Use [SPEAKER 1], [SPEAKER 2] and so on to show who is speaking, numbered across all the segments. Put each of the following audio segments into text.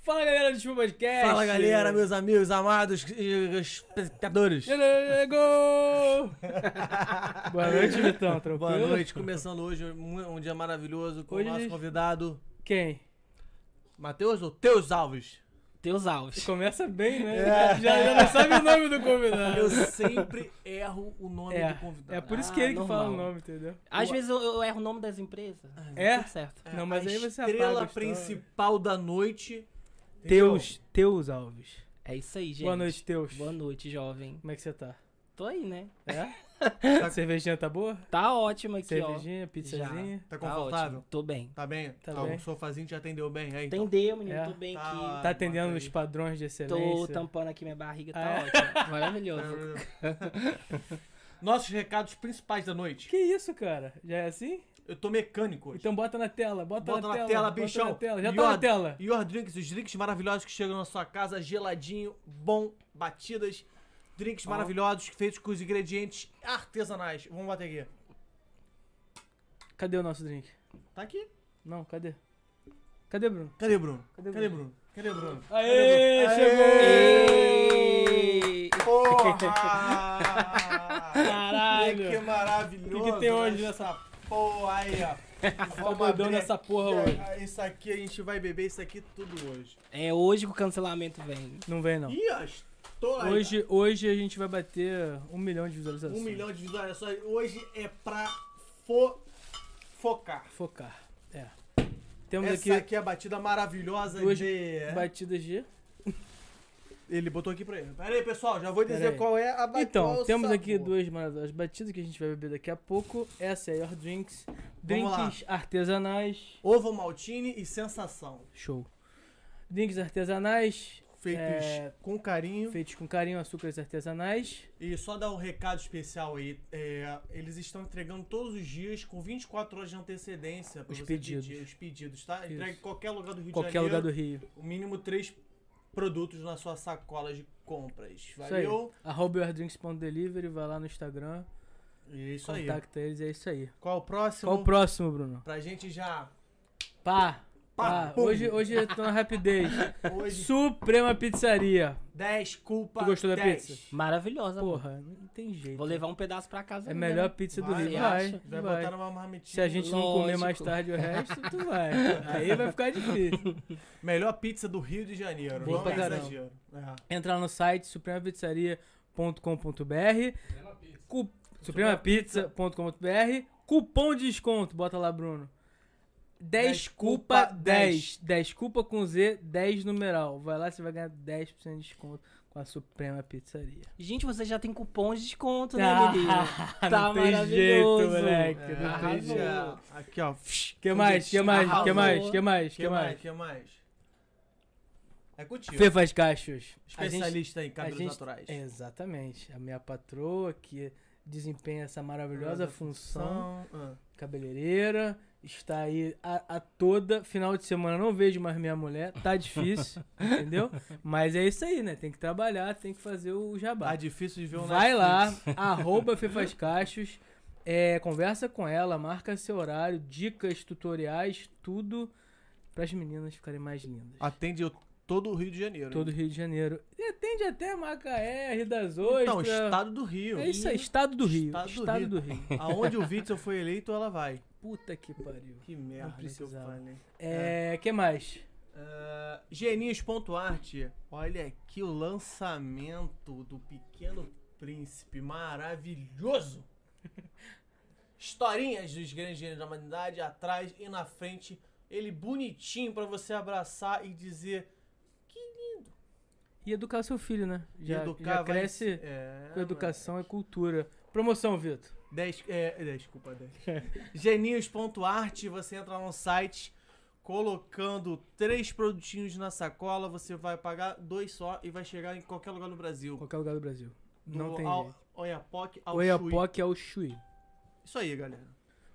[SPEAKER 1] Fala galera do Tipo Podcast!
[SPEAKER 2] Fala galera, meus amigos, amados eh, espectadores.
[SPEAKER 1] Gol! Boa noite, Vitão, tranquilo?
[SPEAKER 2] Boa noite, começando hoje um um dia maravilhoso com
[SPEAKER 1] Hoje
[SPEAKER 2] o
[SPEAKER 1] a
[SPEAKER 2] nosso
[SPEAKER 1] gente-
[SPEAKER 2] convidado,
[SPEAKER 1] Quem?
[SPEAKER 2] Matheus ou Teus Alves?
[SPEAKER 3] Teus alves.
[SPEAKER 1] Começa bem, né? Já, já não sabe o nome do convidado.
[SPEAKER 2] Eu sempre erro o nome
[SPEAKER 1] É,
[SPEAKER 2] do convidado.
[SPEAKER 1] é por isso
[SPEAKER 3] Ah,
[SPEAKER 1] que ele que
[SPEAKER 3] normal.
[SPEAKER 1] fala o nome, entendeu?
[SPEAKER 3] Às
[SPEAKER 2] Boa.
[SPEAKER 3] vezes eu, eu erro o nome das empresas.
[SPEAKER 1] É?
[SPEAKER 3] Tudo certo.
[SPEAKER 1] Não, mas
[SPEAKER 2] Ah, a
[SPEAKER 1] aí você apaga
[SPEAKER 2] estrela
[SPEAKER 1] a história.
[SPEAKER 2] principal da noite.
[SPEAKER 1] Teus, Teus Alves.
[SPEAKER 3] É isso aí, gente.
[SPEAKER 1] Boa noite, Teus.
[SPEAKER 3] Boa noite, jovem.
[SPEAKER 1] Como é que você tá?
[SPEAKER 3] Tô aí, né?
[SPEAKER 1] É? Cervejinha tá boa?
[SPEAKER 3] Tá ótimo aqui,
[SPEAKER 1] Cervejinha,
[SPEAKER 2] Entendeu?
[SPEAKER 1] pizzazinha?
[SPEAKER 2] Tá
[SPEAKER 3] ó. Tá
[SPEAKER 2] confortável?
[SPEAKER 3] ótimo. Tô bem.
[SPEAKER 2] Tá bem?
[SPEAKER 1] Tá
[SPEAKER 2] o
[SPEAKER 1] bem.
[SPEAKER 2] sofazinho te atendeu bem aí? então?
[SPEAKER 3] Entendeu, menino?
[SPEAKER 1] É.
[SPEAKER 3] Tô bem
[SPEAKER 2] Tá
[SPEAKER 3] aqui.
[SPEAKER 1] Tá atendendo
[SPEAKER 2] Mata
[SPEAKER 1] os
[SPEAKER 2] aí.
[SPEAKER 1] padrões de excelência?
[SPEAKER 3] Tô tampando aqui minha barriga, tá
[SPEAKER 1] Ah, é?
[SPEAKER 3] ótimo. Maravilhoso.
[SPEAKER 2] Nossos recados principais da noite.
[SPEAKER 1] Que isso, cara? Já é assim?
[SPEAKER 2] Eu tô mecânico hoje.
[SPEAKER 1] Então bota na tela, bota,
[SPEAKER 2] Bota
[SPEAKER 1] na, tela, bota
[SPEAKER 2] bichão.
[SPEAKER 1] na tela. Já
[SPEAKER 2] E
[SPEAKER 1] tá
[SPEAKER 2] ó,
[SPEAKER 1] na tela.
[SPEAKER 2] Your Drinks, os drinks maravilhosos que chegam na sua casa, geladinho, bom, batidas, drinks
[SPEAKER 1] Ó.
[SPEAKER 2] maravilhosos feitos com os ingredientes artesanais. Vamos bater aqui.
[SPEAKER 1] Cadê o nosso drink?
[SPEAKER 2] Tá aqui.
[SPEAKER 1] Não, cadê? Cadê, Bruno?
[SPEAKER 2] Cadê, Bruno?
[SPEAKER 1] Cadê,
[SPEAKER 2] Cadê, Bruno? Cadê, Bruno?
[SPEAKER 1] Aê,
[SPEAKER 2] Aê!
[SPEAKER 1] chegou!
[SPEAKER 3] Ê,
[SPEAKER 2] Porra!
[SPEAKER 1] Caralho.
[SPEAKER 2] Que maravilhoso!
[SPEAKER 1] O que que tem hoje
[SPEAKER 2] essa porra aí, ó?
[SPEAKER 1] Tá
[SPEAKER 2] Vamos
[SPEAKER 1] doidão
[SPEAKER 2] abrir
[SPEAKER 1] nessa porra
[SPEAKER 2] aqui,
[SPEAKER 1] hoje.
[SPEAKER 2] ó. Isso aqui, a gente vai beber isso aqui tudo hoje.
[SPEAKER 3] É hoje que o cancelamento vem.
[SPEAKER 1] Não vem, não.
[SPEAKER 2] Ih, ó, estou aí,
[SPEAKER 1] Hoje, hoje a gente vai bater um milhão de
[SPEAKER 2] Um
[SPEAKER 1] visualizações.
[SPEAKER 2] Nossa. milhão de visualizações. Hoje é pra fo- focar.
[SPEAKER 1] Focar. É. Temos
[SPEAKER 2] Essa
[SPEAKER 1] aqui
[SPEAKER 2] aqui é a batida maravilhosa
[SPEAKER 1] Duas
[SPEAKER 2] de...
[SPEAKER 1] batidas de...
[SPEAKER 2] Ele botou aqui pra ele. Pera aí, pessoal. Já vou
[SPEAKER 1] Pera
[SPEAKER 2] dizer
[SPEAKER 1] aí.
[SPEAKER 2] qual é a batida.
[SPEAKER 1] Então, temos aqui duas maravilhosas batidas que a gente vai beber daqui a pouco. Essa é Your Drinks. Drinks artesanais.
[SPEAKER 2] Ovo maltine e sensação.
[SPEAKER 1] Show. Drinks artesanais
[SPEAKER 2] Feitos
[SPEAKER 1] É,
[SPEAKER 2] com carinho.
[SPEAKER 1] feitos com carinho, açúcares artesanais.
[SPEAKER 2] E só dar um recado especial aí. é, eles estão entregando todos os dias com 24 horas de antecedência. pra
[SPEAKER 1] Os
[SPEAKER 2] você
[SPEAKER 1] pedidos.
[SPEAKER 2] pedir os pedidos, tá?
[SPEAKER 1] Isso.
[SPEAKER 2] Entrega em qualquer lugar do Rio de
[SPEAKER 1] Qualquer
[SPEAKER 2] Janeiro.
[SPEAKER 1] lugar do Rio.
[SPEAKER 2] O mínimo três produtos na sua sacola de compras.
[SPEAKER 1] Isso aí.
[SPEAKER 2] Valeu.
[SPEAKER 1] Arroba yourdrinks.delivery, vai lá no Instagram,
[SPEAKER 2] E é isso aí. Então
[SPEAKER 1] contacta eles, é isso aí.
[SPEAKER 2] Qual o próximo?
[SPEAKER 1] Qual o próximo, Bruno?
[SPEAKER 2] Pra gente já.
[SPEAKER 1] Pá!
[SPEAKER 2] Pá,
[SPEAKER 1] Pá!
[SPEAKER 2] pum.
[SPEAKER 1] Ah, Hoje, hoje eu tô na rapidez.
[SPEAKER 2] Hoje,
[SPEAKER 1] Suprema Pizzaria.
[SPEAKER 2] 10 culpa.
[SPEAKER 1] Tu gostou da
[SPEAKER 2] 10.
[SPEAKER 1] pizza?
[SPEAKER 3] Maravilhosa, amor.
[SPEAKER 1] Porra, não tem jeito.
[SPEAKER 3] Vou levar um pedaço pra casa.
[SPEAKER 1] É a
[SPEAKER 3] ainda,
[SPEAKER 1] melhor
[SPEAKER 3] né?
[SPEAKER 1] pizza do
[SPEAKER 2] Vai,
[SPEAKER 1] Rio.
[SPEAKER 3] acha?
[SPEAKER 1] Vai,
[SPEAKER 2] Vai
[SPEAKER 1] vai.
[SPEAKER 2] botar numa marmitinha.
[SPEAKER 1] Se a gente não comer mais
[SPEAKER 3] Lógico.
[SPEAKER 1] tarde o resto, tu vai. Aí vai ficar difícil.
[SPEAKER 2] Melhor pizza do Rio de Janeiro.
[SPEAKER 1] Boa
[SPEAKER 2] não
[SPEAKER 1] pra
[SPEAKER 2] é
[SPEAKER 1] caramba.
[SPEAKER 2] exagero. É.
[SPEAKER 1] Entra lá no site supremapizzaria.com.br cu- supremapizza.com.br Cupom de desconto, bota lá, Bruno. 10 culpa 10. 10 culpa com Z, 10 numeral. Vai lá, você vai ganhar 10% de desconto com a Suprema Pizzaria.
[SPEAKER 3] Gente, você já tem cupom de desconto, né, menino?
[SPEAKER 1] Ah, não tem jeito,
[SPEAKER 3] maravilhoso.
[SPEAKER 1] moleque.
[SPEAKER 2] É,
[SPEAKER 1] Não tem
[SPEAKER 3] arrasou.
[SPEAKER 1] jeito.
[SPEAKER 2] já. Aqui, ó. O
[SPEAKER 1] Que mais, que mais, que
[SPEAKER 2] Arrasou.
[SPEAKER 1] mais, que mais,
[SPEAKER 2] que
[SPEAKER 1] que
[SPEAKER 2] mais?
[SPEAKER 1] mais?
[SPEAKER 2] que mais? É contigo.
[SPEAKER 1] Fê faz cachos. A gente-
[SPEAKER 2] Especialista em cabelos
[SPEAKER 1] a gente-
[SPEAKER 2] naturais.
[SPEAKER 1] Exatamente. A minha patroa que desempenha essa maravilhosa
[SPEAKER 2] É,
[SPEAKER 1] função,
[SPEAKER 2] São- ah.
[SPEAKER 1] cabeleireira, está aí a, a toda. Final de semana não vejo mais minha mulher, tá difícil, entendeu? Mas é isso aí, né? Tem que trabalhar, tem que fazer o
[SPEAKER 2] Tá
[SPEAKER 1] jabá.
[SPEAKER 2] difícil de ver um
[SPEAKER 1] Vai lá,
[SPEAKER 2] Netflix.
[SPEAKER 1] arroba Fefas Cachos, é, conversa com ela, marca seu horário, dicas, tutoriais, tudo para as meninas ficarem mais lindas.
[SPEAKER 2] Atende o- todo o Rio de Janeiro.
[SPEAKER 1] Todo
[SPEAKER 2] hein?
[SPEAKER 1] Rio de Janeiro. E atende até Macaé, Rio das Ostras.
[SPEAKER 2] Então, estado do Rio.
[SPEAKER 1] É isso aí, Estado do Rio.
[SPEAKER 2] Estado
[SPEAKER 1] Estado, do,
[SPEAKER 2] do
[SPEAKER 1] Rio.
[SPEAKER 2] Aonde o Witzel foi eleito, ela vai.
[SPEAKER 1] Puta que pariu.
[SPEAKER 2] Que merda né,
[SPEAKER 1] precisava.
[SPEAKER 2] que eu falei.
[SPEAKER 1] É, que mais?
[SPEAKER 2] Ah, Geninhos.art. Olha aqui o lançamento do Pequeno Príncipe. Maravilhoso! Historinhas dos grandes gênios da humanidade atrás e na frente. Ele bonitinho pra você abraçar e dizer.
[SPEAKER 1] E educar seu filho, né? Já,
[SPEAKER 2] educar
[SPEAKER 1] já
[SPEAKER 2] vai-
[SPEAKER 1] cresce
[SPEAKER 2] É,
[SPEAKER 1] com educação e cultura. Promoção, Vitor.
[SPEAKER 2] Dez, é, é, desculpa, 10. Genios.art, você entra no site colocando três produtinhos na sacola, você vai pagar dois só e vai chegar em qualquer lugar no Brasil.
[SPEAKER 1] Qualquer lugar do Brasil. Não
[SPEAKER 2] do
[SPEAKER 1] tem
[SPEAKER 2] ao,
[SPEAKER 1] jeito.
[SPEAKER 2] Oiapoque ao Chuí.
[SPEAKER 1] Oiapoque ao é Chuí.
[SPEAKER 2] Isso aí, galera.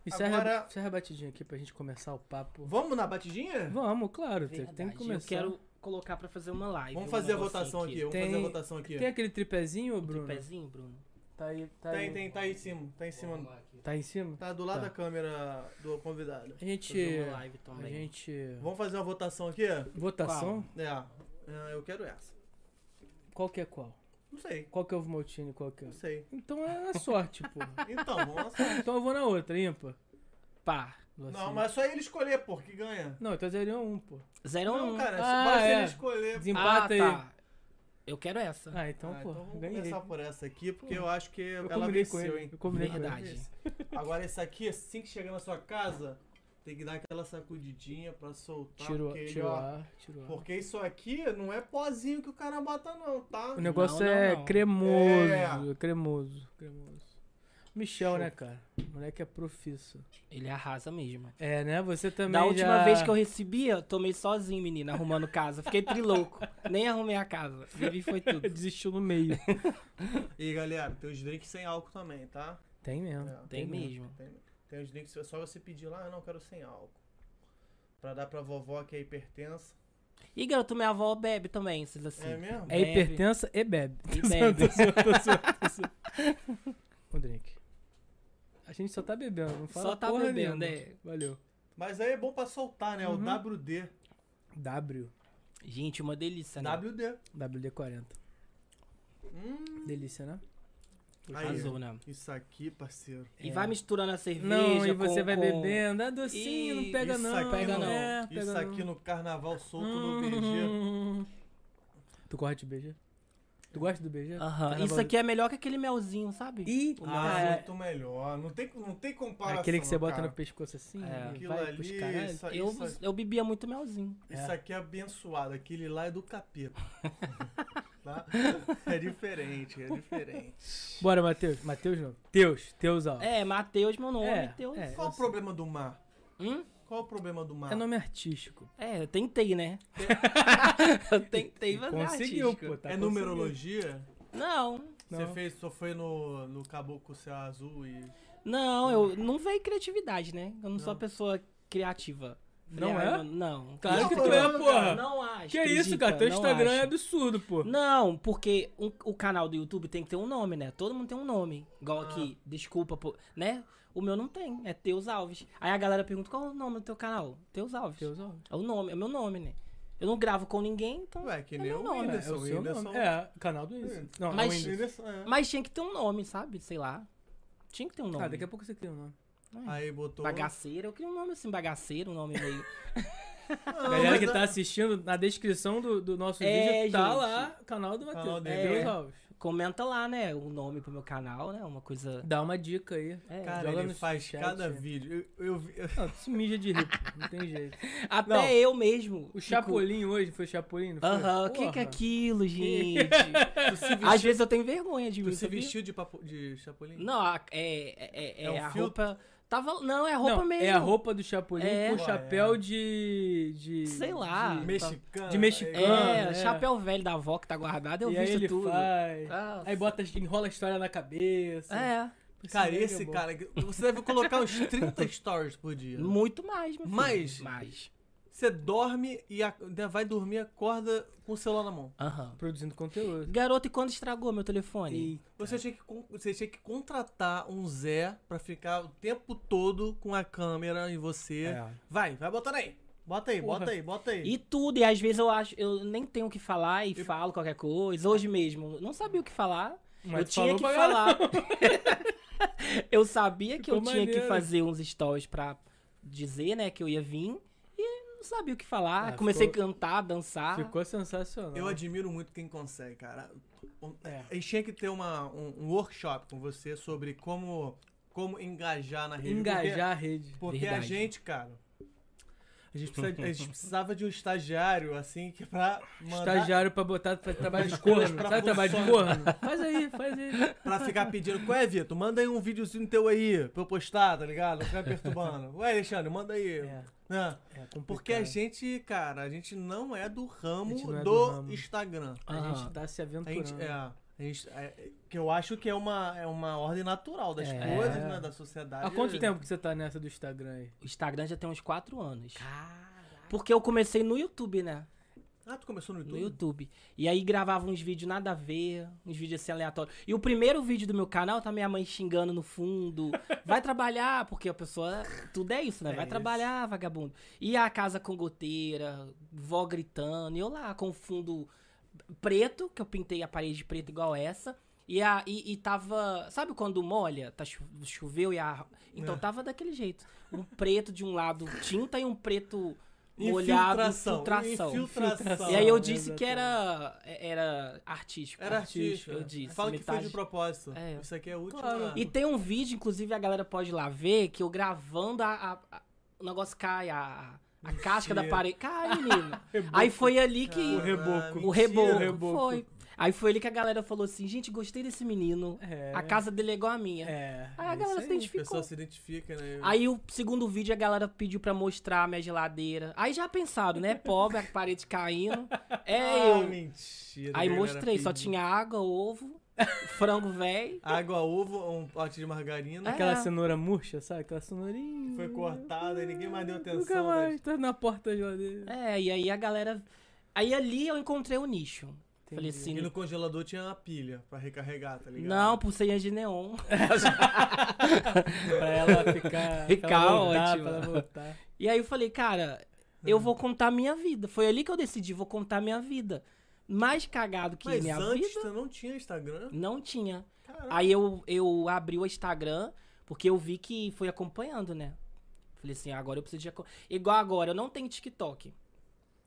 [SPEAKER 1] Encerra,
[SPEAKER 2] Agora-
[SPEAKER 1] encerra a batidinha aqui pra gente começar o papo.
[SPEAKER 2] Vamos na batidinha?
[SPEAKER 1] Vamos, claro. tem-
[SPEAKER 3] Verdade,
[SPEAKER 1] Tem que começar.
[SPEAKER 3] Eu quero colocar pra fazer uma live.
[SPEAKER 2] Vamos
[SPEAKER 3] um
[SPEAKER 2] fazer a
[SPEAKER 3] negocinho
[SPEAKER 2] votação aqui. Vamos
[SPEAKER 1] Tem-
[SPEAKER 2] fazer a votação aqui.
[SPEAKER 1] Tem aquele tripézinho, Bruno?
[SPEAKER 3] um Tripézinho, Bruno?
[SPEAKER 1] Tá aí, tá aí.
[SPEAKER 2] Tem, tem, tá aí em cima. Tá em cima.
[SPEAKER 1] Tá em cima?
[SPEAKER 2] Tá do lado
[SPEAKER 1] Tá.
[SPEAKER 2] da câmera do convidado.
[SPEAKER 1] A gente.
[SPEAKER 3] Fazer uma live
[SPEAKER 1] A
[SPEAKER 3] também.
[SPEAKER 1] gente.
[SPEAKER 2] Vamos fazer uma votação aqui? É.
[SPEAKER 1] Votação?
[SPEAKER 2] É, Eu quero essa.
[SPEAKER 1] Qual que é qual?
[SPEAKER 2] Não sei.
[SPEAKER 1] Qual que é o Vmotini e qual que é.
[SPEAKER 2] Não
[SPEAKER 1] o-
[SPEAKER 2] sei.
[SPEAKER 1] Então é a sorte, pô.
[SPEAKER 2] Então, vamos lá.
[SPEAKER 1] Então eu vou na outra, ímpar. Pá. assim.
[SPEAKER 2] Não, mas é só ele escolher, pô, que ganha.
[SPEAKER 1] Não, então zero um, pô.
[SPEAKER 3] Zero a
[SPEAKER 2] Não,
[SPEAKER 3] um.
[SPEAKER 2] cara,
[SPEAKER 1] Ah,
[SPEAKER 2] só pode
[SPEAKER 1] é.
[SPEAKER 2] ele escolher.
[SPEAKER 3] Ah,
[SPEAKER 1] Desempata aí.
[SPEAKER 3] tá. Eu quero essa.
[SPEAKER 1] Ah, então,
[SPEAKER 2] Ah,
[SPEAKER 1] pô,
[SPEAKER 2] então vamos
[SPEAKER 1] ganhei.
[SPEAKER 2] começar por essa aqui, porque eu acho que
[SPEAKER 1] Eu
[SPEAKER 2] ela
[SPEAKER 1] combinei com
[SPEAKER 2] venceu,
[SPEAKER 1] ele.
[SPEAKER 2] hein?
[SPEAKER 1] Eu combinei com ele.
[SPEAKER 3] Verdade.
[SPEAKER 2] Agora essa aqui, assim que chegar na sua casa, tem que dar aquela sacudidinha pra soltar.
[SPEAKER 1] Tirou,
[SPEAKER 2] porque, ele,
[SPEAKER 1] tirou
[SPEAKER 2] ó,
[SPEAKER 1] ar, tirou ar.
[SPEAKER 2] Porque isso aqui não é pozinho que o cara bota não, tá?
[SPEAKER 1] O negócio
[SPEAKER 3] Não, não,
[SPEAKER 1] é
[SPEAKER 3] não. É.
[SPEAKER 1] cremoso, cremoso, cremoso. Michel,
[SPEAKER 2] Show.
[SPEAKER 1] né, cara? O moleque é profisso.
[SPEAKER 3] Ele arrasa mesmo.
[SPEAKER 1] É, né? Você também
[SPEAKER 3] da última
[SPEAKER 1] já-
[SPEAKER 3] vez que eu recebi, eu tomei sozinho, menina, arrumando casa. Fiquei trilouco. Nem arrumei a casa. Vivi foi tudo.
[SPEAKER 1] Desistiu no meio.
[SPEAKER 2] E galera, tem os drinks sem álcool também, tá?
[SPEAKER 1] Tem mesmo.
[SPEAKER 2] É.
[SPEAKER 3] Tem mesmo.
[SPEAKER 2] Tem, tem os drinks, é só você pedir lá, ah, não quero sem álcool. Pra dar pra vovó que é hipertensa.
[SPEAKER 3] E garoto, minha avó bebe também, esses assim.
[SPEAKER 2] É mesmo?
[SPEAKER 1] É
[SPEAKER 3] Bebe.
[SPEAKER 1] hipertensa e bebe.
[SPEAKER 3] E bebe.
[SPEAKER 1] Um drink. A gente só tá bebendo, não fala
[SPEAKER 3] Só tá
[SPEAKER 1] porra
[SPEAKER 3] bebendo,
[SPEAKER 1] nenhuma.
[SPEAKER 3] é.
[SPEAKER 1] Valeu.
[SPEAKER 2] Mas aí é bom pra soltar, né?
[SPEAKER 1] Uhum.
[SPEAKER 2] O WD.
[SPEAKER 1] W.
[SPEAKER 3] Gente, uma
[SPEAKER 1] É
[SPEAKER 3] delícia, né?
[SPEAKER 2] WD.
[SPEAKER 1] WD-40.
[SPEAKER 2] Hum,
[SPEAKER 1] Delícia, né?
[SPEAKER 2] Aí.
[SPEAKER 3] Azul, né?
[SPEAKER 2] isso aqui, parceiro.
[SPEAKER 3] E
[SPEAKER 1] É.
[SPEAKER 3] vai misturando a cerveja
[SPEAKER 1] Não, e você
[SPEAKER 3] com-
[SPEAKER 1] vai
[SPEAKER 3] com-
[SPEAKER 1] bebendo. Ah, docinho, não
[SPEAKER 3] Ih,
[SPEAKER 1] pega
[SPEAKER 2] isso
[SPEAKER 1] não.
[SPEAKER 2] aqui
[SPEAKER 3] pega
[SPEAKER 2] no,
[SPEAKER 3] não.
[SPEAKER 1] É, pega
[SPEAKER 2] isso
[SPEAKER 1] não.
[SPEAKER 2] aqui no carnaval solto no BG.
[SPEAKER 1] Hum. Tu gosta de beijar? Tu gosta do beijar?
[SPEAKER 3] Aham. Isso aqui é melhor que aquele melzinho, sabe?
[SPEAKER 1] Ih,
[SPEAKER 3] O
[SPEAKER 2] Ah,
[SPEAKER 1] cara. É
[SPEAKER 2] muito melhor. Não tem, não tem comparação.
[SPEAKER 1] Aquele que você bota
[SPEAKER 2] cara.
[SPEAKER 1] no pescoço assim,
[SPEAKER 3] É.
[SPEAKER 1] e
[SPEAKER 2] Aquilo
[SPEAKER 1] vai
[SPEAKER 2] ali,
[SPEAKER 1] pros caralhos.
[SPEAKER 2] isso,
[SPEAKER 3] eu,
[SPEAKER 2] isso,
[SPEAKER 3] eu bebia muito melzinho.
[SPEAKER 2] isso
[SPEAKER 1] É.
[SPEAKER 2] aqui é abençoado. Aquele lá é do capeta. Tá? É diferente, é diferente.
[SPEAKER 1] Bora, Matheus. Matheus não. Teus, Teus Alves.
[SPEAKER 3] É, Matheus, meu nome,
[SPEAKER 1] É,
[SPEAKER 3] é, Teus.
[SPEAKER 1] é.
[SPEAKER 3] É.
[SPEAKER 2] Qual
[SPEAKER 1] eu
[SPEAKER 2] o problema do mar?
[SPEAKER 3] Hum?
[SPEAKER 2] Qual o problema do mar?
[SPEAKER 1] É nome artístico.
[SPEAKER 3] É, eu tentei, né? eu tentei, mas é
[SPEAKER 1] Conseguiu,
[SPEAKER 3] artístico.
[SPEAKER 1] pô. Tá
[SPEAKER 2] É
[SPEAKER 1] conseguindo.
[SPEAKER 2] numerologia?
[SPEAKER 3] Não,
[SPEAKER 1] Não.
[SPEAKER 2] Você fez, só foi no, no Caboclo Céu Azul e.
[SPEAKER 3] não, eu não veio criatividade, né? Eu não, sou
[SPEAKER 2] Não.
[SPEAKER 3] uma pessoa criativa.
[SPEAKER 1] Não
[SPEAKER 3] Falei,
[SPEAKER 1] é?
[SPEAKER 3] ah, eu- Não.
[SPEAKER 1] Claro
[SPEAKER 2] Não,
[SPEAKER 1] que tu
[SPEAKER 2] foi
[SPEAKER 1] é,
[SPEAKER 2] não,
[SPEAKER 1] porra.
[SPEAKER 2] cara,
[SPEAKER 3] Não acho.
[SPEAKER 1] que isso, cara. Teu
[SPEAKER 3] acredita, não
[SPEAKER 1] Instagram é
[SPEAKER 3] acho.
[SPEAKER 1] absurdo, pô.
[SPEAKER 3] Não, porque um- o canal do YouTube tem que ter um nome, né? Todo mundo tem um nome. Igual aqui,
[SPEAKER 1] Ah.
[SPEAKER 3] desculpa, pô, né? O meu não tem, é Teus Alves. Aí a galera pergunta qual é o nome do teu canal? Teus Alves.
[SPEAKER 1] Teus Alves.
[SPEAKER 3] É o nome, é o meu nome, né? Eu não gravo com ninguém, então.
[SPEAKER 2] Ué, que
[SPEAKER 3] é
[SPEAKER 2] nem
[SPEAKER 3] meu
[SPEAKER 2] o
[SPEAKER 3] nome.
[SPEAKER 1] É, é
[SPEAKER 2] Whindersson.
[SPEAKER 1] o seu
[SPEAKER 2] Whindersson.
[SPEAKER 1] nome. É, canal do Whindersson. Não,
[SPEAKER 3] Mas-
[SPEAKER 1] é o Whindersson.
[SPEAKER 2] Whindersson, é.
[SPEAKER 3] Mas tinha que ter um nome, sabe? Sei lá. Tinha que ter um nome.
[SPEAKER 1] Ah, daqui a pouco você cria um nome.
[SPEAKER 2] Aí botou.
[SPEAKER 3] Bagaceiro, eu queria um nome assim, bagaceiro, um nome meio.
[SPEAKER 2] Não,
[SPEAKER 1] Galera
[SPEAKER 2] mas
[SPEAKER 1] que
[SPEAKER 2] é-
[SPEAKER 1] tá assistindo, na descrição do, do nosso
[SPEAKER 3] É,
[SPEAKER 1] vídeo, tá
[SPEAKER 3] gente.
[SPEAKER 1] lá o canal do
[SPEAKER 2] Canal
[SPEAKER 1] Matheus.
[SPEAKER 2] dele.
[SPEAKER 1] Teus
[SPEAKER 3] É.
[SPEAKER 1] Alves.
[SPEAKER 3] Comenta lá, né? O nome pro meu canal, né? Uma coisa.
[SPEAKER 1] Dá uma dica aí.
[SPEAKER 3] É.
[SPEAKER 2] Cara,
[SPEAKER 1] Joga
[SPEAKER 2] ele
[SPEAKER 1] no
[SPEAKER 2] faz
[SPEAKER 1] chat. né?
[SPEAKER 2] cada vídeo. Eu, eu, vi-
[SPEAKER 1] Não, tu se mija de rir, pô. não tem jeito.
[SPEAKER 3] Até
[SPEAKER 2] Não.
[SPEAKER 3] eu mesmo.
[SPEAKER 1] O
[SPEAKER 3] fico-
[SPEAKER 1] Chapolin hoje, foi o Chapolin? não foi?
[SPEAKER 3] Aham, o que que é
[SPEAKER 1] Porra.
[SPEAKER 3] aquilo, gente?
[SPEAKER 2] tu se
[SPEAKER 3] Às
[SPEAKER 2] vestiu,
[SPEAKER 3] vezes eu tenho vergonha de
[SPEAKER 2] tu
[SPEAKER 3] mim.
[SPEAKER 2] se
[SPEAKER 3] sabia?
[SPEAKER 2] vestiu de, papo, de Chapolin?
[SPEAKER 3] Não, a- é, é, é,
[SPEAKER 2] É um
[SPEAKER 3] é a
[SPEAKER 2] filtro?
[SPEAKER 3] roupa. Tava, não, é a roupa
[SPEAKER 1] Não,
[SPEAKER 3] mesmo.
[SPEAKER 1] é a roupa do Chapolin
[SPEAKER 3] É.
[SPEAKER 1] com o
[SPEAKER 2] Ué,
[SPEAKER 1] chapéu
[SPEAKER 2] é. Tá
[SPEAKER 1] de, de...
[SPEAKER 3] Sei lá.
[SPEAKER 1] de-
[SPEAKER 2] Mexicano.
[SPEAKER 1] tá De mexicano.
[SPEAKER 3] É,
[SPEAKER 1] Ah, é.
[SPEAKER 3] chapéu velho da avó que tá guardado, eu
[SPEAKER 1] e aí
[SPEAKER 3] visto
[SPEAKER 1] ele
[SPEAKER 3] tudo.
[SPEAKER 1] faz.
[SPEAKER 3] Ah,
[SPEAKER 1] Aí bota, assim. enrola a história na cabeça.
[SPEAKER 3] É,
[SPEAKER 2] Cara,
[SPEAKER 1] nego é
[SPEAKER 2] esse
[SPEAKER 1] bom.
[SPEAKER 2] cara. que- Você deve colocar uns 30 stories por dia.
[SPEAKER 3] muito mais, meu filho.
[SPEAKER 2] Mais?
[SPEAKER 3] Mais.
[SPEAKER 2] Você dorme e a- ainda vai dormir, acorda com o celular na mão.
[SPEAKER 3] Aham.
[SPEAKER 1] Produzindo conteúdo.
[SPEAKER 3] Garoto, e quando estragou meu telefone?
[SPEAKER 1] É.
[SPEAKER 2] Você tinha, que, con- você tinha que contratar um Zé pra ficar o tempo todo com a câmera em você.
[SPEAKER 1] É.
[SPEAKER 2] Vai, vai botando aí. Bota aí,
[SPEAKER 1] Porra.
[SPEAKER 2] bota aí, bota aí.
[SPEAKER 3] E tudo, e às vezes eu acho, eu nem tenho o que falar e falo qualquer coisa. Hoje mesmo, não sabia o que falar.
[SPEAKER 1] Mas
[SPEAKER 3] eu
[SPEAKER 1] tu falou
[SPEAKER 3] tinha que
[SPEAKER 1] pra
[SPEAKER 3] falar. eu sabia que
[SPEAKER 1] Ficou
[SPEAKER 3] eu tinha
[SPEAKER 1] maneiro.
[SPEAKER 3] que fazer uns stories pra dizer, né, que eu ia vir. E não sabia o que falar.
[SPEAKER 1] Ah,
[SPEAKER 3] Comecei
[SPEAKER 1] ficou-
[SPEAKER 3] a cantar, dançar.
[SPEAKER 1] Ficou sensacional.
[SPEAKER 2] Eu admiro muito quem consegue, cara. Um-
[SPEAKER 1] É.
[SPEAKER 2] A gente tinha que ter uma, um, um workshop com você sobre como, como engajar na rede.
[SPEAKER 1] Engajar a rede.
[SPEAKER 2] Porque, porque a
[SPEAKER 3] Verdade.
[SPEAKER 2] gente, cara. A gente, precisa de- a gente precisava de um estagiário, assim, que pra mandar,
[SPEAKER 1] Estagiário pra botar, pra trabalho de
[SPEAKER 2] As coisas
[SPEAKER 1] corno.
[SPEAKER 2] pra
[SPEAKER 1] Sabe trabalho de corno? Faz aí, faz aí.
[SPEAKER 2] Pra ficar pedindo, ué, Vitor, manda aí um videozinho teu aí pra eu postar, tá ligado? Não ficar perturbando. Ué, Alexandre, manda aí.
[SPEAKER 1] É,
[SPEAKER 2] Né?
[SPEAKER 1] é
[SPEAKER 2] Porque
[SPEAKER 1] complicado.
[SPEAKER 2] a gente, cara, a gente não é do ramo
[SPEAKER 1] A gente não
[SPEAKER 2] do,
[SPEAKER 1] é do ramo.
[SPEAKER 2] Instagram.
[SPEAKER 1] A
[SPEAKER 3] Aham.
[SPEAKER 1] gente tá se
[SPEAKER 2] A gente,
[SPEAKER 1] aventurando.
[SPEAKER 3] né?
[SPEAKER 2] é, a gente, é, que eu acho que é uma, é uma ordem natural das
[SPEAKER 1] É.
[SPEAKER 2] coisas, né, da sociedade.
[SPEAKER 1] Há quanto tempo que você tá nessa do Instagram aí?
[SPEAKER 3] O Instagram já tem uns 4 anos. Porque eu comecei no YouTube, né?
[SPEAKER 2] Ah, tu começou no
[SPEAKER 3] No
[SPEAKER 2] YouTube?
[SPEAKER 3] YouTube. E aí gravava uns vídeos nada a ver, uns vídeos assim aleatórios. E o primeiro vídeo do meu canal tá minha mãe xingando no fundo. Vai trabalhar, porque a pessoa. Tudo é isso, né?
[SPEAKER 2] É
[SPEAKER 3] Vai
[SPEAKER 2] isso.
[SPEAKER 3] trabalhar, vagabundo. E a casa com goteira, vó gritando, e eu lá com fundo preto, que eu pintei a parede de preto igual essa. E, a, e, e tava. Sabe quando molha? Tá, cho- choveu e a. Então
[SPEAKER 2] É.
[SPEAKER 3] tava daquele jeito. Um preto de um lado tinta e um preto molhado.
[SPEAKER 2] Infiltração. Infiltração.
[SPEAKER 3] E aí eu
[SPEAKER 1] Não,
[SPEAKER 3] disse que era, é, era artístico.
[SPEAKER 2] Era artístico. é.
[SPEAKER 3] Eu disse.
[SPEAKER 2] Fala que foi
[SPEAKER 3] metade.
[SPEAKER 2] de propósito.
[SPEAKER 3] É.
[SPEAKER 2] Isso aqui é útil.
[SPEAKER 1] Claro.
[SPEAKER 2] pra-
[SPEAKER 3] E tem um vídeo, inclusive a galera pode ir lá ver, que eu gravando a, a- a- o negócio cai, a, a casca da parede. Cai, menino.
[SPEAKER 1] É
[SPEAKER 3] aí foi ali que.
[SPEAKER 1] O reboco.
[SPEAKER 2] Caralho,
[SPEAKER 3] O
[SPEAKER 2] Ah, mentira.
[SPEAKER 3] reboco,
[SPEAKER 1] reboco.
[SPEAKER 3] foi. Aí foi ali que a galera falou assim: gente, gostei desse menino.
[SPEAKER 1] É.
[SPEAKER 3] A casa dele é igual a minha.
[SPEAKER 1] É.
[SPEAKER 3] Aí a
[SPEAKER 1] é
[SPEAKER 3] galera
[SPEAKER 1] isso
[SPEAKER 3] se
[SPEAKER 1] aí.
[SPEAKER 2] A pessoa
[SPEAKER 3] identificou.
[SPEAKER 2] se identifica, né?
[SPEAKER 3] Aí o segundo vídeo a galera pediu pra mostrar a minha geladeira. Aí já pensaram, né? Pobre, a parede caindo. É
[SPEAKER 2] ah,
[SPEAKER 3] eu.
[SPEAKER 2] mentira.
[SPEAKER 3] Aí
[SPEAKER 2] galera,
[SPEAKER 3] mostrei, só
[SPEAKER 2] pediu.
[SPEAKER 3] tinha água, ovo, frango velho.
[SPEAKER 2] Água, ovo, um pote de margarina.
[SPEAKER 3] É.
[SPEAKER 1] Aquela cenoura murcha, sabe? Aquela cenourinha.
[SPEAKER 2] Foi cortada e ninguém mais deu atenção.
[SPEAKER 1] Nunca mais.
[SPEAKER 2] né?
[SPEAKER 1] Tá na porta da geladeira.
[SPEAKER 3] É, e aí a galera. Aí ali eu encontrei o nicho. Falei assim.
[SPEAKER 2] E no
[SPEAKER 3] Não,
[SPEAKER 2] congelador tinha uma pilha pra recarregar, tá ligado?
[SPEAKER 3] pulseirinha de neon.
[SPEAKER 1] É, pra ela ficar.
[SPEAKER 3] Ficar
[SPEAKER 1] pra ela voltar,
[SPEAKER 3] ótima.
[SPEAKER 1] Pra ela voltar.
[SPEAKER 3] E aí eu falei, cara,
[SPEAKER 2] Ah.
[SPEAKER 3] eu vou contar a minha vida. Foi ali que eu decidi, vou contar a minha vida. Mais cagado que
[SPEAKER 2] Mas
[SPEAKER 3] minha
[SPEAKER 2] antes
[SPEAKER 3] vida,
[SPEAKER 2] tu não tinha Instagram?
[SPEAKER 3] não tinha.
[SPEAKER 2] Caralho.
[SPEAKER 3] Aí eu, eu abri o Instagram, porque eu vi que foi acompanhando, né? Falei assim, agora eu preciso de. aco- Igual agora, eu não tenho TikTok.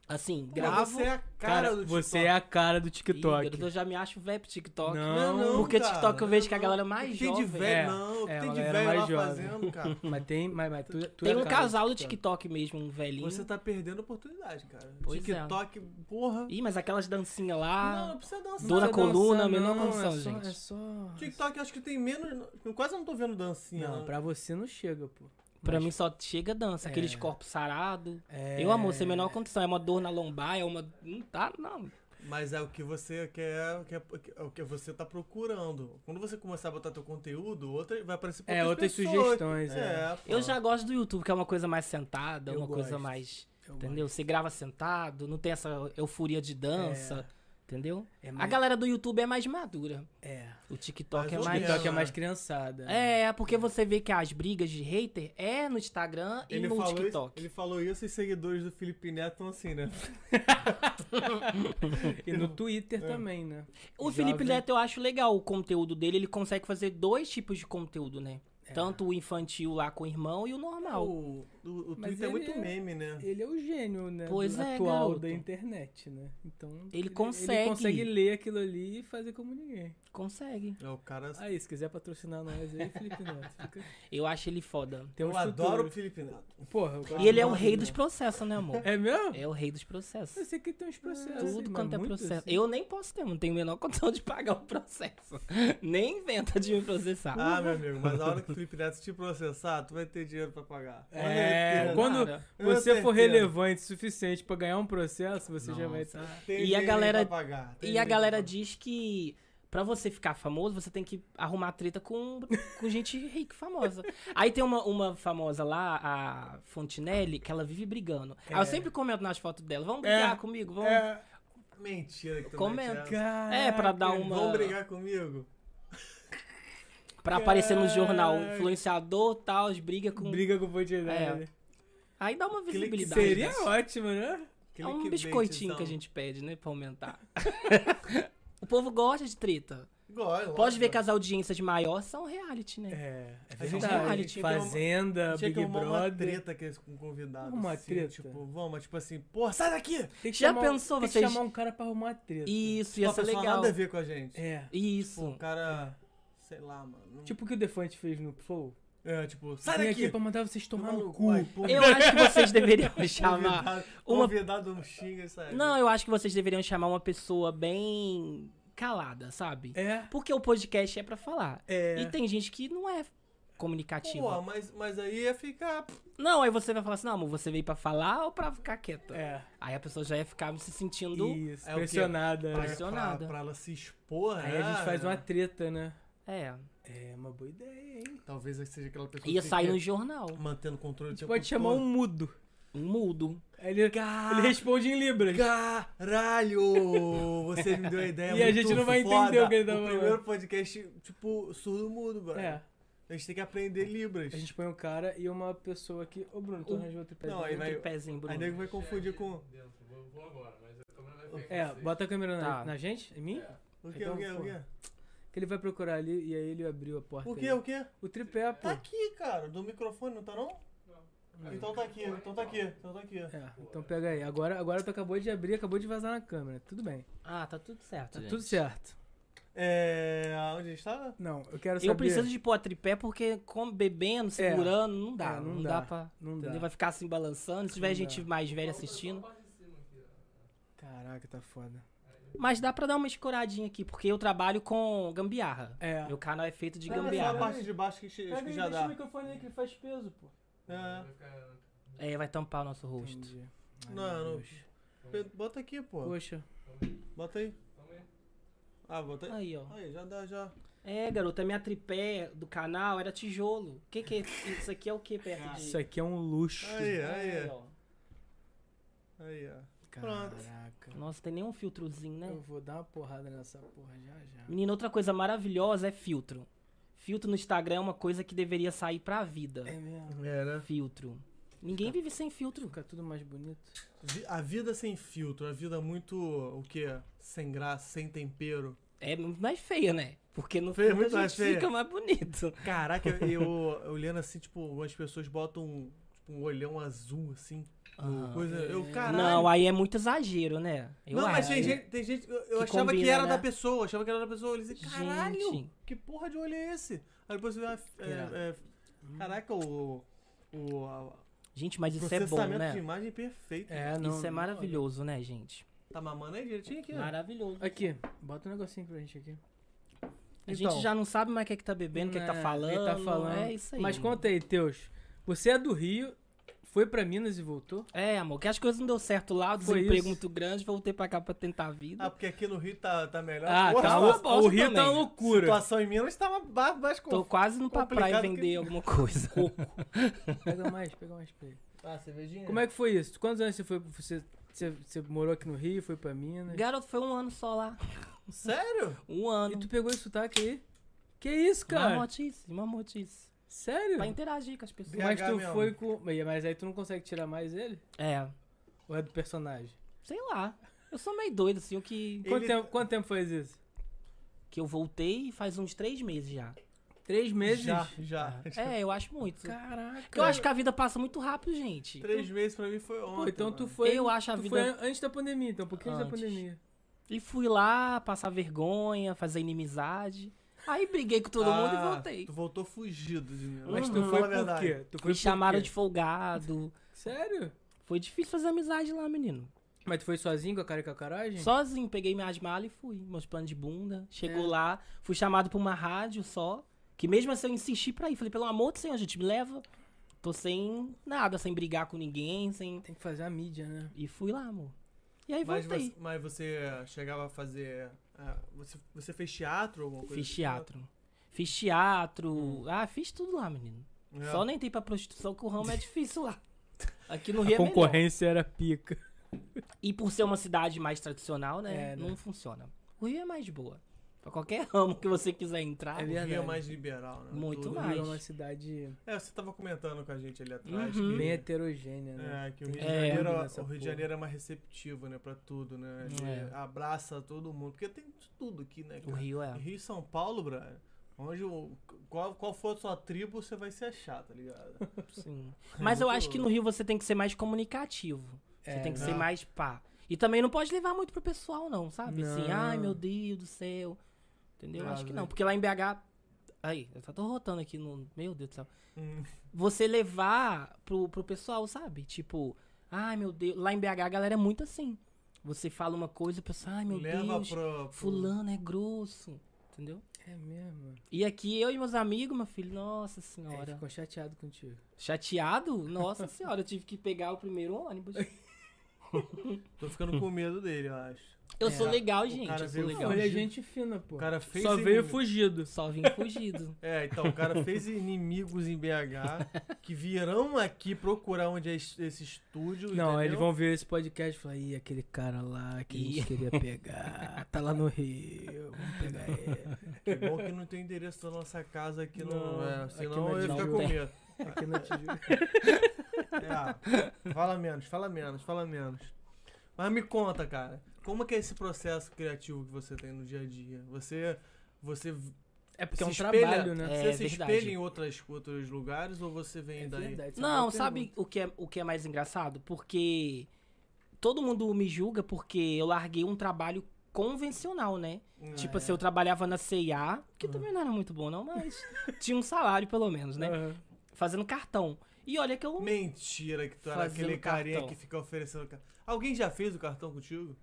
[SPEAKER 3] Assim,
[SPEAKER 2] Pô,
[SPEAKER 3] gravo.
[SPEAKER 2] Você é a cara,
[SPEAKER 1] Cara,
[SPEAKER 2] do
[SPEAKER 1] você é
[SPEAKER 2] TikTok.
[SPEAKER 1] a cara do TikTok.
[SPEAKER 3] Ih, eu já me acho velho pro TikTok.
[SPEAKER 1] Não,
[SPEAKER 2] Não, não,
[SPEAKER 3] porque
[SPEAKER 2] cara,
[SPEAKER 3] TikTok eu vejo que a
[SPEAKER 2] não.
[SPEAKER 3] galera é mais
[SPEAKER 2] Que tem de
[SPEAKER 3] jovem.
[SPEAKER 1] É,
[SPEAKER 2] velho, não. que
[SPEAKER 1] é,
[SPEAKER 2] tem
[SPEAKER 1] uma
[SPEAKER 2] de
[SPEAKER 1] galera
[SPEAKER 2] velho lá
[SPEAKER 1] mais jovem.
[SPEAKER 2] fazendo, cara.
[SPEAKER 1] Mas tem. Mas, mas tu, tu é
[SPEAKER 3] Tem
[SPEAKER 1] a
[SPEAKER 3] um
[SPEAKER 1] cara do
[SPEAKER 3] casal do TikTok mesmo, um velhinho.
[SPEAKER 2] Você tá perdendo oportunidade, cara.
[SPEAKER 3] Pois é.
[SPEAKER 2] TikTok, porra.
[SPEAKER 3] Ih, mas aquelas dancinhas lá.
[SPEAKER 2] Não, não precisa dançar.
[SPEAKER 3] Dona
[SPEAKER 1] Não precisa
[SPEAKER 3] Coluna,
[SPEAKER 1] dançar,
[SPEAKER 3] menor
[SPEAKER 1] não,
[SPEAKER 3] condição,
[SPEAKER 1] é só-
[SPEAKER 3] gente.
[SPEAKER 1] É só.
[SPEAKER 2] TikTok acho que tem menos. eu Quase não tô vendo dancinha.
[SPEAKER 1] Não,
[SPEAKER 2] né?
[SPEAKER 1] pra você não chega, pô.
[SPEAKER 3] pra
[SPEAKER 1] Mas-
[SPEAKER 3] mim só chega dança, aqueles
[SPEAKER 1] É.
[SPEAKER 3] corpos sarados.
[SPEAKER 1] É.
[SPEAKER 3] Eu amo, sem a menor condição. É uma dor na lombar, é uma. Não tá, não.
[SPEAKER 2] Mas é o que você quer, o que é, é o que você tá procurando. Quando você começar a botar teu conteúdo, outra, vai aparecer pra
[SPEAKER 1] É, outras
[SPEAKER 2] pessoas.
[SPEAKER 1] sugestões, é.
[SPEAKER 2] pô.
[SPEAKER 3] Eu já gosto do YouTube, que é uma coisa mais sentada,
[SPEAKER 1] Eu
[SPEAKER 3] uma coisa
[SPEAKER 1] gosto.
[SPEAKER 3] mais.
[SPEAKER 1] Eu
[SPEAKER 3] Entendeu? Você grava sentado, não tem essa euforia de dança. Entendeu?
[SPEAKER 1] É
[SPEAKER 3] A
[SPEAKER 1] mais-
[SPEAKER 3] galera do YouTube é mais madura.
[SPEAKER 1] É.
[SPEAKER 3] O TikTok
[SPEAKER 2] Mais
[SPEAKER 3] é
[SPEAKER 2] ou
[SPEAKER 1] O
[SPEAKER 3] mais.
[SPEAKER 1] TikTok é
[SPEAKER 2] né?
[SPEAKER 1] mais criançada.
[SPEAKER 3] É, porque você vê que as brigas de hater é no Instagram e
[SPEAKER 2] Ele
[SPEAKER 3] no
[SPEAKER 2] falou, isso,
[SPEAKER 3] TikTok.
[SPEAKER 2] ele falou isso e os seguidores do Felipe Neto estão assim, né?
[SPEAKER 1] E no Twitter também, né?
[SPEAKER 3] O Felipe
[SPEAKER 1] Jovem.
[SPEAKER 3] Neto eu acho legal o conteúdo dele, ele consegue fazer dois tipos de conteúdo, né? Tanto o infantil lá com o irmão e o normal.
[SPEAKER 2] O, o, o
[SPEAKER 1] Mas
[SPEAKER 2] Twitter é muito
[SPEAKER 1] ele é-
[SPEAKER 2] meme, né?
[SPEAKER 1] Ele é o gênio, né?
[SPEAKER 3] Pois
[SPEAKER 1] do-
[SPEAKER 3] é,
[SPEAKER 1] atual
[SPEAKER 3] garoto.
[SPEAKER 1] da internet, né? Então.
[SPEAKER 3] Ele consegue.
[SPEAKER 1] Ele consegue ler aquilo ali e fazer como ninguém.
[SPEAKER 3] Consegue.
[SPEAKER 2] É o cara.
[SPEAKER 1] Aí, se quiser patrocinar nós aí, Felipe Neto. Fica...
[SPEAKER 3] Eu acho ele foda.
[SPEAKER 1] Tem
[SPEAKER 2] Eu
[SPEAKER 1] uma estrutura.
[SPEAKER 2] adoro o Felipe Neto.
[SPEAKER 1] Porra, eu gosto
[SPEAKER 3] E ele é o
[SPEAKER 1] muito,
[SPEAKER 3] rei
[SPEAKER 1] né?
[SPEAKER 3] dos processos, né, amor?
[SPEAKER 1] É mesmo?
[SPEAKER 3] É o rei dos
[SPEAKER 1] Eu
[SPEAKER 3] processos.
[SPEAKER 1] sei que tem uns processos.
[SPEAKER 3] Tudo
[SPEAKER 1] aí,
[SPEAKER 3] quanto
[SPEAKER 1] mas
[SPEAKER 3] é
[SPEAKER 1] muito
[SPEAKER 3] processo.
[SPEAKER 1] assim.
[SPEAKER 3] Eu nem posso ter, não tenho a menor condição de pagar o processo. Nem inventa de me processar.
[SPEAKER 2] Ah, meu amigo, mas a hora que o Felipe Neto te processar, tu vai ter dinheiro pra pagar.
[SPEAKER 1] É,
[SPEAKER 2] Olha,
[SPEAKER 1] quando
[SPEAKER 3] cara.
[SPEAKER 1] você
[SPEAKER 2] Eu
[SPEAKER 1] for
[SPEAKER 2] certeza.
[SPEAKER 1] relevante o suficiente pra ganhar um processo, você já vai
[SPEAKER 3] Nossa.
[SPEAKER 1] estar.
[SPEAKER 2] tem
[SPEAKER 3] e a
[SPEAKER 2] dinheiro
[SPEAKER 3] galera-
[SPEAKER 2] pra pagar, tem
[SPEAKER 3] E a
[SPEAKER 2] dinheiro
[SPEAKER 3] galera
[SPEAKER 2] pra-
[SPEAKER 3] diz que pra você ficar famoso, você tem que arrumar treta com, com gente rica e famosa. Aí tem uma, uma famosa lá, a Fontinelli, que ela vive brigando. Aí eu
[SPEAKER 2] É.
[SPEAKER 3] sempre comento nas fotos dela, vamos brigar
[SPEAKER 1] É.
[SPEAKER 3] comigo, vamos. É,
[SPEAKER 1] É,
[SPEAKER 2] Mentira que tu
[SPEAKER 3] Comenta.
[SPEAKER 2] mete essa.
[SPEAKER 1] caraca.
[SPEAKER 3] É, pra dar uma.
[SPEAKER 2] Vão brigar comigo?
[SPEAKER 3] Pra aparecer no jornal.
[SPEAKER 2] é,
[SPEAKER 1] Caraca.
[SPEAKER 3] Influenciador, tal, briga com.
[SPEAKER 1] Briga com o Fontenelle.
[SPEAKER 3] É, Aí dá uma
[SPEAKER 2] Clique
[SPEAKER 3] visibilidade.
[SPEAKER 1] Seria
[SPEAKER 3] né?
[SPEAKER 1] ótimo, né?
[SPEAKER 3] É um
[SPEAKER 2] Clickbait,
[SPEAKER 3] biscoitinho
[SPEAKER 2] então.
[SPEAKER 3] que a gente pede, né? Pra aumentar. o povo gosta de treta.
[SPEAKER 2] Gosta,
[SPEAKER 3] Pode ver
[SPEAKER 2] é lógico.
[SPEAKER 3] que as audiências maiores são reality, né?
[SPEAKER 1] É, é
[SPEAKER 2] A gente-
[SPEAKER 1] verdade.
[SPEAKER 3] a gente tinha que arrumar-
[SPEAKER 1] Fazenda,
[SPEAKER 2] Tinha que
[SPEAKER 1] Big
[SPEAKER 2] arrumar uma
[SPEAKER 1] Brother.
[SPEAKER 2] treta com esse- com um convidado.
[SPEAKER 1] Uma
[SPEAKER 2] assim,
[SPEAKER 1] treta?
[SPEAKER 2] Tipo, vamos, tipo assim, porra, sai daqui!
[SPEAKER 1] Tem que
[SPEAKER 3] Já
[SPEAKER 1] chamar um-
[SPEAKER 3] pensou
[SPEAKER 1] tem que
[SPEAKER 3] vocês-
[SPEAKER 1] chamar um cara pra arrumar treta.
[SPEAKER 3] Isso, ia
[SPEAKER 2] Uma
[SPEAKER 3] ser
[SPEAKER 2] pessoa
[SPEAKER 3] legal.
[SPEAKER 2] nada a ver com a gente.
[SPEAKER 1] É.
[SPEAKER 3] Isso.
[SPEAKER 2] Tipo, um cara, sei lá, mano. não-
[SPEAKER 1] Tipo o que o Defante fez no Flow.
[SPEAKER 2] é, tipo, sai
[SPEAKER 1] Vim
[SPEAKER 2] daqui!
[SPEAKER 1] aqui pra mandar vocês tomar no
[SPEAKER 2] maluco,
[SPEAKER 1] cu.
[SPEAKER 2] vai, porra.
[SPEAKER 3] Eu acho que vocês deveriam chamar.
[SPEAKER 2] Convidado,
[SPEAKER 3] uma-
[SPEAKER 2] convidado um xinga e sai.
[SPEAKER 3] Não, eu acho que vocês deveriam chamar uma pessoa bem calada, sabe?
[SPEAKER 1] É.
[SPEAKER 3] Porque o podcast é pra falar.
[SPEAKER 1] É.
[SPEAKER 3] E tem gente que não é comunicativa.
[SPEAKER 2] Pô, mas, mas aí ia ficar.
[SPEAKER 3] Não, aí você vai falar assim: não, amor, você veio pra falar ou pra ficar quieta?
[SPEAKER 1] É.
[SPEAKER 3] Aí a pessoa já ia ficar se sentindo.
[SPEAKER 1] Isso,
[SPEAKER 2] É o quê?
[SPEAKER 1] pressionada. né?
[SPEAKER 3] Impressionada.
[SPEAKER 2] Pra, pra ela se expor,
[SPEAKER 1] Aí
[SPEAKER 2] né?
[SPEAKER 1] a gente faz uma treta, né?
[SPEAKER 3] É.
[SPEAKER 1] É uma boa ideia, hein?
[SPEAKER 2] Talvez seja aquela pessoa
[SPEAKER 3] Ia
[SPEAKER 2] que
[SPEAKER 1] um
[SPEAKER 3] sair
[SPEAKER 2] fica
[SPEAKER 3] no jornal.
[SPEAKER 2] mantendo o controle do
[SPEAKER 1] Pode chamar Tipo, um mudo.
[SPEAKER 3] Mudo.
[SPEAKER 1] Ele,
[SPEAKER 2] Ca-
[SPEAKER 1] ele responde em Libras.
[SPEAKER 2] Caralho! Você me deu uma ideia
[SPEAKER 1] E a
[SPEAKER 2] muito
[SPEAKER 1] gente não vai
[SPEAKER 2] foda.
[SPEAKER 1] entender o que ele tá falando.
[SPEAKER 2] primeiro podcast, tipo, surdo mudo, bro.
[SPEAKER 1] É.
[SPEAKER 2] A gente tem que aprender Libras.
[SPEAKER 1] A gente põe um cara e uma pessoa aqui. Ô, Bruno, tu
[SPEAKER 3] O-
[SPEAKER 1] arranjou outro pé.
[SPEAKER 2] Não, aí
[SPEAKER 3] Aí
[SPEAKER 2] vai-
[SPEAKER 3] vai... pezinho, Bruno.
[SPEAKER 2] Aí nego vai confundir com.
[SPEAKER 1] É, bota a câmera na,
[SPEAKER 3] Tá.
[SPEAKER 1] na gente, em mim,
[SPEAKER 2] O que,
[SPEAKER 1] Então,
[SPEAKER 2] o que, o
[SPEAKER 1] pô.
[SPEAKER 2] que?
[SPEAKER 1] que ele vai procurar ali e aí ele abriu a porta.
[SPEAKER 2] O que,
[SPEAKER 1] aí.
[SPEAKER 2] o que?
[SPEAKER 1] O tripé, pô.
[SPEAKER 2] Tá aqui, cara. Do microfone, não tá não? Então tá aqui, então tá aqui, então tá aqui.
[SPEAKER 1] É, então pega aí. Agora, agora tu acabou de abrir, acabou de vazar na câmera. Tudo bem.
[SPEAKER 3] Ah, tá tudo certo.
[SPEAKER 1] Tá
[SPEAKER 3] gente.
[SPEAKER 1] tudo certo.
[SPEAKER 2] É. Onde a gente tá?
[SPEAKER 1] Não, eu quero saber.
[SPEAKER 3] Eu preciso de pôr a tripé porque, como bebendo, segurando, não dá.
[SPEAKER 1] É,
[SPEAKER 3] não,
[SPEAKER 1] não
[SPEAKER 3] dá,
[SPEAKER 1] dá.
[SPEAKER 3] pra.
[SPEAKER 1] Não
[SPEAKER 3] entendeu?
[SPEAKER 1] dá.
[SPEAKER 3] Vai ficar assim balançando. Se tiver
[SPEAKER 1] Não
[SPEAKER 3] gente mais velha assistindo.
[SPEAKER 1] Caraca, tá foda.
[SPEAKER 3] Mas dá pra dar uma escoradinha aqui, porque eu trabalho com gambiarra.
[SPEAKER 1] É.
[SPEAKER 3] Meu canal é feito de
[SPEAKER 1] Pega
[SPEAKER 2] Pega só a
[SPEAKER 3] gambiarra.
[SPEAKER 2] parte de baixo que, acho que já
[SPEAKER 1] o
[SPEAKER 2] dá.
[SPEAKER 1] microfone aí que ele faz peso, pô.
[SPEAKER 2] É.
[SPEAKER 3] É, vai tampar o nosso rosto.
[SPEAKER 2] Não, não.
[SPEAKER 1] Deus.
[SPEAKER 2] Bota aqui, pô.
[SPEAKER 1] Poxa.
[SPEAKER 2] Bota aí. Ah, bota aí.
[SPEAKER 3] Aí, ó.
[SPEAKER 2] Aí, já dá, já.
[SPEAKER 3] É, garota, minha tripé do canal era tijolo. O que que é? Isso aqui é o que perto de...
[SPEAKER 1] Isso aqui é um luxo.
[SPEAKER 2] Aí, aí.
[SPEAKER 3] ó.
[SPEAKER 2] Aí, ó. Pronto.
[SPEAKER 1] Caraca.
[SPEAKER 3] Nossa, tem nenhum filtrozinho, né?
[SPEAKER 1] Eu vou dar uma porrada nessa porra já já.
[SPEAKER 3] Menina, outra coisa maravilhosa é filtro. Filtro no Instagram é uma coisa que deveria sair pra vida.
[SPEAKER 1] É mesmo.
[SPEAKER 2] É, né?
[SPEAKER 3] Filtro. Ninguém vive sem filtro.
[SPEAKER 1] Fica tudo mais bonito.
[SPEAKER 2] Vi- A vida sem filtro, a vida muito, o quê? Sem graça, sem tempero.
[SPEAKER 3] É muito mais feia, né? Porque no
[SPEAKER 2] Feia,
[SPEAKER 3] filtro
[SPEAKER 2] muito
[SPEAKER 3] a
[SPEAKER 2] mais
[SPEAKER 3] gente
[SPEAKER 2] feia.
[SPEAKER 3] fica mais bonito.
[SPEAKER 2] Caraca, eu, eu olhando assim, tipo, algumas pessoas botam um, tipo, um olhão azul, assim.
[SPEAKER 3] Ah.
[SPEAKER 2] Coisa, eu, caralho.
[SPEAKER 3] Não, aí é muito exagero, né? Eu
[SPEAKER 2] Não, mas
[SPEAKER 3] acho.
[SPEAKER 2] tem gente, tem gente eu, eu
[SPEAKER 3] Que
[SPEAKER 2] achava que
[SPEAKER 3] combina,
[SPEAKER 2] era
[SPEAKER 3] né?
[SPEAKER 2] da pessoa, achava que era da pessoa. Eu disse, caralho,
[SPEAKER 3] Gente.
[SPEAKER 2] que porra de olho é esse? Aí depois você vê, uma f- é,
[SPEAKER 1] Irado.
[SPEAKER 2] é, caraca, o, o a- o
[SPEAKER 3] Gente, mas Hum. isso é bom,
[SPEAKER 2] processamento
[SPEAKER 3] né?
[SPEAKER 2] de imagem perfeito.
[SPEAKER 3] isso é maravilhoso, né, gente?
[SPEAKER 2] Tá mamando aí direitinho aqui, ó.
[SPEAKER 3] Maravilhoso.
[SPEAKER 1] Aqui, bota um negocinho pra gente aqui.
[SPEAKER 3] A
[SPEAKER 2] Então.
[SPEAKER 3] gente já não sabe mais o que é que tá bebendo, o que é que tá
[SPEAKER 1] Né,
[SPEAKER 3] falando.
[SPEAKER 1] ele tá falando.
[SPEAKER 3] É isso aí.
[SPEAKER 1] Mas conta aí, Teus. Você é do Rio, foi pra Minas e voltou?
[SPEAKER 3] É, amor, que as coisas não deu certo lá, o
[SPEAKER 1] Foi
[SPEAKER 3] desemprego
[SPEAKER 1] isso.
[SPEAKER 3] muito grande, voltei pra cá pra tentar a vida.
[SPEAKER 2] Ah, porque aqui no Rio tá, tá melhor.
[SPEAKER 1] Ah,
[SPEAKER 2] Porra,
[SPEAKER 1] tá.
[SPEAKER 3] tá
[SPEAKER 2] a
[SPEAKER 1] O,
[SPEAKER 3] uma bosta
[SPEAKER 1] o Rio tá
[SPEAKER 3] também.
[SPEAKER 1] uma loucura.
[SPEAKER 2] situação em Minas tá ba- mais
[SPEAKER 3] Tô
[SPEAKER 2] com...
[SPEAKER 3] quase indo pra praia
[SPEAKER 2] complicado que-
[SPEAKER 3] vender alguma coisa.
[SPEAKER 1] Pega mais, pega mais pra ele.
[SPEAKER 2] Ah, cervejinha?
[SPEAKER 1] Como é que foi isso? Quantos anos você foi? Você, você, você morou aqui no Rio, foi pra Minas?
[SPEAKER 3] Garoto, foi um ano só lá.
[SPEAKER 2] Sério?
[SPEAKER 3] Um
[SPEAKER 1] E
[SPEAKER 3] ano.
[SPEAKER 1] tu pegou esse sotaque aí? Que isso, cara?
[SPEAKER 3] Mamotice, mamotice.
[SPEAKER 1] Sério?
[SPEAKER 3] Pra interagir com as pessoas.
[SPEAKER 1] Mas
[SPEAKER 2] BH
[SPEAKER 1] tu
[SPEAKER 2] mesmo.
[SPEAKER 1] foi com. Mas aí tu não consegue tirar mais ele?
[SPEAKER 3] É,
[SPEAKER 1] Ou é do personagem?
[SPEAKER 3] sei lá. Eu sou meio doido, assim, o que,
[SPEAKER 2] Ele-
[SPEAKER 1] Quanto tempo, quanto tempo faz isso?
[SPEAKER 3] que eu voltei faz uns três meses já.
[SPEAKER 1] Três meses?
[SPEAKER 2] Já, já.
[SPEAKER 3] É, eu acho muito.
[SPEAKER 1] Caraca.
[SPEAKER 3] Eu acho que a vida passa muito rápido, gente.
[SPEAKER 2] Três meses pra mim foi ontem.
[SPEAKER 1] Pô, então
[SPEAKER 2] mano.
[SPEAKER 1] tu foi.
[SPEAKER 3] Eu acho a
[SPEAKER 1] tu
[SPEAKER 3] vida-
[SPEAKER 1] foi an- antes da pandemia, então, um pouquinho antes da
[SPEAKER 3] Antes.
[SPEAKER 1] pandemia.
[SPEAKER 3] E fui lá passar vergonha, fazer inimizade. Aí briguei com todo mundo
[SPEAKER 2] Ah,
[SPEAKER 3] e voltei.
[SPEAKER 2] Tu voltou fugido de Minas.
[SPEAKER 1] Mas tu
[SPEAKER 2] Vamos
[SPEAKER 1] foi
[SPEAKER 2] falar
[SPEAKER 1] por
[SPEAKER 2] a verdade.
[SPEAKER 1] quê? Tu foi
[SPEAKER 3] Me
[SPEAKER 1] por
[SPEAKER 3] chamaram
[SPEAKER 1] quê?
[SPEAKER 3] de folgado.
[SPEAKER 1] Sério?
[SPEAKER 3] Foi difícil fazer amizade lá, menino.
[SPEAKER 1] Mas tu foi sozinho com a cara e com a caragem?
[SPEAKER 3] Sozinho, peguei minhas malas e fui. Meus panos de bunda. Chegou
[SPEAKER 1] É.
[SPEAKER 3] lá, fui chamado pra uma rádio só. Que mesmo assim eu insisti pra ir. Falei, pelo amor do Senhor, gente, me leva. Tô sem nada, sem brigar com ninguém, sem.
[SPEAKER 1] Tem que fazer a mídia, né?
[SPEAKER 3] E fui lá, amor. E aí
[SPEAKER 2] Mas
[SPEAKER 3] voltei.
[SPEAKER 2] você, mas você chegava a fazer. ah, você, você fez teatro ou alguma coisa?
[SPEAKER 3] Fiz
[SPEAKER 2] assim?
[SPEAKER 3] teatro. Fiz teatro.
[SPEAKER 1] Hum.
[SPEAKER 3] Ah, fiz tudo lá, menino.
[SPEAKER 2] É.
[SPEAKER 3] Só nem tem pra prostituição, que o ramo é difícil lá. Aqui no Rio
[SPEAKER 1] A
[SPEAKER 3] é melhor.
[SPEAKER 1] concorrência era pica.
[SPEAKER 3] E por ser uma cidade mais tradicional, né?
[SPEAKER 1] É, né?
[SPEAKER 3] Não funciona. O Rio é mais de boa. Pra qualquer ramo que você quiser entrar.
[SPEAKER 1] É
[SPEAKER 2] O Rio é
[SPEAKER 1] verdade.
[SPEAKER 2] mais liberal, né?
[SPEAKER 3] Muito
[SPEAKER 2] Tudo.
[SPEAKER 1] O
[SPEAKER 3] mais.
[SPEAKER 1] Rio é uma cidade
[SPEAKER 2] É, você tava comentando com a gente ali atrás.
[SPEAKER 3] Uhum.
[SPEAKER 2] que-
[SPEAKER 1] bem heterogênea, né?
[SPEAKER 2] É, que o Rio, de
[SPEAKER 3] É.
[SPEAKER 2] Janeiro,
[SPEAKER 1] Tudo nessa
[SPEAKER 2] o Rio de
[SPEAKER 1] porra.
[SPEAKER 2] Janeiro é mais receptivo, né, pra tudo, né? Ele
[SPEAKER 3] É.
[SPEAKER 2] abraça todo mundo, porque tem de tudo aqui, né?
[SPEAKER 3] O
[SPEAKER 2] cara?
[SPEAKER 3] Rio é.
[SPEAKER 2] Rio e São Paulo, brother, onde o, qual, qual for a sua tribo, você vai se achar, tá ligado?
[SPEAKER 3] Sim. Mas eu acho que no Rio você tem que ser mais comunicativo. Você
[SPEAKER 1] É,
[SPEAKER 3] tem que
[SPEAKER 1] né?
[SPEAKER 3] ser
[SPEAKER 2] Ah.
[SPEAKER 3] mais pá. E também não pode levar muito pro pessoal, não, sabe? Assim,
[SPEAKER 1] Não.
[SPEAKER 3] ai meu Deus do céu. Entendeu?
[SPEAKER 2] Ah,
[SPEAKER 3] acho que
[SPEAKER 2] velho.
[SPEAKER 3] não. Porque lá em BH. Aí, eu só tô rotando aqui no. Meu Deus do céu.
[SPEAKER 2] Hum.
[SPEAKER 3] Você levar pro, pro pessoal, sabe? Tipo, ai meu Deus. Lá em BH a galera é muito assim. Você fala uma coisa, o pessoal, ai meu
[SPEAKER 2] Leva
[SPEAKER 3] Deus.
[SPEAKER 2] pro, pro-
[SPEAKER 3] Fulano é grosso. Entendeu?
[SPEAKER 1] É, mesmo.
[SPEAKER 3] E aqui eu e meus amigos, meu filho, nossa
[SPEAKER 1] É,
[SPEAKER 3] senhora.
[SPEAKER 1] ficou chateado contigo.
[SPEAKER 3] Chateado? Nossa senhora, eu tive que pegar o primeiro ônibus.
[SPEAKER 2] Tô ficando com medo dele, eu acho.
[SPEAKER 3] Eu sou
[SPEAKER 2] É,
[SPEAKER 3] legal,
[SPEAKER 2] o
[SPEAKER 3] gente.
[SPEAKER 2] cara
[SPEAKER 3] Eu sou
[SPEAKER 2] veio
[SPEAKER 1] Não,
[SPEAKER 3] legal.
[SPEAKER 1] ele é
[SPEAKER 2] fugido.
[SPEAKER 1] gente fina, pô.
[SPEAKER 2] O cara fez
[SPEAKER 1] Só veio
[SPEAKER 2] inimigo.
[SPEAKER 1] fugido.
[SPEAKER 3] Só vim fugido.
[SPEAKER 2] É, então, o cara fez inimigos em BH que virão aqui procurar onde é es- esse estúdio.
[SPEAKER 1] Não,
[SPEAKER 2] entendeu?
[SPEAKER 1] eles vão ver esse podcast e falar, ih, aquele cara lá que a gente queria pegar, tá lá no Rio, vamos pegar ele.
[SPEAKER 2] Que bom que não tem endereço da nossa casa aqui no.
[SPEAKER 1] Não,
[SPEAKER 2] é,
[SPEAKER 1] aqui
[SPEAKER 2] senão
[SPEAKER 1] não
[SPEAKER 2] eu ia ficar
[SPEAKER 1] tem.
[SPEAKER 2] com medo.
[SPEAKER 1] Aqui na Tijuca.
[SPEAKER 2] É, fala menos, fala menos, fala menos. Mas me conta, cara, como que é esse processo criativo que você tem no dia a dia? Você, você v-
[SPEAKER 1] É porque
[SPEAKER 2] se
[SPEAKER 1] é um
[SPEAKER 2] espelha,
[SPEAKER 1] trabalho, né?
[SPEAKER 2] Você
[SPEAKER 3] É
[SPEAKER 2] se
[SPEAKER 3] verdade.
[SPEAKER 2] espelha em outras, outros lugares ou você vem
[SPEAKER 1] É
[SPEAKER 2] daí?
[SPEAKER 1] verdade, essa é uma
[SPEAKER 3] Não,
[SPEAKER 1] boa
[SPEAKER 3] sabe o que, é, o que é mais engraçado? Porque todo mundo me julga porque eu larguei um trabalho convencional, né?
[SPEAKER 2] Hum.
[SPEAKER 1] é.
[SPEAKER 3] tipo assim, eu trabalhava na CIA, que
[SPEAKER 2] Ah.
[SPEAKER 3] também não era muito bom, não, mas tinha um salário pelo menos, né?
[SPEAKER 1] Aham.
[SPEAKER 3] Fazendo cartão. E olha que eu.
[SPEAKER 2] Mentira que tu era
[SPEAKER 3] Fazendo
[SPEAKER 2] aquele carinha
[SPEAKER 3] cartão.
[SPEAKER 2] que fica oferecendo cartão. Alguém já fez o cartão contigo?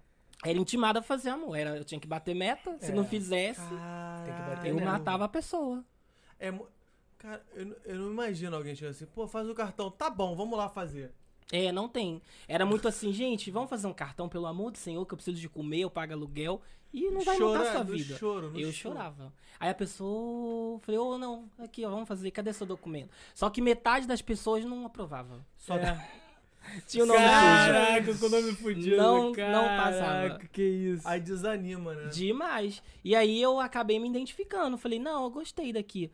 [SPEAKER 3] Era intimado a fazer amor. Era, eu tinha que bater meta. Se
[SPEAKER 1] É.
[SPEAKER 3] não fizesse,
[SPEAKER 1] bater
[SPEAKER 3] eu
[SPEAKER 1] né?
[SPEAKER 3] matava a pessoa.
[SPEAKER 2] É, mu- cara, eu, não- eu não imagino alguém chegando assim, pô, faz o cartão. Tá bom, vamos lá fazer.
[SPEAKER 3] É, não tem. Era muito assim, gente, vamos fazer um cartão, pelo amor do Senhor, que eu preciso de comer, eu pago aluguel. E não vai mudar a sua
[SPEAKER 2] no
[SPEAKER 3] vida.
[SPEAKER 2] choro, no
[SPEAKER 3] Eu
[SPEAKER 2] choro.
[SPEAKER 3] chorava. Aí a pessoa falei, ô não, aqui, ó, vamos fazer, cadê seu documento? Só que metade das pessoas não aprovava.
[SPEAKER 2] Só
[SPEAKER 1] É.
[SPEAKER 3] Tinha o nome sujo.
[SPEAKER 1] Caraca, com o nome fudido.
[SPEAKER 3] Não- não
[SPEAKER 1] caraca,
[SPEAKER 3] passava.
[SPEAKER 1] que isso.
[SPEAKER 2] Aí desanima, né?
[SPEAKER 3] Demais. E aí eu acabei me identificando. Falei, não, eu gostei daqui.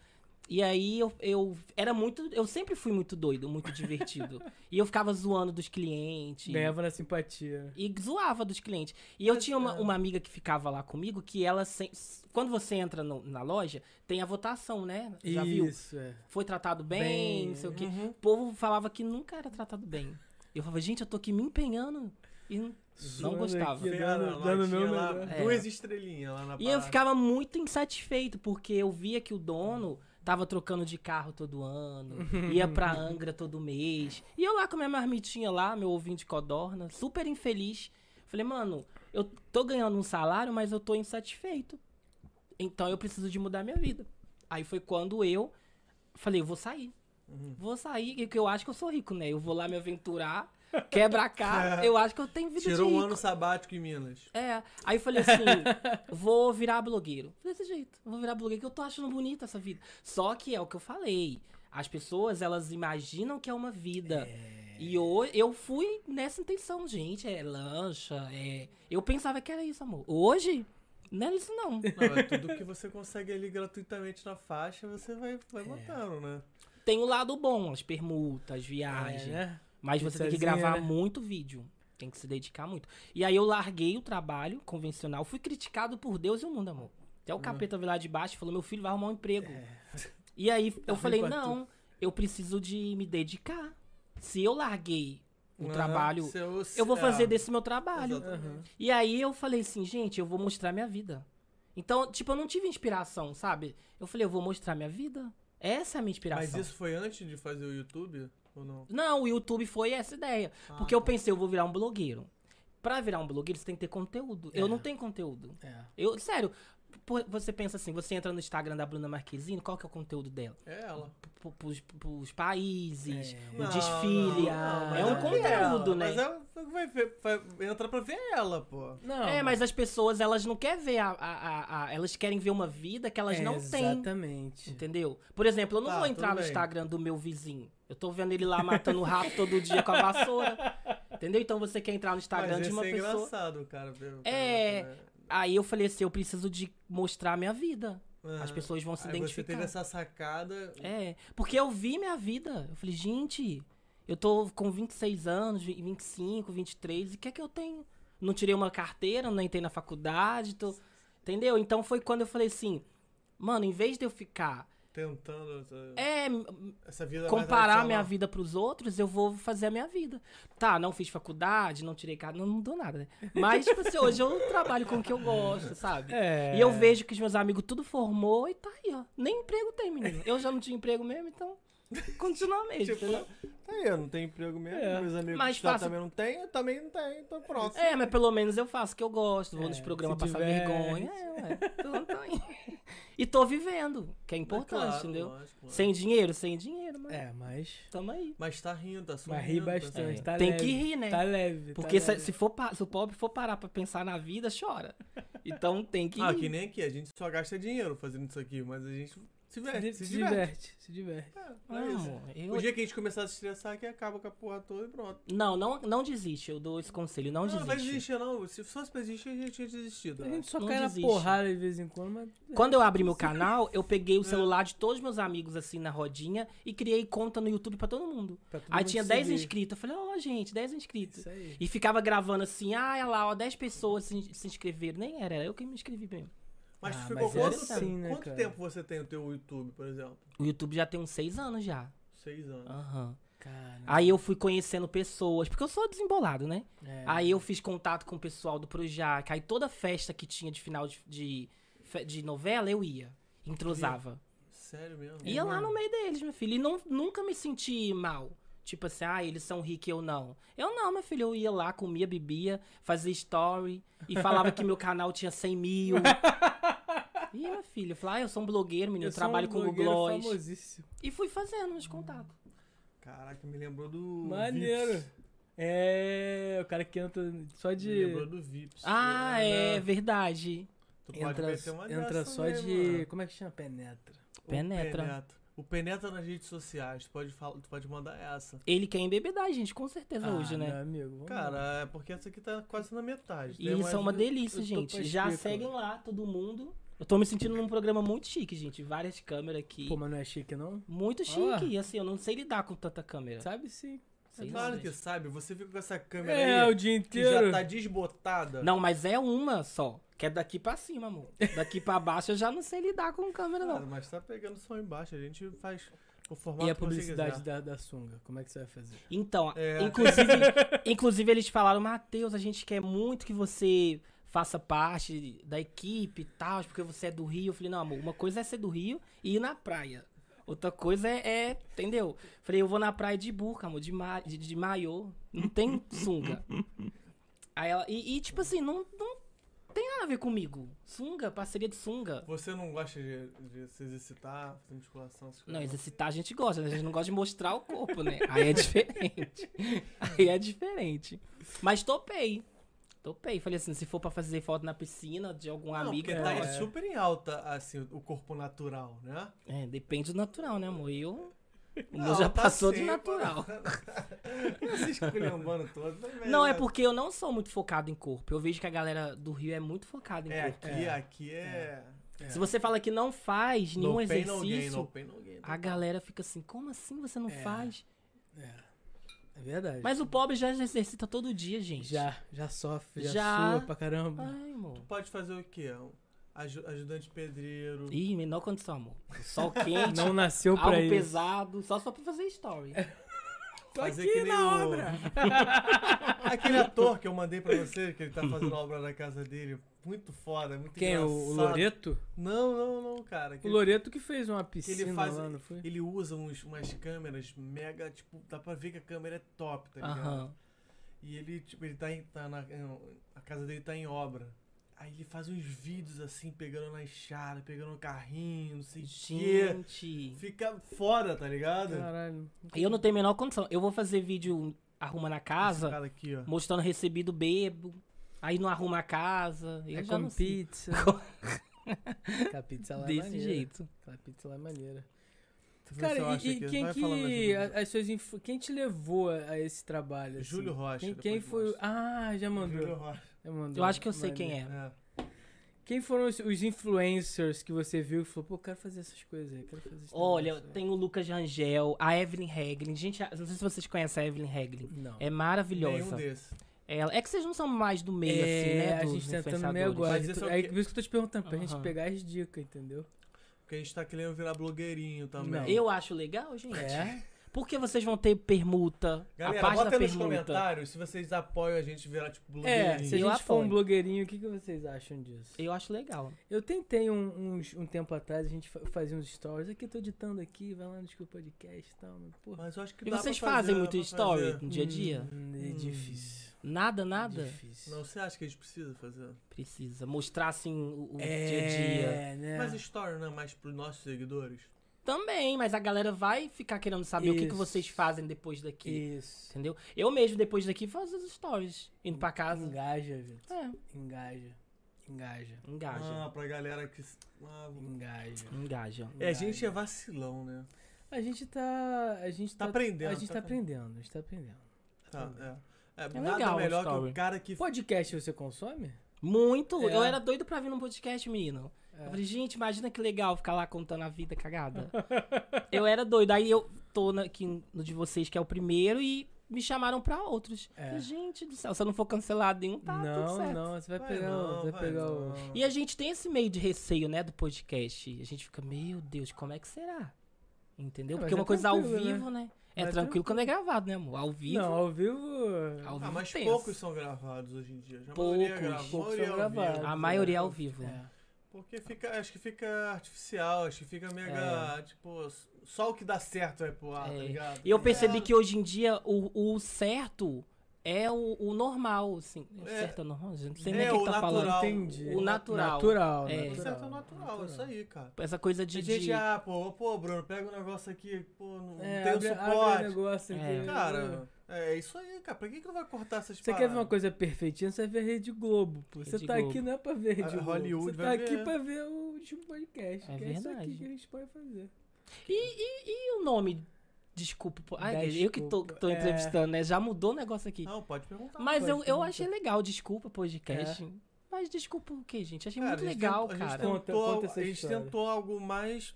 [SPEAKER 3] E aí eu, eu era muito. Eu sempre fui muito doido, muito divertido. e eu ficava zoando dos clientes.
[SPEAKER 1] Ganhava na simpatia.
[SPEAKER 3] E zoava dos clientes. E eu
[SPEAKER 2] Mas,
[SPEAKER 3] tinha uma,
[SPEAKER 2] é.
[SPEAKER 3] uma amiga que ficava lá comigo que ela. se- quando você entra no- na loja, tem a votação, né? Já viu?
[SPEAKER 1] isso, é.
[SPEAKER 3] Foi tratado bem,
[SPEAKER 1] Bem, é.
[SPEAKER 3] não sei o quê.
[SPEAKER 2] Uhum.
[SPEAKER 3] O povo falava que nunca era tratado bem. Eu falava, gente, eu tô aqui me empenhando. E não, não
[SPEAKER 1] Zoando
[SPEAKER 3] gostava.
[SPEAKER 1] aqui,
[SPEAKER 2] Fera,
[SPEAKER 1] dando- dando
[SPEAKER 2] latinha
[SPEAKER 1] meu
[SPEAKER 2] lá,
[SPEAKER 1] melhor.
[SPEAKER 3] É.
[SPEAKER 2] duas estrelinhas lá na
[SPEAKER 3] E eu
[SPEAKER 2] parada.
[SPEAKER 3] ficava muito insatisfeito, porque eu via que o dono tava trocando de carro todo ano, ia pra Angra todo mês. E eu lá com minha marmitinha lá, meu ovinho de codorna, super infeliz. Falei, mano, eu tô ganhando um salário, mas eu tô insatisfeito. Então eu preciso de mudar minha vida. Aí foi quando eu falei, eu vou sair.
[SPEAKER 2] Uhum.
[SPEAKER 3] Vou sair, porque eu acho que eu sou rico, né? Eu vou lá me aventurar, quebra a cara, eu acho que eu tenho vida
[SPEAKER 2] É. Tirou
[SPEAKER 3] de
[SPEAKER 2] um
[SPEAKER 3] rico.
[SPEAKER 2] ano sabático em Minas.
[SPEAKER 3] É, aí eu falei assim, vou virar blogueiro. Desse jeito, vou virar blogueiro, que eu tô achando bonita essa vida. Só que é o que eu falei, as pessoas, elas imaginam que é uma vida. E eu, eu fui nessa intenção, gente, é lancha, é... Eu pensava que era isso, amor. Hoje, não era isso não.
[SPEAKER 2] Não, é tudo que você consegue ali gratuitamente na faixa, você vai,
[SPEAKER 3] É.
[SPEAKER 2] vai botando, né?
[SPEAKER 3] Tem o lado bom, as permutas, as viagens.
[SPEAKER 1] É, né?
[SPEAKER 3] Mas você tem que
[SPEAKER 1] Pizzazinha,
[SPEAKER 3] gravar
[SPEAKER 1] né?
[SPEAKER 3] muito vídeo. Tem que se dedicar muito. E aí eu larguei o trabalho convencional, fui criticado por Deus e o mundo, amor. Até o
[SPEAKER 2] Hum.
[SPEAKER 3] capeta veio lá de baixo e falou: meu filho vai arrumar um emprego.
[SPEAKER 2] É.
[SPEAKER 3] E aí
[SPEAKER 2] Tá
[SPEAKER 3] eu
[SPEAKER 1] ruim
[SPEAKER 3] falei:
[SPEAKER 1] pra
[SPEAKER 3] não, eu preciso de me dedicar. Se eu larguei o
[SPEAKER 2] Aham,
[SPEAKER 3] Um trabalho,
[SPEAKER 2] se eu, se-
[SPEAKER 3] eu vou
[SPEAKER 2] é,
[SPEAKER 3] fazer desse meu trabalho.
[SPEAKER 2] exatamente.
[SPEAKER 3] E aí eu falei assim, gente, eu vou mostrar minha vida. Então, tipo, eu não tive inspiração, sabe? Eu falei, eu vou mostrar minha vida. Essa é a minha
[SPEAKER 2] Mas
[SPEAKER 3] inspiração.
[SPEAKER 2] isso foi antes de fazer o YouTube ou não?
[SPEAKER 3] Não, o YouTube foi essa ideia.
[SPEAKER 2] Ah,
[SPEAKER 3] porque eu pensei, eu vou virar um blogueiro. Pra virar um blogueiro, você tem que ter conteúdo. Eu
[SPEAKER 1] É.
[SPEAKER 3] não tenho conteúdo.
[SPEAKER 1] É.
[SPEAKER 3] Eu, sério, pô, você pensa assim, você entra no Instagram da Bruna Marquezine, qual que é o conteúdo dela?
[SPEAKER 2] É ela.
[SPEAKER 3] P- Pros, pros países,
[SPEAKER 1] É.
[SPEAKER 3] o
[SPEAKER 2] Não,
[SPEAKER 3] desfile.
[SPEAKER 2] não, não,
[SPEAKER 3] é
[SPEAKER 2] mas
[SPEAKER 3] um conteúdo,
[SPEAKER 2] ela,
[SPEAKER 3] né?
[SPEAKER 2] Mas é um, ela vai, ver- vai entrar pra ver ela, pô.
[SPEAKER 1] Não.
[SPEAKER 3] É, mas as pessoas, elas não querem ver a, a- a- a- Elas querem ver uma vida que elas
[SPEAKER 1] É,
[SPEAKER 3] não têm.
[SPEAKER 1] Exatamente.
[SPEAKER 3] Entendeu? Por exemplo, eu não
[SPEAKER 2] Tá,
[SPEAKER 3] vou
[SPEAKER 2] tudo
[SPEAKER 3] entrar no
[SPEAKER 2] bem.
[SPEAKER 3] Instagram do meu vizinho. Eu tô vendo ele lá matando rato todo dia com a vassoura. Entendeu? Então você quer entrar no Instagram
[SPEAKER 2] Mas
[SPEAKER 3] de uma
[SPEAKER 2] isso é
[SPEAKER 3] pessoa.
[SPEAKER 2] engraçado, cara. ver o cara,
[SPEAKER 3] É,
[SPEAKER 2] né?
[SPEAKER 3] Aí eu falei assim, eu preciso de mostrar minha vida. As
[SPEAKER 2] Ah,
[SPEAKER 3] pessoas vão se
[SPEAKER 2] aí Você
[SPEAKER 3] identificar.
[SPEAKER 2] teve essa sacada.
[SPEAKER 3] É, porque eu vi minha vida. Eu falei, gente, eu tô com 26 anos, vi- 25, 23, e o que é que eu tenho? Não tirei uma carteira, não entrei na faculdade, tô... entendeu? Então foi quando eu falei assim, mano, em vez de eu ficar
[SPEAKER 2] Tentando essa,
[SPEAKER 3] é, m-
[SPEAKER 2] essa vida mais
[SPEAKER 3] comparar minha
[SPEAKER 2] tradicional.
[SPEAKER 3] vida pros outros, eu vou fazer a minha vida. Tá, não fiz faculdade, não tirei carteira, não mudou nada, né? Mas, tipo assim, hoje eu trabalho com o que eu gosto, sabe?
[SPEAKER 1] É.
[SPEAKER 3] E eu vejo que os meus amigos tudo formou e tá aí, ó. Nem emprego tem, menino. Eu já não tinha emprego mesmo, então Continuamente.
[SPEAKER 2] Tipo,
[SPEAKER 3] entendeu?
[SPEAKER 2] tá aí, eu não tenho emprego mesmo,
[SPEAKER 1] É.
[SPEAKER 2] meus amigos
[SPEAKER 3] Mais
[SPEAKER 2] que estudam
[SPEAKER 3] fácil.
[SPEAKER 2] também não têm, eu também não tenho, então pronto.
[SPEAKER 3] É, mas pelo menos eu faço o que eu gosto, vou
[SPEAKER 1] É,
[SPEAKER 3] nos programas
[SPEAKER 1] se
[SPEAKER 3] passar
[SPEAKER 1] diverte.
[SPEAKER 3] vergonha. É, ué, tô- não tô aí. E tô vivendo, que é importante,
[SPEAKER 2] Claro,
[SPEAKER 3] entendeu?
[SPEAKER 2] lógico, lógico.
[SPEAKER 3] Sem dinheiro, sem dinheiro, mas
[SPEAKER 1] É, mas.
[SPEAKER 3] tamo aí.
[SPEAKER 2] Mas tá rindo, tá
[SPEAKER 1] Mas
[SPEAKER 2] sorrindo.
[SPEAKER 1] ri
[SPEAKER 2] tá
[SPEAKER 1] bastante.
[SPEAKER 3] É,
[SPEAKER 1] Tá
[SPEAKER 3] tem
[SPEAKER 1] leve,
[SPEAKER 3] que rir, né?
[SPEAKER 1] Tá leve.
[SPEAKER 3] Porque
[SPEAKER 1] tá
[SPEAKER 3] se,
[SPEAKER 1] leve.
[SPEAKER 3] se for pa- se o pobre for parar pra pensar na vida, chora. Então tem que.
[SPEAKER 2] Ah,
[SPEAKER 3] rir.
[SPEAKER 2] que nem aqui, a gente só gasta dinheiro fazendo isso aqui, mas a gente se
[SPEAKER 1] Se di-
[SPEAKER 2] diverte, É, se,
[SPEAKER 1] se
[SPEAKER 2] diverte.
[SPEAKER 1] diverte, se diverte.
[SPEAKER 2] É,
[SPEAKER 3] Ah,
[SPEAKER 2] é isso.
[SPEAKER 3] amor, eu-
[SPEAKER 2] O dia que a gente começar a se estressar aqui, acaba com a porra toda e pronto.
[SPEAKER 3] Não, não, não desiste. Eu dou esse conselho, não,
[SPEAKER 2] Não, não vai
[SPEAKER 3] desiste.
[SPEAKER 2] desistir, não. Se fosse pra desistir, a gente tinha desistido. né?
[SPEAKER 1] A gente só
[SPEAKER 3] Não
[SPEAKER 1] cai na
[SPEAKER 3] desiste.
[SPEAKER 1] porrada de vez em quando, mas. né,
[SPEAKER 3] Quando eu abri meu canal, eu peguei o celular de todos meus amigos assim na rodinha e criei conta no YouTube pra todo mundo.
[SPEAKER 1] pra todo
[SPEAKER 3] Aí
[SPEAKER 1] mundo
[SPEAKER 3] tinha
[SPEAKER 1] se
[SPEAKER 3] 10
[SPEAKER 1] ver.
[SPEAKER 3] inscritos. Eu falei, ó, gente, 10 inscritos.
[SPEAKER 1] Isso aí.
[SPEAKER 3] E ficava gravando assim, ah, olha lá, ó, 10 pessoas se, in- se inscreveram. Nem era, eu que me inscrevi mesmo.
[SPEAKER 2] Mas tu
[SPEAKER 1] Ah,
[SPEAKER 2] ficou
[SPEAKER 1] mas
[SPEAKER 3] era
[SPEAKER 2] quanto,
[SPEAKER 1] assim,
[SPEAKER 2] tempo?
[SPEAKER 1] né,
[SPEAKER 2] quanto
[SPEAKER 1] cara?
[SPEAKER 2] tempo você tem o teu YouTube, por exemplo?
[SPEAKER 3] O YouTube já tem uns 6 anos já.
[SPEAKER 2] Seis anos.
[SPEAKER 3] Aham.
[SPEAKER 1] Cara.
[SPEAKER 3] Aí eu fui conhecendo pessoas, porque eu sou desembolado, né?
[SPEAKER 1] é.
[SPEAKER 3] Aí eu fiz contato com o pessoal do Projac. Aí toda festa que tinha de final de, de, fe- de novela, eu ia. Entrosava.
[SPEAKER 2] Sério mesmo?
[SPEAKER 1] É
[SPEAKER 3] ia lá
[SPEAKER 1] mesmo?
[SPEAKER 3] no meio deles, meu filho. E não- nunca me senti mal. Tipo assim, ah, eles são ricos e eu não. Eu não, meu filho. Eu ia lá, comia, bebia, fazia story. E falava que meu canal tinha 100 mil. Ih, meu filho. Eu falava, ah, eu sou um blogueiro, menino. Eu,
[SPEAKER 1] sou um
[SPEAKER 3] trabalho com o
[SPEAKER 1] blogueiro
[SPEAKER 3] Gloss.
[SPEAKER 1] famosíssimo.
[SPEAKER 3] E fui fazendo os contatos.
[SPEAKER 2] Caraca, me lembrou do.
[SPEAKER 1] Maneiro.
[SPEAKER 2] Vips.
[SPEAKER 1] É, o cara que entra só
[SPEAKER 2] Me
[SPEAKER 1] de.
[SPEAKER 2] lembrou do Vips.
[SPEAKER 3] Ah, é,
[SPEAKER 1] não.
[SPEAKER 3] verdade.
[SPEAKER 2] Tu pode
[SPEAKER 1] Entra,
[SPEAKER 2] meter uma
[SPEAKER 1] entra
[SPEAKER 2] dessa
[SPEAKER 1] só
[SPEAKER 2] mesmo,
[SPEAKER 1] de.
[SPEAKER 2] mano.
[SPEAKER 1] Como é que chama? Penetra.
[SPEAKER 2] O
[SPEAKER 3] Penetra.
[SPEAKER 2] O penetra nas redes sociais. Tu pode, falar, tu pode mandar essa.
[SPEAKER 3] Ele quer embebedar, a gente, com certeza,
[SPEAKER 1] Ah,
[SPEAKER 3] hoje, né?
[SPEAKER 1] Meu amigo, vamos lá.
[SPEAKER 2] Cara, é porque essa aqui tá quase na metade.
[SPEAKER 3] E
[SPEAKER 2] Tem
[SPEAKER 3] isso
[SPEAKER 2] mais
[SPEAKER 3] é uma
[SPEAKER 2] um-
[SPEAKER 3] delícia,
[SPEAKER 1] eu tô
[SPEAKER 3] gente.
[SPEAKER 1] pra
[SPEAKER 3] Já
[SPEAKER 1] explicar.
[SPEAKER 3] seguem lá, todo mundo. Eu tô me sentindo num programa muito chique, gente. Várias câmeras aqui.
[SPEAKER 1] Pô, mas não é chique, não?
[SPEAKER 3] Muito chique.
[SPEAKER 1] Olha lá.
[SPEAKER 3] E assim, eu não sei lidar com tanta câmera.
[SPEAKER 1] Sabe sim.
[SPEAKER 3] Sei lá,
[SPEAKER 2] Claro
[SPEAKER 3] gente.
[SPEAKER 2] que sabe, você fica com essa câmera
[SPEAKER 1] É,
[SPEAKER 2] aí
[SPEAKER 1] o dia
[SPEAKER 2] que
[SPEAKER 1] inteiro.
[SPEAKER 2] já tá desbotada.
[SPEAKER 3] Não, mas é uma só. Que é daqui pra cima, amor. Daqui pra baixo eu já não sei lidar com câmera,
[SPEAKER 2] Cara,
[SPEAKER 3] não.
[SPEAKER 2] mas tá pegando som embaixo, a gente faz o formato
[SPEAKER 1] E a
[SPEAKER 2] que você
[SPEAKER 1] publicidade
[SPEAKER 2] quiser.
[SPEAKER 1] da, da sunga? Como é que você vai fazer?
[SPEAKER 3] Então,
[SPEAKER 2] É.
[SPEAKER 3] inclusive, inclusive eles falaram, Matheus, a gente quer muito que você faça parte da equipe e tal, porque você é do Rio. Eu falei, não, amor, uma coisa é ser do Rio e ir na praia. Outra coisa é, é, entendeu? Falei, eu vou na praia de burca, amor, de, ma de, de maiô. Não tem sunga. Aí ela, e, e, tipo assim, não, não tem nada a ver comigo. Sunga, parceria de sunga.
[SPEAKER 2] Você não gosta de, de se exercitar, fazer musculação, essas
[SPEAKER 3] Não,
[SPEAKER 2] coisas?
[SPEAKER 3] exercitar a gente gosta, né? A gente não gosta de mostrar o corpo, né? Aí é diferente. Aí é diferente. Mas topei. Topei. Falei assim, se for pra fazer foto na piscina de algum
[SPEAKER 2] Não,
[SPEAKER 3] um amigo,
[SPEAKER 2] porque
[SPEAKER 3] eu
[SPEAKER 2] tá
[SPEAKER 1] é.
[SPEAKER 2] aí
[SPEAKER 3] gosto.
[SPEAKER 2] super em alta, assim, o corpo natural, né?
[SPEAKER 3] É, depende do natural, né, amor? Eu... O meu
[SPEAKER 2] Não,
[SPEAKER 3] já
[SPEAKER 2] tá
[SPEAKER 3] passou de
[SPEAKER 2] sempre.
[SPEAKER 3] natural.
[SPEAKER 2] é Se esculhambando todo também.
[SPEAKER 3] Não, é
[SPEAKER 2] né?
[SPEAKER 3] porque eu não sou muito focado em corpo. Eu vejo que a galera do Rio é muito focada em
[SPEAKER 2] É,
[SPEAKER 3] corpo.
[SPEAKER 2] aqui,
[SPEAKER 1] É.
[SPEAKER 2] aqui é...
[SPEAKER 1] É.
[SPEAKER 3] Se você fala que não faz nenhum
[SPEAKER 2] no pain, no gain,
[SPEAKER 3] exercício,
[SPEAKER 2] no pain, no gain. né?
[SPEAKER 3] a galera fica assim, como assim você não
[SPEAKER 1] É.
[SPEAKER 3] faz?
[SPEAKER 1] É. É verdade.
[SPEAKER 3] Mas o pobre já se exercita todo dia, gente.
[SPEAKER 1] Já, já sofre, já,
[SPEAKER 3] Já.
[SPEAKER 1] sua pra caramba.
[SPEAKER 3] Ai, amor.
[SPEAKER 2] Tu pode fazer o quê? Um aju- ajudante pedreiro.
[SPEAKER 3] Ih, menor condição, amor. Sol quente,
[SPEAKER 1] Não nasceu pra
[SPEAKER 3] algo
[SPEAKER 1] isso. É.
[SPEAKER 3] pesado, só só pra fazer story.
[SPEAKER 1] Tô
[SPEAKER 2] Fazer
[SPEAKER 1] aqui
[SPEAKER 2] que nem
[SPEAKER 1] na
[SPEAKER 2] o-
[SPEAKER 1] obra.
[SPEAKER 2] Aquele ator que eu mandei pra você, que ele tá fazendo a obra na casa dele. Muito foda, muito
[SPEAKER 1] Quem?
[SPEAKER 3] é
[SPEAKER 1] é O, o
[SPEAKER 2] engraçado.
[SPEAKER 1] Loreto?
[SPEAKER 2] Não, não, não, cara.
[SPEAKER 1] O
[SPEAKER 2] Que ele,
[SPEAKER 1] Loreto que fez uma piscina
[SPEAKER 2] faz-
[SPEAKER 1] lá, não foi?
[SPEAKER 2] ele usa uns, umas câmeras mega, tipo, dá pra ver que a câmera é top, tá ligado?
[SPEAKER 3] Aham.
[SPEAKER 2] E ele, tipo, ele tá, em, tá na. A casa dele tá em obra. Aí ele faz uns vídeos assim, pegando na enxada, pegando no carrinho, não sei o quê.
[SPEAKER 3] Gente.
[SPEAKER 2] Fica fora, tá ligado?
[SPEAKER 1] Caralho.
[SPEAKER 3] Eu não tenho a menor condição. Eu vou fazer vídeo arruma na
[SPEAKER 2] Esse
[SPEAKER 3] casa,
[SPEAKER 2] cara aqui, ó.
[SPEAKER 3] mostrando recebido bebo. Aí não arruma a casa. Eu
[SPEAKER 1] É
[SPEAKER 3] já não
[SPEAKER 1] com
[SPEAKER 3] sei.
[SPEAKER 1] pizza. Aquela pizza lá é
[SPEAKER 3] Desse
[SPEAKER 1] maneira.
[SPEAKER 3] jeito.
[SPEAKER 1] Aquela pizza lá é maneira.
[SPEAKER 2] Tu vê se eu
[SPEAKER 1] Cara,
[SPEAKER 2] acho
[SPEAKER 1] e,
[SPEAKER 2] aqui.
[SPEAKER 1] e quem
[SPEAKER 2] Vai
[SPEAKER 1] que.
[SPEAKER 2] falando aí sobre isso.
[SPEAKER 1] a- As suas influ- Quem te levou a, a esse trabalho? assim?
[SPEAKER 2] Júlio Rocha.
[SPEAKER 1] Quem,
[SPEAKER 2] depois
[SPEAKER 1] quem
[SPEAKER 2] eu
[SPEAKER 1] foi. o-
[SPEAKER 2] mostro.
[SPEAKER 1] Ah, já
[SPEAKER 2] Júlio
[SPEAKER 1] mandou.
[SPEAKER 2] Rocha.
[SPEAKER 1] Já mandou.
[SPEAKER 3] Eu acho que eu sei quem
[SPEAKER 1] Maneiro.
[SPEAKER 3] é.
[SPEAKER 2] É.
[SPEAKER 1] Quem foram os, os influencers que você viu e falou, pô, eu quero fazer essas coisas aí, quero fazer esse
[SPEAKER 3] Olha,
[SPEAKER 1] negócio né?" aí.
[SPEAKER 3] tem o Lucas Rangel, a Evelyn Haglin. Gente, não sei se vocês conhecem a Evelyn Haglin.
[SPEAKER 1] Não.
[SPEAKER 3] É
[SPEAKER 2] Nenhum
[SPEAKER 3] maravilhosa.
[SPEAKER 2] desses.
[SPEAKER 3] Ela, é que vocês não são mais do meio, assim, né?
[SPEAKER 1] É, a
[SPEAKER 3] dos
[SPEAKER 1] gente tá tentando meio
[SPEAKER 3] influenciadores.
[SPEAKER 1] agora.
[SPEAKER 2] Mas esse é o
[SPEAKER 1] Aí,
[SPEAKER 2] quê?
[SPEAKER 1] por isso que eu tô te perguntando, pra gente
[SPEAKER 3] Aham.
[SPEAKER 1] pegar as dicas, entendeu?
[SPEAKER 2] Porque a gente tá querendo virar blogueirinho também.
[SPEAKER 1] Não.
[SPEAKER 3] Eu acho legal, gente.
[SPEAKER 1] Então. É.
[SPEAKER 3] Porque vocês vão ter permuta, a
[SPEAKER 2] Galera,
[SPEAKER 3] parte
[SPEAKER 2] bota
[SPEAKER 3] da
[SPEAKER 2] aí nos
[SPEAKER 3] permuta.
[SPEAKER 2] comentários se vocês apoiam a gente virar, tipo,
[SPEAKER 1] É,
[SPEAKER 2] blogueirinho.
[SPEAKER 1] se a
[SPEAKER 3] Eu
[SPEAKER 1] gente for um
[SPEAKER 3] apoio.
[SPEAKER 1] blogueirinho, o que, que vocês acham disso?
[SPEAKER 3] Eu acho legal.
[SPEAKER 1] Eu tentei um, uns- um tempo atrás, a gente fa- fazia uns stories. Aqui, eu tô editando aqui, vai lá no Desculpa Podcast e tal. mas, Pô,
[SPEAKER 2] Mas eu acho que
[SPEAKER 3] E
[SPEAKER 2] dá
[SPEAKER 3] vocês
[SPEAKER 2] pra
[SPEAKER 3] fazem
[SPEAKER 2] fazer,
[SPEAKER 3] muito
[SPEAKER 2] dá pra
[SPEAKER 3] story
[SPEAKER 2] fazer.
[SPEAKER 3] no dia a dia?
[SPEAKER 1] Hum, é difícil.
[SPEAKER 3] Nada, nada?
[SPEAKER 1] Difícil.
[SPEAKER 2] Não, você acha que a gente precisa fazer?
[SPEAKER 3] Precisa mostrar, assim, o, o
[SPEAKER 1] é,
[SPEAKER 3] dia a dia.
[SPEAKER 1] né?
[SPEAKER 2] Mas story não é mais pros nossos seguidores?
[SPEAKER 3] Também, mas a galera vai ficar querendo saber o que, que
[SPEAKER 1] Isso.
[SPEAKER 3] vocês fazem depois daqui.
[SPEAKER 1] Isso.
[SPEAKER 3] Entendeu? Eu mesmo, depois daqui, faço as stories. Indo pra casa.
[SPEAKER 1] Engaja, Vitor.
[SPEAKER 3] É,
[SPEAKER 1] Engaja. Engaja.
[SPEAKER 3] engaja.
[SPEAKER 2] Ah, pra galera que... s- Ah, vamos-
[SPEAKER 1] Engaja.
[SPEAKER 3] Engaja.
[SPEAKER 2] é, a gente é vacilão, né?
[SPEAKER 1] A gente tá. A gente
[SPEAKER 2] Tá
[SPEAKER 1] tá,
[SPEAKER 2] aprendendo,
[SPEAKER 1] A gente
[SPEAKER 2] tá
[SPEAKER 1] tá, aprendendo, a gente tá aprendendo.
[SPEAKER 2] Tá, é. É, nada
[SPEAKER 3] legal o
[SPEAKER 2] melhor que
[SPEAKER 3] story.
[SPEAKER 2] o cara que...
[SPEAKER 1] Podcast você consome?
[SPEAKER 3] Muito!
[SPEAKER 1] É.
[SPEAKER 3] Eu era doido pra vir num podcast, menino.
[SPEAKER 1] É.
[SPEAKER 3] Eu falei, gente, imagina que legal ficar lá contando a vida cagada. eu era doido. Aí eu tô na- aqui no de vocês, que é o primeiro, e me chamaram pra outros.
[SPEAKER 1] É.
[SPEAKER 3] Falei, gente do céu, se eu não for cancelado nenhum, tá tudo
[SPEAKER 1] não,
[SPEAKER 3] certo.
[SPEAKER 1] não, você vai,
[SPEAKER 2] Vai
[SPEAKER 1] pegar,
[SPEAKER 2] não,
[SPEAKER 1] o- você
[SPEAKER 2] vai
[SPEAKER 1] vai pegar o.
[SPEAKER 2] não. Ah,
[SPEAKER 3] E a gente tem esse meio de receio, né, do podcast. A gente fica, meu Deus, como é que será? Entendeu?
[SPEAKER 1] É, mas
[SPEAKER 3] Porque
[SPEAKER 1] é
[SPEAKER 3] uma coisa ao
[SPEAKER 1] tranquilo, né?
[SPEAKER 3] vivo, né? É
[SPEAKER 1] Mas é
[SPEAKER 3] tranquilo quando é gravado, né, amor? Ao vivo.
[SPEAKER 1] Não, ao vivo.
[SPEAKER 3] Ao vivo
[SPEAKER 2] Ah, mas
[SPEAKER 3] tenso.
[SPEAKER 2] poucos são gravados hoje em dia. Já a maioria é
[SPEAKER 3] Poucos,
[SPEAKER 2] grava-
[SPEAKER 1] poucos
[SPEAKER 2] maioria
[SPEAKER 1] são
[SPEAKER 2] é ao vivo.
[SPEAKER 1] gravados.
[SPEAKER 3] A maioria é ao vivo. né?
[SPEAKER 1] É.
[SPEAKER 2] Porque fica, acho que fica artificial, acho que fica mega,
[SPEAKER 1] É.
[SPEAKER 2] tipo, só o que dá certo vai pro ar, tá
[SPEAKER 3] É.
[SPEAKER 2] ligado?
[SPEAKER 3] E eu percebi que hoje em dia o, o certo é o, o normal, assim. O
[SPEAKER 2] É.
[SPEAKER 3] certo é normal, gente. Não sei
[SPEAKER 2] É,
[SPEAKER 3] nem o que
[SPEAKER 2] o
[SPEAKER 3] que tá
[SPEAKER 2] natural.
[SPEAKER 3] falando.
[SPEAKER 1] Entendi.
[SPEAKER 3] O natural.
[SPEAKER 1] Natural,
[SPEAKER 3] É.
[SPEAKER 2] O
[SPEAKER 1] natural.
[SPEAKER 2] certo é natural, é isso aí, cara.
[SPEAKER 3] Essa coisa
[SPEAKER 2] De,
[SPEAKER 3] de.
[SPEAKER 2] gente,
[SPEAKER 3] de-
[SPEAKER 2] ah, pô, pô, Bruno, pega um negócio aqui, pô, não
[SPEAKER 1] É,
[SPEAKER 2] tem o
[SPEAKER 1] abre- abre
[SPEAKER 2] suporte.
[SPEAKER 1] negócio aqui.
[SPEAKER 3] É.
[SPEAKER 2] Cara, é isso aí, cara. Pra que que não vai cortar essas
[SPEAKER 1] Você quer
[SPEAKER 2] paradas?
[SPEAKER 1] ver uma coisa perfeitinha? Você vai ver a Rede Globo, pô. Você
[SPEAKER 3] Rede
[SPEAKER 1] tá
[SPEAKER 3] Globo.
[SPEAKER 1] aqui não é pra ver a Rede
[SPEAKER 2] A
[SPEAKER 1] Globo.
[SPEAKER 2] Hollywood
[SPEAKER 1] Você tá
[SPEAKER 2] vai
[SPEAKER 1] aqui
[SPEAKER 2] ver.
[SPEAKER 1] pra ver o último podcast.
[SPEAKER 3] É
[SPEAKER 1] que É isso
[SPEAKER 3] verdade.
[SPEAKER 1] aqui que a gente pode fazer.
[SPEAKER 3] E, e- e o nome? Desculpa. pô. Ai, eu que tô,
[SPEAKER 1] Desculpa.
[SPEAKER 3] tô
[SPEAKER 1] É.
[SPEAKER 3] entrevistando, né? Já mudou o negócio aqui.
[SPEAKER 2] Não, tá pode perguntar.
[SPEAKER 3] Mas eu,
[SPEAKER 1] pode
[SPEAKER 3] eu
[SPEAKER 1] perguntar.
[SPEAKER 3] achei legal, desculpa, podcast. Mas desculpa o quê, gente?
[SPEAKER 1] é
[SPEAKER 3] Achei
[SPEAKER 2] É. Cara,
[SPEAKER 3] muito
[SPEAKER 2] a gente
[SPEAKER 3] legal,
[SPEAKER 2] tentou- A
[SPEAKER 3] cara.
[SPEAKER 2] gente
[SPEAKER 1] Conta-
[SPEAKER 2] tentou,
[SPEAKER 1] conta essa
[SPEAKER 2] a gente
[SPEAKER 1] história.
[SPEAKER 2] tentou algo mais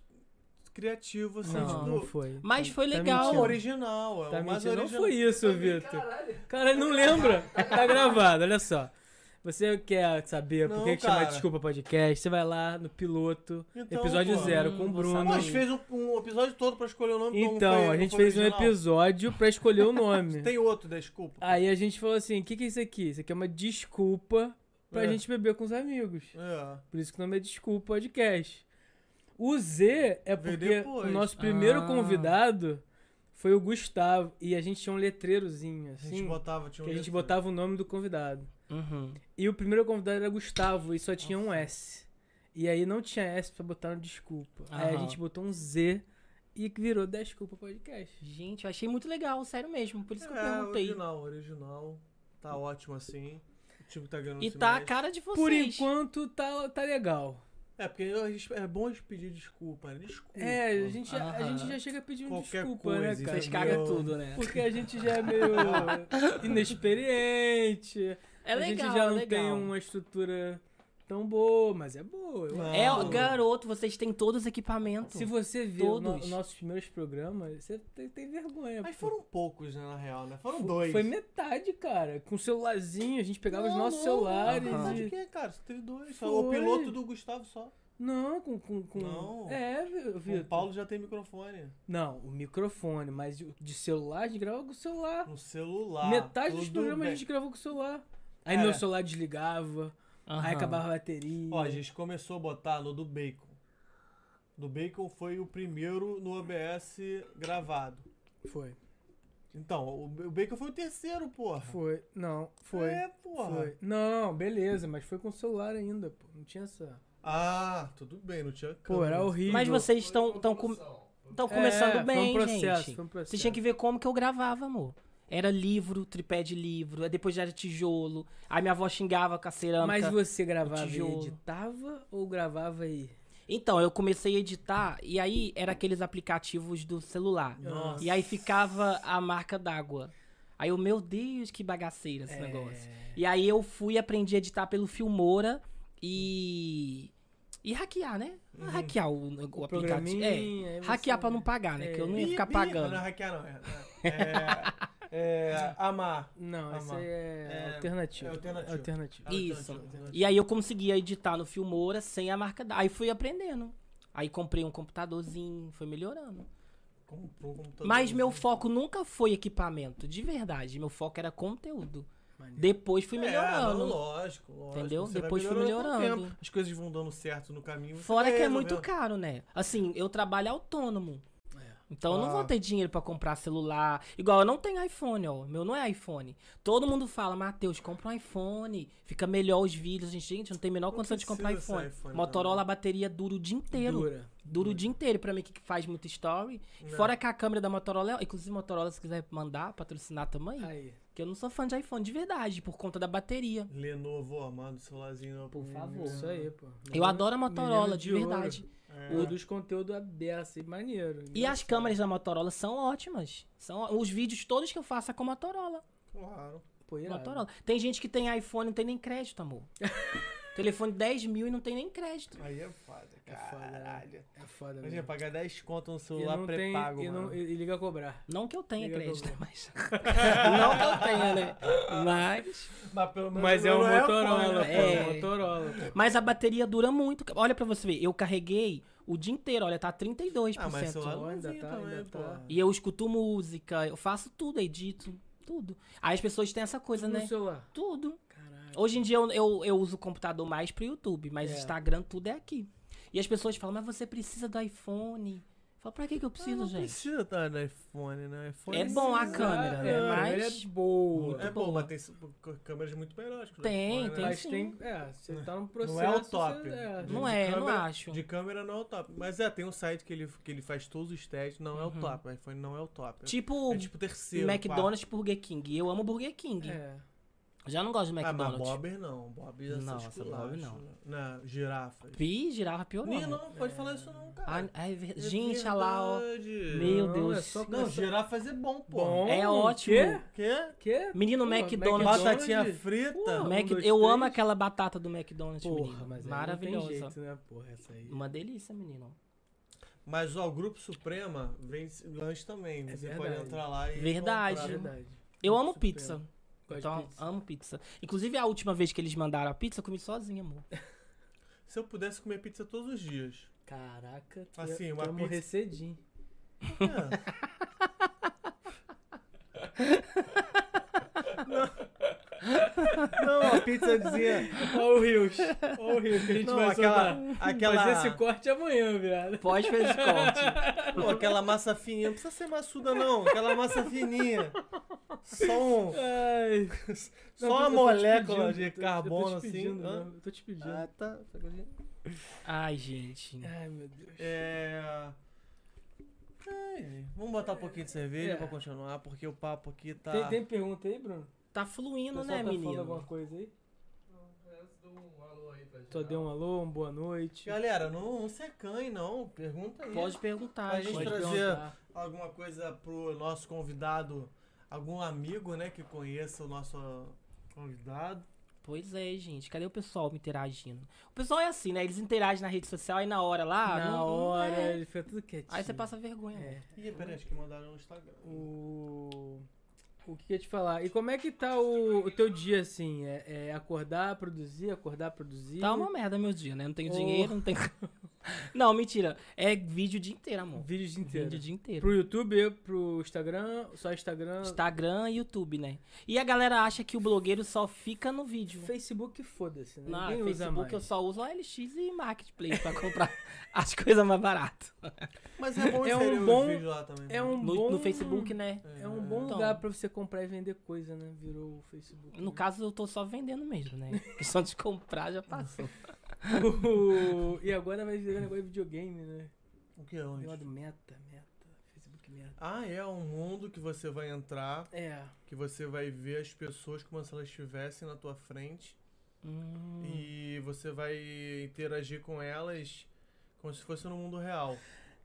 [SPEAKER 2] criativo, assim,
[SPEAKER 1] não,
[SPEAKER 2] tipo...
[SPEAKER 1] não foi.
[SPEAKER 3] Mas foi
[SPEAKER 1] Tá
[SPEAKER 3] legal.
[SPEAKER 2] não,
[SPEAKER 1] mentindo.
[SPEAKER 2] original, é
[SPEAKER 1] Tá
[SPEAKER 2] o mais
[SPEAKER 1] mentindo. Não
[SPEAKER 2] original.
[SPEAKER 1] foi isso, Vitor. Cara, ele não lembra. Tá gravado, olha só. Você quer saber por
[SPEAKER 2] Não,
[SPEAKER 1] que, que chama
[SPEAKER 2] cara.
[SPEAKER 1] Desculpa Podcast? Você vai lá no piloto,
[SPEAKER 2] Então,
[SPEAKER 1] episódio
[SPEAKER 2] pô.
[SPEAKER 1] zero, com
[SPEAKER 3] Hum,
[SPEAKER 1] o
[SPEAKER 3] vou
[SPEAKER 1] Bruno.
[SPEAKER 3] saber.
[SPEAKER 2] Mas fez um, um episódio todo pra escolher o nome não foi-
[SPEAKER 1] Então, a
[SPEAKER 2] não
[SPEAKER 1] gente
[SPEAKER 2] foi
[SPEAKER 1] fez um
[SPEAKER 2] original.
[SPEAKER 1] episódio pra escolher o nome.
[SPEAKER 2] Tem outro, desculpa.
[SPEAKER 1] Aí a gente falou assim: o que, que é isso aqui? Isso aqui é uma desculpa pra
[SPEAKER 2] É.
[SPEAKER 1] gente beber com os amigos.
[SPEAKER 2] É.
[SPEAKER 1] Por isso que o nome é Desculpa Podcast. O Z é
[SPEAKER 2] Veio
[SPEAKER 1] porque
[SPEAKER 2] depois.
[SPEAKER 1] o nosso primeiro
[SPEAKER 3] Ah.
[SPEAKER 1] convidado foi o Gustavo. E a gente tinha um letreirozinho,
[SPEAKER 2] A gente
[SPEAKER 1] assim.
[SPEAKER 2] botava, tinha um
[SPEAKER 1] que a gente
[SPEAKER 2] letreiro.
[SPEAKER 1] botava o nome do convidado.
[SPEAKER 3] Uhum.
[SPEAKER 1] E o primeiro convidado era Gustavo e só tinha um S. E aí não tinha S pra botar no desculpa. Aí a
[SPEAKER 3] Aham.
[SPEAKER 1] gente botou um Z e virou Desculpa Podcast.
[SPEAKER 3] Gente, eu achei muito legal, sério mesmo. Por isso que eu
[SPEAKER 2] É,
[SPEAKER 1] um
[SPEAKER 3] perguntei.
[SPEAKER 2] original, original. Tá ótimo assim. O time tá ganhando
[SPEAKER 3] E
[SPEAKER 2] esse
[SPEAKER 3] tá a
[SPEAKER 2] mês.
[SPEAKER 3] cara de vocês.
[SPEAKER 1] Por enquanto tá, tá legal.
[SPEAKER 2] É, porque a gente- é bom a gente pedir desculpa, né? Desculpa.
[SPEAKER 1] É, a gente, já- a
[SPEAKER 3] Tipo, Aham.
[SPEAKER 1] gente já chega pedindo
[SPEAKER 2] Qualquer
[SPEAKER 1] desculpa,
[SPEAKER 2] coisa,
[SPEAKER 1] né, cara?
[SPEAKER 3] Vocês cagam
[SPEAKER 2] Meu.
[SPEAKER 3] tudo, né?
[SPEAKER 1] Porque a gente já é meio inexperiente.
[SPEAKER 3] É
[SPEAKER 1] a gente
[SPEAKER 3] legal,
[SPEAKER 1] já
[SPEAKER 3] é
[SPEAKER 1] não
[SPEAKER 3] legal.
[SPEAKER 1] tem uma estrutura tão boa, mas é boa. eu
[SPEAKER 2] Não.
[SPEAKER 1] acho.
[SPEAKER 3] É,
[SPEAKER 2] Ah.
[SPEAKER 3] garoto, vocês têm todos os equipamentos.
[SPEAKER 1] Se você viu o no,
[SPEAKER 3] Todos.
[SPEAKER 1] nossos primeiros programas, você tem, tem vergonha.
[SPEAKER 2] Mas
[SPEAKER 1] pô.
[SPEAKER 2] foram poucos, né, na real, né? Foram
[SPEAKER 1] Fo-
[SPEAKER 2] dois.
[SPEAKER 1] Foi metade, cara. Com o celularzinho, a gente pegava os
[SPEAKER 2] Não,
[SPEAKER 1] nossos
[SPEAKER 2] não,
[SPEAKER 1] celulares.
[SPEAKER 2] Não,
[SPEAKER 1] e-
[SPEAKER 2] de quê, cara? Só teve dois. Só o
[SPEAKER 1] Foi.
[SPEAKER 2] piloto do Gustavo só.
[SPEAKER 1] Não, com. com, com...
[SPEAKER 2] Não.
[SPEAKER 1] É, viu,
[SPEAKER 2] O
[SPEAKER 1] Vitor?
[SPEAKER 2] Paulo já tem microfone.
[SPEAKER 1] Não, o microfone, mas de, de celular, a gente gravava com o celular.
[SPEAKER 2] No Um celular.
[SPEAKER 1] Metade
[SPEAKER 2] pelo
[SPEAKER 1] dos programas a
[SPEAKER 2] Dubeck.
[SPEAKER 1] gente gravou com o celular. Aí
[SPEAKER 2] Cara.
[SPEAKER 1] meu celular desligava, aí acabava a bateria.
[SPEAKER 2] Ó, a gente começou a botar no do Bacon. Do Bacon foi o primeiro no OBS gravado.
[SPEAKER 1] Foi.
[SPEAKER 2] Então, o o Bacon foi o terceiro, porra.
[SPEAKER 1] Foi. Não, foi.
[SPEAKER 2] É, porra.
[SPEAKER 1] Foi. Não, beleza, mas foi com o celular ainda, pô. Não tinha essa.
[SPEAKER 2] Ah, tudo bem, não tinha
[SPEAKER 1] Pô,
[SPEAKER 2] câmera.
[SPEAKER 1] era horrível.
[SPEAKER 3] Mas vocês estão tão com- tão começando
[SPEAKER 1] É,
[SPEAKER 3] bem,
[SPEAKER 1] foi um processo,
[SPEAKER 3] gente.
[SPEAKER 1] foi um processo.
[SPEAKER 3] Vocês tinham que ver como que eu gravava, amor. Era livro, tripé de livro, aí depois já era tijolo. Aí minha avó xingava com a cerâmica.
[SPEAKER 1] Mas você gravava e
[SPEAKER 3] tijolo.
[SPEAKER 1] editava ou gravava e. é,
[SPEAKER 3] Então, eu comecei a editar e aí era aqueles aplicativos do celular.
[SPEAKER 2] Nossa.
[SPEAKER 3] E aí ficava a marca d'água. Aí eu, meu Deus, que
[SPEAKER 1] É.
[SPEAKER 3] bagaceira esse negócio. E aí eu fui e aprendi a editar pelo Filmora e. E hackear, né?
[SPEAKER 2] Uhum.
[SPEAKER 3] Hackear o, o aplicativo.
[SPEAKER 1] programinha,
[SPEAKER 3] É.
[SPEAKER 1] aí você-
[SPEAKER 3] Hackear pra não pagar, né? Que eu não ia
[SPEAKER 2] Bi,
[SPEAKER 3] ficar
[SPEAKER 2] bi.
[SPEAKER 3] pagando.
[SPEAKER 2] Não, não é hackear, não. É, é, é, amar.
[SPEAKER 1] Não,
[SPEAKER 2] Ah,
[SPEAKER 1] essa
[SPEAKER 2] mano.
[SPEAKER 1] é,
[SPEAKER 2] É-
[SPEAKER 1] alternativa.
[SPEAKER 2] é alternativa.
[SPEAKER 1] Alternativa.
[SPEAKER 2] Ah,
[SPEAKER 3] Isso.
[SPEAKER 2] então, então, então.
[SPEAKER 3] E aí eu conseguia editar no Filmora sem a marca d'água. Aí fui aprendendo. Aí comprei um computadorzinho, foi melhorando.
[SPEAKER 2] Comprou o computador.
[SPEAKER 3] Mas meu foco nunca foi equipamento, de verdade. Meu foco era conteúdo. Depois fui
[SPEAKER 2] É, não,
[SPEAKER 3] melhorando.
[SPEAKER 2] lógico, lógico.
[SPEAKER 3] Entendeu?
[SPEAKER 2] Você vai
[SPEAKER 3] Depois fui
[SPEAKER 2] com o
[SPEAKER 3] melhorando.
[SPEAKER 2] tempo. As coisas vão dando certo no caminho. você
[SPEAKER 3] Fora
[SPEAKER 2] vai
[SPEAKER 3] que é
[SPEAKER 2] resolvendo.
[SPEAKER 3] muito caro, né? Assim, eu trabalho autônomo. Então eu não
[SPEAKER 2] Ah.
[SPEAKER 3] vou ter dinheiro pra comprar celular. Igual eu não tenho iPhone, ó. Meu não é iPhone. Todo mundo fala, Matheus, compra um iPhone. Fica melhor os vídeos. Gente, gente, eu não tem a menor
[SPEAKER 2] Não
[SPEAKER 3] condição de comprar
[SPEAKER 2] precisa ser
[SPEAKER 3] iPhone.
[SPEAKER 2] iPhone,
[SPEAKER 3] Motorola,
[SPEAKER 2] não.
[SPEAKER 3] a bateria dura o dia inteiro. Dura,
[SPEAKER 1] Dura.
[SPEAKER 3] o dia inteiro pra mim, que faz muito story.
[SPEAKER 2] Não.
[SPEAKER 3] Fora que a câmera da Motorola, inclusive Motorola, se quiser mandar, patrocinar também.
[SPEAKER 1] Aí.
[SPEAKER 3] Que eu não sou fã de iPhone de verdade, por conta da bateria.
[SPEAKER 2] Lenovo armado, celularzinho. hum,
[SPEAKER 3] Por favor.
[SPEAKER 1] é Isso aí, pô.
[SPEAKER 3] Eu adoro a Motorola,
[SPEAKER 1] Menino
[SPEAKER 3] de,
[SPEAKER 1] ouro.
[SPEAKER 3] verdade.
[SPEAKER 2] É.
[SPEAKER 1] Produz conteúdo abessa e maneiro.
[SPEAKER 3] E as câmeras da Motorola são ótimas. São ó- os vídeos todos que eu faço é com Motorola.
[SPEAKER 2] Claro.
[SPEAKER 1] Pô, irado.
[SPEAKER 3] Motorola. Tem gente que tem iPhone e não tem nem crédito, amor. Telefone 10 mil e não tem nem crédito.
[SPEAKER 2] Aí é foda,
[SPEAKER 1] foda, né?
[SPEAKER 2] caralho.
[SPEAKER 1] É foda
[SPEAKER 2] Imagina,
[SPEAKER 1] mesmo.
[SPEAKER 2] pagar 10 conto no
[SPEAKER 1] E
[SPEAKER 2] celular
[SPEAKER 1] não tem-
[SPEAKER 2] pré-pago,
[SPEAKER 1] e, não-
[SPEAKER 2] mano.
[SPEAKER 1] e- e liga a cobrar.
[SPEAKER 3] Não que eu tenha
[SPEAKER 1] Liga pra
[SPEAKER 3] crédito,
[SPEAKER 1] mim.
[SPEAKER 3] mas. não que eu tenha, né? Mas.
[SPEAKER 2] Mas, pelo menos
[SPEAKER 1] Mas é
[SPEAKER 2] não
[SPEAKER 1] um
[SPEAKER 2] iPhone,
[SPEAKER 1] Motorola,
[SPEAKER 2] né?
[SPEAKER 1] pô.
[SPEAKER 3] É.
[SPEAKER 1] Motorola, pô.
[SPEAKER 3] Mas a bateria dura muito. Olha pra você ver, eu carreguei o dia inteiro, olha, tá 32%.
[SPEAKER 2] Ah, mas celular
[SPEAKER 1] Ainda
[SPEAKER 2] novinho
[SPEAKER 1] tá,
[SPEAKER 2] também,
[SPEAKER 1] ainda
[SPEAKER 2] pô.
[SPEAKER 1] tá.
[SPEAKER 3] E eu escuto música, eu faço tudo, edito, tudo. Aí as pessoas têm essa coisa,
[SPEAKER 1] No
[SPEAKER 3] né?
[SPEAKER 1] celular.
[SPEAKER 3] Tudo.
[SPEAKER 1] Caralho.
[SPEAKER 3] Hoje em dia eu, eu, eu uso o computador mais pro YouTube, mas
[SPEAKER 1] É.
[SPEAKER 3] Instagram tudo é aqui. E as pessoas falam, mas você precisa do iPhone. Eu falo, pra que,
[SPEAKER 1] Ah,
[SPEAKER 3] que eu preciso,
[SPEAKER 2] não
[SPEAKER 3] gente?
[SPEAKER 2] precisa estar no iPhone, né? iPhone
[SPEAKER 3] É bom a
[SPEAKER 2] precisa-
[SPEAKER 3] câmera, né?
[SPEAKER 1] É, a
[SPEAKER 3] Mas-
[SPEAKER 1] câmera é boa.
[SPEAKER 2] É
[SPEAKER 3] Muito
[SPEAKER 2] bom,
[SPEAKER 3] boa.
[SPEAKER 2] mas tem s- c- câmeras muito melhores que o
[SPEAKER 3] Tem,
[SPEAKER 2] iPhone, né?
[SPEAKER 1] Mas
[SPEAKER 3] sim.
[SPEAKER 1] tem. É, você tá num processo.
[SPEAKER 2] Não é o top.
[SPEAKER 1] você- é.
[SPEAKER 3] Não é, eu não
[SPEAKER 2] câmera-
[SPEAKER 3] acho.
[SPEAKER 2] De câmera não é o top. Mas é, tem um site que ele, que ele faz todos os testes, não é o top. O iPhone não é o top.
[SPEAKER 3] Uhum. Tipo,
[SPEAKER 2] é tipo terceiro. quarto.
[SPEAKER 3] McDonald's Burger King. Eu amo Burger King.
[SPEAKER 1] É.
[SPEAKER 3] Já não gosto de
[SPEAKER 2] Ah, mas
[SPEAKER 3] McDonald's.
[SPEAKER 2] Bobber não. Bobber é
[SPEAKER 3] Não,
[SPEAKER 2] essas
[SPEAKER 3] essa Bobber não.
[SPEAKER 2] culachas, né? Não, girafas.
[SPEAKER 3] Pi, Tipo, girava pior
[SPEAKER 2] Ih,
[SPEAKER 3] não.
[SPEAKER 2] não pode falar isso não, cara.
[SPEAKER 3] Ah, é ver- Gente, olha lá, ó.
[SPEAKER 2] Meu...
[SPEAKER 3] Meu
[SPEAKER 1] Não,
[SPEAKER 3] Deus.
[SPEAKER 1] é só
[SPEAKER 2] Não,
[SPEAKER 1] começar-
[SPEAKER 2] girafas é bom, pô.
[SPEAKER 1] Bom,
[SPEAKER 3] É
[SPEAKER 1] o
[SPEAKER 3] ótimo.
[SPEAKER 1] quê?
[SPEAKER 2] Quê?
[SPEAKER 1] Quê?
[SPEAKER 3] Menino
[SPEAKER 1] Pô,
[SPEAKER 3] McDonald's.
[SPEAKER 1] McDonald's.
[SPEAKER 2] Batatinha
[SPEAKER 1] Pô,
[SPEAKER 2] frita.
[SPEAKER 3] Mac-
[SPEAKER 1] Um, dois,
[SPEAKER 3] eu amo
[SPEAKER 1] três.
[SPEAKER 3] aquela batata do McDonald's,
[SPEAKER 1] Porra,
[SPEAKER 3] menino.
[SPEAKER 1] mas aí Não tem
[SPEAKER 3] Maravilhosa.
[SPEAKER 1] jeito, né? Porra, essa aí.
[SPEAKER 3] Uma delícia, menino.
[SPEAKER 2] Mas, ó, o Grupo Suprema vende lanche também.
[SPEAKER 1] É
[SPEAKER 2] Você
[SPEAKER 1] verdade.
[SPEAKER 2] pode entrar lá e
[SPEAKER 3] Verdade.
[SPEAKER 2] comprar.
[SPEAKER 1] Verdade.
[SPEAKER 3] Eu amo
[SPEAKER 1] Super.
[SPEAKER 3] pizza.
[SPEAKER 1] Gosto
[SPEAKER 3] então,
[SPEAKER 1] de pizza.
[SPEAKER 3] amo pizza. Inclusive, a última vez que eles mandaram a pizza, eu comi sozinha, amor.
[SPEAKER 2] Se eu pudesse comer pizza todos os dias.
[SPEAKER 1] Caraca, tu
[SPEAKER 2] Assim,
[SPEAKER 1] ia, tu
[SPEAKER 2] uma
[SPEAKER 1] ia morrer cedinho.
[SPEAKER 2] É. não. não, a pizzazinha.
[SPEAKER 1] Olha o Rios. Olha o Rios que a gente
[SPEAKER 2] Não,
[SPEAKER 1] vai
[SPEAKER 2] aquela.
[SPEAKER 1] soltar.
[SPEAKER 2] Aquela,
[SPEAKER 1] Fazer esse corte é amanhã, viado.
[SPEAKER 3] Pode fazer esse corte.
[SPEAKER 2] pô, aquela massa fininha. Não precisa ser maçuda, não. Aquela massa fininha. Só um.
[SPEAKER 1] Ai.
[SPEAKER 2] Só
[SPEAKER 1] Não,
[SPEAKER 2] uma
[SPEAKER 1] eu tô te
[SPEAKER 2] molécula
[SPEAKER 1] pedindo,
[SPEAKER 2] de
[SPEAKER 1] eu tô-
[SPEAKER 2] carbono
[SPEAKER 1] eu tô te
[SPEAKER 2] assim.
[SPEAKER 1] pedindo,
[SPEAKER 2] hã?
[SPEAKER 1] né? Eu tô te pedindo.
[SPEAKER 2] Ah, tá.
[SPEAKER 3] Ai, gente.
[SPEAKER 1] Ai, meu Deus.
[SPEAKER 2] É. Ai, Vamos botar um pouquinho de cerveja
[SPEAKER 1] É.
[SPEAKER 2] pra continuar, porque o papo aqui tá.
[SPEAKER 1] Tem, tem pergunta aí, Bruno?
[SPEAKER 3] Tá
[SPEAKER 1] O
[SPEAKER 3] fluindo,
[SPEAKER 1] pessoal tá
[SPEAKER 3] né,
[SPEAKER 1] falando alguma
[SPEAKER 3] menino?
[SPEAKER 1] coisa aí?
[SPEAKER 4] dou um alô aí pra gente.
[SPEAKER 1] Só deu um alô, uma boa noite.
[SPEAKER 2] Galera, não, não se acanhe, não. Pergunta aí.
[SPEAKER 3] Pode perguntar.
[SPEAKER 2] A gente
[SPEAKER 3] pode
[SPEAKER 2] trazer-
[SPEAKER 3] perguntar.
[SPEAKER 2] Alguma coisa pro nosso convidado, algum amigo, né, que conheça o nosso convidado.
[SPEAKER 3] Pois é, gente. Cadê o pessoal me interagindo? O pessoal é assim, né? Eles interagem na rede social e na hora lá.
[SPEAKER 1] Na
[SPEAKER 3] Ah, não- não
[SPEAKER 1] hora,
[SPEAKER 3] é.
[SPEAKER 1] ele fica tudo quietinho.
[SPEAKER 3] Aí você passa vergonha.
[SPEAKER 1] É.
[SPEAKER 2] Ih, peraí, acho que mandaram no Instagram.
[SPEAKER 1] O. O que eu ia te falar? E como é que tá o, o teu dia assim? É, é acordar, produzir, acordar, produzir?
[SPEAKER 3] Tá uma merda meu dia, né? Não tenho
[SPEAKER 1] Ô.
[SPEAKER 3] dinheiro, não tenho. não, mentira. É vídeo o dia inteiro, amor.
[SPEAKER 1] Vídeo o dia inteiro.
[SPEAKER 3] Vídeo o dia inteiro.
[SPEAKER 1] Pro YouTube, pro Instagram, só Instagram.
[SPEAKER 3] Instagram e YouTube, né? E a galera acha que o blogueiro só fica no vídeo.
[SPEAKER 1] Facebook, foda-se, né?
[SPEAKER 3] Não, é
[SPEAKER 1] Ninguém
[SPEAKER 3] Facebook
[SPEAKER 1] usa mais.
[SPEAKER 3] eu só uso OLX e Marketplace pra comprar as coisas mais baratas.
[SPEAKER 2] Mas é bom
[SPEAKER 1] É um
[SPEAKER 2] inserir os
[SPEAKER 1] bom-
[SPEAKER 2] vídeos lá também. né?
[SPEAKER 1] É um
[SPEAKER 3] No,
[SPEAKER 1] bom...
[SPEAKER 3] no Facebook, né?
[SPEAKER 1] É um bom
[SPEAKER 3] Então.
[SPEAKER 1] lugar pra você comprar e vender coisa, né? Virou o Facebook.
[SPEAKER 3] No
[SPEAKER 1] né?
[SPEAKER 3] caso, eu tô só vendendo mesmo, né? A questão de comprar já passou.
[SPEAKER 1] O- e agora vai virar negócio de videogame, né?
[SPEAKER 2] O que é onde?
[SPEAKER 1] Negócio do meta, meta, Facebook meta.
[SPEAKER 2] Ah, é um mundo que você vai entrar,
[SPEAKER 1] É.
[SPEAKER 2] que você vai ver as pessoas como se elas estivessem na tua frente.
[SPEAKER 3] Hum.
[SPEAKER 2] E você vai interagir com elas como se fosse no mundo real.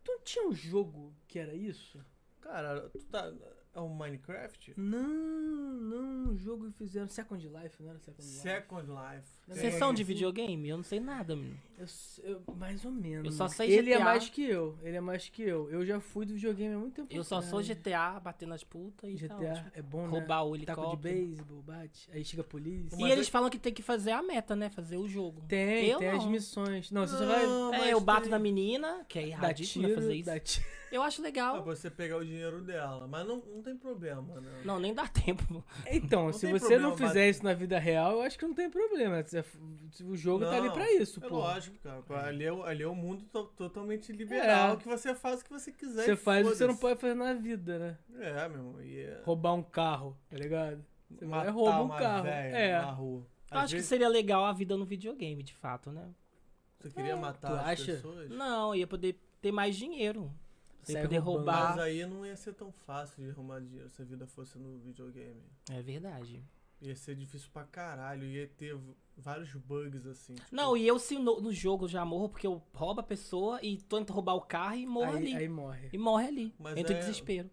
[SPEAKER 1] Tu não tinha um jogo que era isso?
[SPEAKER 2] Cara, tu tá. É um Minecraft?
[SPEAKER 1] Não, não, um jogo que fizeram Second Life, não era Second Life?
[SPEAKER 2] Second Life.
[SPEAKER 1] Não,
[SPEAKER 2] Tem
[SPEAKER 3] Vocês são de
[SPEAKER 1] eu-
[SPEAKER 3] videogame? Eu não sei nada, menino.
[SPEAKER 1] Eu s- eu- mais ou menos.
[SPEAKER 3] Eu só
[SPEAKER 1] mano.
[SPEAKER 3] sei
[SPEAKER 1] Ele é
[SPEAKER 3] GTA.
[SPEAKER 1] mais que eu, ele é mais que eu. Eu já fui do videogame há muito tempo
[SPEAKER 3] Eu só sou
[SPEAKER 1] atrás.
[SPEAKER 3] GTA, batendo as putas e tá
[SPEAKER 1] GTA
[SPEAKER 3] ótimo.
[SPEAKER 1] é bom, né?
[SPEAKER 3] Roubar o
[SPEAKER 1] Taco de
[SPEAKER 3] helicóptero.
[SPEAKER 1] beisebol, bate, aí chega a polícia.
[SPEAKER 3] E
[SPEAKER 2] Mas
[SPEAKER 3] eles
[SPEAKER 2] eu-
[SPEAKER 3] falam que tem que fazer a meta, né? Fazer o jogo.
[SPEAKER 1] Tem,
[SPEAKER 3] Eu
[SPEAKER 1] tem as
[SPEAKER 3] não.
[SPEAKER 1] missões. Não, você só vai
[SPEAKER 2] Não, mas
[SPEAKER 3] É, eu bato
[SPEAKER 2] tem-
[SPEAKER 3] na menina, que é
[SPEAKER 1] dar
[SPEAKER 3] erradíssimo né,
[SPEAKER 1] tiro, Tá
[SPEAKER 3] fazer isso.
[SPEAKER 1] dar tiro.
[SPEAKER 3] Eu acho
[SPEAKER 2] Ah, Pra
[SPEAKER 3] legal.
[SPEAKER 2] você pegar o dinheiro dela. Mas não, não tem problema, né?
[SPEAKER 3] Não, nem dá tempo.
[SPEAKER 1] Então,
[SPEAKER 2] Não
[SPEAKER 1] se
[SPEAKER 2] tem
[SPEAKER 1] você
[SPEAKER 2] problema,
[SPEAKER 1] não fizer isso na vida real, eu acho que não tem problema. Se- é se O jogo tá ali
[SPEAKER 2] Não,
[SPEAKER 1] pra isso,
[SPEAKER 2] É
[SPEAKER 1] pô.
[SPEAKER 2] lógico, cara. Ali é, o- ali é o mundo to- totalmente liberal
[SPEAKER 1] É.
[SPEAKER 2] que você faz o que você quiser.
[SPEAKER 1] Você
[SPEAKER 2] e
[SPEAKER 1] faz o que você não
[SPEAKER 2] foda-se.
[SPEAKER 1] pode fazer na vida, né?
[SPEAKER 2] É, meu irmão. E é...
[SPEAKER 1] Roubar um carro, tá ligado? Você vai
[SPEAKER 2] Matar
[SPEAKER 1] e rouba um
[SPEAKER 2] uma
[SPEAKER 1] carro.
[SPEAKER 2] véia
[SPEAKER 1] É.
[SPEAKER 2] na rua.
[SPEAKER 3] Eu
[SPEAKER 2] Às
[SPEAKER 3] acho que
[SPEAKER 2] vezes,
[SPEAKER 3] seria legal a vida no videogame, de fato, né?
[SPEAKER 2] você queria matar
[SPEAKER 1] É. tu
[SPEAKER 2] as
[SPEAKER 1] acha?
[SPEAKER 2] pessoas.
[SPEAKER 3] Não, ia poder ter mais dinheiro. Você ia
[SPEAKER 1] Sai
[SPEAKER 3] poder
[SPEAKER 1] roubando.
[SPEAKER 3] roubar.
[SPEAKER 2] Mas aí não ia ser tão fácil de arrumar dinheiro se a vida fosse no videogame.
[SPEAKER 3] É verdade.
[SPEAKER 2] Ia ser difícil pra caralho. Ia ter v- vários bugs assim. tipo,
[SPEAKER 3] Não, e eu se no, no jogo eu já morro porque eu roubo a pessoa e tento roubar o carro e morro ali.
[SPEAKER 1] Aí, aí morre.
[SPEAKER 3] E morre ali.
[SPEAKER 2] Mas
[SPEAKER 3] entra
[SPEAKER 2] é-
[SPEAKER 3] em desespero.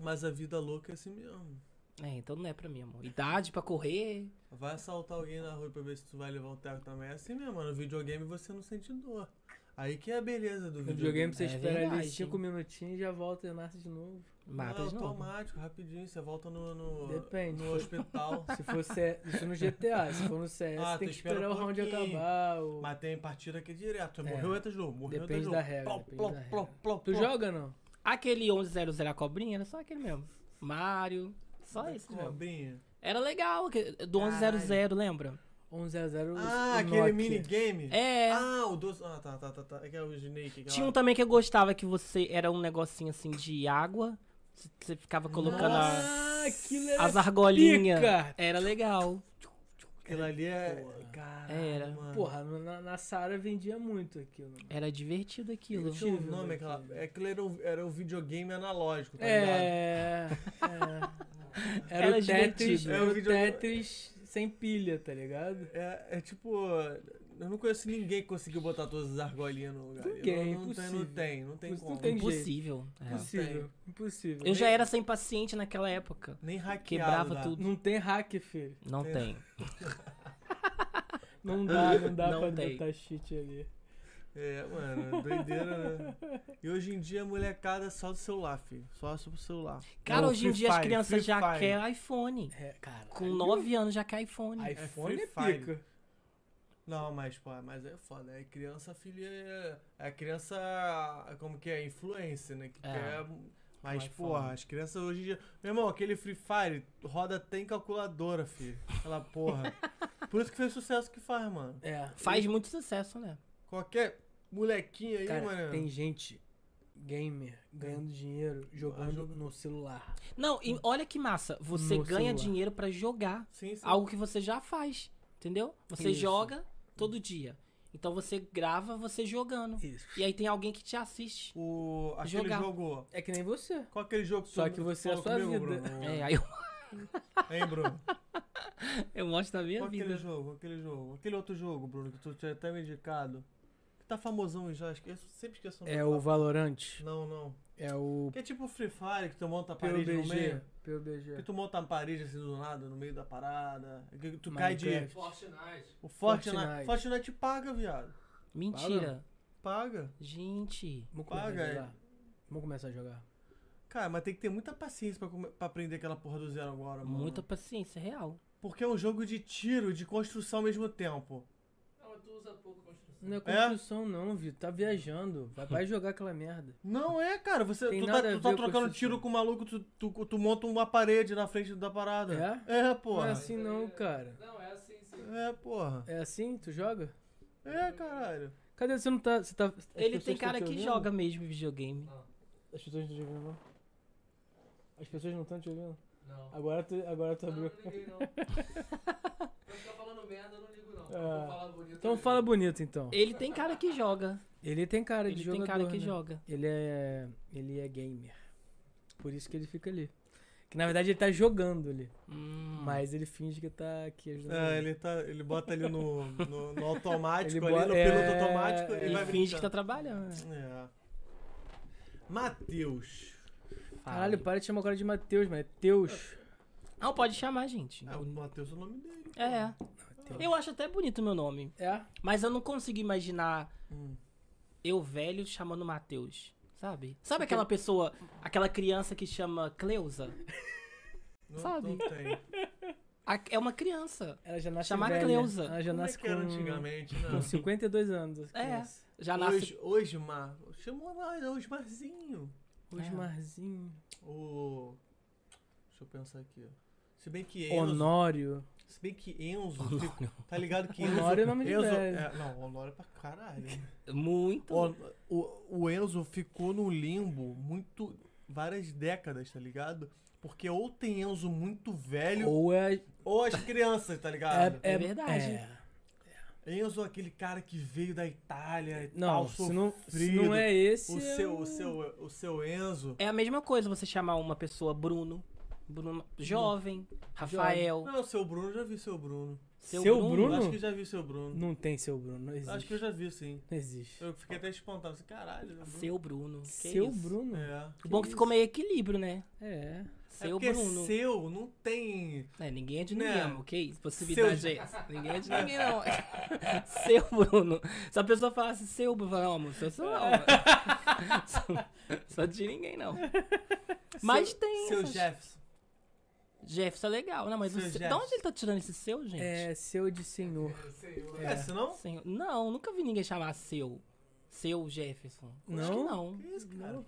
[SPEAKER 2] Mas a vida louca é assim mesmo.
[SPEAKER 3] É, então não é pra mim, amor. Idade pra correr.
[SPEAKER 2] Vai assaltar alguém na rua pra ver se tu vai levar um teco também. É assim mesmo, mano. No videogame você não sente dor. Aí que é a beleza do
[SPEAKER 1] No videogame
[SPEAKER 2] videogame.
[SPEAKER 1] você
[SPEAKER 3] É
[SPEAKER 1] espera ali
[SPEAKER 3] verdade.
[SPEAKER 1] 5 minutinhos e já volta e nasce de novo.
[SPEAKER 3] Mata
[SPEAKER 2] não, é
[SPEAKER 3] de novo.
[SPEAKER 2] automático, rapidinho. Você volta no, no,
[SPEAKER 1] Depende.
[SPEAKER 2] no hospital.
[SPEAKER 1] Se for C- isso no GTA, se for no CS,
[SPEAKER 2] Ah,
[SPEAKER 1] tem
[SPEAKER 2] tu
[SPEAKER 1] que
[SPEAKER 2] espera
[SPEAKER 1] esperar
[SPEAKER 2] um
[SPEAKER 1] o round
[SPEAKER 2] pouquinho.
[SPEAKER 1] acabar. ou-
[SPEAKER 2] Mas tem partida que é direto.
[SPEAKER 1] É.
[SPEAKER 2] Morreu, entra de novo. Morreu, entra de
[SPEAKER 1] Depende
[SPEAKER 2] novo.
[SPEAKER 1] da regra,
[SPEAKER 2] Plop,
[SPEAKER 1] depende
[SPEAKER 2] plop,
[SPEAKER 1] da regra.
[SPEAKER 2] plop, plop,
[SPEAKER 1] Tu
[SPEAKER 2] plop.
[SPEAKER 1] joga ou não?
[SPEAKER 3] É. Aquele 1100 a cobrinha era só aquele mesmo. Mario. Só esse mesmo.
[SPEAKER 2] Cobrinha.
[SPEAKER 3] Era legal. que- Do 1100, lembra?
[SPEAKER 1] 1-0-0.
[SPEAKER 2] Ah, aquele minigame?
[SPEAKER 3] É.
[SPEAKER 2] Ah, o doce. Ah, tá, tá, tá, tá. É que é o Snake. que é
[SPEAKER 3] Tinha
[SPEAKER 2] lá.
[SPEAKER 3] um também que eu gostava que você era um negocinho assim de água. c- Você ficava colocando a-
[SPEAKER 1] Ah, aquilo era
[SPEAKER 3] as argolinhas.
[SPEAKER 1] pica.
[SPEAKER 3] Era legal.
[SPEAKER 2] Aquilo ali é. Caralho,
[SPEAKER 3] Era.
[SPEAKER 2] mano.
[SPEAKER 1] Porra, no- na, na Sara vendia muito aquilo. mano.
[SPEAKER 3] Era divertido aquilo.
[SPEAKER 2] Tinha um
[SPEAKER 1] Tive,
[SPEAKER 2] nome
[SPEAKER 1] né,
[SPEAKER 2] aquela.
[SPEAKER 1] tive.
[SPEAKER 2] Aquilo era um, era um videogame analógico, tá ligado?
[SPEAKER 1] É, é. Era,
[SPEAKER 3] Era
[SPEAKER 1] o Tetris,
[SPEAKER 3] divertido.
[SPEAKER 1] era
[SPEAKER 2] Era um
[SPEAKER 1] o
[SPEAKER 2] vídeo-
[SPEAKER 1] Tetris sem pilha, tá ligado?
[SPEAKER 2] É, é tipo. Eu não conheço ninguém que conseguiu botar todas as argolinhas no lugar.
[SPEAKER 1] Ninguém,
[SPEAKER 2] não, não, tem, não
[SPEAKER 1] impossível.
[SPEAKER 2] tem, não tem
[SPEAKER 1] Não
[SPEAKER 2] como.
[SPEAKER 1] tem jeito.
[SPEAKER 3] Impossível. é.
[SPEAKER 1] Impossível, impossível.
[SPEAKER 3] Eu já era sem paciente naquela época.
[SPEAKER 2] Nem hackeado.
[SPEAKER 3] Quebrava
[SPEAKER 2] dá.
[SPEAKER 3] tudo.
[SPEAKER 1] Não tem hack, filho.
[SPEAKER 3] Não
[SPEAKER 2] Tem.
[SPEAKER 3] tem.
[SPEAKER 1] Não dá, não dá
[SPEAKER 3] Não
[SPEAKER 1] pra
[SPEAKER 3] tem.
[SPEAKER 1] botar cheat ali.
[SPEAKER 2] É, mano, doideira, né? E hoje em dia a molecada é só do celular, filho. Só sobre o celular.
[SPEAKER 3] Cara,
[SPEAKER 2] É o
[SPEAKER 3] hoje em
[SPEAKER 2] Free
[SPEAKER 3] dia as
[SPEAKER 2] Fire, Free
[SPEAKER 3] crianças já
[SPEAKER 2] Fire.
[SPEAKER 3] querem iPhone.
[SPEAKER 1] É, cara.
[SPEAKER 3] Com 9 anos já quer iPhone.
[SPEAKER 1] iPhone
[SPEAKER 2] É
[SPEAKER 1] é,
[SPEAKER 2] Free Fire.
[SPEAKER 1] pica.
[SPEAKER 2] Não, mas, pô, mas é foda. É criança, filha. É, é criança. Como que é? Influência, né? Que
[SPEAKER 3] É.
[SPEAKER 2] quer- Mas,
[SPEAKER 3] iPhone.
[SPEAKER 2] porra, as crianças hoje em dia. Meu irmão, aquele Free Fire roda até em calculadora, filho. Aquela porra. Por isso que fez sucesso que faz, mano.
[SPEAKER 1] É.
[SPEAKER 3] Faz muito sucesso, né?
[SPEAKER 2] Qualquer molequinho aí,
[SPEAKER 1] Cara,
[SPEAKER 2] mano.
[SPEAKER 1] tem gente gamer ganhando dinheiro jogando no celular.
[SPEAKER 3] Não, e olha que massa. Você
[SPEAKER 1] No
[SPEAKER 3] ganha
[SPEAKER 1] celular.
[SPEAKER 3] dinheiro pra jogar.
[SPEAKER 2] Sim, sim.
[SPEAKER 3] Algo que você já faz. Entendeu? Você
[SPEAKER 1] Isso.
[SPEAKER 3] joga todo dia. Então você grava você jogando.
[SPEAKER 1] Isso.
[SPEAKER 3] E aí tem alguém que te assiste.
[SPEAKER 2] O, aquele
[SPEAKER 3] Jogar.
[SPEAKER 2] jogo.
[SPEAKER 1] É que nem você.
[SPEAKER 2] Qual aquele jogo
[SPEAKER 1] Só
[SPEAKER 2] tu
[SPEAKER 1] que você é
[SPEAKER 2] falou
[SPEAKER 1] a sua
[SPEAKER 2] comigo,
[SPEAKER 1] vida.
[SPEAKER 2] Bruno?
[SPEAKER 3] É, aí eu,
[SPEAKER 2] Hein, Bruno?
[SPEAKER 3] eu mostro a minha
[SPEAKER 2] Qual aquele
[SPEAKER 3] vida.
[SPEAKER 2] jogo, aquele jogo, aquele outro jogo, Bruno, que tu tinha até me indicado. Que tá famosão já, esque- eu sempre esqueço o nome.
[SPEAKER 1] É o Valorant.
[SPEAKER 2] Não, não.
[SPEAKER 1] É o
[SPEAKER 2] Que é tipo Free Fire, que tu monta a parede no
[SPEAKER 1] PUBG.
[SPEAKER 2] meio. Que
[SPEAKER 1] PUBG.
[SPEAKER 2] tu monta a parede assim do nada, no meio da parada. Que tu cai de...
[SPEAKER 1] Minecraft.
[SPEAKER 4] Fortnite.
[SPEAKER 2] O Fortnite. Fortnite.
[SPEAKER 1] Fortnite.
[SPEAKER 2] te paga, viado.
[SPEAKER 3] Mentira.
[SPEAKER 2] Paga.
[SPEAKER 3] Gente.
[SPEAKER 1] Vamos começar
[SPEAKER 2] Paga
[SPEAKER 1] a
[SPEAKER 2] aí.
[SPEAKER 1] jogar. Vamos começar a jogar.
[SPEAKER 2] Cara, mas tem que ter muita paciência pra, come- pra aprender aquela porra do zero agora, mano.
[SPEAKER 3] Muita paciência, real.
[SPEAKER 2] Porque é um jogo de tiro, de construção ao mesmo tempo.
[SPEAKER 4] Não, mas tu usa pouco construção.
[SPEAKER 1] Não é construção, não, Vitor. Tá viajando. Vai, vai jogar aquela merda.
[SPEAKER 2] Não é, cara. Você,
[SPEAKER 1] Tem
[SPEAKER 2] tu tá,
[SPEAKER 1] nada a
[SPEAKER 2] tu tá
[SPEAKER 1] ver com
[SPEAKER 2] trocando
[SPEAKER 1] isso,
[SPEAKER 2] tiro
[SPEAKER 1] sim.
[SPEAKER 2] com o maluco, tu, tu, tu monta uma parede na frente da parada. É?
[SPEAKER 1] Não é
[SPEAKER 2] porra.
[SPEAKER 1] assim, não, cara.
[SPEAKER 4] Não, é assim sim.
[SPEAKER 2] É, porra.
[SPEAKER 1] É assim? Tu joga?
[SPEAKER 2] É, caralho.
[SPEAKER 1] Cadê? Você não tá. Você tá as
[SPEAKER 3] Ele
[SPEAKER 1] pessoas
[SPEAKER 3] tem
[SPEAKER 1] tão
[SPEAKER 3] cara
[SPEAKER 1] te
[SPEAKER 3] que
[SPEAKER 1] ouvindo?
[SPEAKER 3] joga mesmo videogame.
[SPEAKER 1] As pessoas não estão te ouvindo, não? As pessoas não estão te ouvindo?
[SPEAKER 4] Não.
[SPEAKER 1] Agora tu, agora tu
[SPEAKER 4] Não,
[SPEAKER 1] abriu.
[SPEAKER 4] não liguei não. Pra ficar falando merda, eu não ligo não. Eu
[SPEAKER 1] Ah.
[SPEAKER 4] Vou falar bonito. eu
[SPEAKER 1] Então
[SPEAKER 4] ligo.
[SPEAKER 1] fala bonito, então.
[SPEAKER 3] Ele tem cara que joga.
[SPEAKER 1] Ele tem cara de
[SPEAKER 3] Ele
[SPEAKER 1] jogador,
[SPEAKER 3] tem cara que
[SPEAKER 1] né?
[SPEAKER 3] joga.
[SPEAKER 1] Ele é. Ele é gamer. Por isso que ele fica ali. Que na verdade ele tá jogando ali.
[SPEAKER 3] Hum.
[SPEAKER 1] Mas ele finge que tá aqui ajudando.
[SPEAKER 2] É,
[SPEAKER 1] ele...
[SPEAKER 2] ele, tá, ele bota ali no, no, no automático,
[SPEAKER 1] Ele
[SPEAKER 2] ali, no
[SPEAKER 1] bota-
[SPEAKER 2] piloto
[SPEAKER 1] é,
[SPEAKER 2] automático, ele,
[SPEAKER 1] ele
[SPEAKER 2] vai
[SPEAKER 3] Ele finge que tá
[SPEAKER 2] brincando.
[SPEAKER 3] trabalhando. né?
[SPEAKER 2] É. Matheus.
[SPEAKER 1] Caralho, para de chamar o cara de Mateus, mano. É Teus.
[SPEAKER 3] Não, pode chamar, gente.
[SPEAKER 2] Ah, o Matheus é o nome dele.
[SPEAKER 3] É. Eu acho até bonito o meu nome.
[SPEAKER 1] É?
[SPEAKER 3] Mas eu não consigo imaginar
[SPEAKER 2] Hum.
[SPEAKER 3] eu velho chamando Matheus. Sabe? Sabe aquela pessoa, aquela criança que chama Cleusa?
[SPEAKER 2] Não,
[SPEAKER 3] Sabe?
[SPEAKER 2] Não tem.
[SPEAKER 3] A- é uma criança.
[SPEAKER 1] Ela já nasce
[SPEAKER 3] Chamar
[SPEAKER 1] velha.
[SPEAKER 3] Cleusa.
[SPEAKER 1] Ela já
[SPEAKER 2] Como é
[SPEAKER 1] nasce
[SPEAKER 2] que era
[SPEAKER 1] com...
[SPEAKER 2] antigamente, né?
[SPEAKER 1] com 52 anos.
[SPEAKER 3] É. Já nasce.
[SPEAKER 2] Hoje, Osmar. Chamou mais, Osmarzinho.
[SPEAKER 3] é.
[SPEAKER 1] Osmarzinho.
[SPEAKER 2] O. Deixa eu pensar aqui, ó. Se bem que Enzo.
[SPEAKER 1] Honório.
[SPEAKER 2] Se bem que Enzo. Tá ligado que Enzo.
[SPEAKER 1] Honório é nome de
[SPEAKER 2] Enzo,
[SPEAKER 1] velho. Então-
[SPEAKER 2] é, Não, Honório é pra caralho.
[SPEAKER 3] Muito.
[SPEAKER 2] O, o, o Enzo ficou num limbo muito. várias décadas, tá ligado? Porque ou tem Enzo muito velho, ou,
[SPEAKER 1] Ou é.
[SPEAKER 2] as crianças, tá ligado?
[SPEAKER 3] É verdade.
[SPEAKER 1] é.
[SPEAKER 2] Enzo é aquele cara que veio da Itália e
[SPEAKER 1] Não,
[SPEAKER 2] tal,
[SPEAKER 1] se não, se
[SPEAKER 2] Tá sofrido.
[SPEAKER 1] não é esse.
[SPEAKER 2] O
[SPEAKER 1] é
[SPEAKER 2] seu,
[SPEAKER 1] um-
[SPEAKER 2] o seu, o seu Enzo.
[SPEAKER 3] É a mesma coisa você chamar uma pessoa Bruno. Bruno jovem, Rafael.
[SPEAKER 2] Não, o seu Bruno, já vi seu Bruno.
[SPEAKER 1] Seu,
[SPEAKER 3] seu
[SPEAKER 1] Bruno?
[SPEAKER 2] Eu acho que já vi seu Bruno.
[SPEAKER 1] Não tem seu Bruno, não existe.
[SPEAKER 2] Acho que eu já vi, sim.
[SPEAKER 1] Não existe.
[SPEAKER 2] Eu fiquei até espantado. Assim, Caralho, né, Bruno?
[SPEAKER 3] Seu Bruno. que
[SPEAKER 1] Seu
[SPEAKER 3] isso?
[SPEAKER 1] Bruno? É.
[SPEAKER 2] É.
[SPEAKER 3] O bom que ficou meio equilíbrio, né?
[SPEAKER 2] É
[SPEAKER 3] Seu
[SPEAKER 2] porque
[SPEAKER 3] Bruno.
[SPEAKER 2] seu não tem.
[SPEAKER 3] É, ninguém é de
[SPEAKER 2] Né?
[SPEAKER 3] ninguém, amor. Que isso? Possibilidade
[SPEAKER 2] Seu-
[SPEAKER 3] é essa. Ninguém é de ninguém, não. seu Bruno. Se a pessoa falasse seu Bruno, eu falava, não, amor, sou seu não. sou, sou de ninguém, não. Mas
[SPEAKER 2] seu,
[SPEAKER 3] tem
[SPEAKER 2] Seu
[SPEAKER 3] essas-
[SPEAKER 2] Jefferson.
[SPEAKER 3] Jefferson é legal. Não, mas
[SPEAKER 2] Seu
[SPEAKER 3] você- de
[SPEAKER 2] Jefferson.
[SPEAKER 3] onde ele tá tirando esse seu, gente?
[SPEAKER 1] É seu de senhor.
[SPEAKER 4] Senhor.
[SPEAKER 2] É, senão.
[SPEAKER 3] Senhor- Não, nunca vi ninguém chamar seu. Seu Jefferson. Acho que
[SPEAKER 1] Não?
[SPEAKER 3] não.
[SPEAKER 2] Que isso, cara?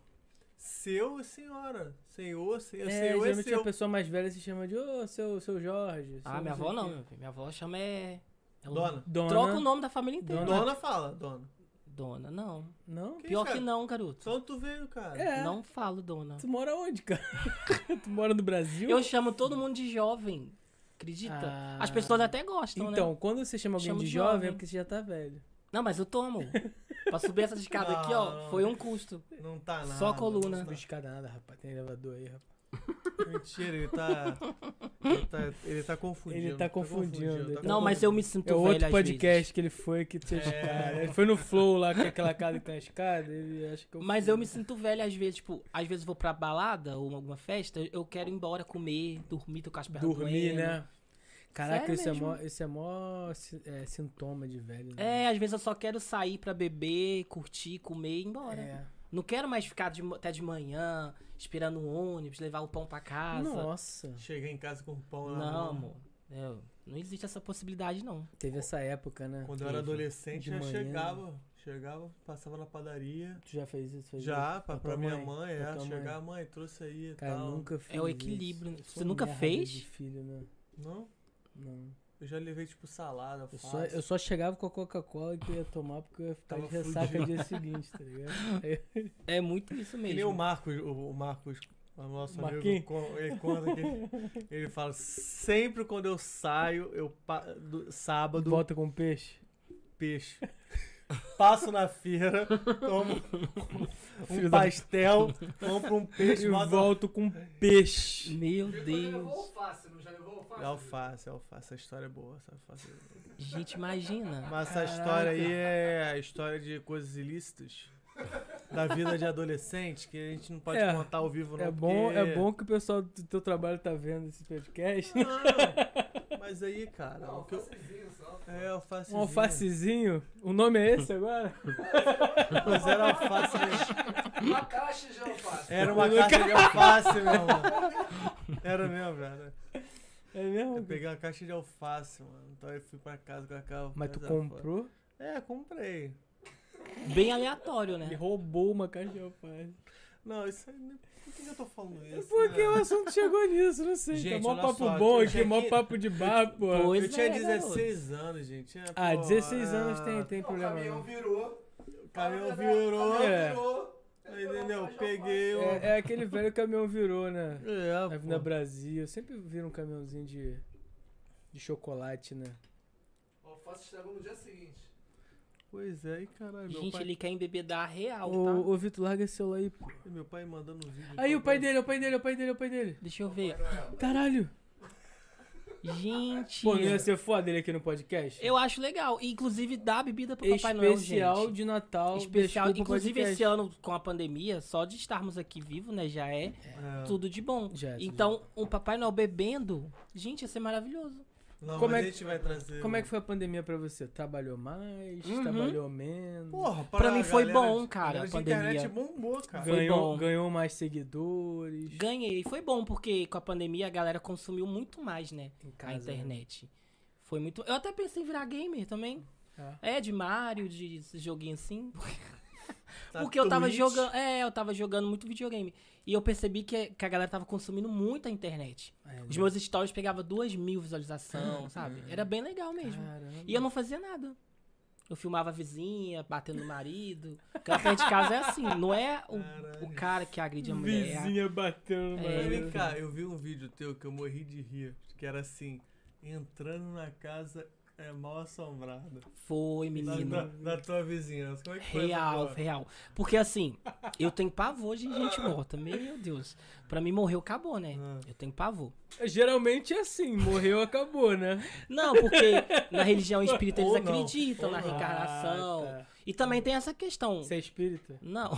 [SPEAKER 2] Seu e senhora. Senhor, senhor,
[SPEAKER 1] é,
[SPEAKER 2] senhor e
[SPEAKER 1] geralmente
[SPEAKER 2] seu.
[SPEAKER 1] a pessoa mais velha se chama de ô, seu, seu Jorge.
[SPEAKER 3] Ah,
[SPEAKER 1] seu
[SPEAKER 3] minha
[SPEAKER 1] sei
[SPEAKER 3] avó
[SPEAKER 1] o
[SPEAKER 3] não,
[SPEAKER 1] quê.
[SPEAKER 3] meu filho. Minha avó chama é. é o-
[SPEAKER 2] Dona.
[SPEAKER 1] Dona.
[SPEAKER 3] Troca o nome da família inteira.
[SPEAKER 1] Dona.
[SPEAKER 3] Dona,
[SPEAKER 2] Dona fala, dona.
[SPEAKER 3] não.
[SPEAKER 1] Não?
[SPEAKER 2] Que
[SPEAKER 3] Pior
[SPEAKER 2] isso,
[SPEAKER 3] que
[SPEAKER 2] cara?
[SPEAKER 3] não, garoto.
[SPEAKER 2] Só tu veio, cara.
[SPEAKER 1] É.
[SPEAKER 3] Não falo dona.
[SPEAKER 1] Tu mora onde, cara? tu mora no Brasil?
[SPEAKER 3] Eu chamo todo mundo de jovem. Acredita?
[SPEAKER 1] Ah.
[SPEAKER 3] As pessoas até gostam, né?
[SPEAKER 1] Então, quando você chama alguém
[SPEAKER 3] Chamo
[SPEAKER 1] de
[SPEAKER 3] de
[SPEAKER 1] jovem, é
[SPEAKER 3] jovem.
[SPEAKER 1] porque você já tá velho.
[SPEAKER 3] Não, mas eu tomo. pra subir essas escadas aqui,
[SPEAKER 2] Não.
[SPEAKER 3] ó, foi um custo.
[SPEAKER 2] Não tá nada.
[SPEAKER 3] Só coluna.
[SPEAKER 2] não
[SPEAKER 1] Não
[SPEAKER 2] tá.
[SPEAKER 1] escada nada, rapaz. Tem elevador aí, rapaz.
[SPEAKER 2] Mentira, ele tá. Ele tá, ele tá confundindo.
[SPEAKER 1] Ele tá confundindo, ele tá
[SPEAKER 3] não, mas eu me sinto
[SPEAKER 1] É o outro
[SPEAKER 3] velho às
[SPEAKER 1] podcast
[SPEAKER 3] vezes.
[SPEAKER 1] que ele foi que tinha
[SPEAKER 2] É.
[SPEAKER 1] escada. Ele foi no Flow lá, que é aquela casa que tem a escada. Ele acha que eu
[SPEAKER 3] Mas
[SPEAKER 1] fui.
[SPEAKER 3] eu me sinto velho às vezes, tipo, às vezes eu vou pra balada ou alguma festa, eu quero ir embora comer, dormir, tô com as pernas
[SPEAKER 1] Dormir,
[SPEAKER 3] doendo.
[SPEAKER 1] né? Caraca,
[SPEAKER 3] Sério
[SPEAKER 1] isso é,
[SPEAKER 3] mesmo.
[SPEAKER 1] mó, isso é mó si- é, sintoma de velho. Né?
[SPEAKER 3] É, às vezes eu só quero sair pra beber, curtir, comer e ir embora.
[SPEAKER 1] É.
[SPEAKER 3] Não quero mais ficar de- até de manhã, esperando o ônibus, levar o pão pra casa.
[SPEAKER 1] Nossa.
[SPEAKER 2] Cheguei em casa com um pão na
[SPEAKER 3] Não,
[SPEAKER 2] mão.
[SPEAKER 3] amor. Eu- não existe essa possibilidade, não.
[SPEAKER 1] Teve essa época, né?
[SPEAKER 2] Quando eu era
[SPEAKER 1] Teve.
[SPEAKER 2] adolescente,
[SPEAKER 1] De
[SPEAKER 2] já
[SPEAKER 1] manhã.
[SPEAKER 2] chegava. Chegava, passava na padaria.
[SPEAKER 1] Tu já fez isso? Fez
[SPEAKER 2] Já,
[SPEAKER 1] isso?
[SPEAKER 2] pra,
[SPEAKER 1] é, tua
[SPEAKER 2] pra minha mãe,
[SPEAKER 1] Pra
[SPEAKER 2] é.
[SPEAKER 1] tua mãe.
[SPEAKER 2] Chegava, mãe, trouxe aí e
[SPEAKER 1] Cara, eu
[SPEAKER 2] tal.
[SPEAKER 1] nunca fiz
[SPEAKER 3] É o
[SPEAKER 1] isso.
[SPEAKER 3] equilíbrio. né? Você
[SPEAKER 1] Sou
[SPEAKER 3] nunca
[SPEAKER 1] merda De
[SPEAKER 3] fez?
[SPEAKER 1] filho, né?
[SPEAKER 2] Não?
[SPEAKER 1] Não.
[SPEAKER 2] Eu já levei, tipo, salada,
[SPEAKER 1] Eu
[SPEAKER 2] fácil.
[SPEAKER 1] só, eu só chegava com a Coca-Cola que eu ia tomar porque eu ia ficar
[SPEAKER 2] Tava
[SPEAKER 1] de ressaca no
[SPEAKER 2] fudido.
[SPEAKER 1] dia seguinte, tá ligado? Aí-
[SPEAKER 3] É muito isso
[SPEAKER 2] Que nem o
[SPEAKER 3] mesmo.
[SPEAKER 2] Marcos, o, o Marcos, o nosso
[SPEAKER 1] Marquinhos?
[SPEAKER 2] amigo, con- ele conta que ele, ele fala, sempre quando eu saio, eu pa- do- sábado,
[SPEAKER 1] Volta com peixe.
[SPEAKER 2] peixe. Passo na feira, tomo um
[SPEAKER 1] Filho da-
[SPEAKER 2] pastel, compro um peixe,
[SPEAKER 1] E
[SPEAKER 2] boto-
[SPEAKER 1] volto com peixe.
[SPEAKER 3] Meu
[SPEAKER 4] Viu quando levou
[SPEAKER 3] Deus.
[SPEAKER 4] alface, não já levou alface?
[SPEAKER 2] É alface, é alface, essa história é boa, essa alface.
[SPEAKER 3] Gente, imagina.
[SPEAKER 2] Mas essa história aí é a história de coisas ilícitas da vida de adolescente que a gente não pode
[SPEAKER 1] É.
[SPEAKER 2] contar ao vivo, não.
[SPEAKER 1] É bom, é
[SPEAKER 2] porque-
[SPEAKER 1] bom que o pessoal do teu trabalho tá vendo esse podcast.
[SPEAKER 2] Não, mas aí, cara,
[SPEAKER 4] Não,
[SPEAKER 2] o que eu,
[SPEAKER 4] alfacezinho só.
[SPEAKER 2] é alface.
[SPEAKER 1] Um alfacezinho. O nome é esse agora?
[SPEAKER 2] Mas era alface.
[SPEAKER 4] Uma caixa de alface.
[SPEAKER 2] Era uma caixa de alface, meu mano. Era mesmo, velho.
[SPEAKER 1] É mesmo?
[SPEAKER 2] Eu peguei uma caixa de alface, mano. Então eu fui pra casa com a caixa.
[SPEAKER 1] Mas tu
[SPEAKER 2] da alface.
[SPEAKER 1] comprou
[SPEAKER 2] É, comprei.
[SPEAKER 3] Bem aleatório,
[SPEAKER 1] e
[SPEAKER 3] né?
[SPEAKER 1] roubou uma caixa de alface.
[SPEAKER 2] Não, isso aí. não- Por que que eu tô falando isso?
[SPEAKER 1] Porque
[SPEAKER 2] né?
[SPEAKER 1] o assunto chegou nisso, não sei.
[SPEAKER 2] Gente, é
[SPEAKER 1] tá mó
[SPEAKER 2] olha
[SPEAKER 1] papo
[SPEAKER 2] só,
[SPEAKER 1] bom
[SPEAKER 2] eu
[SPEAKER 1] aqui, mó
[SPEAKER 2] cheguei-
[SPEAKER 1] papo de bar, pô.
[SPEAKER 3] Pois
[SPEAKER 2] Eu tinha
[SPEAKER 3] é, garoto.
[SPEAKER 2] 16 anos, gente. É,
[SPEAKER 1] né, Ah,
[SPEAKER 2] pô,
[SPEAKER 1] 16
[SPEAKER 2] é,
[SPEAKER 1] anos tem, tem
[SPEAKER 4] Não, o
[SPEAKER 1] problema.
[SPEAKER 4] caminhão
[SPEAKER 1] não.
[SPEAKER 4] virou.
[SPEAKER 2] O caminhão
[SPEAKER 3] né?
[SPEAKER 4] Caminhão
[SPEAKER 2] virou.
[SPEAKER 1] É.
[SPEAKER 4] virou.
[SPEAKER 2] Entendeu?
[SPEAKER 4] Pegou uma
[SPEAKER 2] Peguei o.
[SPEAKER 1] É, é aquele velho caminhão virou, né?
[SPEAKER 2] É,
[SPEAKER 1] Na
[SPEAKER 2] pô.
[SPEAKER 1] Avenida Brasil. Eu sempre vi um caminhãozinho de, de chocolate, né?
[SPEAKER 4] O alface estragou no dia seguinte.
[SPEAKER 2] Pois é, e caralho. Meu
[SPEAKER 3] Gente,
[SPEAKER 2] pai,
[SPEAKER 3] ele quer embebedar real, tá?
[SPEAKER 1] Ô, ô Vitor, larga esse celular aí, pô.
[SPEAKER 2] meu pai mandando um vídeo.
[SPEAKER 1] Aí o pai
[SPEAKER 2] dele.
[SPEAKER 1] dele, o pai dele, o pai dele, o pai dele.
[SPEAKER 3] Deixa eu ver.
[SPEAKER 1] Caralho.
[SPEAKER 3] Gente.
[SPEAKER 1] Pô, não ia ser foda ele aqui no podcast?
[SPEAKER 3] Eu acho legal. E, Inclusive, dá bebida pro Papai Noel, gente.
[SPEAKER 1] Especial de Natal.
[SPEAKER 3] Especial.
[SPEAKER 1] desculpa o
[SPEAKER 3] Inclusive,
[SPEAKER 1] podcast.
[SPEAKER 3] esse ano, com a pandemia, só de estarmos aqui vivos, né? Já é tudo de bom.
[SPEAKER 1] Já é tudo
[SPEAKER 3] então, um Papai Noel bebendo, gente, ia ser maravilhoso.
[SPEAKER 2] Não,
[SPEAKER 1] Como
[SPEAKER 2] mas
[SPEAKER 1] é que-
[SPEAKER 2] a gente vai trazer.
[SPEAKER 1] Como é que foi a pandemia pra você? Trabalhou mais?
[SPEAKER 3] Uhum.
[SPEAKER 1] Trabalhou menos?
[SPEAKER 2] Porra,
[SPEAKER 3] Pra, mim foi
[SPEAKER 2] galera de-
[SPEAKER 3] bom, cara, a
[SPEAKER 2] galera de
[SPEAKER 3] pandemia.
[SPEAKER 2] internet bombou, cara.
[SPEAKER 3] Foi
[SPEAKER 1] ganhou,
[SPEAKER 3] bom.
[SPEAKER 1] ganhou mais seguidores?
[SPEAKER 3] Ganhei. Foi bom, porque com a pandemia a galera consumiu muito mais, né?
[SPEAKER 1] Em
[SPEAKER 3] A
[SPEAKER 1] casa,
[SPEAKER 3] internet. Foi muito. Eu até pensei em virar gamer também.
[SPEAKER 1] Ah.
[SPEAKER 3] É, de Mario, de esse joguinho assim.
[SPEAKER 2] Tá
[SPEAKER 3] porque eu tava
[SPEAKER 2] Twitch.
[SPEAKER 3] jogando. É, eu tava jogando muito videogame. E eu percebi que, que a galera tava consumindo muito a internet.
[SPEAKER 1] É,
[SPEAKER 3] Os meus stories pegavam duas mil
[SPEAKER 2] Hum,
[SPEAKER 3] visualizações, sabe? Era bem legal mesmo.
[SPEAKER 1] Caramba.
[SPEAKER 3] E eu não fazia nada. Eu filmava a vizinha, batendo no marido. Porque a frente de casa é assim, não é o, o cara que agride a mulher. é a-
[SPEAKER 1] Vizinha batendo no
[SPEAKER 3] É.
[SPEAKER 2] Mas
[SPEAKER 1] marido.
[SPEAKER 2] vem cá, eu vi um vídeo teu que eu morri de rir. Que era assim: entrando na casa é mal assombrada.
[SPEAKER 3] Foi,
[SPEAKER 2] Da, da,
[SPEAKER 3] menino.
[SPEAKER 2] da tua vizinhança. Como é que foi? essa
[SPEAKER 3] Real,
[SPEAKER 2] porra?
[SPEAKER 3] real. Porque assim, eu tenho pavor de gente morta. Meu Deus. Pra mim, morreu, acabou, né?
[SPEAKER 2] Ah.
[SPEAKER 3] Eu tenho pavor.
[SPEAKER 1] Geralmente é assim, morreu, acabou, né?
[SPEAKER 3] Não, porque na religião espírita eles
[SPEAKER 2] Ou não,
[SPEAKER 3] acreditam
[SPEAKER 2] ou
[SPEAKER 3] na
[SPEAKER 2] não.
[SPEAKER 3] reencarnação.
[SPEAKER 1] Ah, tá.
[SPEAKER 3] E também tem essa questão.
[SPEAKER 1] Você é espírita?
[SPEAKER 3] Não.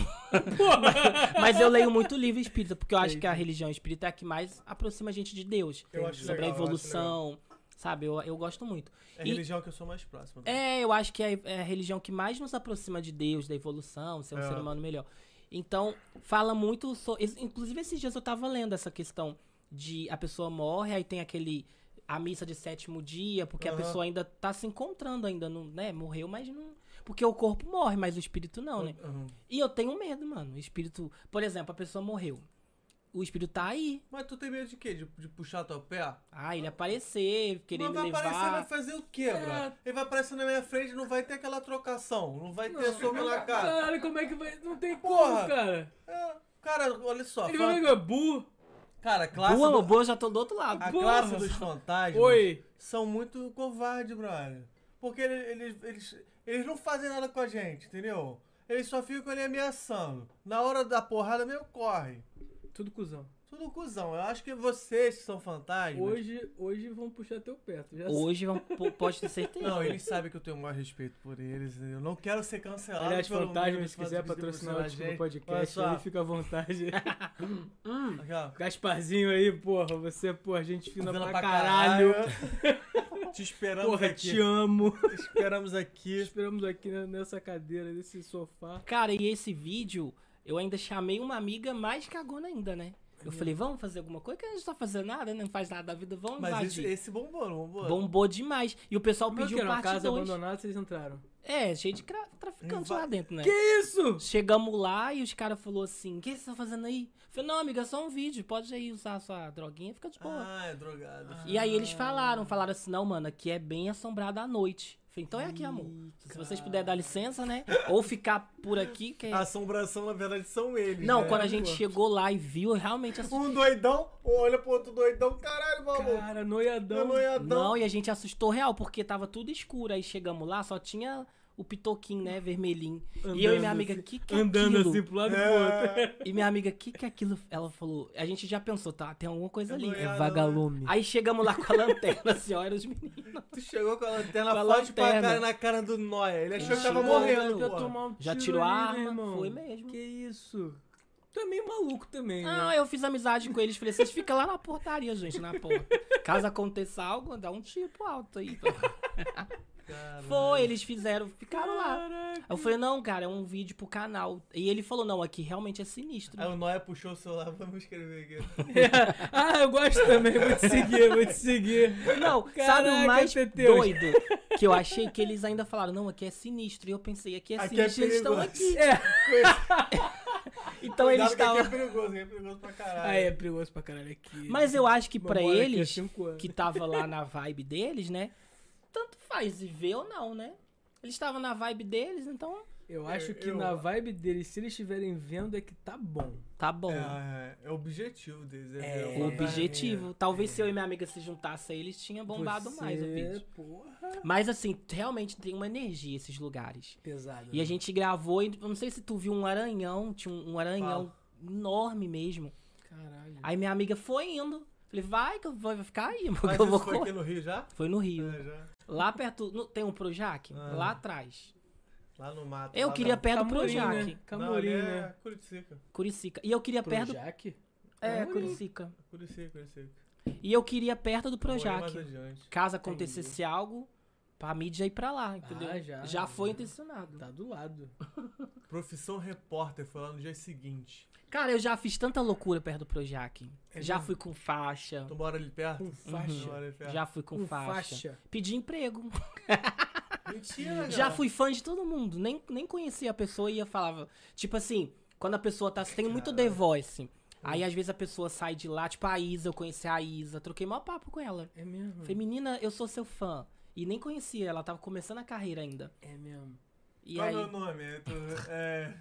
[SPEAKER 3] mas, mas eu leio muito livro espírita, porque eu acho que a religião espírita é a que mais aproxima a gente de Deus.
[SPEAKER 2] Eu acho
[SPEAKER 3] sobre
[SPEAKER 2] legal, eu
[SPEAKER 3] a
[SPEAKER 2] acho
[SPEAKER 3] evolução. Sabe, eu, eu gosto muito.
[SPEAKER 2] É a
[SPEAKER 3] E-
[SPEAKER 2] religião que eu sou mais próximo. né?
[SPEAKER 3] É, eu acho que é é a religião que mais nos aproxima de Deus, da evolução, ser um
[SPEAKER 2] É.
[SPEAKER 3] ser humano melhor. Então, fala muito sobre. Inclusive, esses dias eu tava lendo essa questão de a pessoa morre, aí tem aquele. A missa de sétimo dia, porque a
[SPEAKER 2] Aham.
[SPEAKER 3] pessoa ainda tá se encontrando, ainda não, né? Morreu, mas não. Porque o corpo morre, mas o espírito não, né?
[SPEAKER 2] Uhum.
[SPEAKER 3] E eu tenho medo, mano. O espírito. Por exemplo, a pessoa morreu. O espírito tá aí.
[SPEAKER 2] Mas tu tem medo de quê? De, de puxar teu pé?
[SPEAKER 3] Ah, ele aparecer, querer
[SPEAKER 2] Mas
[SPEAKER 3] me
[SPEAKER 2] vai aparecer, vai
[SPEAKER 3] levar.
[SPEAKER 2] fazer o quê,
[SPEAKER 1] É.
[SPEAKER 2] bro? Ele vai aparecer na minha frente, não vai ter aquela trocação. Não vai ter soco na cara.
[SPEAKER 1] Caralho, como é que vai. Não tem
[SPEAKER 2] Porra.
[SPEAKER 1] como, cara.
[SPEAKER 2] É, Cara, olha só.
[SPEAKER 1] Ele é
[SPEAKER 2] fala-
[SPEAKER 1] vai pegar bu.
[SPEAKER 2] Cara, a classe,
[SPEAKER 3] Boa,
[SPEAKER 2] do- Ah,
[SPEAKER 3] boa, eu já tô do outro lado.
[SPEAKER 2] a
[SPEAKER 1] Boa.
[SPEAKER 2] classe dos fantasmas
[SPEAKER 1] Oi.
[SPEAKER 2] são muito covardes, brother. Porque ele- eles, eles, eles não fazem nada com a gente, entendeu? Eles só ficam ali ameaçando. Na hora da porrada, mesmo corre.
[SPEAKER 1] Tudo cuzão.
[SPEAKER 2] Tudo cuzão. Eu acho que vocês que são fantasmas.
[SPEAKER 1] Hoje, hoje vão puxar teu pé, tu já sabe.
[SPEAKER 3] Hoje vão, po- pode ter certeza.
[SPEAKER 2] Não, eles sabem que eu tenho o maior respeito por eles. Eu não quero ser cancelado.
[SPEAKER 1] Aliás,
[SPEAKER 2] pelo
[SPEAKER 1] fantasma,
[SPEAKER 2] meus
[SPEAKER 1] se quiser
[SPEAKER 2] fãs,
[SPEAKER 1] patrocinar o
[SPEAKER 2] pela
[SPEAKER 1] Desculpa
[SPEAKER 2] gente. Olha
[SPEAKER 1] podcast,
[SPEAKER 2] só,
[SPEAKER 1] aí fica à vontade.
[SPEAKER 2] aqui, ó.
[SPEAKER 1] Gasparzinho aí, porra, você, porra, gente fina
[SPEAKER 2] Vendo
[SPEAKER 1] pra, caralho.
[SPEAKER 2] Te esperamos
[SPEAKER 1] Porra,
[SPEAKER 2] aqui.
[SPEAKER 1] te amo.
[SPEAKER 2] Te esperamos aqui.
[SPEAKER 1] Esperamos aqui ne- nessa cadeira, nesse sofá.
[SPEAKER 3] Cara, e esse vídeo, eu ainda chamei uma amiga mais cagona ainda, né? Eu falei, vamos fazer alguma coisa? Que a gente não tá fazendo nada, né? não faz nada da vida, vamos
[SPEAKER 2] Mas esse,
[SPEAKER 3] invadir.
[SPEAKER 2] esse bombou, não bombou.
[SPEAKER 3] Bombou demais. E o pessoal
[SPEAKER 1] Como é que
[SPEAKER 3] pediu
[SPEAKER 1] era? Uma
[SPEAKER 3] parte
[SPEAKER 1] casa
[SPEAKER 3] 2.
[SPEAKER 1] abandonada, vocês entraram.
[SPEAKER 3] É, cheio de cra- traficante
[SPEAKER 2] Inva-
[SPEAKER 3] lá dentro, né?
[SPEAKER 1] Que isso?
[SPEAKER 3] Chegamos lá e os caras falaram assim: O que vocês estão fazendo aí? Eu falei: Não, amiga, é só um vídeo. Pode aí usar a sua droguinha, fica de boa.
[SPEAKER 2] Ah, é drogado.
[SPEAKER 3] e aí eles falaram: Falaram assim, não, mano, aqui é bem assombrado à noite. Eu Falei, então é aqui, amor. Se vocês puderem dar licença, né? Ou ficar por aqui, que é.
[SPEAKER 2] A assombração, na verdade, são eles.
[SPEAKER 3] Não,
[SPEAKER 2] né?
[SPEAKER 3] quando a gente
[SPEAKER 1] boa.
[SPEAKER 3] chegou lá e viu, eu realmente assustou.
[SPEAKER 2] Um doidão, olha pro outro doidão, caralho, maluco.
[SPEAKER 1] Cara,
[SPEAKER 2] Eu
[SPEAKER 1] noiadão.
[SPEAKER 2] não ia dar.
[SPEAKER 3] Não, e a gente assustou real, porque tava tudo escuro. Aí chegamos lá, só tinha o pitoquinho, né, vermelhinho. e eu e
[SPEAKER 1] Andando
[SPEAKER 3] minha amiga,
[SPEAKER 1] assim,
[SPEAKER 3] que que é
[SPEAKER 1] Andando
[SPEAKER 3] aquilo?
[SPEAKER 1] assim pro lado e pro outro.
[SPEAKER 2] É.
[SPEAKER 3] E minha amiga, que que é aquilo? Ela falou, a gente já pensou, tá, tem alguma coisa ali.
[SPEAKER 1] "Ah,
[SPEAKER 2] É
[SPEAKER 1] vagalume.
[SPEAKER 3] Aí chegamos lá com a lanterna, assim, ó, era os meninos.
[SPEAKER 2] Tu chegou com a lanterna
[SPEAKER 3] Com a
[SPEAKER 2] forte pra
[SPEAKER 3] lanterna.
[SPEAKER 2] cara na cara do Noia. Ele achou que tava
[SPEAKER 3] Chegou,
[SPEAKER 2] morrendo,
[SPEAKER 1] Pra
[SPEAKER 2] pô.
[SPEAKER 1] tomar um
[SPEAKER 3] Já
[SPEAKER 1] tiro
[SPEAKER 3] tirou a
[SPEAKER 1] ali, né,
[SPEAKER 3] arma?
[SPEAKER 1] irmão?
[SPEAKER 3] Foi mesmo.
[SPEAKER 1] Que isso? Tu é meio maluco também,
[SPEAKER 3] Ah,
[SPEAKER 1] né?
[SPEAKER 3] eu fiz amizade com eles, falei, vocês ficam lá na portaria, gente, na porta. Caso aconteça algo, dá um tiro pro alto aí. Foi, eles fizeram, ficaram lá.
[SPEAKER 1] Caraca.
[SPEAKER 3] Aí eu falei, não, cara, é um vídeo pro canal. E ele falou, não, aqui realmente é sinistro.
[SPEAKER 2] Aí o Noia puxou o celular, vamos escrever aqui.
[SPEAKER 1] ah, eu gosto também, vou te seguir, vou te seguir.
[SPEAKER 3] Não, sabe
[SPEAKER 1] Caraca,
[SPEAKER 3] o mais
[SPEAKER 1] Teteus.
[SPEAKER 3] doido? Que eu achei que eles ainda falaram, não, aqui é sinistro. E eu pensei, aqui é
[SPEAKER 2] Aqui é
[SPEAKER 3] sinistro, eles estão
[SPEAKER 2] perigoso.
[SPEAKER 3] aqui.
[SPEAKER 1] É.
[SPEAKER 3] Então eles
[SPEAKER 2] Cuidado que aqui
[SPEAKER 3] estavam...
[SPEAKER 2] é perigoso, aqui é perigoso pra caralho.
[SPEAKER 1] Ah, é perigoso pra caralho aqui.
[SPEAKER 3] Mas eu acho que pra
[SPEAKER 1] Vambora é daqui a
[SPEAKER 3] eles,
[SPEAKER 1] cinco anos.
[SPEAKER 3] que tava lá na vibe deles, né? Tanto faz se ver ou não, né? Eles estavam na vibe deles, então
[SPEAKER 1] Eu acho
[SPEAKER 2] Eu-
[SPEAKER 1] que
[SPEAKER 2] eu-
[SPEAKER 1] na vibe deles, se eles estiverem vendo, é que tá bom.
[SPEAKER 3] tá bom.
[SPEAKER 2] É, é o objetivo deles. É,
[SPEAKER 1] É,
[SPEAKER 2] ver
[SPEAKER 3] O
[SPEAKER 2] uma
[SPEAKER 3] objetivo. Talvez se eu e minha amiga se juntassem, eles tinham bombado
[SPEAKER 1] Você,
[SPEAKER 2] é
[SPEAKER 3] mais o vídeo.
[SPEAKER 1] Porra.
[SPEAKER 3] Mas assim, realmente tem uma energia esses lugares.
[SPEAKER 1] Pesado. né?
[SPEAKER 2] Uhum.
[SPEAKER 3] E a gente gravou, e eu não sei se tu viu um aranhão, tinha um, um aranhão enorme mesmo.
[SPEAKER 1] Caralho.
[SPEAKER 3] Aí minha amiga foi indo. Falei, vai que eu vou vai ficar aí,
[SPEAKER 2] Mas
[SPEAKER 3] que eu vou
[SPEAKER 2] isso foi
[SPEAKER 3] correr.
[SPEAKER 2] aqui no Rio já?
[SPEAKER 3] Foi no Rio.
[SPEAKER 2] É, já.
[SPEAKER 3] Lá perto, no- tem um Projac?
[SPEAKER 2] Ah.
[SPEAKER 3] Lá atrás.
[SPEAKER 2] Lá no mato.
[SPEAKER 3] Eu
[SPEAKER 2] lá
[SPEAKER 3] queria
[SPEAKER 2] na...
[SPEAKER 3] perto do
[SPEAKER 1] Camorim,
[SPEAKER 3] Projac.
[SPEAKER 1] né? Camorim,
[SPEAKER 2] Não, ali
[SPEAKER 1] né?
[SPEAKER 2] É Curicica.
[SPEAKER 3] Curicica. E eu queria perto...
[SPEAKER 1] Projac?
[SPEAKER 3] É,
[SPEAKER 1] Camorim.
[SPEAKER 3] Curicica.
[SPEAKER 2] Curicica, Curicica. é
[SPEAKER 3] E eu queria perto do Projac.
[SPEAKER 2] Mais adiante.
[SPEAKER 3] Caso acontecesse algo, pra mídia ir pra lá, entendeu?
[SPEAKER 1] Ah, já,
[SPEAKER 3] foi
[SPEAKER 1] já.
[SPEAKER 3] intencionado.
[SPEAKER 1] Tá do lado.
[SPEAKER 2] Profissão repórter foi lá no dia seguinte.
[SPEAKER 3] Cara, eu já fiz tanta loucura perto do Projac.
[SPEAKER 2] É
[SPEAKER 3] já
[SPEAKER 2] mesmo?
[SPEAKER 3] fui com faixa. Uhum.
[SPEAKER 2] Tu mora ali perto?
[SPEAKER 1] Com faixa. Um
[SPEAKER 2] Tu mora ali perto?
[SPEAKER 3] Já fui com,
[SPEAKER 1] Com
[SPEAKER 3] faixa.
[SPEAKER 1] faixa.
[SPEAKER 3] Pedi emprego.
[SPEAKER 2] Mentira, cara.
[SPEAKER 3] Já fui fã de todo mundo, nem, nem conhecia a pessoa e ia falava. Tipo assim, quando a pessoa tá. Tem muito The Voice. Aí às vezes a pessoa sai de lá, tipo a Isa, eu conheci a Isa, troquei maior papo com ela.
[SPEAKER 1] É
[SPEAKER 2] Hum.
[SPEAKER 1] mesmo?
[SPEAKER 3] Falei, menina, eu sou seu fã. E nem conhecia, ela tava começando a carreira ainda.
[SPEAKER 1] É mesmo.
[SPEAKER 3] E
[SPEAKER 2] Qual é
[SPEAKER 3] aí,
[SPEAKER 2] o meu nome? Eu tô- é...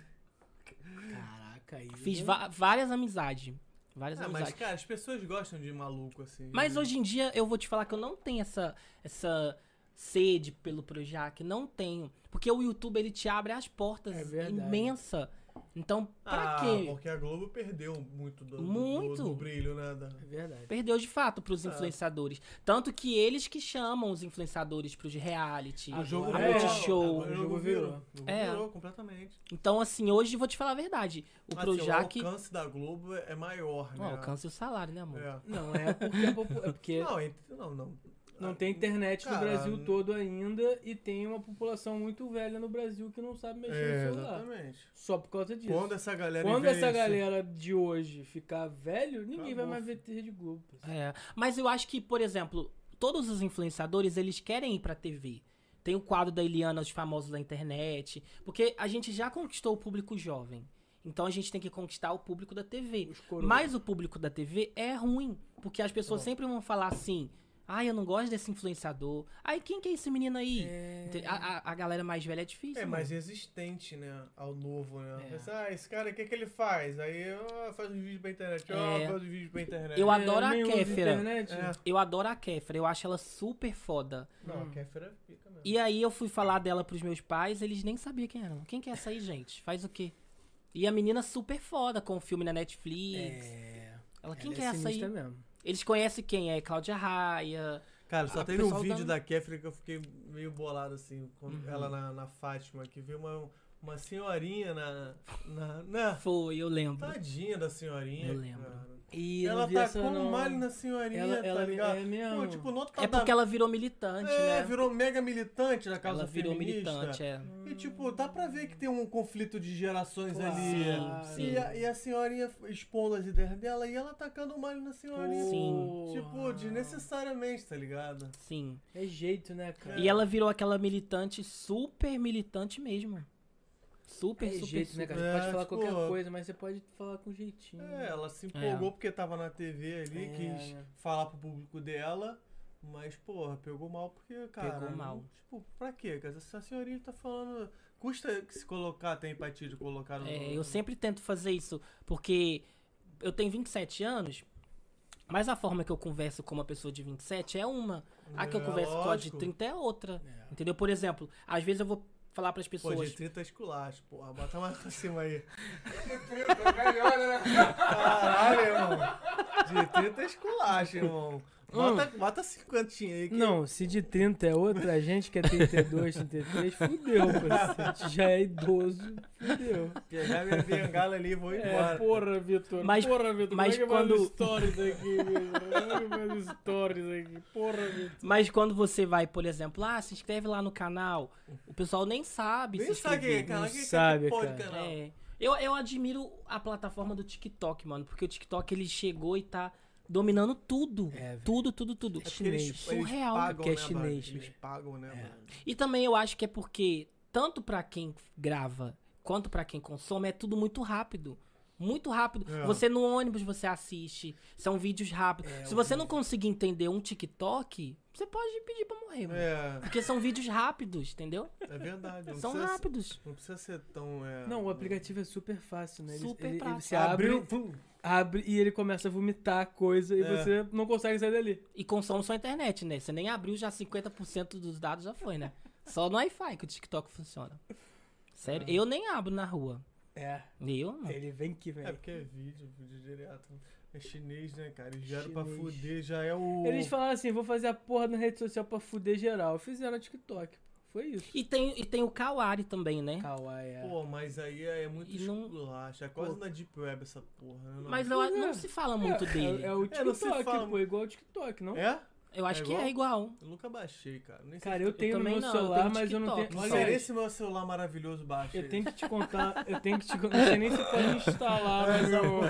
[SPEAKER 1] Caraca, aí. é
[SPEAKER 3] fiz va- várias amizades. Várias
[SPEAKER 2] Ah, mas,
[SPEAKER 3] amizades.
[SPEAKER 2] cara, as pessoas gostam de maluco, assim.
[SPEAKER 3] Mas hoje em dia eu vou te falar que eu não tenho essa essa sede pelo Projac, não tenho, porque o YouTube ele te abre as portas
[SPEAKER 1] É verdade.
[SPEAKER 3] imensa. Então, pra
[SPEAKER 2] ah,
[SPEAKER 3] quê?
[SPEAKER 2] porque a Globo perdeu muito do, do-
[SPEAKER 3] Muito.
[SPEAKER 2] do brilho, né? da-
[SPEAKER 1] É verdade.
[SPEAKER 3] Perdeu de fato pros
[SPEAKER 2] Ah.
[SPEAKER 3] influenciadores. Tanto que eles que chamam os influenciadores pros reality.
[SPEAKER 1] Ah,
[SPEAKER 2] O jogo
[SPEAKER 1] Agora
[SPEAKER 2] virou.
[SPEAKER 3] show.
[SPEAKER 2] Agora O jogo virou. O jogo
[SPEAKER 3] É.
[SPEAKER 2] virou completamente.
[SPEAKER 3] Então, assim, hoje eu vou te falar a verdade. O
[SPEAKER 2] Assim,
[SPEAKER 3] Projac.
[SPEAKER 2] O alcance da Globo é maior,
[SPEAKER 3] Não,
[SPEAKER 2] né?
[SPEAKER 3] alcança o salário, né, amor?
[SPEAKER 2] É.
[SPEAKER 1] Não, é porque, a popu- é porque
[SPEAKER 2] Não, ent- não, não. Ah,
[SPEAKER 1] não tem internet
[SPEAKER 2] Cara,
[SPEAKER 1] no Brasil todo ainda e tem uma população muito velha no Brasil que não sabe mexer
[SPEAKER 2] É,
[SPEAKER 1] no celular.
[SPEAKER 2] exatamente.
[SPEAKER 1] Só por causa disso.
[SPEAKER 2] Quando essa galera
[SPEAKER 1] Quando essa
[SPEAKER 2] envelhecer-
[SPEAKER 1] galera de hoje ficar velho, ninguém vai
[SPEAKER 2] Acabou.
[SPEAKER 1] mais ver Rede Globo.
[SPEAKER 3] É, mas eu acho que, por exemplo, todos os influenciadores, eles querem ir pra TV. Tem o quadro da Eliana, os famosos da internet. Porque a gente já conquistou o público jovem. Então a gente tem que conquistar o público da TV.
[SPEAKER 1] Os coroas.
[SPEAKER 3] Mas o público da TV é ruim. Porque as pessoas sempre vão falar assim: ai, eu não gosto desse influenciador. Ai, quem que é esse menino aí? Ente- A, a- a galera mais velha é difícil.
[SPEAKER 2] É
[SPEAKER 3] mano.
[SPEAKER 2] mais resistente, né? Ao novo, né?
[SPEAKER 1] É.
[SPEAKER 2] Pensa, ah, esse cara, o que, que ele faz? Aí, ó, faz um vídeo pra internet, ó,
[SPEAKER 3] É.
[SPEAKER 2] faz um vídeo pra internet.
[SPEAKER 1] É,
[SPEAKER 3] Eu adoro a
[SPEAKER 1] nem usa
[SPEAKER 3] Kéfera.
[SPEAKER 1] internet.
[SPEAKER 2] É.
[SPEAKER 3] Eu adoro a Kéfera, eu acho ela super foda.
[SPEAKER 2] Não, a Kéfera fica mesmo.
[SPEAKER 3] E aí eu fui falar dela pros meus pais, eles nem sabiam quem era. Quem que é essa aí, gente? Faz o quê? E a menina super foda com o filme na Netflix.
[SPEAKER 1] É.
[SPEAKER 3] Ela, quem
[SPEAKER 1] Ela
[SPEAKER 3] que é essa aí?
[SPEAKER 1] sinistra mesmo.
[SPEAKER 3] Eles conhecem quem é? Cláudia Raia.
[SPEAKER 2] Cara, só
[SPEAKER 3] Ah,
[SPEAKER 2] teve um
[SPEAKER 3] pessoal Uhum.
[SPEAKER 2] vídeo
[SPEAKER 3] da-
[SPEAKER 2] da Kéfera que eu fiquei meio bolado, assim, com ela na, na Fátima, que viu uma, uma senhorinha na, na, na-
[SPEAKER 3] Foi, eu lembro.
[SPEAKER 2] Tadinha da senhorinha.
[SPEAKER 3] Eu lembro.
[SPEAKER 2] cara.
[SPEAKER 1] E eu
[SPEAKER 2] Ela
[SPEAKER 1] não vi
[SPEAKER 2] tá
[SPEAKER 1] essa,
[SPEAKER 2] com
[SPEAKER 1] não.
[SPEAKER 2] malho na senhorinha,
[SPEAKER 1] Ela- ela
[SPEAKER 2] tá
[SPEAKER 1] me-
[SPEAKER 2] ligado?
[SPEAKER 1] é mesmo.
[SPEAKER 2] Pô, tipo, no outro
[SPEAKER 3] É
[SPEAKER 2] tá
[SPEAKER 3] porque ela virou militante,
[SPEAKER 2] É,
[SPEAKER 3] né?
[SPEAKER 2] virou mega militante na causa
[SPEAKER 3] ela virou
[SPEAKER 2] feminista.
[SPEAKER 3] militante, é.
[SPEAKER 2] E tipo, dá pra ver que tem um conflito de gerações
[SPEAKER 1] Claro.
[SPEAKER 2] ali.
[SPEAKER 1] Sim,
[SPEAKER 2] E, a, e a senhorinha expondo as ideias dela e ela tacando o malho na senhorinha.
[SPEAKER 3] Sim.
[SPEAKER 2] Tipo, desnecessariamente, tá ligado?
[SPEAKER 3] Sim.
[SPEAKER 1] É jeito, né, cara?
[SPEAKER 3] E ela virou aquela militante, super militante mesmo. Super,
[SPEAKER 1] É
[SPEAKER 3] super,
[SPEAKER 1] jeito, né,
[SPEAKER 3] super.
[SPEAKER 1] cara? Você
[SPEAKER 2] É,
[SPEAKER 1] pode falar
[SPEAKER 2] tipo,
[SPEAKER 1] qualquer coisa, mas você pode falar com jeitinho.
[SPEAKER 2] É, ela se empolgou
[SPEAKER 3] É.
[SPEAKER 2] porque tava na TV ali,
[SPEAKER 1] É,
[SPEAKER 2] quis
[SPEAKER 1] né?
[SPEAKER 2] falar pro público dela. Mas, porra, pegou mal porque, cara.
[SPEAKER 3] Pegou mal.
[SPEAKER 2] não- Tipo, pra quê? cara? Essa senhorinha tá falando. Custa se colocar, ter empatia de colocar no.
[SPEAKER 3] É, eu sempre tento fazer isso, porque eu tenho 27 anos, mas a forma que eu converso com uma pessoa de 27 é uma. A que eu
[SPEAKER 2] É,
[SPEAKER 3] converso com a de
[SPEAKER 2] lógico.
[SPEAKER 3] 30 é outra.
[SPEAKER 1] É.
[SPEAKER 3] Entendeu? Por exemplo, às vezes eu vou falar pras
[SPEAKER 2] Pô, de
[SPEAKER 3] pessoas.
[SPEAKER 2] 30 esculacho, porra. Bota mais pra cima aí.
[SPEAKER 4] Olha, né?
[SPEAKER 2] Caralho, irmão. De 30 esculacho, irmão. Bota, bota 50 aí. Que...
[SPEAKER 1] Não, se de 30 é outra, a gente que é 32, 33, fudeu, parceiro. Já é idoso, fudeu.
[SPEAKER 2] Pegar minha bengala ali e vou embora.
[SPEAKER 1] É, porra, Vitor.
[SPEAKER 3] Mas-
[SPEAKER 1] porra, Vitor.
[SPEAKER 3] mas
[SPEAKER 1] como é que
[SPEAKER 3] quando-
[SPEAKER 1] faz stories aqui, Vitor? Como é que faz stories aqui? Porra, Vitor.
[SPEAKER 3] Mas quando você vai, por exemplo, ah, se inscreve lá no canal, o pessoal nem sabe se
[SPEAKER 2] Nem sabe
[SPEAKER 3] inscrever.
[SPEAKER 2] quem
[SPEAKER 3] né?
[SPEAKER 2] é canal.
[SPEAKER 1] Não
[SPEAKER 2] Quem
[SPEAKER 1] sabe,
[SPEAKER 2] que pode
[SPEAKER 1] cara.
[SPEAKER 2] canal?
[SPEAKER 3] É. Eu, eu admiro a plataforma do TikTok, mano, porque o TikTok ele chegou e tá dominando tudo.
[SPEAKER 1] É, velho.
[SPEAKER 3] tudo, tudo, tudo.
[SPEAKER 1] É
[SPEAKER 2] Porque eles- eles
[SPEAKER 3] Surreal,
[SPEAKER 2] pagam,
[SPEAKER 1] porque é
[SPEAKER 2] né,
[SPEAKER 1] chinês,
[SPEAKER 2] mano? Eles
[SPEAKER 1] né?
[SPEAKER 2] pagam, né, mano?
[SPEAKER 3] E também eu acho que é porque, tanto pra quem grava quanto pra quem consome, é tudo muito rápido. Muito rápido.
[SPEAKER 2] É.
[SPEAKER 3] Você no ônibus você assiste. São vídeos rápidos.
[SPEAKER 1] É,
[SPEAKER 3] Se
[SPEAKER 1] eu
[SPEAKER 3] você não conseguir entender um TikTok, você pode pedir pra morrer, mano.
[SPEAKER 2] É,
[SPEAKER 3] Porque são vídeos rápidos, entendeu?
[SPEAKER 2] é verdade. Não
[SPEAKER 3] são
[SPEAKER 2] precisa,
[SPEAKER 3] rápidos.
[SPEAKER 2] Não precisa ser tão. É,
[SPEAKER 1] Não, o aplicativo é super fácil, né? Ele-
[SPEAKER 3] Super
[SPEAKER 1] ele, ele,
[SPEAKER 3] prático.
[SPEAKER 1] Você abre,
[SPEAKER 2] Abriu.
[SPEAKER 1] abre e ele começa a vomitar coisa e
[SPEAKER 2] É.
[SPEAKER 1] você não consegue sair dali.
[SPEAKER 3] E consome só a internet, né? Você nem abriu, já 50% dos dados já foi, né? Só no Wi-Fi que o TikTok funciona. Sério, eu nem abro na rua.
[SPEAKER 1] É,
[SPEAKER 3] Eu não.
[SPEAKER 1] ele vem que vem.
[SPEAKER 2] É porque é vídeo, vídeo direto. É chinês, né, cara? Eles vieram pra
[SPEAKER 1] Chinês.
[SPEAKER 2] fuder, já é o.
[SPEAKER 1] Eles falaram assim, vou fazer a porra na rede social pra fuder geral. Fizeram o TikTok. Foi isso.
[SPEAKER 3] E tem, e tem o Kawari também, né?
[SPEAKER 1] Kawaii. é.
[SPEAKER 2] Pô, mas aí é muito
[SPEAKER 3] E não-
[SPEAKER 2] esculacho. É quase na Deep Web essa porra, né? não?
[SPEAKER 3] Mas eu, não
[SPEAKER 1] É.
[SPEAKER 3] se fala muito
[SPEAKER 1] é,
[SPEAKER 3] dele.
[SPEAKER 1] É, é o
[SPEAKER 2] É, não se
[SPEAKER 1] TikTok,
[SPEAKER 2] fala.
[SPEAKER 1] pô, igual o TikTok, não?
[SPEAKER 2] É?
[SPEAKER 3] Eu acho
[SPEAKER 2] É
[SPEAKER 3] que
[SPEAKER 2] igual?
[SPEAKER 3] é igual.
[SPEAKER 2] Eu nunca baixei, cara. Nem sei
[SPEAKER 1] Cara, eu tenho no
[SPEAKER 3] também
[SPEAKER 1] meu
[SPEAKER 3] não, eu
[SPEAKER 1] celular,
[SPEAKER 3] tenho
[SPEAKER 1] mas eu não tenho.
[SPEAKER 3] TikTok,
[SPEAKER 2] Olha
[SPEAKER 1] Olha,
[SPEAKER 2] Será é esse meu celular maravilhoso baixo.
[SPEAKER 1] eu
[SPEAKER 2] aí?
[SPEAKER 1] tenho que te contar, eu tenho que te contar. Não sei nem se pode instalar mas eu-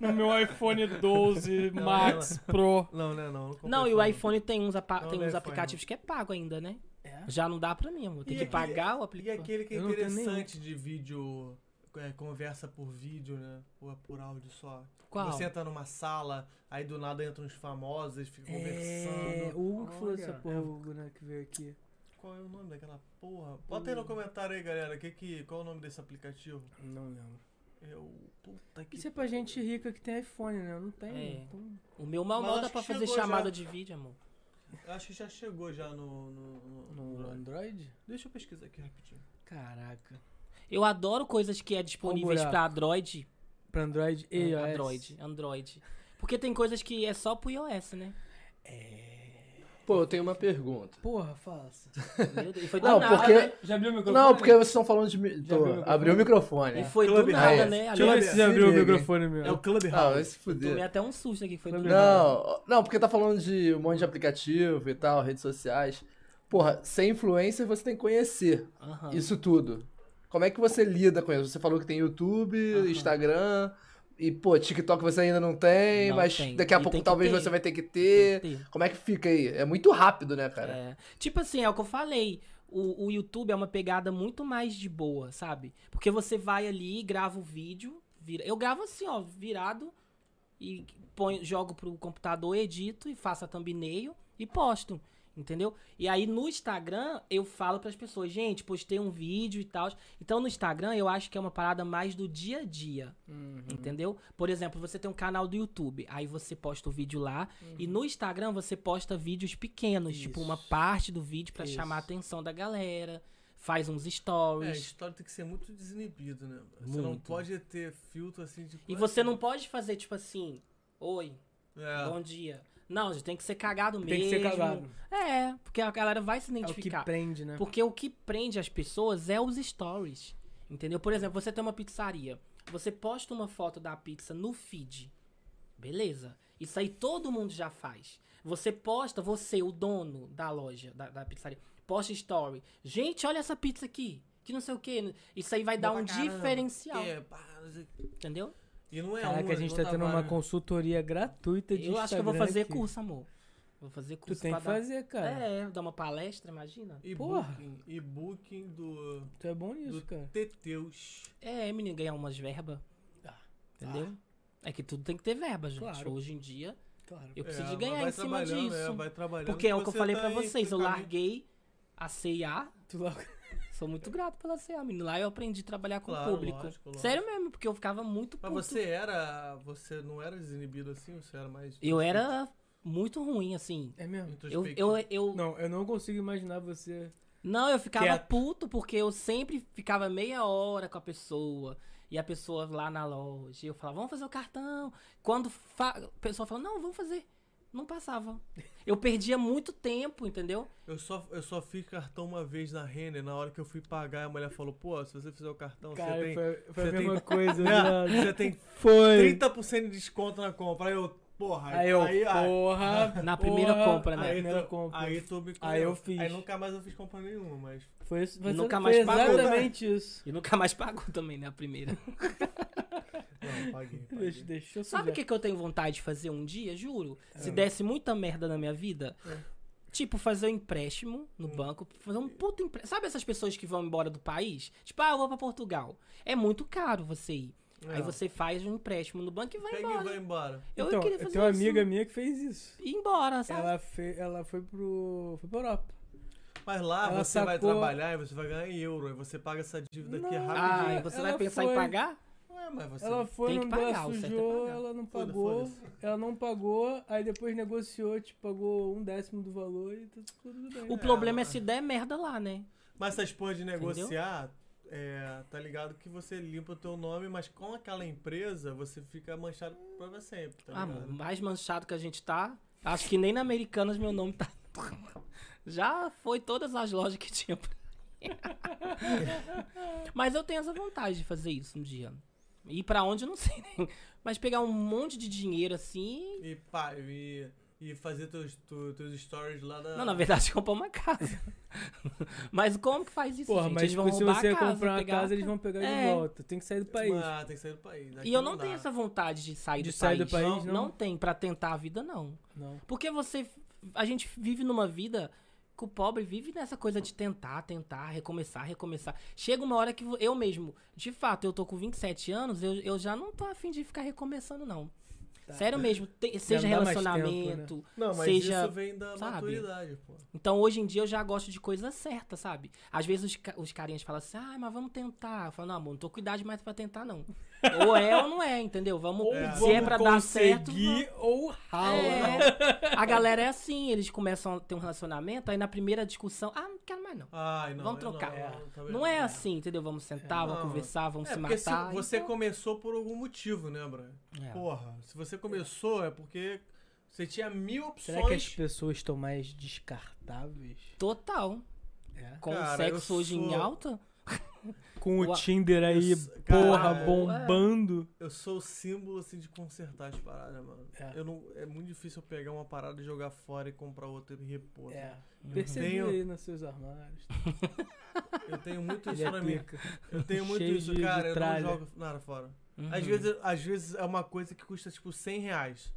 [SPEAKER 1] no meu iPhone 12
[SPEAKER 2] Não,
[SPEAKER 1] Max Pro.
[SPEAKER 2] Não, né, não.
[SPEAKER 3] Não, e o iPhone tem uns, apa-
[SPEAKER 2] Não,
[SPEAKER 3] tem
[SPEAKER 2] não é
[SPEAKER 3] uns
[SPEAKER 2] iPhone,
[SPEAKER 3] aplicativos que é pago ainda, né?
[SPEAKER 1] É?
[SPEAKER 3] Já não dá pra mim, amor. Tem
[SPEAKER 2] E
[SPEAKER 3] que
[SPEAKER 2] aquele-
[SPEAKER 3] pagar o
[SPEAKER 2] E
[SPEAKER 3] aplicativo.
[SPEAKER 2] aquele que é
[SPEAKER 1] Eu não tenho nenhum.
[SPEAKER 2] interessante de vídeo, é, conversa por vídeo, né? Ou é por áudio só.
[SPEAKER 3] Qual?
[SPEAKER 2] Você entra numa sala, aí do nada entram uns famosos, eles ficam
[SPEAKER 1] É,
[SPEAKER 2] conversando.
[SPEAKER 1] o Hugo que falou essa
[SPEAKER 4] Olha.
[SPEAKER 1] porra, o Hugo, né, que veio aqui.
[SPEAKER 2] Qual é o nome daquela porra? Bota aí no comentário aí, galera. Que, que, qual é o nome desse aplicativo?
[SPEAKER 1] Não lembro.
[SPEAKER 2] É o. Puta que.
[SPEAKER 1] Isso é pra gente rica que tem iPhone, né? Eu Não tem.
[SPEAKER 3] É.
[SPEAKER 1] então-
[SPEAKER 3] O meu mal
[SPEAKER 2] Mas né?
[SPEAKER 3] mal
[SPEAKER 2] acho
[SPEAKER 3] dá
[SPEAKER 2] que
[SPEAKER 3] pra fazer
[SPEAKER 2] chegou já.
[SPEAKER 3] chamada de vídeo, amor.
[SPEAKER 2] Eu Acho que já chegou já no. no, no-
[SPEAKER 1] No
[SPEAKER 2] no-
[SPEAKER 1] Android?
[SPEAKER 2] Deixa eu pesquisar aqui rapidinho.
[SPEAKER 1] Caraca.
[SPEAKER 3] Eu adoro coisas que é disponíveis
[SPEAKER 1] buraco.
[SPEAKER 3] pra Android. É,
[SPEAKER 1] Pra Android e iOS.
[SPEAKER 3] Android. Android. Porque tem coisas que é só pro iOS, né?
[SPEAKER 5] Pô, eu tenho uma pergunta.
[SPEAKER 1] Porra, faça.
[SPEAKER 3] Meu Deus. E foi do
[SPEAKER 5] Não,
[SPEAKER 3] nada,
[SPEAKER 5] porque-
[SPEAKER 3] né?
[SPEAKER 1] Já abriu o microfone?
[SPEAKER 5] Não, porque vocês estão falando de. mi-
[SPEAKER 1] Já
[SPEAKER 5] Tô,
[SPEAKER 1] abriu o microfone?
[SPEAKER 5] abriu o microfone.
[SPEAKER 3] E foi do
[SPEAKER 2] Clube
[SPEAKER 3] nada,
[SPEAKER 5] House.
[SPEAKER 3] né?
[SPEAKER 1] Deixa eu ver se
[SPEAKER 5] Se
[SPEAKER 1] abriu o
[SPEAKER 5] liga.
[SPEAKER 1] microfone meu.
[SPEAKER 2] É o Clubhouse.
[SPEAKER 5] Ah, vai se
[SPEAKER 3] Tomei
[SPEAKER 5] fuder.
[SPEAKER 3] até um susto aqui que foi do
[SPEAKER 1] Clube
[SPEAKER 3] nada.
[SPEAKER 5] Não, não, porque tá falando de um monte de aplicativo e tal, redes sociais. Porra, ser influencer você tem que conhecer
[SPEAKER 3] Aham.
[SPEAKER 5] isso tudo. Como é que você lida com isso? Você falou que tem YouTube,
[SPEAKER 3] Aham.
[SPEAKER 5] Instagram, e pô, TikTok você ainda não tem,
[SPEAKER 3] Não
[SPEAKER 5] mas
[SPEAKER 3] tem.
[SPEAKER 5] daqui a
[SPEAKER 3] E tem
[SPEAKER 5] pouco
[SPEAKER 3] que
[SPEAKER 5] talvez
[SPEAKER 3] ter.
[SPEAKER 5] você vai ter que
[SPEAKER 3] Tem
[SPEAKER 5] ter.
[SPEAKER 3] que ter.
[SPEAKER 5] Como é que fica aí? É muito rápido, né, cara?
[SPEAKER 3] É. Tipo assim, é o que eu falei. O, o YouTube é uma pegada muito mais de boa, sabe? Porque você vai ali, grava o vídeo. Vira... Eu gravo assim, ó, virado. E ponho, jogo pro computador, edito e faço a thumbnail e posto. Entendeu? E aí no Instagram eu falo pras pessoas, gente, postei um vídeo e tal. Então no Instagram eu acho que é uma parada mais do dia a dia.
[SPEAKER 1] Uhum.
[SPEAKER 3] Entendeu? Por exemplo, você tem um canal do YouTube, aí você posta o vídeo lá e no Instagram você posta vídeos pequenos, tipo uma
[SPEAKER 1] Uhum. Isso.
[SPEAKER 3] parte do vídeo pra
[SPEAKER 1] Isso.
[SPEAKER 3] chamar a atenção da galera, faz uns
[SPEAKER 2] É, a
[SPEAKER 3] stories.
[SPEAKER 2] história tem que ser muito desinibido, né? Você não
[SPEAKER 3] Ah, Muito.
[SPEAKER 2] pode ter filtro assim de
[SPEAKER 3] e
[SPEAKER 1] é
[SPEAKER 3] você não pode fazer tipo assim, oi,
[SPEAKER 2] É.
[SPEAKER 3] bom dia. Não, já tem que ser cagado mesmo.
[SPEAKER 1] Tem que ser cagado.
[SPEAKER 3] É, porque a galera vai se
[SPEAKER 1] É o que
[SPEAKER 3] identificar.
[SPEAKER 1] prende, né?
[SPEAKER 3] Porque o que prende as pessoas é os stories. Entendeu? Por exemplo, você tem uma pizzaria. Você posta uma foto da pizza no feed. Beleza. Isso aí todo mundo já faz. Você posta, você, o dono da loja, da, da pizzaria, posta story. Gente, olha essa pizza aqui. Que não sei o que. Isso aí vai dar
[SPEAKER 2] Bom
[SPEAKER 3] um
[SPEAKER 2] pra caramba.
[SPEAKER 3] diferencial.
[SPEAKER 2] É, pá, não sei o quê.
[SPEAKER 3] Entendeu?
[SPEAKER 2] E não é
[SPEAKER 1] Caraca,
[SPEAKER 2] uma,
[SPEAKER 1] a gente
[SPEAKER 2] não
[SPEAKER 1] tá tendo uma
[SPEAKER 2] várias.
[SPEAKER 1] consultoria gratuita de
[SPEAKER 3] Eu acho que eu vou
[SPEAKER 1] Instagram
[SPEAKER 3] fazer
[SPEAKER 1] aqui.
[SPEAKER 3] curso, amor. Vou fazer
[SPEAKER 1] Tu
[SPEAKER 3] curso
[SPEAKER 1] tem
[SPEAKER 3] pra
[SPEAKER 1] que fazer,
[SPEAKER 3] dar.
[SPEAKER 1] cara.
[SPEAKER 3] É, dar uma palestra, imagina.
[SPEAKER 2] E
[SPEAKER 1] Porra.
[SPEAKER 2] booking, e booking do
[SPEAKER 1] Tu é bom nisso,
[SPEAKER 2] Do-
[SPEAKER 1] cara.
[SPEAKER 2] Teteus.
[SPEAKER 3] É, menino, ganhar umas verbas.
[SPEAKER 2] Ah,
[SPEAKER 3] Entendeu? É que tudo tem que ter verba, gente.
[SPEAKER 1] Claro.
[SPEAKER 3] Hoje em dia,
[SPEAKER 1] Claro.
[SPEAKER 3] eu preciso
[SPEAKER 2] tá. É,
[SPEAKER 3] de ganhar
[SPEAKER 2] vai
[SPEAKER 3] em cima
[SPEAKER 2] trabalhando, é,
[SPEAKER 3] disso.
[SPEAKER 2] vai trabalhando
[SPEAKER 3] porque é o que eu
[SPEAKER 2] você
[SPEAKER 3] falei
[SPEAKER 2] tá
[SPEAKER 3] pra
[SPEAKER 2] em
[SPEAKER 3] vocês, eu
[SPEAKER 2] caminho.
[SPEAKER 3] larguei a CIA.
[SPEAKER 1] Tu logo-
[SPEAKER 3] Sou muito grato pela CIA, menino. Lá eu aprendi a trabalhar com
[SPEAKER 2] Claro,
[SPEAKER 3] o público.
[SPEAKER 2] lógico, lógico.
[SPEAKER 3] Sério mesmo, porque eu ficava muito
[SPEAKER 2] Mas
[SPEAKER 3] puto.
[SPEAKER 2] você era. Você não era desinibido assim? Você era mais.
[SPEAKER 3] Eu era muito ruim, assim.
[SPEAKER 1] É mesmo?
[SPEAKER 3] Eu, eu, eu, não.
[SPEAKER 1] Não, eu não consigo imaginar você.
[SPEAKER 3] eu ficava
[SPEAKER 1] Quieto.
[SPEAKER 3] puto porque eu sempre ficava meia hora com a pessoa. E a pessoa lá na loja, eu falava, vamos fazer o cartão. Quando fa- a pessoa falava, não, vamos fazer. Não passava. Eu perdia muito tempo, entendeu?
[SPEAKER 2] Eu só, eu só fiz cartão uma vez na Renner. Na hora que eu fui pagar, a mulher falou: pô, se você fizer o cartão,
[SPEAKER 1] Cara,
[SPEAKER 2] você tem.
[SPEAKER 1] foi, foi a
[SPEAKER 2] você tem-
[SPEAKER 1] mesma coisa.
[SPEAKER 2] É,
[SPEAKER 1] né?
[SPEAKER 2] você tem
[SPEAKER 1] Foi.
[SPEAKER 2] 30% de desconto na compra. Aí eu. Porra,
[SPEAKER 1] Aí eu,
[SPEAKER 2] Aí, aí,
[SPEAKER 1] porra.
[SPEAKER 3] Na primeira
[SPEAKER 1] porra.
[SPEAKER 3] compra, né?
[SPEAKER 2] aí
[SPEAKER 1] primeira
[SPEAKER 2] tu,
[SPEAKER 1] compra.
[SPEAKER 2] Aí tu me
[SPEAKER 1] Aí eu fiz.
[SPEAKER 2] Aí nunca mais eu fiz compra nenhuma, mas.
[SPEAKER 1] Foi, isso- foi,
[SPEAKER 3] Nunca
[SPEAKER 1] foi
[SPEAKER 3] mais pagou, né?
[SPEAKER 1] exatamente isso.
[SPEAKER 3] E nunca mais pagou também, né? A primeira.
[SPEAKER 2] Não, paguei. paguei.
[SPEAKER 1] Deixa, deixa eu
[SPEAKER 3] Sabe o
[SPEAKER 1] sujar.
[SPEAKER 3] que, que eu tenho vontade de fazer um dia, juro?
[SPEAKER 2] Ah.
[SPEAKER 3] Se desse muita merda na minha vida.
[SPEAKER 2] É.
[SPEAKER 3] Tipo, fazer um empréstimo no
[SPEAKER 2] Hum.
[SPEAKER 3] banco, fazer um puto empréstimo. Sabe essas pessoas que vão embora do país? Tipo, ah, eu vou pra Portugal. É muito caro você ir. Aí
[SPEAKER 2] É.
[SPEAKER 3] você faz um empréstimo no banco e vai
[SPEAKER 2] Pega e
[SPEAKER 3] embora.
[SPEAKER 2] vai embora.
[SPEAKER 3] Eu
[SPEAKER 1] então,
[SPEAKER 3] queria
[SPEAKER 1] eu
[SPEAKER 3] fazer
[SPEAKER 1] tenho uma
[SPEAKER 3] isso.
[SPEAKER 1] amiga minha que fez isso.
[SPEAKER 3] E ir embora, sabe?
[SPEAKER 1] Ela, fe... ela foi pro. Foi pra Europa.
[SPEAKER 2] Mas lá
[SPEAKER 1] Ela
[SPEAKER 2] você vai
[SPEAKER 1] sacou-
[SPEAKER 2] trabalhar e você vai ganhar em euro. Aí você paga essa dívida aqui
[SPEAKER 1] Não.
[SPEAKER 3] Ah,
[SPEAKER 2] rapidinho.
[SPEAKER 3] e você
[SPEAKER 1] Ela
[SPEAKER 3] vai pensar
[SPEAKER 1] foi.
[SPEAKER 3] em pagar?
[SPEAKER 2] Ué, mas você.
[SPEAKER 1] Ela foi,
[SPEAKER 3] tem
[SPEAKER 1] não
[SPEAKER 3] que pagar,
[SPEAKER 1] dela
[SPEAKER 3] o certo é
[SPEAKER 1] sujou,
[SPEAKER 3] pagar.
[SPEAKER 1] ela não
[SPEAKER 2] Foda-
[SPEAKER 1] pagou,
[SPEAKER 2] foda-se.
[SPEAKER 1] ela não pagou, aí depois negociou, te pagou um décimo do valor e tá tudo bem.
[SPEAKER 3] O problema é se der merda lá, né?
[SPEAKER 2] Mas essas porras de
[SPEAKER 3] Entendeu?
[SPEAKER 2] negociar, é, tá ligado que você limpa o teu nome, mas com aquela empresa você fica manchado pra sempre, tá
[SPEAKER 3] Ah,
[SPEAKER 2] ligado?
[SPEAKER 3] mano, mais manchado que a gente tá. Acho que nem na Americanas meu nome tá. Já foi todas as lojas que tinha. pra- Mas eu tenho essa vontade de fazer isso um dia. Ir pra onde eu não sei nem. Mas pegar um monte de dinheiro assim.
[SPEAKER 2] E, pá, e, e fazer teus, tu- teus stories lá da.
[SPEAKER 3] Não, na verdade, comprar uma casa. Mas como que faz isso,
[SPEAKER 1] Porra,
[SPEAKER 3] gente?
[SPEAKER 1] mas tipo,
[SPEAKER 3] Eles vão
[SPEAKER 1] se
[SPEAKER 3] roubar
[SPEAKER 1] você
[SPEAKER 3] a casa, tá
[SPEAKER 1] comprar uma
[SPEAKER 3] pegar a
[SPEAKER 1] casa, eles
[SPEAKER 3] ca-
[SPEAKER 1] vão pegar
[SPEAKER 3] É.
[SPEAKER 1] de volta. Tem que sair do país.
[SPEAKER 2] Ah, tem que sair do país. Aqui
[SPEAKER 3] E eu não
[SPEAKER 2] dá.
[SPEAKER 3] tenho essa vontade de sair
[SPEAKER 1] De
[SPEAKER 3] do
[SPEAKER 1] sair do
[SPEAKER 3] país.
[SPEAKER 1] país, não?
[SPEAKER 3] não tem pra tentar a vida, não.
[SPEAKER 1] Não.
[SPEAKER 3] Porque você. A gente vive numa vida que o pobre vive nessa coisa de tentar, tentar, recomeçar, recomeçar. Chega uma hora que vo- eu mesmo, de fato, eu tô com 27 anos, eu, eu já não tô afim de ficar recomeçando, não. Sério mesmo, te- seja
[SPEAKER 1] Tá. dá mais tempo, né?
[SPEAKER 3] relacionamento.
[SPEAKER 2] Não, mas
[SPEAKER 3] Seja-
[SPEAKER 2] isso vem da
[SPEAKER 3] sabe?
[SPEAKER 2] maturidade, pô.
[SPEAKER 3] Então hoje em dia eu já gosto de coisa certa, sabe? Às vezes os, ca- os carinhas falam assim, ah, mas vamos tentar. Eu falo, não, amor, não tô com idade mais pra tentar, não. ou é ou não é, entendeu? Vamos.
[SPEAKER 2] É.
[SPEAKER 3] Se é pra dar certo. vamos.
[SPEAKER 1] Conseguir ou rala.
[SPEAKER 3] É. A galera é assim, eles começam a ter um relacionamento, aí na primeira discussão, ah, não quero mais não.
[SPEAKER 2] Ai, não.
[SPEAKER 3] Vamos
[SPEAKER 2] eu
[SPEAKER 3] trocar.
[SPEAKER 2] Não, eu também
[SPEAKER 3] Não é assim, entendeu? Vamos sentar, vamos
[SPEAKER 2] Não.
[SPEAKER 3] conversar, vamos
[SPEAKER 2] É,
[SPEAKER 3] se
[SPEAKER 2] porque se
[SPEAKER 3] matar.
[SPEAKER 2] você
[SPEAKER 3] então-
[SPEAKER 2] começou por algum motivo, né, Brian?
[SPEAKER 3] É.
[SPEAKER 2] Porra, se você começou é porque você tinha mil opções.
[SPEAKER 1] Será que é as pessoas estão mais descartáveis?
[SPEAKER 3] Total.
[SPEAKER 1] É.
[SPEAKER 3] Com
[SPEAKER 2] Cara,
[SPEAKER 3] o sexo
[SPEAKER 2] eu
[SPEAKER 3] hoje em
[SPEAKER 2] sou-
[SPEAKER 3] alta,
[SPEAKER 1] Com o
[SPEAKER 3] Ua-
[SPEAKER 1] Tinder aí,
[SPEAKER 2] Isso,
[SPEAKER 1] porra,
[SPEAKER 2] cara,
[SPEAKER 1] bombando.
[SPEAKER 2] Eu sou o símbolo, assim, de consertar as paradas, mano.
[SPEAKER 1] É.
[SPEAKER 2] Eu não, é muito difícil eu pegar uma parada e jogar fora e comprar outra e repor.
[SPEAKER 1] É.
[SPEAKER 2] né?
[SPEAKER 1] Percebi
[SPEAKER 2] Tenho-
[SPEAKER 1] aí nos seus armários.
[SPEAKER 2] Eu tenho muito
[SPEAKER 1] Ele
[SPEAKER 2] isso
[SPEAKER 1] é
[SPEAKER 2] pra mim.
[SPEAKER 1] pica.
[SPEAKER 2] Eu tenho muito
[SPEAKER 1] Cheio
[SPEAKER 2] isso,
[SPEAKER 1] de- de
[SPEAKER 2] cara. eu não
[SPEAKER 1] tralha.
[SPEAKER 2] jogo nada fora.
[SPEAKER 3] Uhum.
[SPEAKER 2] Às, vezes, às vezes é uma coisa que custa, tipo, 100 reais.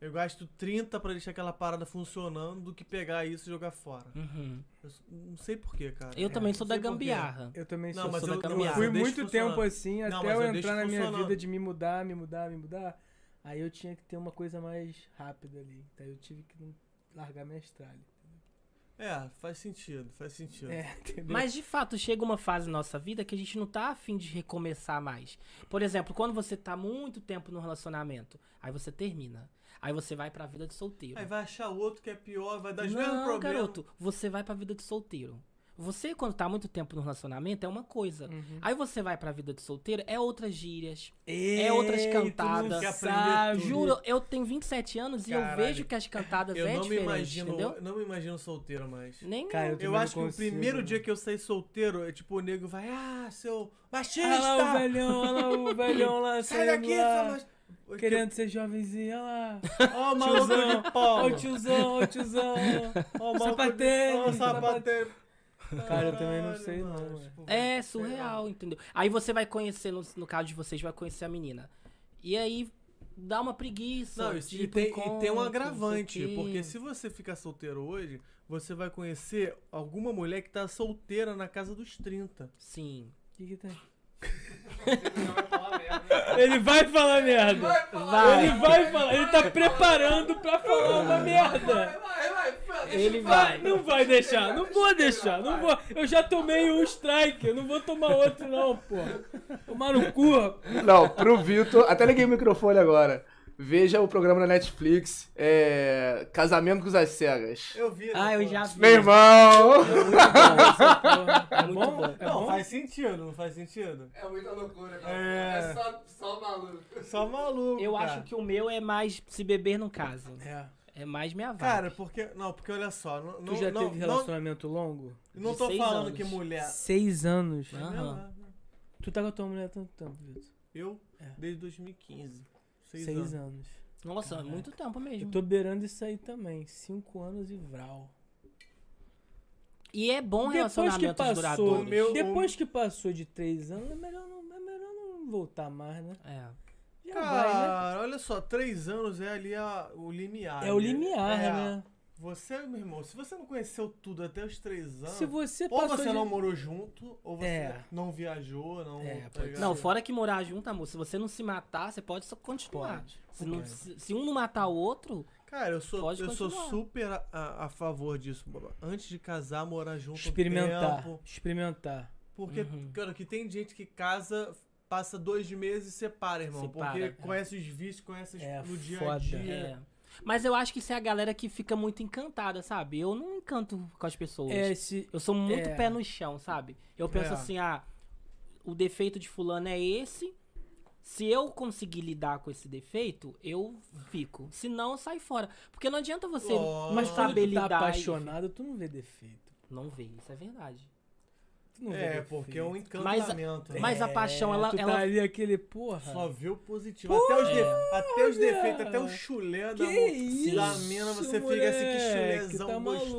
[SPEAKER 2] Eu gasto 30 pra deixar aquela parada funcionando do que pegar isso e jogar fora.
[SPEAKER 3] Uhum.
[SPEAKER 2] Eu s- não sei porquê, cara. É.
[SPEAKER 3] Eu também sou
[SPEAKER 2] não
[SPEAKER 3] da
[SPEAKER 2] sei porquê.
[SPEAKER 3] gambiarra.
[SPEAKER 1] Eu também
[SPEAKER 2] Não,
[SPEAKER 1] sou.
[SPEAKER 2] mas
[SPEAKER 3] sou
[SPEAKER 2] eu,
[SPEAKER 3] da
[SPEAKER 2] eu
[SPEAKER 3] gambiarra.
[SPEAKER 1] Fui
[SPEAKER 2] eu deixo
[SPEAKER 1] muito tempo
[SPEAKER 2] funcionando.
[SPEAKER 1] assim,
[SPEAKER 2] Não,
[SPEAKER 1] até
[SPEAKER 2] mas
[SPEAKER 1] eu,
[SPEAKER 2] eu deixo
[SPEAKER 1] entrar na minha
[SPEAKER 2] funcionando.
[SPEAKER 1] vida de me mudar, me mudar, me mudar. Aí eu tinha que ter uma coisa mais rápida ali. Então eu tive que não largar minha estralha.
[SPEAKER 2] É, faz sentido, faz sentido.
[SPEAKER 1] É, entendeu?
[SPEAKER 3] Mas de fato, chega uma fase na nossa vida que a gente não tá afim de recomeçar mais. Por exemplo, quando você tá muito tempo no relacionamento, aí você termina. Aí você vai pra vida de solteiro.
[SPEAKER 2] Aí vai achar outro que é pior, vai dar os mesmos
[SPEAKER 3] não,
[SPEAKER 2] problemas.
[SPEAKER 3] garoto, você vai pra vida de solteiro. Você, quando tá muito tempo no relacionamento, é uma coisa.
[SPEAKER 2] Uhum.
[SPEAKER 3] Aí você vai pra vida de solteiro, é outras gírias. É outras
[SPEAKER 1] Ei, tu não
[SPEAKER 3] cantadas.
[SPEAKER 1] sabe.
[SPEAKER 2] Sabe,
[SPEAKER 3] Juro, eu tenho 27 anos e
[SPEAKER 2] Caralho.
[SPEAKER 3] eu vejo que as cantadas
[SPEAKER 2] Eu
[SPEAKER 3] é
[SPEAKER 2] não me
[SPEAKER 3] diferente,
[SPEAKER 2] imagino,
[SPEAKER 3] entendeu?
[SPEAKER 2] não me imagino solteiro mais.
[SPEAKER 3] Nem
[SPEAKER 1] Cara, eu
[SPEAKER 2] Eu
[SPEAKER 1] também
[SPEAKER 2] acho
[SPEAKER 1] não
[SPEAKER 2] que o
[SPEAKER 1] consigo, né?
[SPEAKER 2] primeiro
[SPEAKER 1] mano.
[SPEAKER 2] dia que eu saí solteiro, é tipo, o nego vai, ah, seu machista!
[SPEAKER 1] Olha Ah lá o velhão, olha lá o velhão lá
[SPEAKER 2] Sai
[SPEAKER 1] saindo
[SPEAKER 2] daqui,
[SPEAKER 1] lá,
[SPEAKER 2] seu machista!
[SPEAKER 1] Querendo ser jovenzinho, olha lá.
[SPEAKER 2] Ó, o maluco
[SPEAKER 1] Tiozão.
[SPEAKER 2] de
[SPEAKER 1] Ó
[SPEAKER 2] pau!
[SPEAKER 1] o tiozão, ó o tiozão.
[SPEAKER 2] Ó, o maluco de-
[SPEAKER 1] sapateiro,
[SPEAKER 2] Ó, o sapateiro!
[SPEAKER 1] Cara, eu também não
[SPEAKER 2] Caralho,
[SPEAKER 1] sei não, mano.
[SPEAKER 2] tipo,
[SPEAKER 3] É
[SPEAKER 2] velho, sei lá.
[SPEAKER 3] surreal, entendeu? Aí você vai conhecer, no, no caso de vocês, vai conhecer a menina. E aí dá uma preguiça.
[SPEAKER 2] Não,
[SPEAKER 3] de
[SPEAKER 2] isso,
[SPEAKER 3] ir
[SPEAKER 2] e,
[SPEAKER 3] pro
[SPEAKER 2] tem,
[SPEAKER 3] encontro,
[SPEAKER 2] e tem um
[SPEAKER 3] tipo não sei o
[SPEAKER 2] agravante,
[SPEAKER 3] quê.
[SPEAKER 2] porque se você ficar solteiro hoje, você vai conhecer alguma mulher que tá solteira na casa dos 30.
[SPEAKER 3] Sim.
[SPEAKER 1] O que que tem?
[SPEAKER 4] vai falar merda.
[SPEAKER 1] Ele vai falar merda.
[SPEAKER 4] Vai falar
[SPEAKER 3] Vai.
[SPEAKER 1] Ele vai falar, ele tá preparando pra falar uma merda.
[SPEAKER 4] Vai, vai, vai, vai, deixa
[SPEAKER 3] Ele
[SPEAKER 4] eu falar.
[SPEAKER 1] Vai, não vai deixar, não vou deixar, não vou. Eu já tomei um strike, eu não vou tomar outro não, pô. Tomar no cu. rapaz.
[SPEAKER 3] É.
[SPEAKER 5] Não, pro Vitor, até liguei o microfone agora. Veja o programa na Netflix, é. Casamento com as cegas.
[SPEAKER 2] Eu vi. né,
[SPEAKER 3] Ah, eu
[SPEAKER 2] pô?
[SPEAKER 3] já vi.
[SPEAKER 5] Meu irmão!
[SPEAKER 1] É bom?
[SPEAKER 3] muito tá bom.
[SPEAKER 1] É
[SPEAKER 2] Não,
[SPEAKER 1] bom?
[SPEAKER 2] faz sentido, não faz sentido.
[SPEAKER 4] É muita loucura, cara.
[SPEAKER 2] É.
[SPEAKER 4] É, só, só maluco.
[SPEAKER 2] Só maluco.
[SPEAKER 3] Eu
[SPEAKER 2] cara.
[SPEAKER 3] acho que o meu é mais se beber no caso.
[SPEAKER 1] É.
[SPEAKER 3] É mais minha vibe.
[SPEAKER 2] Cara, porque. Não, porque olha só. Não,
[SPEAKER 1] Tu
[SPEAKER 2] não,
[SPEAKER 1] já
[SPEAKER 2] não,
[SPEAKER 1] teve relacionamento longo?
[SPEAKER 2] não, não
[SPEAKER 3] de
[SPEAKER 2] tô
[SPEAKER 3] seis
[SPEAKER 2] falando
[SPEAKER 3] anos?
[SPEAKER 2] que mulher.
[SPEAKER 1] Seis anos.
[SPEAKER 3] Aham.
[SPEAKER 1] Tu tá com a tua mulher há tanto tempo, Vitor?
[SPEAKER 2] Eu,
[SPEAKER 1] É.
[SPEAKER 2] desde 2015. Seis,
[SPEAKER 1] Seis
[SPEAKER 2] anos.
[SPEAKER 1] anos.
[SPEAKER 3] Nossa, é
[SPEAKER 1] Caraca.
[SPEAKER 3] muito tempo
[SPEAKER 1] Eu
[SPEAKER 3] mesmo.
[SPEAKER 1] tô beirando isso aí também. Cinco anos e vral.
[SPEAKER 3] E é
[SPEAKER 2] Um
[SPEAKER 3] bom
[SPEAKER 1] Depois que
[SPEAKER 3] relacionamentos
[SPEAKER 1] passou, um
[SPEAKER 3] duradouros.
[SPEAKER 2] o meu-
[SPEAKER 1] depois que passou de três anos, é melhor não, é melhor não voltar mais, né?
[SPEAKER 3] É.
[SPEAKER 1] Já vai, né?
[SPEAKER 2] Cara, olha só, três anos é ali a, o limiar.
[SPEAKER 1] É o
[SPEAKER 2] né?
[SPEAKER 1] limiar,
[SPEAKER 2] É,
[SPEAKER 1] né?
[SPEAKER 2] Você, meu irmão, se você não conheceu tudo até os três anos.
[SPEAKER 1] Se você
[SPEAKER 2] Ou
[SPEAKER 1] passou
[SPEAKER 2] você
[SPEAKER 1] de...
[SPEAKER 2] não morou junto, ou você
[SPEAKER 1] É.
[SPEAKER 2] não viajou, não.
[SPEAKER 1] É,
[SPEAKER 2] tá
[SPEAKER 1] pode
[SPEAKER 2] ligado?
[SPEAKER 3] Não, fora que morar junto, amor. Se você não se matar, você pode só continuar.
[SPEAKER 1] Pode.
[SPEAKER 3] Se, não-
[SPEAKER 1] Pode.
[SPEAKER 3] se- se um não matar o outro,
[SPEAKER 2] Cara, eu sou,
[SPEAKER 3] Pode
[SPEAKER 2] eu sou
[SPEAKER 3] continuar.
[SPEAKER 2] super a, a- a favor disso. Boba. Antes de casar, morar junto. um
[SPEAKER 1] Experimentar.
[SPEAKER 2] tempo.
[SPEAKER 1] Experimentar.
[SPEAKER 2] porque,
[SPEAKER 3] Uhum.
[SPEAKER 2] cara, que tem gente que casa, passa dois meses e separa, irmão.
[SPEAKER 3] Separa,
[SPEAKER 2] porque
[SPEAKER 3] é.
[SPEAKER 2] conhece os vícios, conhece os,
[SPEAKER 1] É
[SPEAKER 2] no dia a
[SPEAKER 1] foda.
[SPEAKER 2] dia.
[SPEAKER 3] É. Mas eu acho que isso é a galera que fica muito encantada, sabe? Eu não encanto com as pessoas.
[SPEAKER 1] É, se...
[SPEAKER 3] Eu sou muito
[SPEAKER 1] é.
[SPEAKER 3] pé no chão, sabe? Eu penso
[SPEAKER 2] É.
[SPEAKER 3] assim, ah, o defeito de fulano é esse. Se eu conseguir lidar com esse defeito, eu fico. Se não, eu saio fora. Porque não adianta você
[SPEAKER 2] Lógico.
[SPEAKER 3] não
[SPEAKER 1] Mas quando
[SPEAKER 3] saber
[SPEAKER 1] tu tá
[SPEAKER 3] lidar. e-
[SPEAKER 1] apaixonado, tu não vê defeito.
[SPEAKER 3] Não vê, isso é verdade.
[SPEAKER 1] Tu não vê
[SPEAKER 2] É,
[SPEAKER 1] defeito.
[SPEAKER 2] porque é um encantamento. né?
[SPEAKER 3] Mas a paixão, ela-
[SPEAKER 1] Tu tá
[SPEAKER 3] ela-
[SPEAKER 1] ali aquele, porra.
[SPEAKER 2] Só vê o positivo. Até os, de- até os defeitos, até o chulé
[SPEAKER 1] Que
[SPEAKER 2] da,
[SPEAKER 1] isso,
[SPEAKER 2] da mina, você fica assim, que
[SPEAKER 1] moleque,
[SPEAKER 2] chulézão
[SPEAKER 1] tá
[SPEAKER 2] gostoso.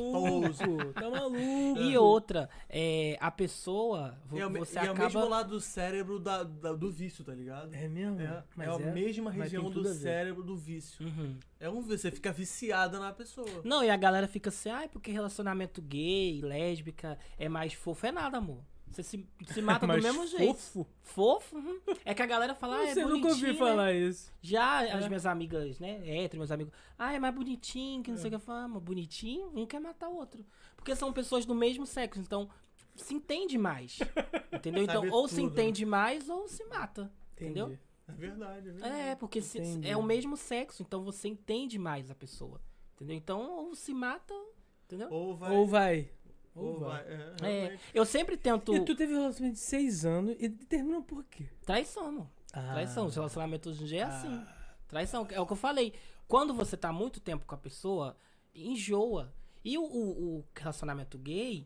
[SPEAKER 1] maluco, tá maluco.
[SPEAKER 3] E outra, é, a pessoa, vo-
[SPEAKER 2] É, o me-
[SPEAKER 3] você
[SPEAKER 2] Uhum. e é o mesmo
[SPEAKER 3] acaba...
[SPEAKER 2] lado do cérebro da- da- do vício, tá ligado?
[SPEAKER 1] É mesmo?
[SPEAKER 2] É,
[SPEAKER 1] Mas
[SPEAKER 2] é a mesma
[SPEAKER 1] mas tem
[SPEAKER 2] região
[SPEAKER 1] tudo
[SPEAKER 2] do
[SPEAKER 1] a ver.
[SPEAKER 2] cérebro do vício.
[SPEAKER 3] Uhum.
[SPEAKER 2] É um vício, você fica viciado na pessoa.
[SPEAKER 3] Não, e a galera fica assim, ai, porque relacionamento gay, lésbica, é mais fofo. É nada, amor. Você se, se mata do
[SPEAKER 1] Mas
[SPEAKER 3] mesmo jeito.
[SPEAKER 1] Fofo?
[SPEAKER 3] Fofo? uhum. É que a galera fala, ah, é
[SPEAKER 1] Você nunca ouviu
[SPEAKER 3] bonitinho, né?
[SPEAKER 1] falar isso.
[SPEAKER 3] Já as
[SPEAKER 1] É.
[SPEAKER 3] minhas amigas, né? Hétero, meus amigos. Ah, é mais bonitinho, que não sei
[SPEAKER 1] É.
[SPEAKER 3] o que. Eu falo, ah, mas bonitinho, um quer matar o outro. Porque são pessoas do mesmo sexo, então se entende mais. Entendeu? Então,
[SPEAKER 2] Sabe
[SPEAKER 3] ou se
[SPEAKER 2] tudo, né?
[SPEAKER 3] entende mais ou se mata. Entendeu?
[SPEAKER 1] Entendi.
[SPEAKER 2] É verdade, é verdade.
[SPEAKER 3] É, porque se- se-
[SPEAKER 1] Entendi.
[SPEAKER 3] é o mesmo sexo, então você entende mais a pessoa. Entendeu? Então, ou se mata, entendeu?
[SPEAKER 2] Ou vai.
[SPEAKER 1] Ou vai.
[SPEAKER 2] ou vai. É,
[SPEAKER 3] É,
[SPEAKER 2] realmente.
[SPEAKER 3] eu sempre tento.
[SPEAKER 1] E tu teve um relacionamento de seis anos e terminou por quê?
[SPEAKER 3] Traição, amor.
[SPEAKER 1] Ah.
[SPEAKER 3] Traição. Os relacionamentos hoje em dia é assim. Traição. É o que eu falei. Quando você tá muito tempo com a pessoa, enjoa. E o, o- o relacionamento gay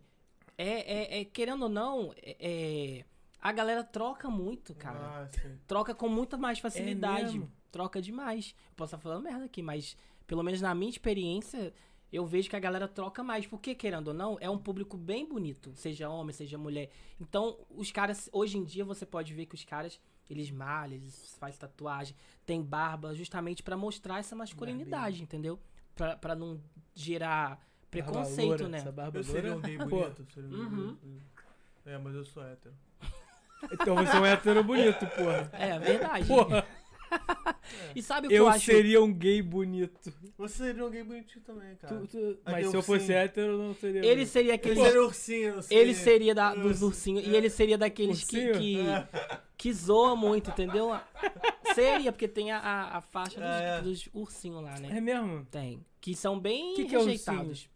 [SPEAKER 3] é, é- é, querendo ou não, é- é, a galera troca muito, cara.
[SPEAKER 2] Ah, sim.
[SPEAKER 3] Troca com muita mais facilidade.
[SPEAKER 1] É mesmo?
[SPEAKER 3] troca demais. Eu posso estar falando merda aqui, mas pelo menos na minha experiência, eu vejo que a galera troca mais. Porque, querendo ou não, é um público bem bonito, seja homem, seja mulher. Então, os caras, hoje em dia, você pode ver que os caras, eles malham, eles fazem tatuagem, tem barba, justamente pra mostrar essa masculinidade, entendeu? Pra, pra não gerar
[SPEAKER 1] Barba
[SPEAKER 3] preconceito,
[SPEAKER 1] loura,
[SPEAKER 3] né?
[SPEAKER 1] Essa barba
[SPEAKER 2] Eu seria um gay
[SPEAKER 1] loura.
[SPEAKER 2] bonito. Seria um gay
[SPEAKER 3] Uhum.
[SPEAKER 2] bonito. É, mas eu sou hétero.
[SPEAKER 1] Pô, então você é um hétero bonito, porra.
[SPEAKER 3] É, verdade.
[SPEAKER 1] Porra,
[SPEAKER 3] E sabe o que eu,
[SPEAKER 1] eu
[SPEAKER 3] acho?
[SPEAKER 1] seria um gay bonito.
[SPEAKER 2] Você seria um gay bonitinho também, cara.
[SPEAKER 1] Tu- tu-
[SPEAKER 2] Ah,
[SPEAKER 1] mas
[SPEAKER 2] eu
[SPEAKER 1] se eu fosse
[SPEAKER 2] sim.
[SPEAKER 1] hétero, eu não seria.
[SPEAKER 3] Ele seria
[SPEAKER 2] Ele
[SPEAKER 3] aquele.
[SPEAKER 2] seria ursinho, ursinho.
[SPEAKER 3] Ele seria da, dos
[SPEAKER 2] Ursinho.
[SPEAKER 3] ursinhos. E ele seria daqueles que,
[SPEAKER 1] Ursinho? É.
[SPEAKER 3] que, que zoa muito, entendeu? Seria, porque tem a- a, a faixa dos,
[SPEAKER 2] Ah, é.
[SPEAKER 3] dos ursinhos lá, né?
[SPEAKER 1] É mesmo?
[SPEAKER 3] Tem. Que são bem
[SPEAKER 1] Que que é
[SPEAKER 3] rejeitados.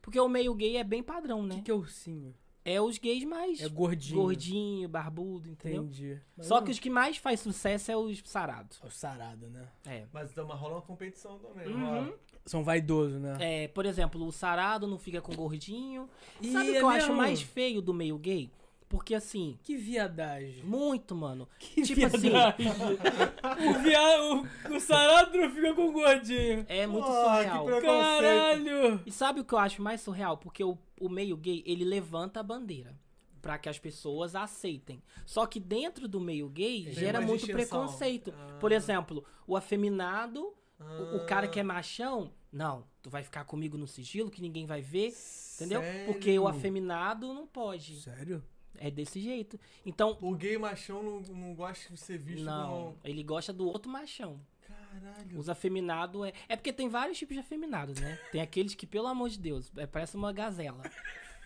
[SPEAKER 3] porque o meio gay é bem padrão,
[SPEAKER 1] O
[SPEAKER 3] né?
[SPEAKER 1] que, que é ursinho?
[SPEAKER 3] É os gays mais
[SPEAKER 1] É gordinho. Uhum.
[SPEAKER 3] gordinho, barbudo, entendeu?
[SPEAKER 1] Entendi.
[SPEAKER 3] Só que os que mais faz sucesso é os sarados.
[SPEAKER 1] É o sarado, né?
[SPEAKER 3] É.
[SPEAKER 2] Mas então, mas rola uma competição também.
[SPEAKER 3] Uhum.
[SPEAKER 2] rola.
[SPEAKER 1] São vaidosos, né?
[SPEAKER 3] É, por exemplo, o sarado não fica com gordinho.
[SPEAKER 1] Ih,
[SPEAKER 3] Sabe o que
[SPEAKER 1] é
[SPEAKER 3] eu acho
[SPEAKER 1] mesmo?
[SPEAKER 3] mais feio do meio gay? Porque assim,
[SPEAKER 1] Que viadagem.
[SPEAKER 3] muito, mano.
[SPEAKER 1] Que
[SPEAKER 3] tipo assim,
[SPEAKER 1] o, via... o, o sarado não fica com o gordinho.
[SPEAKER 3] é muito
[SPEAKER 2] Pô,
[SPEAKER 3] surreal.
[SPEAKER 2] que preconceito.
[SPEAKER 1] Caralho!
[SPEAKER 3] E sabe o que eu acho mais surreal? Porque o, o meio gay, ele levanta a bandeira Pra que as pessoas aceitem. Só que dentro do meio gay
[SPEAKER 2] Tem
[SPEAKER 3] gera
[SPEAKER 2] mais
[SPEAKER 3] muito
[SPEAKER 2] distinção.
[SPEAKER 3] preconceito.
[SPEAKER 2] Ah.
[SPEAKER 3] Por exemplo, o afeminado, o, o cara que é
[SPEAKER 2] Ah,
[SPEAKER 3] machão, não, tu vai ficar comigo no sigilo que ninguém vai ver, entendeu?
[SPEAKER 2] sério?
[SPEAKER 3] Porque o afeminado não pode.
[SPEAKER 1] Sério?
[SPEAKER 3] É desse jeito. Então,
[SPEAKER 2] O gay machão não, não gosta de ser visto
[SPEAKER 3] não, ele gosta do outro machão.
[SPEAKER 2] com. Caralho.
[SPEAKER 3] Os afeminados é. É porque tem vários tipos de afeminados, né? Tem aqueles que, pelo amor de Deus, é, parece uma gazela.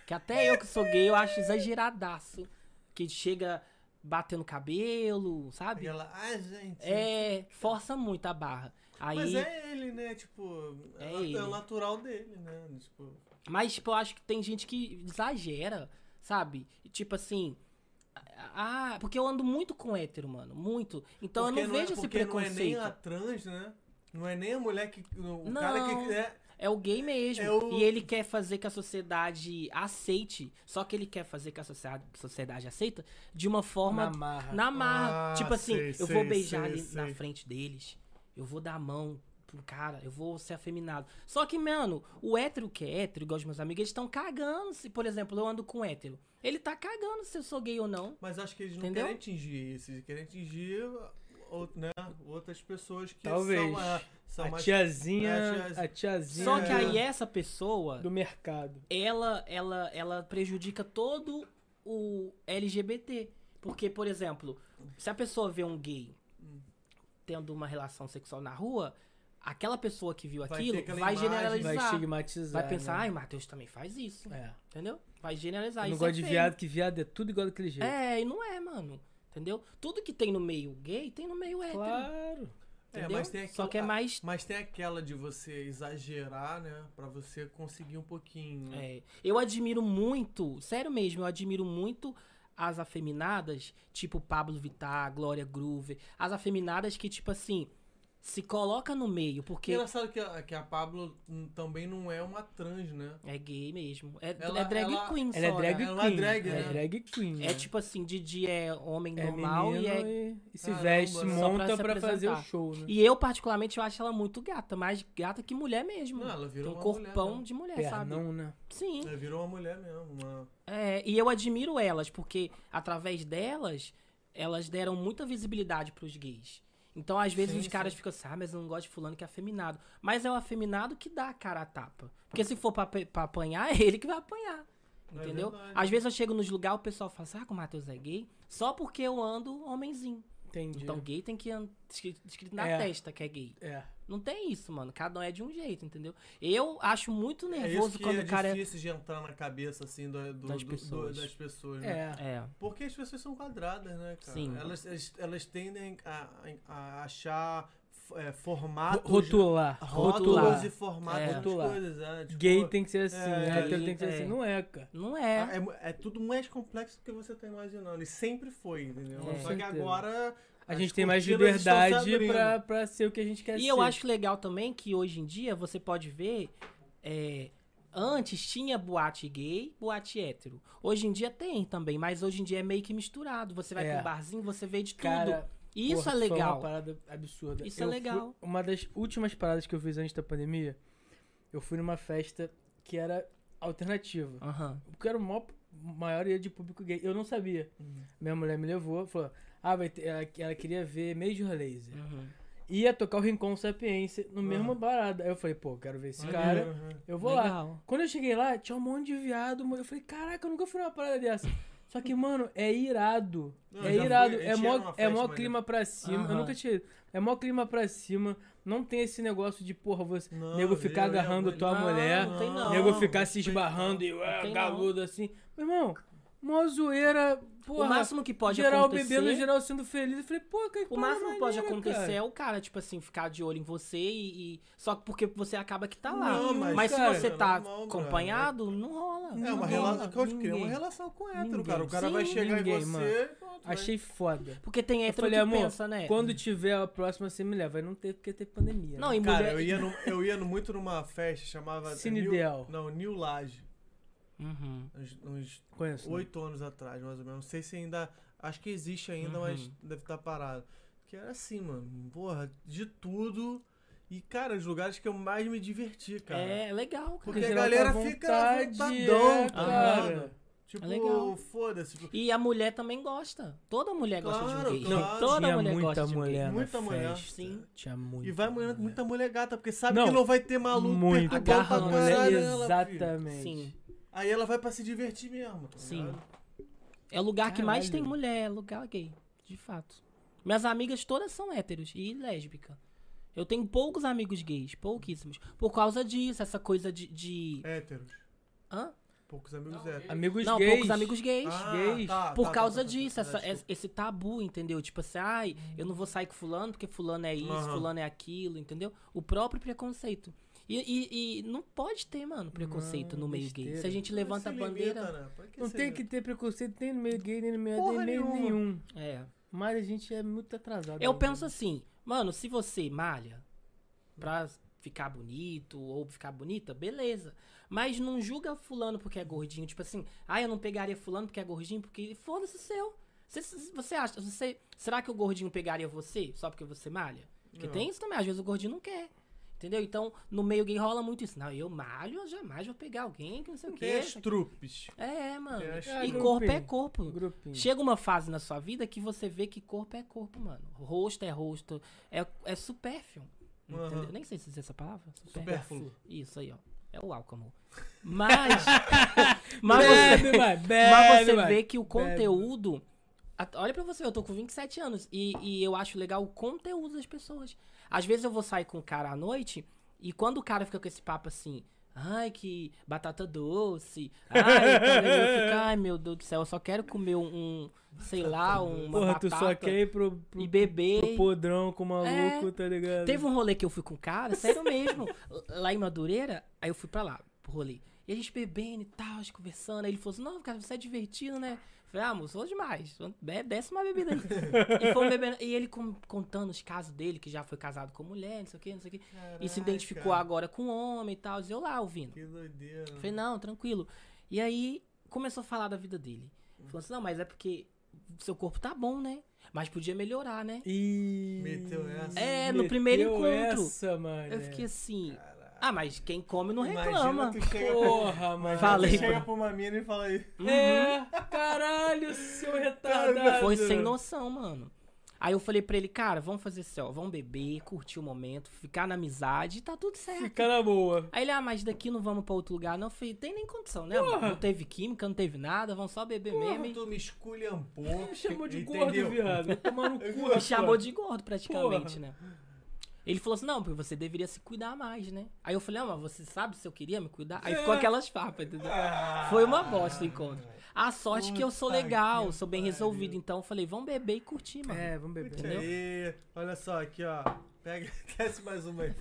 [SPEAKER 3] Que até eu que sou gay, eu acho exageradaço. Que chega batendo cabelo,
[SPEAKER 2] E
[SPEAKER 3] sabe?
[SPEAKER 2] ela, ah, gente.
[SPEAKER 3] É. Força muito a barra. Aí.
[SPEAKER 2] Mas
[SPEAKER 3] Mas,
[SPEAKER 2] é ele, né? Tipo,
[SPEAKER 3] É
[SPEAKER 2] é, nat- é
[SPEAKER 3] ele.
[SPEAKER 2] o natural dele, né? Tipo,
[SPEAKER 3] tipo, eu acho que tem gente que exagera, sabe? Tipo assim. Ah, porque eu ando muito com hétero, mano. Muito. Então
[SPEAKER 2] porque
[SPEAKER 3] eu não,
[SPEAKER 2] é-
[SPEAKER 3] vejo esse
[SPEAKER 2] porque
[SPEAKER 3] preconceito.
[SPEAKER 2] Não é nem a trans, né? Não é nem a mulher que. O cara
[SPEAKER 3] Não.
[SPEAKER 2] que. É,
[SPEAKER 3] É o gay mesmo.
[SPEAKER 2] É o-
[SPEAKER 3] E ele quer fazer que a sociedade aceite. Só que ele quer fazer que a socia- sociedade aceita de uma forma. Na,
[SPEAKER 1] marra.
[SPEAKER 3] marra.
[SPEAKER 2] Ah,
[SPEAKER 3] tipo assim,
[SPEAKER 2] sei,
[SPEAKER 3] eu
[SPEAKER 2] sei,
[SPEAKER 3] vou beijar
[SPEAKER 2] sei,
[SPEAKER 3] ali na
[SPEAKER 2] sei.
[SPEAKER 3] frente deles. Eu vou dar a mão pro cara. Eu vou ser afeminado. Só que, mano, o hétero que é hétero, igual os meus amigos, eles estão cagando. Se, por exemplo, eu ando com um hétero. Ele tá cagando se eu sou gay ou não.
[SPEAKER 2] mas acho que eles não
[SPEAKER 3] Entendeu?
[SPEAKER 2] querem atingir isso. Eles querem atingir ou- né, outras pessoas que
[SPEAKER 1] Talvez.
[SPEAKER 2] são, é, são
[SPEAKER 1] A
[SPEAKER 2] mais. É,
[SPEAKER 1] tiazinha,
[SPEAKER 2] a tia-
[SPEAKER 1] a tiazinha
[SPEAKER 3] Só que
[SPEAKER 2] É.
[SPEAKER 3] aí essa pessoa.
[SPEAKER 1] do mercado.
[SPEAKER 3] ela, ela, ela prejudica todo o LGBT. Porque, por exemplo, se a pessoa vê um gay tendo uma relação sexual na rua, aquela pessoa que viu
[SPEAKER 2] Vai
[SPEAKER 3] aquilo
[SPEAKER 2] ter aquela
[SPEAKER 3] vai
[SPEAKER 2] imagem,
[SPEAKER 3] generalizar.
[SPEAKER 1] Vai
[SPEAKER 3] Vai,
[SPEAKER 1] estigmatizar.
[SPEAKER 3] pensar, ai,
[SPEAKER 1] né?
[SPEAKER 3] o Matheus também faz isso.
[SPEAKER 1] É.
[SPEAKER 3] Entendeu? Vai generalizar
[SPEAKER 1] Eu não
[SPEAKER 3] isso. é
[SPEAKER 1] gosto de
[SPEAKER 3] feio.
[SPEAKER 1] viado, que viado é tudo igual daquele jeito.
[SPEAKER 3] É, e não é, mano. Entendeu? Tudo que tem no meio gay tem no meio hétero.
[SPEAKER 1] Claro.
[SPEAKER 2] É,
[SPEAKER 3] Entendeu?
[SPEAKER 2] mas tem aquilo-
[SPEAKER 3] Só que é mais.
[SPEAKER 2] Mas tem aquela de você exagerar, né? Pra você conseguir um pouquinho. né?
[SPEAKER 3] É, eu admiro muito, sério mesmo, eu admiro muito as afeminadas, tipo Pablo Vittar, Glória Groove, as afeminadas que, tipo assim, se coloca no meio, porque
[SPEAKER 2] Engraçado que a, que a Pablo hum, também não é uma trans, né?
[SPEAKER 3] é gay mesmo. É,
[SPEAKER 2] Ela-
[SPEAKER 3] é drag
[SPEAKER 2] ela-
[SPEAKER 3] queen
[SPEAKER 1] Ela é
[SPEAKER 3] só,
[SPEAKER 1] drag
[SPEAKER 3] né?
[SPEAKER 1] queen.
[SPEAKER 2] Ela é drag,
[SPEAKER 1] Ela é
[SPEAKER 2] né?
[SPEAKER 1] drag queen.
[SPEAKER 3] É tipo assim, de dia é homem
[SPEAKER 1] é
[SPEAKER 3] normal e é...
[SPEAKER 1] menino e, e se
[SPEAKER 2] Caramba,
[SPEAKER 1] veste,
[SPEAKER 2] só
[SPEAKER 1] se
[SPEAKER 2] pra
[SPEAKER 1] monta
[SPEAKER 3] se
[SPEAKER 1] pra, fazer o
[SPEAKER 3] apresentar.
[SPEAKER 1] show, né?
[SPEAKER 3] E eu, particularmente, eu acho ela muito gata, mais gata que mulher mesmo.
[SPEAKER 2] Não, ela
[SPEAKER 3] Tem
[SPEAKER 2] virou
[SPEAKER 3] um
[SPEAKER 2] uma
[SPEAKER 3] corpão
[SPEAKER 2] mulher.
[SPEAKER 3] de mulher, sabe?
[SPEAKER 1] Pernão, né?
[SPEAKER 3] Sim.
[SPEAKER 2] Né? Ela virou uma mulher mesmo. Uma...
[SPEAKER 3] É, e eu admiro elas, porque através delas, elas deram muita visibilidade pros gays. Então, às vezes,
[SPEAKER 2] Sim,
[SPEAKER 3] os caras ficam assim, ah, mas eu não gosto de fulano que é afeminado. Mas é o afeminado que dá a cara a tapa. Porque se for pra, ape- pra apanhar, é ele que vai apanhar.
[SPEAKER 2] É
[SPEAKER 3] Entendeu?
[SPEAKER 2] verdade.
[SPEAKER 3] às vezes eu chego nos lugares, o pessoal fala, sabe que o Matheus é gay? Só porque eu ando homenzinho.
[SPEAKER 1] Entendi.
[SPEAKER 3] Então, gay tem que andar escrito na
[SPEAKER 1] É.
[SPEAKER 3] testa que é gay.
[SPEAKER 1] é.
[SPEAKER 3] Não tem isso, mano. Cada um é de um jeito, entendeu? Eu acho muito
[SPEAKER 2] É
[SPEAKER 3] nervoso
[SPEAKER 2] isso que
[SPEAKER 3] quando
[SPEAKER 2] é
[SPEAKER 3] o cara
[SPEAKER 2] difícil de entrar na cabeça, assim, do, do- do-
[SPEAKER 3] Das
[SPEAKER 2] do-
[SPEAKER 3] pessoas.
[SPEAKER 2] das pessoas, né?
[SPEAKER 1] É.
[SPEAKER 3] é.
[SPEAKER 2] Porque as pessoas são quadradas, né, cara?
[SPEAKER 3] Sim.
[SPEAKER 2] Elas, elas, elas tendem a, a achar é, formatos...
[SPEAKER 3] né?
[SPEAKER 1] Ro- Rotular.
[SPEAKER 2] rótulos
[SPEAKER 1] Rotular.
[SPEAKER 2] e formatos
[SPEAKER 3] É.
[SPEAKER 2] de
[SPEAKER 1] Rotular.
[SPEAKER 2] coisas, é. tipo,
[SPEAKER 1] Gay tem que ser assim,
[SPEAKER 2] É,
[SPEAKER 1] hétero tem que ser
[SPEAKER 3] é.
[SPEAKER 1] assim. Não é, cara.
[SPEAKER 3] Não
[SPEAKER 2] É.
[SPEAKER 3] é.
[SPEAKER 2] é- é tudo mais complexo do que você tá imaginando. E sempre foi, entendeu?
[SPEAKER 3] Com
[SPEAKER 2] Só que
[SPEAKER 1] É. certeza.
[SPEAKER 2] agora...
[SPEAKER 1] A
[SPEAKER 2] as
[SPEAKER 1] gente tem mais
[SPEAKER 2] cortinas estão se
[SPEAKER 1] liberdade
[SPEAKER 2] abrindo.
[SPEAKER 1] pra, pra ser o que a gente quer ser.
[SPEAKER 3] E eu acho legal também que hoje em dia você pode ver. é, antes tinha boate gay, boate hétero. Hoje em dia tem também, mas hoje em dia é meio que misturado. Você vai
[SPEAKER 1] É.
[SPEAKER 3] pra um barzinho, você vê de tudo.
[SPEAKER 1] Cara,
[SPEAKER 3] e
[SPEAKER 1] porra,
[SPEAKER 3] isso é
[SPEAKER 1] tu falou
[SPEAKER 3] legal.
[SPEAKER 1] Uma parada absurda.
[SPEAKER 3] Isso é
[SPEAKER 1] Eu
[SPEAKER 3] legal.
[SPEAKER 1] fui- uma das últimas paradas que eu fiz antes da pandemia, eu fui numa festa que era alternativa.
[SPEAKER 3] Aham.
[SPEAKER 1] Porque era o maior, maioria de público gay. Eu não sabia.
[SPEAKER 3] Uhum.
[SPEAKER 1] Minha mulher me levou, falou... Ah, vai ter- ela, ela queria ver Major Laser.
[SPEAKER 3] Uhum.
[SPEAKER 1] Ia tocar o Rincon Sapiência no mesmo parada. Aí eu falei, pô, quero ver esse cara.
[SPEAKER 2] Uhum.
[SPEAKER 1] Eu vou lá.
[SPEAKER 3] legal.
[SPEAKER 1] Quando eu cheguei lá, tinha um monte de viado. mano. Eu falei, caraca, eu nunca fui numa parada dessa. Só que, mano, é irado.
[SPEAKER 2] Não, eu
[SPEAKER 1] é
[SPEAKER 2] já fui,
[SPEAKER 1] irado.
[SPEAKER 2] a gente
[SPEAKER 1] é
[SPEAKER 2] ia
[SPEAKER 1] mó,
[SPEAKER 2] numa
[SPEAKER 1] é
[SPEAKER 2] festa,
[SPEAKER 1] mó
[SPEAKER 2] mas-
[SPEAKER 1] clima pra cima. Eu
[SPEAKER 3] Aham.
[SPEAKER 1] nunca tinha ido. É mó clima pra cima. Não tem esse negócio de, porra, você.
[SPEAKER 2] Não,
[SPEAKER 1] nego ficar
[SPEAKER 2] eu ia
[SPEAKER 1] agarrando
[SPEAKER 2] muito-
[SPEAKER 1] tua
[SPEAKER 3] Não,
[SPEAKER 1] mulher.
[SPEAKER 3] não tem não.
[SPEAKER 1] nego ficar se
[SPEAKER 2] tem
[SPEAKER 1] esbarrando e
[SPEAKER 3] Não
[SPEAKER 1] ah,
[SPEAKER 3] tem
[SPEAKER 1] galudo assim. Meu irmão, mó zoeira. Porra,
[SPEAKER 3] o máximo que pode
[SPEAKER 1] geral
[SPEAKER 3] acontecer.
[SPEAKER 1] bebendo, geral sendo feliz. Eu falei, pô, que
[SPEAKER 3] O
[SPEAKER 1] parada
[SPEAKER 3] máximo que pode
[SPEAKER 1] maneira,
[SPEAKER 3] acontecer
[SPEAKER 1] cara.
[SPEAKER 3] é o cara, tipo assim, ficar de olho em você e. e- só porque você acaba que tá lá.
[SPEAKER 2] Não,
[SPEAKER 3] mas
[SPEAKER 2] mas,
[SPEAKER 1] cara,
[SPEAKER 3] se você
[SPEAKER 2] é
[SPEAKER 3] tá
[SPEAKER 2] normal,
[SPEAKER 3] acompanhado, não rola.
[SPEAKER 2] É
[SPEAKER 3] Não
[SPEAKER 2] uma
[SPEAKER 3] rola.
[SPEAKER 2] relação, que eu crio uma
[SPEAKER 1] ninguém.
[SPEAKER 2] relação com hétero,
[SPEAKER 1] Ninguém.
[SPEAKER 2] cara. O cara vai
[SPEAKER 3] Sim,
[SPEAKER 2] chegar
[SPEAKER 1] ninguém,
[SPEAKER 2] em você.
[SPEAKER 1] mano.
[SPEAKER 2] pronto, vai.
[SPEAKER 1] Achei foda.
[SPEAKER 3] Porque tem
[SPEAKER 1] Eu
[SPEAKER 3] hétero
[SPEAKER 1] falei,
[SPEAKER 3] que
[SPEAKER 1] amor,
[SPEAKER 3] pensa, né?
[SPEAKER 1] quando tiver a próxima, você me leva. Aí Não teve porque teve pandemia. né?
[SPEAKER 3] Não, e mulher.
[SPEAKER 2] Cara, eu ia, no- eu ia no- muito numa festa, chamava.
[SPEAKER 1] Cine
[SPEAKER 2] New-
[SPEAKER 1] Ideal.
[SPEAKER 2] Não, New Laje.
[SPEAKER 3] Uhum.
[SPEAKER 2] Uns, uns
[SPEAKER 1] Conheço. né?
[SPEAKER 2] oito anos atrás, mais ou menos. Não sei se ainda. Acho que existe ainda,
[SPEAKER 1] Uhum.
[SPEAKER 2] mas deve estar parado. Que era assim, mano. Porra, de tudo. E, cara, os lugares que eu mais me diverti, cara.
[SPEAKER 3] É legal, cara.
[SPEAKER 2] Porque a
[SPEAKER 1] geral tá
[SPEAKER 2] galera
[SPEAKER 1] à
[SPEAKER 2] fica
[SPEAKER 1] vontade,
[SPEAKER 2] vontadão,
[SPEAKER 1] é,
[SPEAKER 2] tá
[SPEAKER 1] cara.
[SPEAKER 2] ligado? Tipo,
[SPEAKER 3] É legal.
[SPEAKER 2] foda-se. tipo,
[SPEAKER 3] E a mulher também gosta. Toda mulher gosta de um
[SPEAKER 2] Claro,
[SPEAKER 3] gay.
[SPEAKER 2] claro.
[SPEAKER 3] Toda
[SPEAKER 1] tinha
[SPEAKER 3] mulher
[SPEAKER 1] muita
[SPEAKER 3] gosta de um gay.
[SPEAKER 1] mulher na
[SPEAKER 2] Muita mulher.
[SPEAKER 1] festa.
[SPEAKER 3] Sim.
[SPEAKER 1] Tinha muita
[SPEAKER 2] E vai mulher, muita mulher gata, porque sabe
[SPEAKER 1] Não,
[SPEAKER 2] que não vai ter maluco
[SPEAKER 1] Muito.
[SPEAKER 2] perturbando pra
[SPEAKER 3] Agarra a
[SPEAKER 2] caralho
[SPEAKER 1] mulher,
[SPEAKER 2] ela, filho.
[SPEAKER 1] exatamente.
[SPEAKER 3] Sim.
[SPEAKER 2] Aí ela vai pra se divertir mesmo. tá
[SPEAKER 3] Sim.
[SPEAKER 2] ligado?
[SPEAKER 3] É o lugar que mais tem
[SPEAKER 1] Caralho.
[SPEAKER 3] mulher, é lugar gay, de fato. Minhas amigas todas são héteros e lésbica. Eu tenho poucos amigos gays, pouquíssimos. Por causa disso, essa coisa de. de...
[SPEAKER 2] Héteros.
[SPEAKER 3] Hã?
[SPEAKER 2] Poucos amigos
[SPEAKER 4] Não,
[SPEAKER 2] héteros.
[SPEAKER 1] Amigos
[SPEAKER 3] Não,
[SPEAKER 1] gays.
[SPEAKER 3] poucos amigos gays.
[SPEAKER 1] gays.
[SPEAKER 2] tá,
[SPEAKER 3] Por
[SPEAKER 2] tá,
[SPEAKER 3] causa
[SPEAKER 2] tá, tá, tá,
[SPEAKER 3] disso,
[SPEAKER 2] tá,
[SPEAKER 3] essa-
[SPEAKER 2] desculpa.
[SPEAKER 3] esse tabu, entendeu? Tipo assim, ai, eu não vou sair com fulano porque fulano é isso,
[SPEAKER 2] Aham.
[SPEAKER 3] fulano é aquilo, entendeu? O próprio preconceito. E, e- e não pode ter, mano, preconceito
[SPEAKER 1] Não,
[SPEAKER 3] no meio gay. Se
[SPEAKER 1] besteira.
[SPEAKER 3] a gente levanta a
[SPEAKER 2] Se limita,
[SPEAKER 3] bandeira.
[SPEAKER 2] né? Pra
[SPEAKER 1] Não
[SPEAKER 2] se
[SPEAKER 1] tem
[SPEAKER 2] limita?
[SPEAKER 1] que ter preconceito nem no meio gay, nem no meio,
[SPEAKER 2] Porra
[SPEAKER 1] nem meio
[SPEAKER 2] nenhuma.
[SPEAKER 1] nenhum.
[SPEAKER 3] É.
[SPEAKER 1] Mas a gente é muito
[SPEAKER 2] Tá
[SPEAKER 1] atrasado.
[SPEAKER 3] Eu
[SPEAKER 1] né?
[SPEAKER 3] penso assim, mano, se você malha pra ficar bonito ou ficar bonita, beleza. Mas não julga fulano porque é gordinho. Tipo assim, ah, eu não pegaria fulano porque é gordinho, porque foda-se o seu. Você, você acha, você, será que o gordinho pegaria você só porque você malha? Porque
[SPEAKER 2] Não.
[SPEAKER 3] tem isso também, às vezes o gordinho não quer. Entendeu? Então, no meio gay rola muito isso. Não, eu malho, eu jamais vou pegar alguém que é não sei o
[SPEAKER 2] Tem
[SPEAKER 3] quê.
[SPEAKER 2] as trupes.
[SPEAKER 3] É, mano.
[SPEAKER 2] Ah, Tem as
[SPEAKER 3] E
[SPEAKER 1] trupes.
[SPEAKER 3] corpo é corpo.
[SPEAKER 1] Grupinho.
[SPEAKER 3] Chega uma fase na sua vida que você vê que corpo é corpo, mano. Rosto é rosto. É, é supérfluo.
[SPEAKER 2] Aham.
[SPEAKER 3] Entendeu? Nem sei se diz essa palavra.
[SPEAKER 2] Supérfluo.
[SPEAKER 3] Isso aí, ó. É o álcool, amor. Mas. mas você,
[SPEAKER 1] Bebe, vai, bebe,
[SPEAKER 3] mas você
[SPEAKER 1] vai.
[SPEAKER 3] vê que o conteúdo. a- Olha pra você, eu tô com 27 anos. E, e eu acho legal o conteúdo das pessoas. Às vezes eu vou sair com o cara à noite. E quando o cara fica com esse papo assim. Ai, que batata doce. Ai, tá vendo?" eu fico, ai, meu Deus do céu, eu só quero comer um, sei lá, uma
[SPEAKER 1] Porra,
[SPEAKER 3] batata
[SPEAKER 1] tu só quer ir pro, pro,
[SPEAKER 3] e beber.
[SPEAKER 1] pro podrão com o maluco, tá ligado?
[SPEAKER 3] Teve um rolê que eu fui com o cara, sério mesmo, lá em Madureira, aí eu fui pra lá, pro rolê. E a gente bebendo e tal, a gente conversando. Aí ele falou assim: Não, cara, você é divertido, né? Eu falei: Ah, moço, sou demais. Be- Desce uma bebida aí. e, fomos bebendo, e ele com- contando os casos dele, que já foi casado com mulher, não sei o quê, não sei o quê. E se
[SPEAKER 2] Caraca,
[SPEAKER 3] identificou agora com um homem e tal. E eu lá ouvindo.
[SPEAKER 2] Que doideira.
[SPEAKER 3] Eu falei, não, tranquilo. E aí começou a falar da vida dele.
[SPEAKER 2] Hum.
[SPEAKER 3] Falou assim, não, mas é porque seu corpo tá bom, né? Mas podia melhorar, né?
[SPEAKER 1] E...
[SPEAKER 2] Meteu essa.
[SPEAKER 3] É, no
[SPEAKER 1] Meteu
[SPEAKER 3] primeiro encontro.
[SPEAKER 1] Essa, mano.
[SPEAKER 3] Eu fiquei assim. Ah, mas quem come não
[SPEAKER 2] Né? Imagina
[SPEAKER 3] reclama.
[SPEAKER 2] tu chega pra-
[SPEAKER 1] Porra, mano.
[SPEAKER 3] Falei,
[SPEAKER 2] Tu chega
[SPEAKER 3] mano.
[SPEAKER 2] pra uma mina e fala aí.
[SPEAKER 3] Uhum.
[SPEAKER 1] É, caralho, seu retardado.
[SPEAKER 3] Foi sem noção, mano. Aí eu falei pra ele, cara, vamos fazer assim, ó, vamos beber, curtir o momento, ficar na amizade, tá tudo certo.
[SPEAKER 1] Fica na boa.
[SPEAKER 3] Aí ele, ah, mas daqui não vamos pra outro lugar, não. Eu falei, tem nem condição, né?
[SPEAKER 1] Porra.
[SPEAKER 3] Não teve química, não teve nada, vamos só beber mesmo.
[SPEAKER 2] Como
[SPEAKER 3] e-
[SPEAKER 2] tu me esculhambou.
[SPEAKER 1] Me chamou de
[SPEAKER 2] entendeu?
[SPEAKER 1] gordo, viado. Vai Tomar no cu.
[SPEAKER 3] Me chamou
[SPEAKER 1] rapaz.
[SPEAKER 3] de gordo praticamente, né? Ele falou assim, não, porque você deveria se cuidar mais, né? Aí eu falei, ah, mas você sabe se eu queria me cuidar? Aí ficou aquelas farpas, entendeu?
[SPEAKER 2] Ah.
[SPEAKER 3] Foi uma bosta o encontro. A sorte que eu sou
[SPEAKER 2] Puta
[SPEAKER 3] legal,
[SPEAKER 2] que
[SPEAKER 3] sou bem
[SPEAKER 2] pariu.
[SPEAKER 3] resolvido, então eu falei, vamos beber e curtir, mano.
[SPEAKER 1] É, vamos beber.
[SPEAKER 3] Entendeu?
[SPEAKER 2] Aí, olha só, aqui, ó. Pega, desce mais uma aí.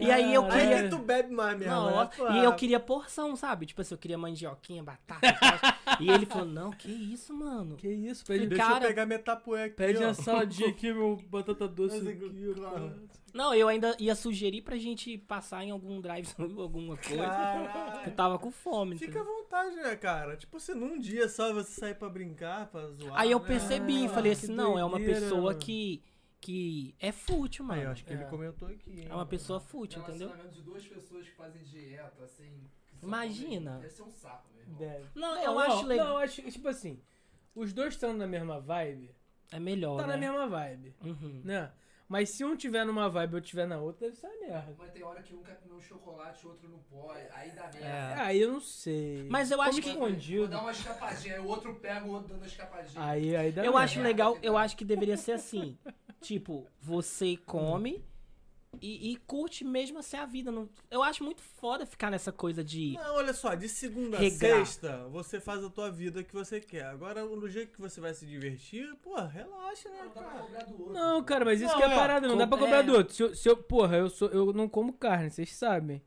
[SPEAKER 3] E aí eu
[SPEAKER 1] Caralho.
[SPEAKER 3] queria...
[SPEAKER 2] Aí que tu bebe mais mesmo,
[SPEAKER 3] Não,
[SPEAKER 2] né?
[SPEAKER 3] ó, e eu queria porção, sabe? Tipo assim, eu queria mandioquinha, batata. tal. e ele falou, não, que isso, mano.
[SPEAKER 1] Que isso, pede,
[SPEAKER 2] Deixa
[SPEAKER 3] cara-
[SPEAKER 2] eu pegar minha tapué aqui,
[SPEAKER 1] pede
[SPEAKER 2] ó.
[SPEAKER 1] uma saladinha aqui, meu batata doce
[SPEAKER 2] Mas é
[SPEAKER 1] aqui. ó,
[SPEAKER 2] claro.
[SPEAKER 1] pô.
[SPEAKER 3] Não, eu ainda ia sugerir pra gente passar em algum drive, alguma coisa.
[SPEAKER 2] Caralho.
[SPEAKER 3] Eu tava com fome.
[SPEAKER 2] Fica à
[SPEAKER 3] entendeu?
[SPEAKER 2] vontade, né, cara? Tipo, se num dia só você sair pra brincar, pra zoar.
[SPEAKER 3] Aí eu
[SPEAKER 2] né?
[SPEAKER 3] percebi, falei
[SPEAKER 1] que
[SPEAKER 3] assim, não, é uma
[SPEAKER 1] doideira,
[SPEAKER 3] pessoa
[SPEAKER 1] mano.
[SPEAKER 3] que, que é fútil,
[SPEAKER 2] Aí,
[SPEAKER 3] mano.
[SPEAKER 2] eu acho que ele
[SPEAKER 1] É.
[SPEAKER 2] comentou aqui. hein,
[SPEAKER 3] É uma
[SPEAKER 2] mano.
[SPEAKER 3] pessoa fútil, entendeu?
[SPEAKER 4] um Relacionamento de duas pessoas que fazem dieta, assim. que só
[SPEAKER 3] Imagina. É.
[SPEAKER 4] comem- Deve ser um saco, meu irmão.
[SPEAKER 1] Deve.
[SPEAKER 3] Não,
[SPEAKER 1] Não,
[SPEAKER 3] eu acho
[SPEAKER 1] não,
[SPEAKER 3] legal.
[SPEAKER 1] Não, eu acho que, tipo assim, os dois estão na mesma vibe,
[SPEAKER 3] É melhor,
[SPEAKER 1] tá
[SPEAKER 3] né?
[SPEAKER 1] na mesma vibe,
[SPEAKER 3] Uhum.
[SPEAKER 1] né? Mas se um tiver numa vibe e eu tiver na outra, deve ser uma merda.
[SPEAKER 4] Mas tem hora que um quer comer um chocolate, o outro não pode. Aí dá merda.
[SPEAKER 1] Aí eu não sei.
[SPEAKER 3] É. Mas eu
[SPEAKER 1] Como
[SPEAKER 3] acho que- um-
[SPEAKER 4] Vou
[SPEAKER 1] escondido.
[SPEAKER 4] dar uma escapadinha, aí o outro pega o outro dando uma escapadinha.
[SPEAKER 1] Aí, aí dá
[SPEAKER 3] Eu
[SPEAKER 1] merda.
[SPEAKER 3] acho legal, eu acho que deveria ser assim. tipo, você come e, e curte mesmo assim a vida. Não- Eu acho muito foda ficar nessa coisa de.
[SPEAKER 2] Não, olha só, de segunda
[SPEAKER 3] Regrar.
[SPEAKER 2] a sexta, você faz a tua vida que você quer. Agora, no jeito que você vai se divertir, pô, relaxa, né,
[SPEAKER 4] Não dá pra
[SPEAKER 2] cara?
[SPEAKER 4] cobrar do outro.
[SPEAKER 1] Não, cara, mas isso
[SPEAKER 2] Não,
[SPEAKER 1] que é
[SPEAKER 2] é,
[SPEAKER 1] parada, não dá pra
[SPEAKER 3] com-
[SPEAKER 1] cobrar
[SPEAKER 3] é.
[SPEAKER 1] do outro. Se eu, se eu- porra, eu, sou, eu não como carne, vocês sabem.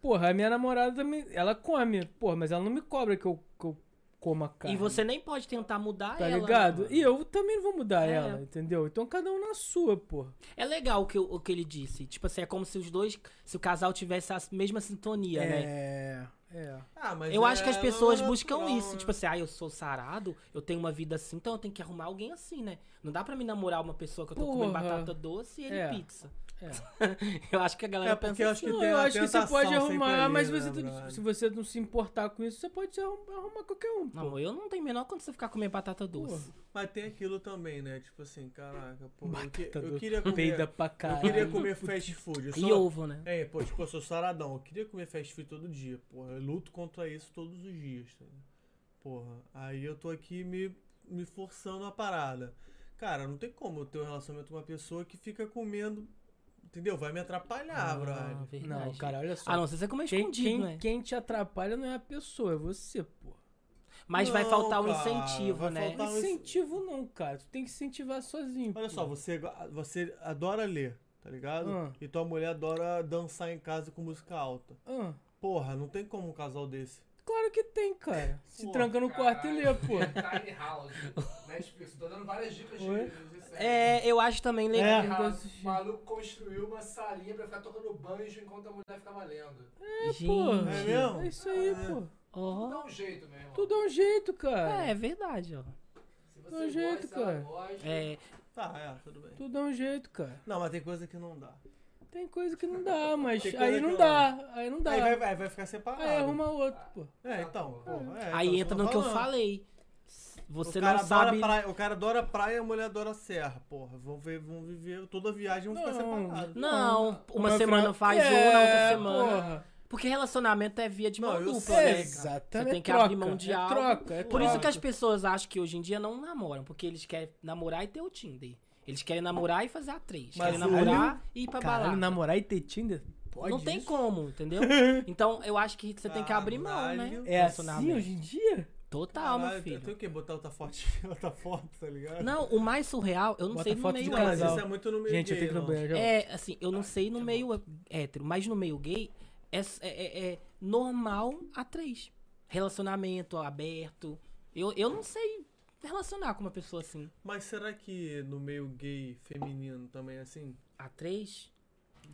[SPEAKER 1] Porra, a minha namorada também, ela come, porra, mas ela não me cobra que eu, que eu coma carne.
[SPEAKER 3] E você nem pode tentar mudar
[SPEAKER 1] Tá
[SPEAKER 3] ela. né,
[SPEAKER 1] ligado?
[SPEAKER 3] mano?
[SPEAKER 1] E eu também não vou mudar
[SPEAKER 3] É.
[SPEAKER 1] ela, entendeu? Então cada um na sua, porra.
[SPEAKER 3] É legal o que, o que ele disse. Tipo assim, é como se os dois. Se o casal tivesse a mesma sintonia, né?
[SPEAKER 1] É. É.
[SPEAKER 2] Ah, mas
[SPEAKER 3] Eu
[SPEAKER 2] é
[SPEAKER 3] acho que as pessoas
[SPEAKER 2] natural,
[SPEAKER 3] buscam isso.
[SPEAKER 2] né?
[SPEAKER 3] Tipo assim, ah, eu sou sarado, eu tenho uma vida assim, então eu tenho que arrumar alguém assim, né? Não dá pra me namorar uma pessoa que eu tô comendo
[SPEAKER 1] Porra.
[SPEAKER 3] batata doce e ele
[SPEAKER 1] É.
[SPEAKER 3] pizza. eu acho que a galera
[SPEAKER 2] É,
[SPEAKER 3] pensa assim,
[SPEAKER 2] porque eu acho que
[SPEAKER 1] Não,
[SPEAKER 2] tem
[SPEAKER 1] eu
[SPEAKER 2] uma
[SPEAKER 1] acho que você
[SPEAKER 2] tentação
[SPEAKER 1] pode
[SPEAKER 2] sempre
[SPEAKER 1] arrumar,
[SPEAKER 2] ali,
[SPEAKER 1] mas
[SPEAKER 2] né,
[SPEAKER 1] você,
[SPEAKER 2] brother?
[SPEAKER 1] se você não se importar com isso, você pode arrumar, arrumar qualquer um, pô.
[SPEAKER 3] Não, eu não tenho a menor condição de ficar comendo batata doce.
[SPEAKER 2] Mas tem aquilo também, né? Tipo assim, caraca, pô, eu, que-
[SPEAKER 1] Tá
[SPEAKER 2] eu
[SPEAKER 1] do-
[SPEAKER 2] queria comer...
[SPEAKER 1] Peida pra
[SPEAKER 2] Eu
[SPEAKER 1] caralho.
[SPEAKER 2] queria comer fast food. Eu
[SPEAKER 3] E
[SPEAKER 2] sou-
[SPEAKER 3] ovo, né?
[SPEAKER 2] É, pô, tipo, eu sou saradão. Eu queria comer fast food todo dia, porra. Eu luto contra isso todos os dias, tá ligado? porra. Aí eu tô aqui me, me forçando a parada. Cara, não tem como eu ter um relacionamento com uma pessoa que fica comendo, entendeu? Vai me
[SPEAKER 1] Ah,
[SPEAKER 2] atrapalhar, Ah, brother.
[SPEAKER 3] Ah, verdade.
[SPEAKER 1] Não, cara, olha só.
[SPEAKER 3] A não ser você comer
[SPEAKER 1] quem,
[SPEAKER 3] escondido,
[SPEAKER 1] quem-
[SPEAKER 3] né?
[SPEAKER 1] quem te atrapalha não é a pessoa, é você, pô.
[SPEAKER 3] Mas vai
[SPEAKER 2] Não,
[SPEAKER 3] faltar o
[SPEAKER 2] cara,
[SPEAKER 3] incentivo,
[SPEAKER 2] vai
[SPEAKER 3] né?
[SPEAKER 2] faltar- Não, isso-
[SPEAKER 1] Incentivo não, cara. Tu tem que incentivar sozinho.
[SPEAKER 2] Tá, Olha
[SPEAKER 1] pô.
[SPEAKER 2] só, você, go- você adora ler, tá ligado?
[SPEAKER 1] Ah.
[SPEAKER 2] E tua mulher adora dançar em casa com música alta.
[SPEAKER 1] Ah,
[SPEAKER 2] Porra, não tem como um casal desse.
[SPEAKER 1] claro que tem, cara. Se
[SPEAKER 4] Pô,
[SPEAKER 1] tranca no quarto e lê,
[SPEAKER 4] caralho.
[SPEAKER 1] pô.
[SPEAKER 4] Tiny House, Netflix. Tô dando várias dicas de...
[SPEAKER 1] Oi?
[SPEAKER 4] de-
[SPEAKER 3] É, eu acho também legal.
[SPEAKER 4] Tiny
[SPEAKER 1] eu tô
[SPEAKER 4] House,
[SPEAKER 1] assistindo.
[SPEAKER 4] o maluco construiu uma salinha pra ficar tocando banjo enquanto a mulher ficava lendo.
[SPEAKER 3] Gente.
[SPEAKER 1] Pô,
[SPEAKER 2] É mesmo?
[SPEAKER 1] é isso aí, pô.
[SPEAKER 3] ó.
[SPEAKER 4] Dá um jeito, meu irmão.
[SPEAKER 1] Tudo é um jeito, cara.
[SPEAKER 3] É, é verdade, ó.
[SPEAKER 4] Se
[SPEAKER 1] dá um
[SPEAKER 4] você
[SPEAKER 1] jeito,
[SPEAKER 4] gosta, ela
[SPEAKER 1] cara.
[SPEAKER 4] gosta.
[SPEAKER 3] É,
[SPEAKER 2] Tá, é, tudo bem.
[SPEAKER 1] Tudo é um jeito, cara.
[SPEAKER 2] Não, mas tem coisa que não dá.
[SPEAKER 1] Tem coisa que não dá, mas
[SPEAKER 2] Tem coisa
[SPEAKER 1] aí
[SPEAKER 2] que
[SPEAKER 1] não
[SPEAKER 2] não
[SPEAKER 1] dá. Aí não dá.
[SPEAKER 2] Aí vai, vai, vai ficar separado.
[SPEAKER 1] Aí arruma outro, pô.
[SPEAKER 2] É, então, porra. é,
[SPEAKER 3] aí
[SPEAKER 2] então,
[SPEAKER 3] entra
[SPEAKER 2] tô
[SPEAKER 3] no que eu
[SPEAKER 2] falando.
[SPEAKER 3] falei. Você
[SPEAKER 2] o cara
[SPEAKER 3] não sabe.
[SPEAKER 2] Adora praia, o cara adora praia, a mulher adora serra, porra. Vão, ver, vão viver toda a viagem, vão ficar
[SPEAKER 1] Não.
[SPEAKER 2] separados.
[SPEAKER 3] Não, uma
[SPEAKER 1] Mas
[SPEAKER 3] semana
[SPEAKER 1] afinal-
[SPEAKER 3] faz
[SPEAKER 1] É,
[SPEAKER 3] uma, outra semana.
[SPEAKER 1] Porra.
[SPEAKER 3] Porque relacionamento é via de mão
[SPEAKER 2] Não, eu
[SPEAKER 3] dupla,
[SPEAKER 2] sei,
[SPEAKER 3] né?
[SPEAKER 2] cara.
[SPEAKER 1] Exatamente.
[SPEAKER 3] Você tem que
[SPEAKER 1] troca,
[SPEAKER 3] abrir mão de
[SPEAKER 1] Então é
[SPEAKER 3] algo.
[SPEAKER 1] Troca, é
[SPEAKER 2] Por
[SPEAKER 3] Por isso que
[SPEAKER 1] troca.
[SPEAKER 3] as pessoas acham que hoje em dia não namoram, porque eles querem namorar e ter o Tinder. Eles querem namorar e fazer a três.
[SPEAKER 2] Mas
[SPEAKER 3] Querem
[SPEAKER 2] o-
[SPEAKER 3] namorar e ir pra
[SPEAKER 1] Caralho,
[SPEAKER 3] balada.
[SPEAKER 1] namorar e ter Tinder? Pode
[SPEAKER 3] não tem
[SPEAKER 1] isso?
[SPEAKER 3] como, entendeu? Então eu acho que você tem que abrir mão, né?
[SPEAKER 2] Caralho.
[SPEAKER 1] É assim
[SPEAKER 3] Relacionamento.
[SPEAKER 1] hoje em dia?
[SPEAKER 3] Total, Ah, meu
[SPEAKER 2] Caralho, Eu
[SPEAKER 3] filho.
[SPEAKER 2] tenho que botar outra foto, outra foto, tá ligado?
[SPEAKER 3] Não, o mais surreal, eu não
[SPEAKER 1] Bota
[SPEAKER 3] sei no
[SPEAKER 1] foto de
[SPEAKER 3] meio
[SPEAKER 2] Não, mas
[SPEAKER 1] casal.
[SPEAKER 2] isso é muito no meio
[SPEAKER 1] Gente, eu
[SPEAKER 2] gay,
[SPEAKER 1] tenho que ir no
[SPEAKER 2] não.
[SPEAKER 1] banheiro. já volto.
[SPEAKER 3] É, assim, eu não sei no meio hétero, mas no meio gay é, s- é- é- é normal a três. Relacionamento aberto. Eu, eu não sei relacionar com uma pessoa assim.
[SPEAKER 2] Mas será que no meio gay feminino também, assim?
[SPEAKER 3] A três?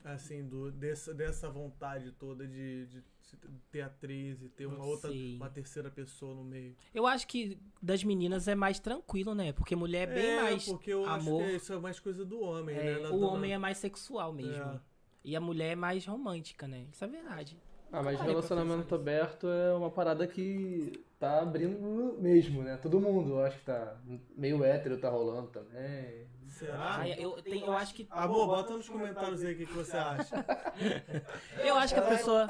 [SPEAKER 2] Assim, do, dessa, dessa vontade toda de, de se- ter atriz e ter uma
[SPEAKER 3] Não
[SPEAKER 2] outra,
[SPEAKER 3] sei.
[SPEAKER 2] uma terceira pessoa no meio.
[SPEAKER 3] Eu acho que das meninas é mais tranquilo, né? Porque mulher é bem mais.
[SPEAKER 2] porque eu
[SPEAKER 3] amor.
[SPEAKER 2] acho que isso é mais coisa do homem,
[SPEAKER 3] é,
[SPEAKER 2] né?
[SPEAKER 3] o homem é mais sexual mesmo.
[SPEAKER 2] É.
[SPEAKER 3] E a mulher é mais romântica, né? Isso é verdade.
[SPEAKER 5] Ah, mas
[SPEAKER 3] Claro,
[SPEAKER 5] relacionamento
[SPEAKER 3] professor.
[SPEAKER 5] aberto é uma parada que tá abrindo mesmo, né? Todo mundo, eu acho que tá. Meio hétero tá rolando também.
[SPEAKER 2] Será?
[SPEAKER 3] Ai, eu, Ah, então tem- eu acho que.
[SPEAKER 2] Ah, Amor, bota nos comentários aí o que que você acha.
[SPEAKER 3] Eu acho que a pessoa.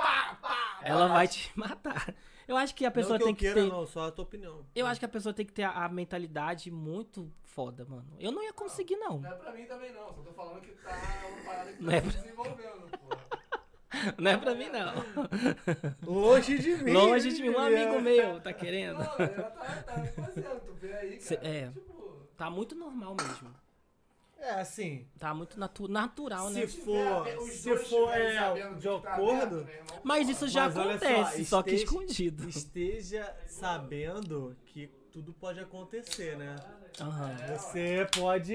[SPEAKER 3] Ela vai te matar. Eu acho que a pessoa
[SPEAKER 2] não que
[SPEAKER 3] tem
[SPEAKER 2] eu
[SPEAKER 3] que
[SPEAKER 2] queira,
[SPEAKER 3] ter.
[SPEAKER 2] não, só a tua opinião.
[SPEAKER 3] Eu acho que a pessoa tem que ter a, a mentalidade muito foda, mano. Eu não ia conseguir, não.
[SPEAKER 4] Não é pra mim também não, só tô falando que tá uma parada que
[SPEAKER 3] Não é
[SPEAKER 4] tá se desenvolvendo, pô.
[SPEAKER 3] Não é pra mim, não.
[SPEAKER 2] Longe de mim.
[SPEAKER 3] Longe de mim, um
[SPEAKER 2] Juliana.
[SPEAKER 3] amigo meu tá querendo.
[SPEAKER 4] Não, ela tá, tá fazendo, tu vê aí, cara.
[SPEAKER 3] Cê- é.
[SPEAKER 4] Tipo,
[SPEAKER 3] Tá muito normal mesmo.
[SPEAKER 2] É, assim,
[SPEAKER 3] Tá muito natu natural, né?
[SPEAKER 2] se for,
[SPEAKER 4] tiver os
[SPEAKER 2] se
[SPEAKER 4] dois
[SPEAKER 2] for
[SPEAKER 4] tiverem
[SPEAKER 2] é,
[SPEAKER 4] sabendo
[SPEAKER 2] de
[SPEAKER 4] que tá
[SPEAKER 2] acordo,
[SPEAKER 4] aberto, meu irmão,
[SPEAKER 3] Mas isso já
[SPEAKER 2] Mas olha só,
[SPEAKER 3] acontece, só, que
[SPEAKER 2] esteja-
[SPEAKER 3] escondido.
[SPEAKER 2] esteja sabendo que tudo pode acontecer, né?
[SPEAKER 3] Aham.
[SPEAKER 2] Você pode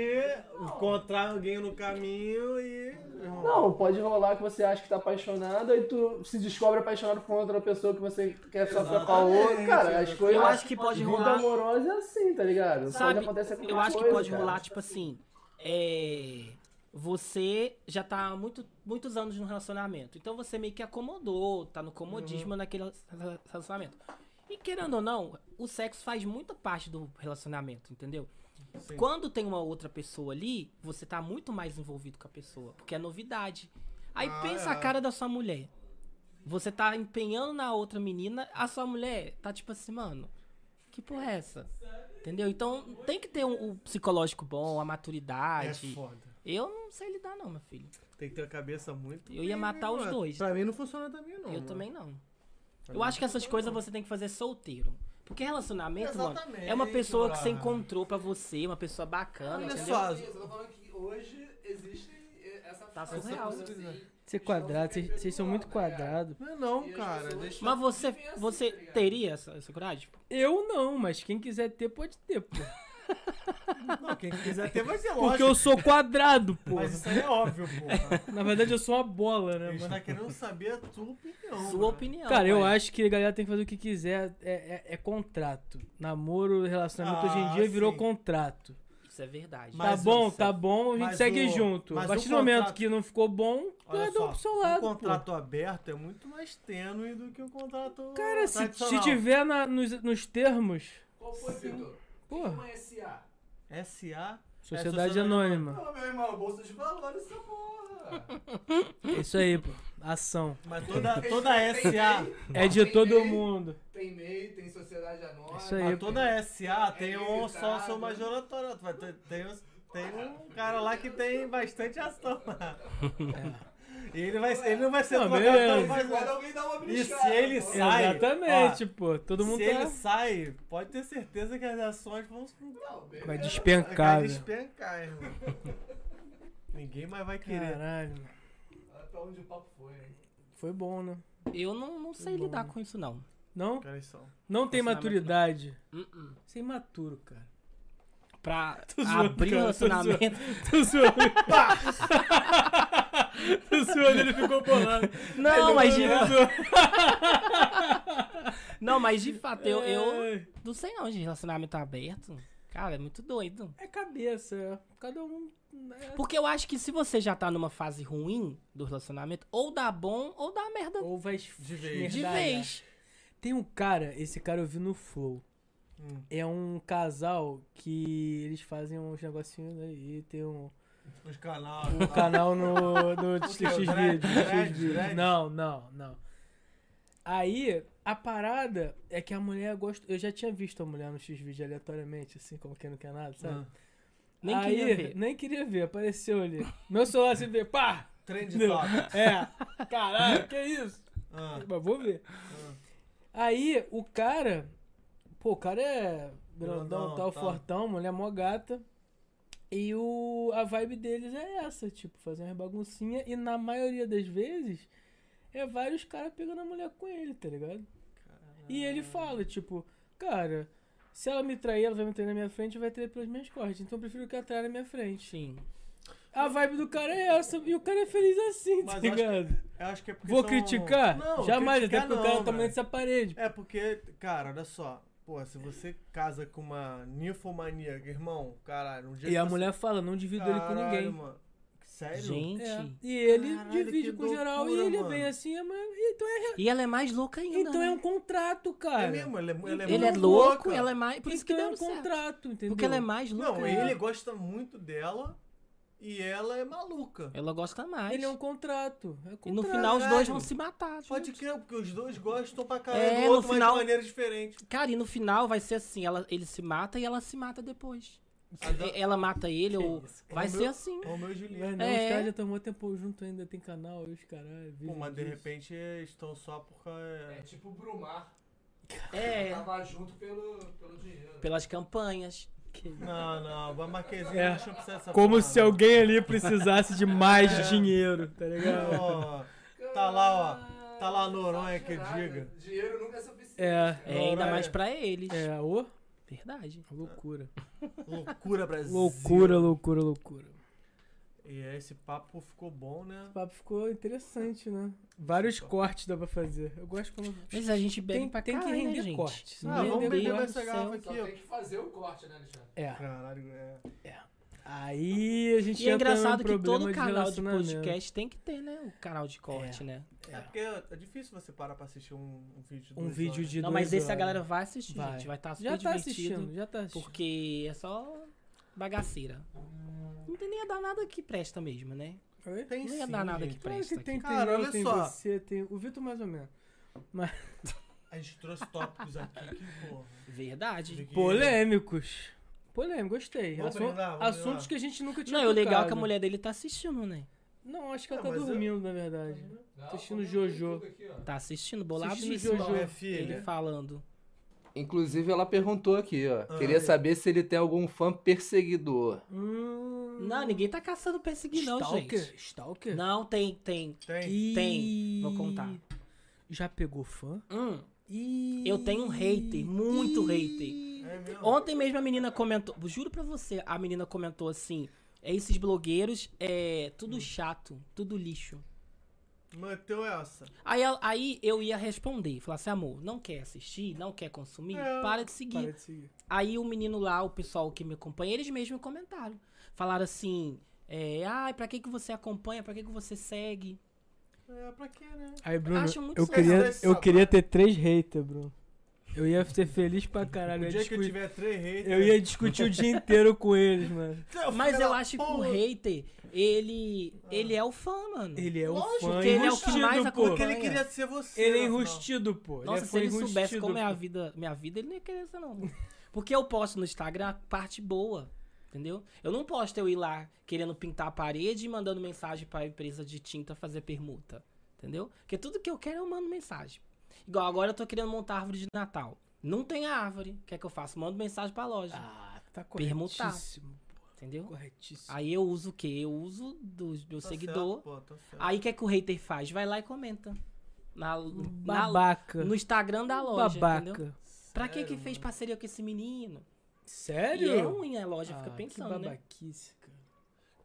[SPEAKER 2] encontrar alguém no caminho e...
[SPEAKER 5] Não, pode rolar que você acha que tá apaixonado e tu se descobre apaixonado por outra pessoa que você quer só ficar com a outra. Cara, as coisas.
[SPEAKER 3] Eu acho que pode
[SPEAKER 5] vida
[SPEAKER 3] rolar.
[SPEAKER 5] amorosa é assim, tá ligado?
[SPEAKER 3] Sabe,
[SPEAKER 5] Só acontece com
[SPEAKER 3] eu acho que pode rolar, tipo assim, é, você já tá há muito, muitos anos no relacionamento, então você meio que acomodou, tá no comodismo naquele rela- relacionamento. E querendo ou não, o sexo faz muita parte do relacionamento, entendeu?
[SPEAKER 2] Sim.
[SPEAKER 3] Quando tem uma outra pessoa ali, você tá muito mais envolvido com a pessoa, porque é novidade. Aí
[SPEAKER 2] Ah,
[SPEAKER 3] pensa a
[SPEAKER 2] é.
[SPEAKER 3] cara da sua mulher. Você tá empenhando na outra menina, a sua mulher tá tipo assim, mano, que porra é essa? Entendeu? Então tem que ter um, um psicológico bom, a
[SPEAKER 2] É
[SPEAKER 3] maturidade.
[SPEAKER 2] foda.
[SPEAKER 3] eu não sei lidar, não, meu filho.
[SPEAKER 2] Tem que ter a cabeça muito...
[SPEAKER 3] Eu ia
[SPEAKER 2] firme,
[SPEAKER 3] matar os
[SPEAKER 2] mano.
[SPEAKER 3] dois.
[SPEAKER 2] Pra mim não funciona também, não.
[SPEAKER 3] eu
[SPEAKER 2] mano.
[SPEAKER 3] também não. Eu acho que essas coisas você tem que fazer solteiro. Porque relacionamento, mano, é uma
[SPEAKER 2] Exatamente,
[SPEAKER 3] pessoa que você
[SPEAKER 2] brother.
[SPEAKER 3] encontrou pra você, uma pessoa bacana,
[SPEAKER 2] Olha
[SPEAKER 3] entendeu?
[SPEAKER 2] só.
[SPEAKER 4] eu tô falando que hoje existe essa
[SPEAKER 3] Tá
[SPEAKER 4] força,
[SPEAKER 3] surreal.
[SPEAKER 4] assim,
[SPEAKER 1] Ser quadrado, vocês vocês são muito quadrados.
[SPEAKER 2] Não é não,
[SPEAKER 4] E as
[SPEAKER 2] cara.
[SPEAKER 4] pessoas-
[SPEAKER 2] Deixa...
[SPEAKER 3] Mas você,
[SPEAKER 4] Viver assim,
[SPEAKER 3] você
[SPEAKER 4] tá ligado?
[SPEAKER 3] teria essa, essa coragem? Tipo,
[SPEAKER 1] Eu não, mas quem quiser ter, pode ter, pô.
[SPEAKER 2] Não, quem quiser ter vai ser
[SPEAKER 1] Porque
[SPEAKER 2] lógico.
[SPEAKER 1] eu sou quadrado, pô.
[SPEAKER 2] Mas isso aí é óbvio, porra.
[SPEAKER 1] Na verdade, eu sou uma bola, né,
[SPEAKER 2] A gente
[SPEAKER 1] mano?
[SPEAKER 2] tá querendo saber a tua opinião. né?
[SPEAKER 3] Sua
[SPEAKER 2] mano.
[SPEAKER 3] opinião.
[SPEAKER 1] Cara, eu
[SPEAKER 3] ué.
[SPEAKER 1] acho que a galera tem que fazer o que quiser. É, é- é contrato. Namoro, relacionamento, hoje em
[SPEAKER 2] Ah,
[SPEAKER 1] dia virou
[SPEAKER 2] sim.
[SPEAKER 1] contrato.
[SPEAKER 3] Isso é verdade.
[SPEAKER 1] Tá
[SPEAKER 2] Mas
[SPEAKER 1] bom,
[SPEAKER 2] isso-
[SPEAKER 1] tá bom, a gente
[SPEAKER 2] mas
[SPEAKER 1] segue
[SPEAKER 2] o-
[SPEAKER 1] junto. A
[SPEAKER 2] mas
[SPEAKER 1] partir
[SPEAKER 2] o
[SPEAKER 1] do momento
[SPEAKER 2] contrato-
[SPEAKER 1] que não ficou bom,
[SPEAKER 2] Olha
[SPEAKER 1] cada um
[SPEAKER 2] só,
[SPEAKER 1] pro seu lado.
[SPEAKER 2] um contrato aberto é muito mais tênue do que um contrato
[SPEAKER 1] pô. Cara, se, se
[SPEAKER 2] tradicional.
[SPEAKER 1] tiver na- nos, nos termos,
[SPEAKER 4] Qual foi, Vitor?
[SPEAKER 1] pô,
[SPEAKER 4] Uma SA.
[SPEAKER 2] SA...
[SPEAKER 1] sociedade
[SPEAKER 2] é sociedade
[SPEAKER 1] anônima.
[SPEAKER 4] Pô, meu irmão, bolsa de valores, essa porra.
[SPEAKER 1] É isso aí, pô. Ação.
[SPEAKER 2] Mas toda, toda
[SPEAKER 4] Tem
[SPEAKER 2] SA...
[SPEAKER 4] MEI,
[SPEAKER 1] É de
[SPEAKER 4] tem
[SPEAKER 1] todo
[SPEAKER 4] MEI,
[SPEAKER 1] mundo.
[SPEAKER 4] Tem MEI, tem sociedade anônima.
[SPEAKER 1] Isso aí.
[SPEAKER 2] mas toda SA
[SPEAKER 4] É
[SPEAKER 2] tem um
[SPEAKER 4] limitado.
[SPEAKER 2] sócio majoritário. Vai ter- Tem, uns- tem um cara lá que tem bastante ação. E ele, vai, ele não vai ser
[SPEAKER 1] Não,
[SPEAKER 2] trocado, então
[SPEAKER 1] beleza.
[SPEAKER 2] vai-
[SPEAKER 4] Agora alguém dá uma
[SPEAKER 2] E
[SPEAKER 4] brincada.
[SPEAKER 2] se ele
[SPEAKER 4] pô.
[SPEAKER 2] sai...
[SPEAKER 1] Exatamente, pô. Todo mundo
[SPEAKER 2] Se ele
[SPEAKER 1] tá...
[SPEAKER 2] sai, pode ter certeza que as ações vão se-
[SPEAKER 4] Não, beleza.
[SPEAKER 1] Vai
[SPEAKER 2] vai
[SPEAKER 1] despencar, né? velho.
[SPEAKER 2] despencar, irmão. Ninguém mais vai querer. né?
[SPEAKER 1] Caralho, mano.
[SPEAKER 4] Até onde o papo foi, hein?
[SPEAKER 1] Foi bom, né?
[SPEAKER 3] Eu não, não sei
[SPEAKER 1] Bom.
[SPEAKER 3] lidar com isso, não.
[SPEAKER 1] Não?
[SPEAKER 2] Cara, isso é um-
[SPEAKER 1] Não tem
[SPEAKER 3] Relacionamento não.
[SPEAKER 1] maturidade.
[SPEAKER 3] Uh-uh.
[SPEAKER 1] Você é imaturo, cara.
[SPEAKER 3] Pra
[SPEAKER 1] zoando,
[SPEAKER 3] abrir um
[SPEAKER 1] cara, tô zoando.
[SPEAKER 3] relacionamento.
[SPEAKER 1] Tô suando. Tô suando, ele ficou bolado.
[SPEAKER 3] Não, mas de,
[SPEAKER 1] Ele-
[SPEAKER 3] não, mas de fato, eu, eu
[SPEAKER 1] É,
[SPEAKER 3] não sei não de relacionamento tá aberto. Cara, é muito doido.
[SPEAKER 1] é cabeça, é. cada um. né?
[SPEAKER 3] Porque eu acho que se você já tá numa fase ruim do relacionamento, ou dá bom ou dá merda
[SPEAKER 1] Ou vai
[SPEAKER 2] De vez.
[SPEAKER 3] de
[SPEAKER 1] é.
[SPEAKER 3] vez.
[SPEAKER 1] Tem um cara, esse cara eu vi no Flow.
[SPEAKER 2] Hum.
[SPEAKER 1] É um casal que eles fazem uns negocinhos aí. Tem um,
[SPEAKER 2] Os canal.
[SPEAKER 1] um canal no, no
[SPEAKER 2] quê? O
[SPEAKER 1] Xvideos,
[SPEAKER 2] Dredd?
[SPEAKER 1] Xvideos.
[SPEAKER 2] Dredd?
[SPEAKER 1] Não, não, não. Aí, a parada é que a mulher gosta. Eu já tinha visto a mulher no Xvideo aleatoriamente, assim, como quem não quer
[SPEAKER 2] Ah.
[SPEAKER 1] nada, sabe?
[SPEAKER 3] Nem
[SPEAKER 1] aí,
[SPEAKER 3] queria ver.
[SPEAKER 1] Nem queria ver, apareceu ali. Meu celular se vê, pá!
[SPEAKER 2] Trend top.
[SPEAKER 1] É, caralho, que isso?
[SPEAKER 2] Ah,
[SPEAKER 1] Mas vou ver. Aí, o cara. Pô, o cara é grandão,
[SPEAKER 2] Grandão,
[SPEAKER 1] tal,
[SPEAKER 2] tá.
[SPEAKER 1] fortão, mulher mó gata. E o, a vibe deles é essa, tipo, fazer umas baguncinha E na maioria das vezes, é vários caras pegando a mulher com ele, tá ligado? E ele fala, tipo, cara, se ela me trair, ela vai me trair na minha frente e vai trair pelas minhas costas. Então eu prefiro que ela traia na minha frente.
[SPEAKER 3] Sim.
[SPEAKER 1] A vibe do cara é essa. E o cara é feliz assim,
[SPEAKER 2] Mas
[SPEAKER 1] tá
[SPEAKER 2] acho que-
[SPEAKER 1] ligado?
[SPEAKER 2] eu acho que é porque
[SPEAKER 1] Vou
[SPEAKER 2] são-
[SPEAKER 1] criticar?
[SPEAKER 2] Não,
[SPEAKER 1] Jamais,
[SPEAKER 2] criticar
[SPEAKER 1] até porque
[SPEAKER 2] não,
[SPEAKER 1] o cara
[SPEAKER 2] mano.
[SPEAKER 1] tá meio dessa parede.
[SPEAKER 2] É porque, cara, olha só. Pô, se você casa com uma ninfomaníaca, irmão, caralho, um dia
[SPEAKER 1] E
[SPEAKER 2] que
[SPEAKER 1] a
[SPEAKER 2] você-
[SPEAKER 1] tá mulher fala, não divido ele com
[SPEAKER 2] Caralho,
[SPEAKER 1] ninguém.
[SPEAKER 2] Mano. Sério?
[SPEAKER 3] Gente.
[SPEAKER 1] É. E ele
[SPEAKER 2] Caralho,
[SPEAKER 1] divide
[SPEAKER 2] que
[SPEAKER 1] com geral e
[SPEAKER 2] loucura,
[SPEAKER 1] ele é
[SPEAKER 2] mano.
[SPEAKER 1] bem assim, é, mas- então, é,
[SPEAKER 3] E ela é mais louca ainda.
[SPEAKER 1] então é
[SPEAKER 3] né?
[SPEAKER 1] um contrato, cara.
[SPEAKER 2] É mesmo, ele é, ela
[SPEAKER 3] Ele é
[SPEAKER 2] muito
[SPEAKER 3] louco,
[SPEAKER 2] louca.
[SPEAKER 3] ela é mais. Por isso que
[SPEAKER 1] então é
[SPEAKER 3] deu
[SPEAKER 1] um
[SPEAKER 3] certo.
[SPEAKER 1] contrato, entendeu?
[SPEAKER 3] Porque ela é mais louca.
[SPEAKER 2] Não, ele gosta muito dela e ela é maluca.
[SPEAKER 3] Ela gosta mais.
[SPEAKER 1] Ele é um contrato. é
[SPEAKER 3] E no
[SPEAKER 1] contrato.
[SPEAKER 3] final os dois
[SPEAKER 2] Caralho.
[SPEAKER 3] vão se matar. junto.
[SPEAKER 2] Pode crer, porque os dois gostam pra caralho do
[SPEAKER 3] É, no
[SPEAKER 2] outro, mas
[SPEAKER 3] final-
[SPEAKER 2] de maneira diferente.
[SPEAKER 3] Cara, e no final vai ser assim: ela, ele se mata e ela se mata depois. E- Ela mata ele, ou. Vai
[SPEAKER 2] É o
[SPEAKER 3] ser
[SPEAKER 2] meu-
[SPEAKER 3] assim.
[SPEAKER 2] É o meu e
[SPEAKER 1] Mas
[SPEAKER 2] Juliano.
[SPEAKER 1] não,
[SPEAKER 3] É.
[SPEAKER 1] os caras já tomou tempo junto ainda, tem canal, e os caras.
[SPEAKER 2] Pô, mas de repente estão só por
[SPEAKER 4] É
[SPEAKER 2] causa.
[SPEAKER 4] tipo o Brumar.
[SPEAKER 3] É,
[SPEAKER 4] Tava junto pelo, pelo dinheiro.
[SPEAKER 3] pelas campanhas.
[SPEAKER 2] Não, não, a Marquezinha
[SPEAKER 1] É.
[SPEAKER 2] não deixa eu precisar dessa
[SPEAKER 1] Como
[SPEAKER 2] parada.
[SPEAKER 1] se alguém ali precisasse de mais dinheiro, tá ligado?
[SPEAKER 2] Ó, Tá lá, ó. Tá lá Noronha que eu diga.
[SPEAKER 4] Dinheiro nunca é suficiente.
[SPEAKER 1] É,
[SPEAKER 3] É, ainda
[SPEAKER 2] Caralho.
[SPEAKER 3] mais pra eles.
[SPEAKER 1] é, ô,
[SPEAKER 3] Verdade.
[SPEAKER 1] loucura.
[SPEAKER 2] Loucura, Brasil.
[SPEAKER 1] Loucura, loucura, loucura.
[SPEAKER 2] E esse papo ficou bom, né?
[SPEAKER 1] O papo ficou interessante, né? Vários cortes dá pra fazer. Eu gosto quando.
[SPEAKER 3] Mas a gente bebe
[SPEAKER 1] Tem-
[SPEAKER 3] pra
[SPEAKER 1] tem que
[SPEAKER 3] caralho, né,
[SPEAKER 1] render
[SPEAKER 3] gente?
[SPEAKER 1] corte.
[SPEAKER 3] Meu
[SPEAKER 2] Ah, vamos
[SPEAKER 1] Meu
[SPEAKER 2] beber
[SPEAKER 3] Deus
[SPEAKER 2] mais
[SPEAKER 3] do
[SPEAKER 2] essa
[SPEAKER 3] céu.
[SPEAKER 2] garrafa
[SPEAKER 4] Só
[SPEAKER 2] aqui, ó.
[SPEAKER 4] tem que fazer o corte, né, Alexandre?
[SPEAKER 1] É.
[SPEAKER 2] Caralho, é.
[SPEAKER 1] Aí a gente
[SPEAKER 3] E é
[SPEAKER 1] entra num
[SPEAKER 3] engraçado que
[SPEAKER 1] um problema
[SPEAKER 3] todo canal de
[SPEAKER 1] relacionamento.
[SPEAKER 3] podcast tem que ter, né? O canal de corte, né?
[SPEAKER 2] É porque é difícil você parar pra assistir um, um vídeo de
[SPEAKER 1] Um
[SPEAKER 2] duas
[SPEAKER 1] vídeo
[SPEAKER 2] horas.
[SPEAKER 1] de
[SPEAKER 3] Não, mas
[SPEAKER 1] duas
[SPEAKER 3] esse a
[SPEAKER 1] horas.
[SPEAKER 3] galera vai assistir,
[SPEAKER 1] Vai.
[SPEAKER 3] gente. Vai estar super
[SPEAKER 1] Já tá
[SPEAKER 3] divertido.
[SPEAKER 1] assistindo, já tá assistindo.
[SPEAKER 3] Porque é só bagaceira. Não tem nem a dar nada que presta mesmo, né?
[SPEAKER 1] Oi?
[SPEAKER 2] Tem
[SPEAKER 3] Não
[SPEAKER 2] sim,
[SPEAKER 3] ia dar nada
[SPEAKER 2] gente.
[SPEAKER 3] que
[SPEAKER 1] Claro
[SPEAKER 3] presta.
[SPEAKER 1] que tem,
[SPEAKER 3] tá aqui.
[SPEAKER 2] Cara,
[SPEAKER 1] tem eu,
[SPEAKER 2] olha
[SPEAKER 1] tem
[SPEAKER 2] só.
[SPEAKER 1] você, tem o Vitor mais ou menos.
[SPEAKER 2] A gente trouxe tópicos aqui que, pô...
[SPEAKER 3] Verdade.
[SPEAKER 2] que-
[SPEAKER 1] Polêmicos. Polêmico, gostei.
[SPEAKER 2] Vamos
[SPEAKER 1] Assu-
[SPEAKER 2] brindar, vamos
[SPEAKER 1] assuntos
[SPEAKER 2] brindar.
[SPEAKER 1] que a gente nunca tinha
[SPEAKER 3] Não, e o legal é
[SPEAKER 1] tocado.
[SPEAKER 3] que a mulher dele tá assistindo, né?
[SPEAKER 1] Não, acho que ela
[SPEAKER 2] Ah,
[SPEAKER 1] tá
[SPEAKER 2] mas eu-
[SPEAKER 1] dormindo, na verdade.
[SPEAKER 4] Não,
[SPEAKER 1] Assistindo
[SPEAKER 4] comeu
[SPEAKER 1] Jojo.
[SPEAKER 4] tudo aqui, ó.
[SPEAKER 3] Tá assistindo, bolado né?
[SPEAKER 1] Assistindo né?
[SPEAKER 2] Não,
[SPEAKER 1] Jojo.
[SPEAKER 2] minha
[SPEAKER 3] Ele
[SPEAKER 2] filha.
[SPEAKER 3] falando.
[SPEAKER 5] Inclusive, ela perguntou aqui, ó.
[SPEAKER 2] Ah.
[SPEAKER 5] queria saber se ele tem algum fã perseguidor.
[SPEAKER 1] Hum...
[SPEAKER 3] Não, ninguém tá caçando perseguir, não,
[SPEAKER 1] Stalker?
[SPEAKER 3] gente.
[SPEAKER 1] Stalker?
[SPEAKER 3] Não, tem, tem.
[SPEAKER 2] Tem.
[SPEAKER 1] Ih,
[SPEAKER 3] É, Tem, vou contar.
[SPEAKER 1] Já pegou fã?
[SPEAKER 3] Hum.
[SPEAKER 1] Ih,
[SPEAKER 3] Eu tenho um hater, muito hater.
[SPEAKER 2] É mesmo?
[SPEAKER 3] Ontem mesmo a menina comentou, juro pra você, a menina comentou assim: é esses blogueiros, é
[SPEAKER 1] Hum.
[SPEAKER 3] tudo chato, tudo lixo.
[SPEAKER 2] Meteu essa.
[SPEAKER 3] Aí, ela- aí eu ia responder, falar assim, amor, não quer assistir, não quer consumir,
[SPEAKER 2] É,
[SPEAKER 3] para de seguir.
[SPEAKER 1] Para de seguir.
[SPEAKER 3] Aí o menino lá, o pessoal que me acompanha, eles mesmos comentaram. Falaram assim, é, ai, pra que que você acompanha, pra que que você segue?
[SPEAKER 2] É, pra quê, né?
[SPEAKER 1] Aí, Bruno,
[SPEAKER 3] Acho muito
[SPEAKER 1] eu,
[SPEAKER 3] só-
[SPEAKER 1] queria,
[SPEAKER 2] Essa-
[SPEAKER 1] eu queria ter três haters, Bruno. Eu ia ser feliz pra caralho.
[SPEAKER 2] O
[SPEAKER 1] eu
[SPEAKER 2] dia
[SPEAKER 1] ia
[SPEAKER 2] que eu
[SPEAKER 1] discu-
[SPEAKER 2] tiver três haters... né? Então,
[SPEAKER 1] eu ia discutir o dia inteiro com eles, mano.
[SPEAKER 2] Seu
[SPEAKER 3] Mas
[SPEAKER 2] filho
[SPEAKER 3] eu
[SPEAKER 2] da
[SPEAKER 3] acho que o
[SPEAKER 2] "Ah, porra.
[SPEAKER 3] hater, ele, ele é o fã, mano.
[SPEAKER 1] Ele é um
[SPEAKER 2] Lógico,
[SPEAKER 1] fã
[SPEAKER 3] porque ele é o que
[SPEAKER 1] enrustido,
[SPEAKER 3] mais
[SPEAKER 1] pô.
[SPEAKER 2] Porque
[SPEAKER 3] acompanha.
[SPEAKER 2] ele queria ser você.
[SPEAKER 1] Ele é
[SPEAKER 2] no final.
[SPEAKER 1] enrustido, pô.
[SPEAKER 3] Nossa,
[SPEAKER 1] ele
[SPEAKER 3] se
[SPEAKER 1] foi
[SPEAKER 3] ele soubesse
[SPEAKER 1] enrustido,
[SPEAKER 3] como é a
[SPEAKER 1] pô.
[SPEAKER 3] vida, minha vida, ele não ia querer isso não. mano. Porque eu posto no Instagram a parte boa, entendeu? Eu não posto eu ir lá querendo pintar a parede e mandando mensagem pra empresa de tinta fazer permuta, entendeu? Porque tudo que eu quero eu mando mensagem. Igual agora eu tô querendo montar árvore de Natal. Não tem a árvore, o que é que eu faço? Mando mensagem pra loja,
[SPEAKER 1] Ah, tá
[SPEAKER 3] Permutar.
[SPEAKER 1] corretíssimo.
[SPEAKER 3] entendeu?
[SPEAKER 1] Corretíssimo.
[SPEAKER 3] Aí eu uso o quê? Eu uso do
[SPEAKER 1] um
[SPEAKER 3] meu
[SPEAKER 2] Tá
[SPEAKER 3] seguidor.
[SPEAKER 2] certo, pô, tá certo.
[SPEAKER 3] Aí o que é que o hater faz? Vai lá e comenta. Na, na-
[SPEAKER 1] Babaca.
[SPEAKER 3] no Instagram da loja,
[SPEAKER 1] Babaca.
[SPEAKER 3] entendeu? Pra que que
[SPEAKER 2] Sério,
[SPEAKER 3] fez
[SPEAKER 2] mano.
[SPEAKER 3] parceria com esse menino?
[SPEAKER 1] Sério?
[SPEAKER 3] E é ruim a loja,
[SPEAKER 1] Ah,
[SPEAKER 3] fica
[SPEAKER 1] que
[SPEAKER 3] pensando, né?
[SPEAKER 1] babaquice, cara.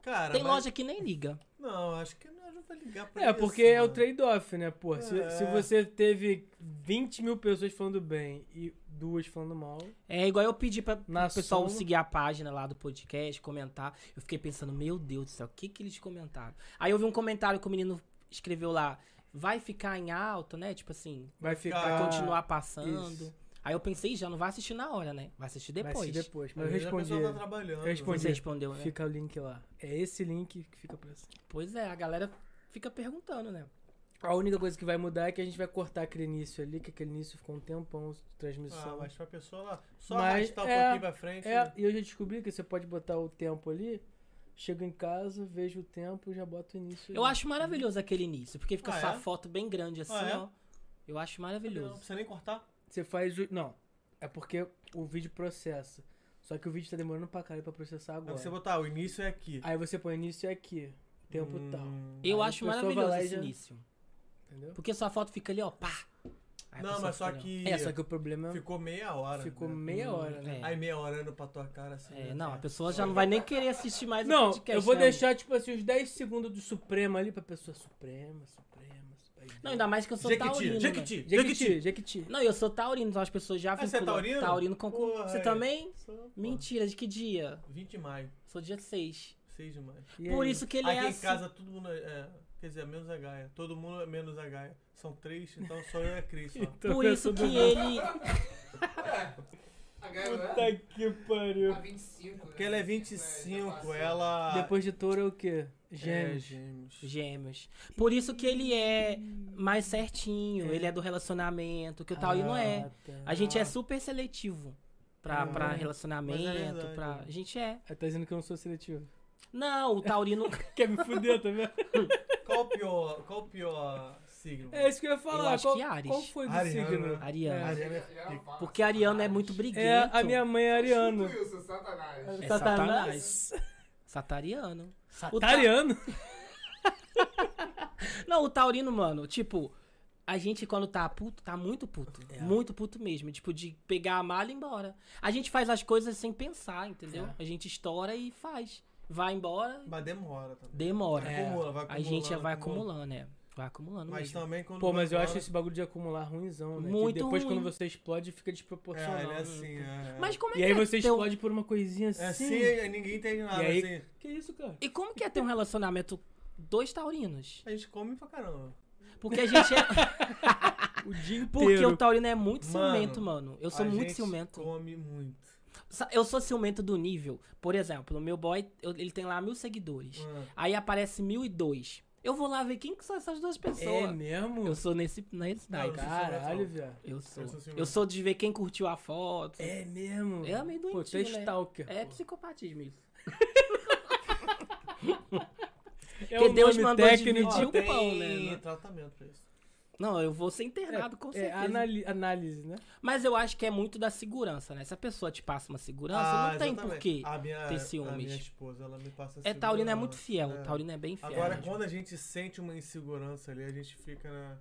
[SPEAKER 2] Cara,
[SPEAKER 3] Tem
[SPEAKER 2] mas-
[SPEAKER 3] loja que nem liga.
[SPEAKER 2] Não, acho que não, não vai ligar pra
[SPEAKER 1] É,
[SPEAKER 2] isso,
[SPEAKER 1] porque é o
[SPEAKER 2] mano.
[SPEAKER 1] trade-off, né, pô? Se,
[SPEAKER 2] É.
[SPEAKER 1] se você teve 20 mil pessoas falando bem e duas falando mal,
[SPEAKER 3] É igual eu pedi pra
[SPEAKER 1] Na
[SPEAKER 3] o pessoal
[SPEAKER 1] soma-
[SPEAKER 3] seguir a página lá do podcast, comentar. Eu fiquei pensando, meu Deus do céu, o que que eles comentaram? Aí eu vi um comentário que o menino escreveu lá, vai ficar em alta, né? Tipo assim,
[SPEAKER 1] vai
[SPEAKER 2] ficar-
[SPEAKER 1] ficar.
[SPEAKER 3] vai
[SPEAKER 2] Ah,
[SPEAKER 3] continuar passando.
[SPEAKER 1] isso.
[SPEAKER 3] Aí eu pensei, já não vai assistir na hora, né? Vai assistir
[SPEAKER 1] Vai
[SPEAKER 3] depois.
[SPEAKER 1] ser depois. Mas
[SPEAKER 2] Às
[SPEAKER 1] eu
[SPEAKER 2] vezes a
[SPEAKER 1] respondi.
[SPEAKER 2] pessoa tá
[SPEAKER 1] ele.
[SPEAKER 2] trabalhando.
[SPEAKER 1] Eu respondi.
[SPEAKER 3] Você respondeu, né?
[SPEAKER 1] Fica o link lá. É esse link que fica pra cima.
[SPEAKER 3] Pois é, a galera fica perguntando, né?
[SPEAKER 1] A única coisa que vai mudar é que a gente vai cortar aquele início ali, que aquele início ficou um tempão de
[SPEAKER 2] Ah,
[SPEAKER 1] transmissão.
[SPEAKER 2] mas pra pessoa lá... Só
[SPEAKER 1] Mas
[SPEAKER 2] arrastar um
[SPEAKER 1] é-
[SPEAKER 2] pouquinho pra frente.
[SPEAKER 1] É,
[SPEAKER 2] né?
[SPEAKER 1] e eu já descobri que você pode botar o tempo ali, chego em casa, vejo o tempo, já boto o início.
[SPEAKER 3] Eu
[SPEAKER 1] ali.
[SPEAKER 3] acho maravilhoso aquele início, porque fica
[SPEAKER 2] Ah,
[SPEAKER 3] só
[SPEAKER 2] é?
[SPEAKER 3] a foto bem grande assim,
[SPEAKER 2] Ah, é?
[SPEAKER 3] ó. Eu acho
[SPEAKER 2] Não
[SPEAKER 3] maravilhoso.
[SPEAKER 2] precisa nem cortar.
[SPEAKER 1] Você faz o. Não. É porque o vídeo processa. Só que o vídeo tá demorando pra caralho pra processar
[SPEAKER 2] Aí
[SPEAKER 1] agora.
[SPEAKER 2] você botar, o início é aqui.
[SPEAKER 1] Aí você põe início aqui. Tempo
[SPEAKER 2] Hum,
[SPEAKER 1] tal.
[SPEAKER 3] Eu
[SPEAKER 1] Aí a
[SPEAKER 3] acho
[SPEAKER 1] pessoa vai
[SPEAKER 3] maravilhoso
[SPEAKER 1] lá e
[SPEAKER 3] esse
[SPEAKER 1] já-
[SPEAKER 3] início.
[SPEAKER 1] Entendeu?
[SPEAKER 3] Porque só a foto fica ali, ó, pá. Aí a
[SPEAKER 2] Não,
[SPEAKER 3] pessoa
[SPEAKER 2] mas só
[SPEAKER 3] fica ali,
[SPEAKER 2] que...
[SPEAKER 1] É, só que o problema é.
[SPEAKER 2] Ficou meia hora.
[SPEAKER 1] Ficou
[SPEAKER 2] né?
[SPEAKER 1] meia
[SPEAKER 3] Hum,
[SPEAKER 1] hora, né?
[SPEAKER 3] é.
[SPEAKER 2] Aí meia hora olhando pra tua cara assim.
[SPEAKER 3] ó.
[SPEAKER 2] né?
[SPEAKER 3] É, não, a pessoa já não vai nem querer assistir mais o
[SPEAKER 1] Não,
[SPEAKER 3] podcast.
[SPEAKER 1] eu vou
[SPEAKER 3] né?
[SPEAKER 1] deixar, tipo assim, uns 10 segundos do Supremo ali pra pessoa. Suprema, Suprema, Suprema.
[SPEAKER 3] Não, ainda mais que eu sou
[SPEAKER 2] Jequiti,
[SPEAKER 3] taurino. né?
[SPEAKER 2] Jequiti, Jequiti.
[SPEAKER 1] tá Jequiti, Jequiti.
[SPEAKER 3] Não, eu sou taurino, então as pessoas já
[SPEAKER 2] Ah, você é
[SPEAKER 3] vinculam
[SPEAKER 2] taurino?
[SPEAKER 3] taurino com...
[SPEAKER 2] Porra,
[SPEAKER 3] você
[SPEAKER 2] aí.
[SPEAKER 3] também?
[SPEAKER 2] Sou, pô.
[SPEAKER 3] Mentira, de que dia?
[SPEAKER 2] 20 de maio.
[SPEAKER 3] Sou dia 6.
[SPEAKER 2] Sei demais.
[SPEAKER 1] E
[SPEAKER 3] Por
[SPEAKER 1] aí?
[SPEAKER 3] isso que ele
[SPEAKER 2] Aqui
[SPEAKER 3] é
[SPEAKER 2] em
[SPEAKER 3] assim.
[SPEAKER 2] casa todo mundo é, é, Quer dizer, menos a Gaia. Todo mundo é menos a Gaia. São três, então só eu e a Cris. só.
[SPEAKER 1] Então
[SPEAKER 3] Por
[SPEAKER 1] é
[SPEAKER 3] isso
[SPEAKER 1] tudo
[SPEAKER 3] que ele.
[SPEAKER 4] A Gaia não é?
[SPEAKER 1] Puta que pariu.
[SPEAKER 4] A 25.
[SPEAKER 2] Porque ela é 25,
[SPEAKER 4] É,
[SPEAKER 5] É,
[SPEAKER 2] ela.
[SPEAKER 1] Depois de touro é o quê?
[SPEAKER 2] é,
[SPEAKER 1] Gêmeos.
[SPEAKER 2] gêmeos.
[SPEAKER 3] Gêmeos. Por isso que ele é mais certinho, ele é do relacionamento, que o tal, e não é.
[SPEAKER 1] Ah, tá.
[SPEAKER 3] A gente é super seletivo pra,
[SPEAKER 2] Ah,
[SPEAKER 3] pra
[SPEAKER 2] mas é
[SPEAKER 3] relacionamento,
[SPEAKER 2] verdade.
[SPEAKER 3] pra. A gente é.
[SPEAKER 1] Ah, tá dizendo que eu não sou seletivo.
[SPEAKER 3] Não, o Taurino.
[SPEAKER 1] Quer me fuder, tá vendo?
[SPEAKER 2] Qual o pior, qual o pior signo?
[SPEAKER 1] É isso que eu ia falar.
[SPEAKER 3] Eu acho
[SPEAKER 1] qual,
[SPEAKER 3] que Ares.
[SPEAKER 1] qual foi do
[SPEAKER 2] Ariano,
[SPEAKER 1] signo?
[SPEAKER 2] né?
[SPEAKER 3] Ariano.
[SPEAKER 2] Ariano é
[SPEAKER 3] Porque Ariano é muito
[SPEAKER 4] brilhante.
[SPEAKER 3] briguento.
[SPEAKER 1] É, a minha mãe é Ariano.
[SPEAKER 4] Isso, Satanás.
[SPEAKER 3] É
[SPEAKER 1] Satanás.
[SPEAKER 3] Satanás. Satariano.
[SPEAKER 1] O
[SPEAKER 3] Sata-
[SPEAKER 1] Tariano?
[SPEAKER 3] Não, o Taurino, mano, tipo, a gente quando tá puto, tá muito puto.
[SPEAKER 2] É.
[SPEAKER 3] Muito puto mesmo. Tipo, de pegar a mala e ir embora. A gente faz as coisas sem pensar, entendeu?
[SPEAKER 1] É.
[SPEAKER 3] A gente estoura e faz. Vai embora,
[SPEAKER 2] Mas demora também. É.
[SPEAKER 3] demora.
[SPEAKER 2] Acumula, vai
[SPEAKER 3] A gente já
[SPEAKER 2] acumulando, acumulando.
[SPEAKER 3] vai acumulando, né? Vai acumulando
[SPEAKER 2] Mas
[SPEAKER 3] mesmo.
[SPEAKER 2] também quando.
[SPEAKER 1] Pô, mas eu
[SPEAKER 2] vai
[SPEAKER 1] acho
[SPEAKER 2] embora-
[SPEAKER 1] esse bagulho de acumular ruimzão, né?
[SPEAKER 3] Muito
[SPEAKER 1] que depois
[SPEAKER 3] ruim.
[SPEAKER 1] quando você explode fica
[SPEAKER 2] É,
[SPEAKER 1] desproporcional.
[SPEAKER 2] ele é assim,
[SPEAKER 1] né?
[SPEAKER 2] é.
[SPEAKER 3] Mas como é
[SPEAKER 1] E aí
[SPEAKER 3] que é
[SPEAKER 1] você
[SPEAKER 3] teu-
[SPEAKER 1] explode por uma coisinha assim.
[SPEAKER 2] É assim, aí ninguém entende nada.
[SPEAKER 1] E aí-
[SPEAKER 2] assim.
[SPEAKER 1] Que isso, cara?
[SPEAKER 3] E como que é ter um relacionamento dois taurinos?
[SPEAKER 2] A gente come pra caramba.
[SPEAKER 3] Porque a gente é...
[SPEAKER 1] O dia inteiro.
[SPEAKER 3] Porque o taurino é muito
[SPEAKER 2] Mano,
[SPEAKER 3] ciumento, mano. Eu sou
[SPEAKER 2] a
[SPEAKER 3] muito
[SPEAKER 2] gente
[SPEAKER 3] ciumento.
[SPEAKER 2] come muito.
[SPEAKER 3] Sa- Eu sou ciumento do nível. Por exemplo, o meu boy, eu- ele tem lá mil seguidores.
[SPEAKER 2] Ah,
[SPEAKER 3] Aí aparece 1002. Eu vou lá ver quem que são essas duas
[SPEAKER 1] É
[SPEAKER 3] pessoas.
[SPEAKER 1] mesmo?
[SPEAKER 3] eu sou assim. nesse, nesse
[SPEAKER 2] Não, eu
[SPEAKER 3] naipe.
[SPEAKER 2] sou-
[SPEAKER 1] Caralho, velho.
[SPEAKER 3] Eu sou.
[SPEAKER 2] eu sou ciumento.
[SPEAKER 3] Eu sou de ver quem curtiu a foto.
[SPEAKER 1] É mesmo?
[SPEAKER 3] É meio
[SPEAKER 1] Pô, tu é
[SPEAKER 3] doentio, né?
[SPEAKER 1] stalker.
[SPEAKER 3] É psicopatismo isso.
[SPEAKER 1] É
[SPEAKER 3] Porque
[SPEAKER 1] um
[SPEAKER 3] Deus
[SPEAKER 1] nome
[SPEAKER 3] mandou
[SPEAKER 1] técnico.
[SPEAKER 3] dividir.
[SPEAKER 2] ó,
[SPEAKER 3] o
[SPEAKER 2] tem
[SPEAKER 3] pão, né?
[SPEAKER 2] tratamento pra isso.
[SPEAKER 3] Não, eu vou ser internado, com
[SPEAKER 1] É
[SPEAKER 3] certeza.
[SPEAKER 1] anali- análise, né?
[SPEAKER 3] Mas eu acho que é muito da segurança, né? Se a pessoa te passa uma segurança, não tem
[SPEAKER 2] Ah, exatamente.
[SPEAKER 3] porquê.
[SPEAKER 2] A minha,
[SPEAKER 3] ter
[SPEAKER 2] A
[SPEAKER 3] ciúmes.
[SPEAKER 2] minha esposa, ela me passa
[SPEAKER 3] É, Taurino é muito
[SPEAKER 2] segurança.
[SPEAKER 3] fiel.
[SPEAKER 2] É.
[SPEAKER 3] Taurino é bem fiel.
[SPEAKER 2] Agora,
[SPEAKER 3] né?
[SPEAKER 2] quando a gente sente uma insegurança ali, a gente fica na.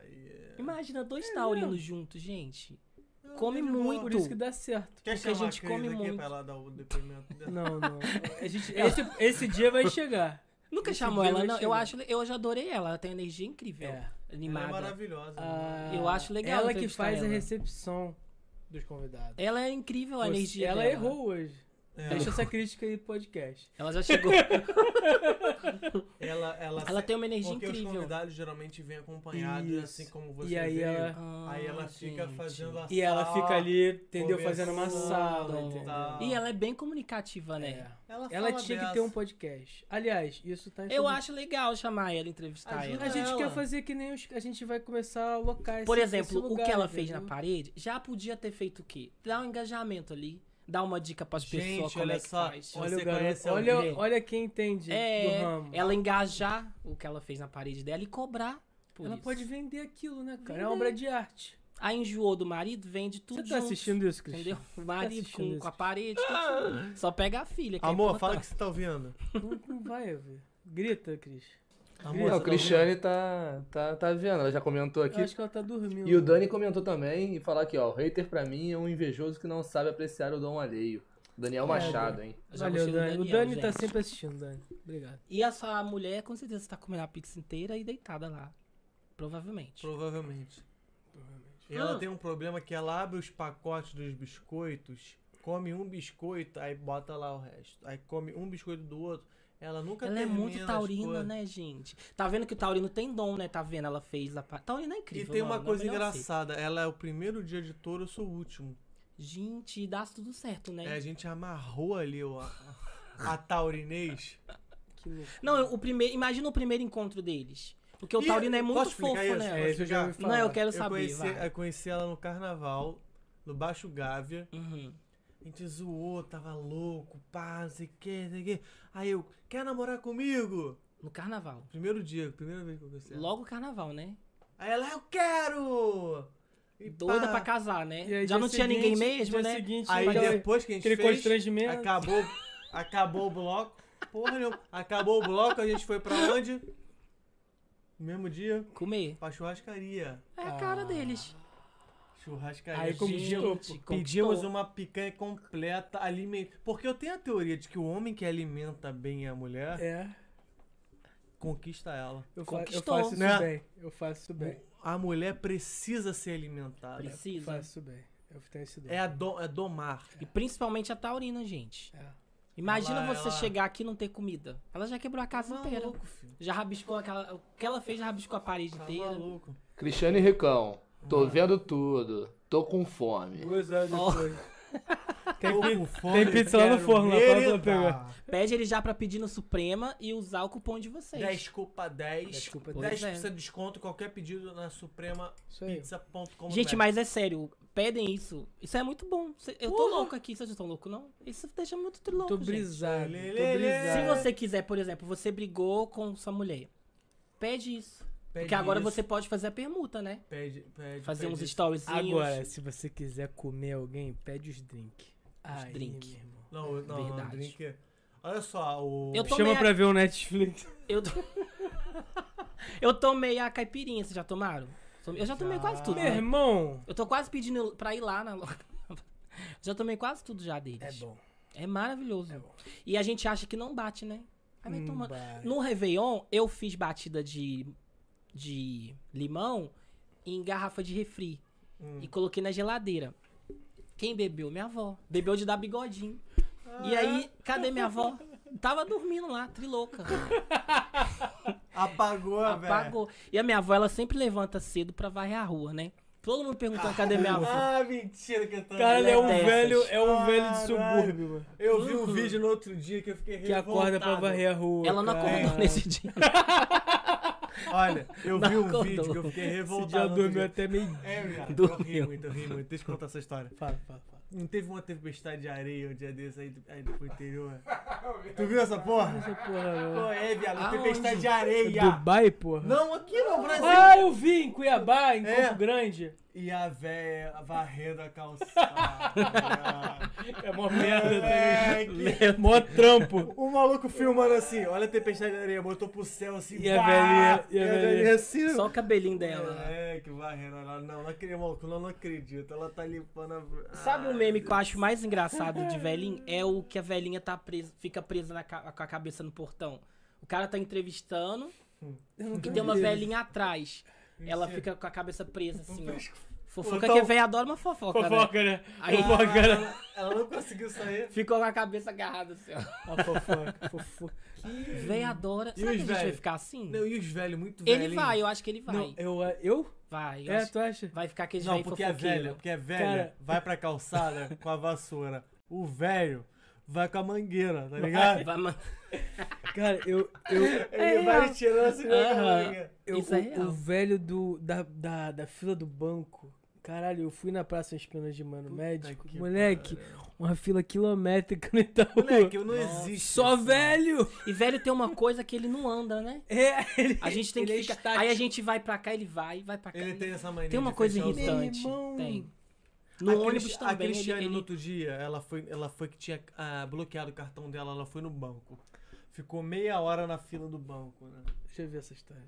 [SPEAKER 2] Aí, é-
[SPEAKER 3] Imagina dois
[SPEAKER 1] É,
[SPEAKER 3] taurinos
[SPEAKER 1] não.
[SPEAKER 3] juntos, gente.
[SPEAKER 2] Não,
[SPEAKER 3] come
[SPEAKER 2] de boa.
[SPEAKER 3] muito.
[SPEAKER 1] Por isso que dá certo.
[SPEAKER 2] Quer
[SPEAKER 3] porque a
[SPEAKER 2] chamar
[SPEAKER 3] gente
[SPEAKER 2] Cris
[SPEAKER 3] come
[SPEAKER 2] aqui
[SPEAKER 3] muito.
[SPEAKER 2] pra ela dar o depoimento dela?
[SPEAKER 1] Não, não. A gente, esse, esse dia vai chegar.
[SPEAKER 3] Nunca
[SPEAKER 1] Esse
[SPEAKER 3] chamou
[SPEAKER 1] dia
[SPEAKER 3] ela,
[SPEAKER 1] vai
[SPEAKER 3] não. Eu
[SPEAKER 1] chegar.
[SPEAKER 3] acho, eu já adorei ela. Ela tem uma energia incrível,
[SPEAKER 1] É.
[SPEAKER 2] Ela é
[SPEAKER 3] animada.
[SPEAKER 2] maravilhosa. né?
[SPEAKER 1] Ah,
[SPEAKER 3] Então, Eu acho legal
[SPEAKER 1] Ela que
[SPEAKER 3] entrevistar
[SPEAKER 1] faz a
[SPEAKER 3] ela.
[SPEAKER 1] recepção dos convidados.
[SPEAKER 3] Ela é incrível a
[SPEAKER 1] Você-
[SPEAKER 3] energia.
[SPEAKER 1] ela
[SPEAKER 3] dela.
[SPEAKER 1] errou hoje.
[SPEAKER 2] É,
[SPEAKER 1] Deixa essa crítica aí pro podcast.
[SPEAKER 3] Ela já chegou.
[SPEAKER 2] ela, ela,
[SPEAKER 3] ela tem uma energia
[SPEAKER 2] porque os
[SPEAKER 3] incrível.
[SPEAKER 2] convidados geralmente vêm acompanhados,
[SPEAKER 1] Isso.
[SPEAKER 2] assim como você
[SPEAKER 1] E aí
[SPEAKER 2] veio.
[SPEAKER 1] ela-
[SPEAKER 3] Ah,
[SPEAKER 2] Aí ela fica
[SPEAKER 3] gente.
[SPEAKER 2] fazendo a
[SPEAKER 1] E ela
[SPEAKER 2] sala.
[SPEAKER 1] fica ali, entendeu? Fazendo uma
[SPEAKER 2] Começou,
[SPEAKER 1] sala,
[SPEAKER 3] tal.
[SPEAKER 1] entendeu?
[SPEAKER 2] tal.
[SPEAKER 3] E ela é bem comunicativa, né?
[SPEAKER 1] É.
[SPEAKER 2] Ela,
[SPEAKER 1] Ela
[SPEAKER 2] fala
[SPEAKER 1] tinha que
[SPEAKER 2] dessa.
[SPEAKER 1] ter um podcast. Aliás, isso tá em
[SPEAKER 3] Eu
[SPEAKER 1] sobre-
[SPEAKER 3] acho legal chamar ela, entrevistar
[SPEAKER 2] É. Ajuda
[SPEAKER 1] A
[SPEAKER 3] ela.
[SPEAKER 1] gente
[SPEAKER 2] ela.
[SPEAKER 1] quer fazer que nem os. A gente vai começar a alocar
[SPEAKER 3] Por
[SPEAKER 1] esse- esse
[SPEAKER 3] exemplo, o
[SPEAKER 1] lugar,
[SPEAKER 3] que ela fez na
[SPEAKER 1] entendeu?
[SPEAKER 3] parede já podia ter feito o quê? Dar um engajamento ali, dar uma dica pras pessoas
[SPEAKER 2] Gente,
[SPEAKER 3] como
[SPEAKER 2] olha
[SPEAKER 3] é que
[SPEAKER 2] só.
[SPEAKER 3] faz.
[SPEAKER 1] Olha
[SPEAKER 2] Você
[SPEAKER 1] o garoto.
[SPEAKER 2] conhece
[SPEAKER 1] Olha,
[SPEAKER 3] alguém?
[SPEAKER 1] olha quem entende do
[SPEAKER 3] É,
[SPEAKER 1] ramo.
[SPEAKER 3] ela engajar o que ela fez na parede dela e cobrar por
[SPEAKER 1] Ela
[SPEAKER 3] isso.
[SPEAKER 1] pode vender aquilo, né, cara? É uma obra de arte.
[SPEAKER 3] A enjoou do marido, vende tudo
[SPEAKER 1] Você tá
[SPEAKER 3] junto,
[SPEAKER 1] assistindo isso, Cris?
[SPEAKER 3] Entendeu? O marido
[SPEAKER 1] assistindo
[SPEAKER 3] com,
[SPEAKER 1] isso, Ah!
[SPEAKER 3] com a parede, tudo junto. Só pega a filha. que é
[SPEAKER 2] Amor,
[SPEAKER 3] importante.
[SPEAKER 2] fala que você tá ouvindo.
[SPEAKER 1] Não, não vai ouvir. Grita, Cris.
[SPEAKER 2] Amor,
[SPEAKER 5] Não,
[SPEAKER 2] você
[SPEAKER 5] o
[SPEAKER 2] tá
[SPEAKER 5] Cristiane tá, tá, tá vendo, ela já comentou
[SPEAKER 1] Eu
[SPEAKER 5] aqui.
[SPEAKER 1] acho que ela tá dormindo.
[SPEAKER 5] E o Dani comentou também e falou aqui, ó. O hater pra mim é um invejoso que não sabe apreciar o dom alheio. Daniel Machado, hein?
[SPEAKER 3] Eu já
[SPEAKER 1] Valeu,
[SPEAKER 3] gostei do
[SPEAKER 1] Dani. O
[SPEAKER 3] Daniel,
[SPEAKER 1] Dani tá
[SPEAKER 3] gente.
[SPEAKER 1] sempre assistindo, Dani. Obrigado.
[SPEAKER 3] E essa mulher, com certeza, tá comendo a pizza inteira e deitada lá. Provavelmente.
[SPEAKER 2] Provavelmente. E ela
[SPEAKER 3] Ah.
[SPEAKER 2] tem um problema que ela abre os pacotes dos biscoitos, come um biscoito, aí bota lá o resto. Aí come um biscoito do outro. Ela nunca
[SPEAKER 3] Ela é
[SPEAKER 2] termina
[SPEAKER 3] muito
[SPEAKER 2] as
[SPEAKER 3] taurina,
[SPEAKER 2] coisas.
[SPEAKER 3] né, gente? Tá vendo que o taurino tem dom, né? Tá vendo? Ela fez a... pa- Taurina é
[SPEAKER 2] E
[SPEAKER 3] incrível,
[SPEAKER 2] tem uma
[SPEAKER 3] mano,
[SPEAKER 2] coisa
[SPEAKER 3] é o melhor
[SPEAKER 2] engraçada, ela é o primeiro dia de touro, eu sou o último.
[SPEAKER 3] ser. Gente, dá tudo certo, né?
[SPEAKER 2] É, a gente amarrou ali o, a, a taurinês.
[SPEAKER 1] Que louco.
[SPEAKER 3] Não, o primeiro... Imagina o primeiro encontro deles. Porque o
[SPEAKER 2] Ih,
[SPEAKER 3] taurino é muito
[SPEAKER 2] posso
[SPEAKER 3] fofo,
[SPEAKER 2] explicar isso?
[SPEAKER 3] né?
[SPEAKER 1] É, isso eu já ouvi falar.
[SPEAKER 3] Não, eu quero
[SPEAKER 2] eu,
[SPEAKER 3] saber,
[SPEAKER 2] conheci,
[SPEAKER 3] vai.
[SPEAKER 2] eu conheci ela no carnaval, no Baixo Gávea.
[SPEAKER 3] Uhum.
[SPEAKER 2] A gente zoou, tava louco, pá, não sei o que, não sei o que. Aí eu, quer namorar comigo?
[SPEAKER 3] No carnaval.
[SPEAKER 2] Primeiro dia, primeira vez que eu conheci ela.
[SPEAKER 3] Logo carnaval, né?
[SPEAKER 2] Aí ela, eu quero! E
[SPEAKER 3] Doida
[SPEAKER 2] pá.
[SPEAKER 3] pra casar, né?
[SPEAKER 1] E aí,
[SPEAKER 3] Já
[SPEAKER 1] dia
[SPEAKER 3] não tinha
[SPEAKER 1] seguinte-
[SPEAKER 3] ninguém mesmo,
[SPEAKER 1] dia
[SPEAKER 3] né?
[SPEAKER 1] Seguinte,
[SPEAKER 2] Aí
[SPEAKER 1] aquela-
[SPEAKER 2] depois que a gente
[SPEAKER 1] aquele
[SPEAKER 2] fez,
[SPEAKER 1] constrangimento.
[SPEAKER 2] acabou, acabou o bloco. Porra nenhuma. Acabou o bloco, a gente foi pra onde? No mesmo dia,
[SPEAKER 3] Comer.
[SPEAKER 2] pra churrascaria.
[SPEAKER 3] É a cara deles.
[SPEAKER 2] Churrascaria.
[SPEAKER 1] Aí como
[SPEAKER 2] Pedimos-
[SPEAKER 1] conquistou,
[SPEAKER 3] é Gente,
[SPEAKER 2] Pedimos
[SPEAKER 3] conquistou.
[SPEAKER 2] uma picanha completa, alimenta. Porque eu tenho a teoria de que o homem que alimenta bem a mulher,
[SPEAKER 1] É.
[SPEAKER 2] conquista ela.
[SPEAKER 1] Eu, fa eu
[SPEAKER 3] Conquistou,
[SPEAKER 1] faço isso
[SPEAKER 2] né?
[SPEAKER 1] bem. Eu faço isso bem.
[SPEAKER 2] A mulher precisa ser alimentada.
[SPEAKER 1] Eu
[SPEAKER 3] Precisa.
[SPEAKER 1] faço isso bem. Eu tenho esse dom.
[SPEAKER 2] É, a do- é domar.
[SPEAKER 3] E principalmente a taurina, gente.
[SPEAKER 1] É.
[SPEAKER 3] Imagina
[SPEAKER 2] Ela-
[SPEAKER 3] você
[SPEAKER 2] ela-
[SPEAKER 3] chegar aqui e não ter comida. Ela já quebrou a casa inteira.
[SPEAKER 2] Tá Maluco, filho.
[SPEAKER 3] Já rabiscou aquela. O que ela fez já rabiscou a parede
[SPEAKER 2] Tá
[SPEAKER 3] inteira.
[SPEAKER 2] maluco.
[SPEAKER 5] Cristiano e Ricão, tô vendo tudo, tô com fome.
[SPEAKER 1] Duas horas
[SPEAKER 3] Ó.
[SPEAKER 1] depois.
[SPEAKER 2] Tô
[SPEAKER 1] Tem, pi-
[SPEAKER 2] com fome,
[SPEAKER 1] tem pizza lá no
[SPEAKER 2] quero
[SPEAKER 1] forno, lá, fala pra
[SPEAKER 2] meretar.
[SPEAKER 1] pegar.
[SPEAKER 3] Pede ele já pra pedir no Suprema e usar o cupom de vocês.
[SPEAKER 2] 10 culpa 10. 10,
[SPEAKER 3] Desculpa,
[SPEAKER 2] de desconto em qualquer pedido na
[SPEAKER 1] Isso aí.
[SPEAKER 2] supremapizza.com.
[SPEAKER 3] Gente, mas é sério, pedem isso. Isso é muito bom. Cê- Eu tô louco aqui, vocês não estão louco não? Isso deixa muito louco,
[SPEAKER 1] Tô
[SPEAKER 3] gente.
[SPEAKER 1] brisado. Tô
[SPEAKER 2] Lelele.
[SPEAKER 1] brisado.
[SPEAKER 3] Se você quiser, por exemplo, você brigou com sua mulher. Pede isso.
[SPEAKER 2] Pede
[SPEAKER 3] Porque agora
[SPEAKER 2] isso,
[SPEAKER 3] você pode fazer a permuta, né?
[SPEAKER 2] Pede, pede,
[SPEAKER 3] Fazer
[SPEAKER 2] pede
[SPEAKER 3] uns
[SPEAKER 2] isso.
[SPEAKER 3] storyzinhos.
[SPEAKER 1] Agora, se você quiser comer alguém, pede os drink. Aí,
[SPEAKER 3] drink.
[SPEAKER 1] meu irmão.
[SPEAKER 2] Não, eu- não, não,
[SPEAKER 3] Verdade.
[SPEAKER 2] drink. Olha só, o.
[SPEAKER 3] Eu tô-
[SPEAKER 1] Chama
[SPEAKER 3] Tomei a- Ah.
[SPEAKER 1] pra ver o Netflix.
[SPEAKER 3] Eu, to- eu tomei a caipirinha, vocês já tomaram? Eu já tomei
[SPEAKER 2] Já.
[SPEAKER 3] quase tudo.
[SPEAKER 1] Meu
[SPEAKER 3] né?
[SPEAKER 1] irmão.
[SPEAKER 3] Eu tô quase pedindo pra ir lá na loja. Já tomei quase tudo já deles.
[SPEAKER 1] É bom.
[SPEAKER 3] É maravilhoso.
[SPEAKER 1] É bom.
[SPEAKER 3] E a gente acha que não bate, né? Aí vai
[SPEAKER 1] Hum,
[SPEAKER 3] tomando.
[SPEAKER 1] vai.
[SPEAKER 3] No Réveillon, eu fiz batida de, de limão em garrafa de refri. E coloquei na geladeira. Quem bebeu? Minha avó. Bebeu de dar bigodinho. E aí, cadê minha avó? Tava dormindo lá, trilouca.
[SPEAKER 2] Apagou, velho.
[SPEAKER 3] Apagou. E a minha avó, ela sempre levanta cedo pra varrer a rua, né? Todo mundo perguntando cadê minha avó.
[SPEAKER 2] Ah, mentira que eu tô.
[SPEAKER 1] Cara, ele é um
[SPEAKER 3] dessas.
[SPEAKER 1] velho, é um velho de
[SPEAKER 2] Caralho.
[SPEAKER 1] subúrbio, mano.
[SPEAKER 2] Eu vi um vídeo no outro dia que eu fiquei
[SPEAKER 1] Que acorda pra
[SPEAKER 2] revoltado.
[SPEAKER 1] varrer a rua.
[SPEAKER 3] Ela não
[SPEAKER 1] cara.
[SPEAKER 3] acordou nesse dia.
[SPEAKER 2] Olha, eu
[SPEAKER 3] Não
[SPEAKER 2] vi um
[SPEAKER 3] acordou.
[SPEAKER 2] vídeo que eu fiquei
[SPEAKER 1] Esse
[SPEAKER 2] revoltado.
[SPEAKER 1] dia
[SPEAKER 2] no outro
[SPEAKER 1] dormiu
[SPEAKER 2] dia.
[SPEAKER 1] até meio.
[SPEAKER 2] É, cara, eu
[SPEAKER 3] Dormiu.
[SPEAKER 2] ri muito, eu ri muito. Deixa eu contar essa história.
[SPEAKER 1] Fala, fala, fala.
[SPEAKER 2] Não teve uma tempestade de areia um dia desse aí, aí pro interior? tu viu essa porra?
[SPEAKER 1] Essa porra, não.
[SPEAKER 2] Pô, é, viado,
[SPEAKER 3] Aonde?
[SPEAKER 2] tempestade de areia.
[SPEAKER 1] É Dubai, porra.
[SPEAKER 2] Não, aqui no Brasil.
[SPEAKER 1] Ah, eu vi em Cuiabá, em
[SPEAKER 2] É.
[SPEAKER 1] Campo Grande.
[SPEAKER 2] E a véia varrendo a calçada.
[SPEAKER 1] É mó merda, tá
[SPEAKER 2] Moleque.
[SPEAKER 1] ligado? Mó trampo.
[SPEAKER 2] O maluco filmando assim, olha a tempestade de areia, botou pro céu assim.
[SPEAKER 1] E a
[SPEAKER 2] pá!
[SPEAKER 1] velhinha- e a velhinha-
[SPEAKER 2] assim.
[SPEAKER 3] Só o cabelinho dela. né?
[SPEAKER 2] É, que varrendo. Ela, não, não acredito, maluco, não, não acredito. Ela tá limpando a. Ah,
[SPEAKER 3] Sabe o meme que eu acho mais engraçado de velhinho? É o que a velhinha tá presa, fica presa na ca- com a cabeça no portão. O cara tá entrevistando e tem uma velhinha atrás. Ela fica com a cabeça presa assim, ó. Fofoca
[SPEAKER 2] Então-
[SPEAKER 3] que a velha adora uma fofoca, né?
[SPEAKER 1] Fofoca, né?
[SPEAKER 3] Aí-
[SPEAKER 1] Fofoca, né?
[SPEAKER 2] Ela, ela não conseguiu sair.
[SPEAKER 3] Ficou com a cabeça agarrada assim, ó.
[SPEAKER 1] A fofoca, fofoca.
[SPEAKER 3] Véia adora.
[SPEAKER 2] os
[SPEAKER 3] Será que a gente vai
[SPEAKER 2] velhos?
[SPEAKER 3] ficar assim?
[SPEAKER 2] Não, e os velhos, muito velhos.
[SPEAKER 3] ele
[SPEAKER 2] hein?
[SPEAKER 3] vai, eu acho que ele vai.
[SPEAKER 1] Não, eu. Eu?
[SPEAKER 3] Vai, eu
[SPEAKER 1] É,
[SPEAKER 3] acho-
[SPEAKER 1] tu acha?
[SPEAKER 3] Vai ficar aquele
[SPEAKER 2] Não,
[SPEAKER 3] velho
[SPEAKER 2] porque é a
[SPEAKER 3] fofoqueiro.
[SPEAKER 2] velha, porque a velha
[SPEAKER 1] Cara.
[SPEAKER 2] vai pra calçada com a vassoura. O velho vai com a mangueira, tá ligado?
[SPEAKER 3] Vai, man-
[SPEAKER 1] Cara, eu. eu
[SPEAKER 3] É
[SPEAKER 2] Ele vai tirando assim, vai com a
[SPEAKER 3] Aham.
[SPEAKER 2] mangueira.
[SPEAKER 1] Eu,
[SPEAKER 3] Isso é
[SPEAKER 1] o-
[SPEAKER 3] real.
[SPEAKER 1] O velho do, da, da, da fila do banco. Caralho, eu fui na Praça As Penas de Mano Médico.
[SPEAKER 2] que
[SPEAKER 1] Moleque, uma fila quilométrica no Itaú.
[SPEAKER 2] Moleque, eu não existe.
[SPEAKER 1] Só
[SPEAKER 2] isso.
[SPEAKER 1] velho!
[SPEAKER 3] E velho tem uma coisa que ele não anda, né?
[SPEAKER 1] É, ele,
[SPEAKER 3] A gente tem
[SPEAKER 1] ele
[SPEAKER 3] que
[SPEAKER 1] é
[SPEAKER 3] ficar. Aí a gente vai pra cá, ele vai, vai pra cá.
[SPEAKER 2] Ele tem essa mania.
[SPEAKER 3] Tem uma
[SPEAKER 2] de
[SPEAKER 3] coisa
[SPEAKER 2] fechar os olhos.
[SPEAKER 3] irritante.
[SPEAKER 1] Meu irmão.
[SPEAKER 3] Tem. No
[SPEAKER 2] A
[SPEAKER 3] ônibus
[SPEAKER 2] Cristi- a
[SPEAKER 3] também. Ele,
[SPEAKER 2] Cristiane, no
[SPEAKER 3] ele...
[SPEAKER 2] outro dia, ela foi, ela foi que tinha ah, bloqueado o cartão dela, ela foi no banco. Ficou meia hora na fila do banco, né?
[SPEAKER 1] Deixa eu ver essa história.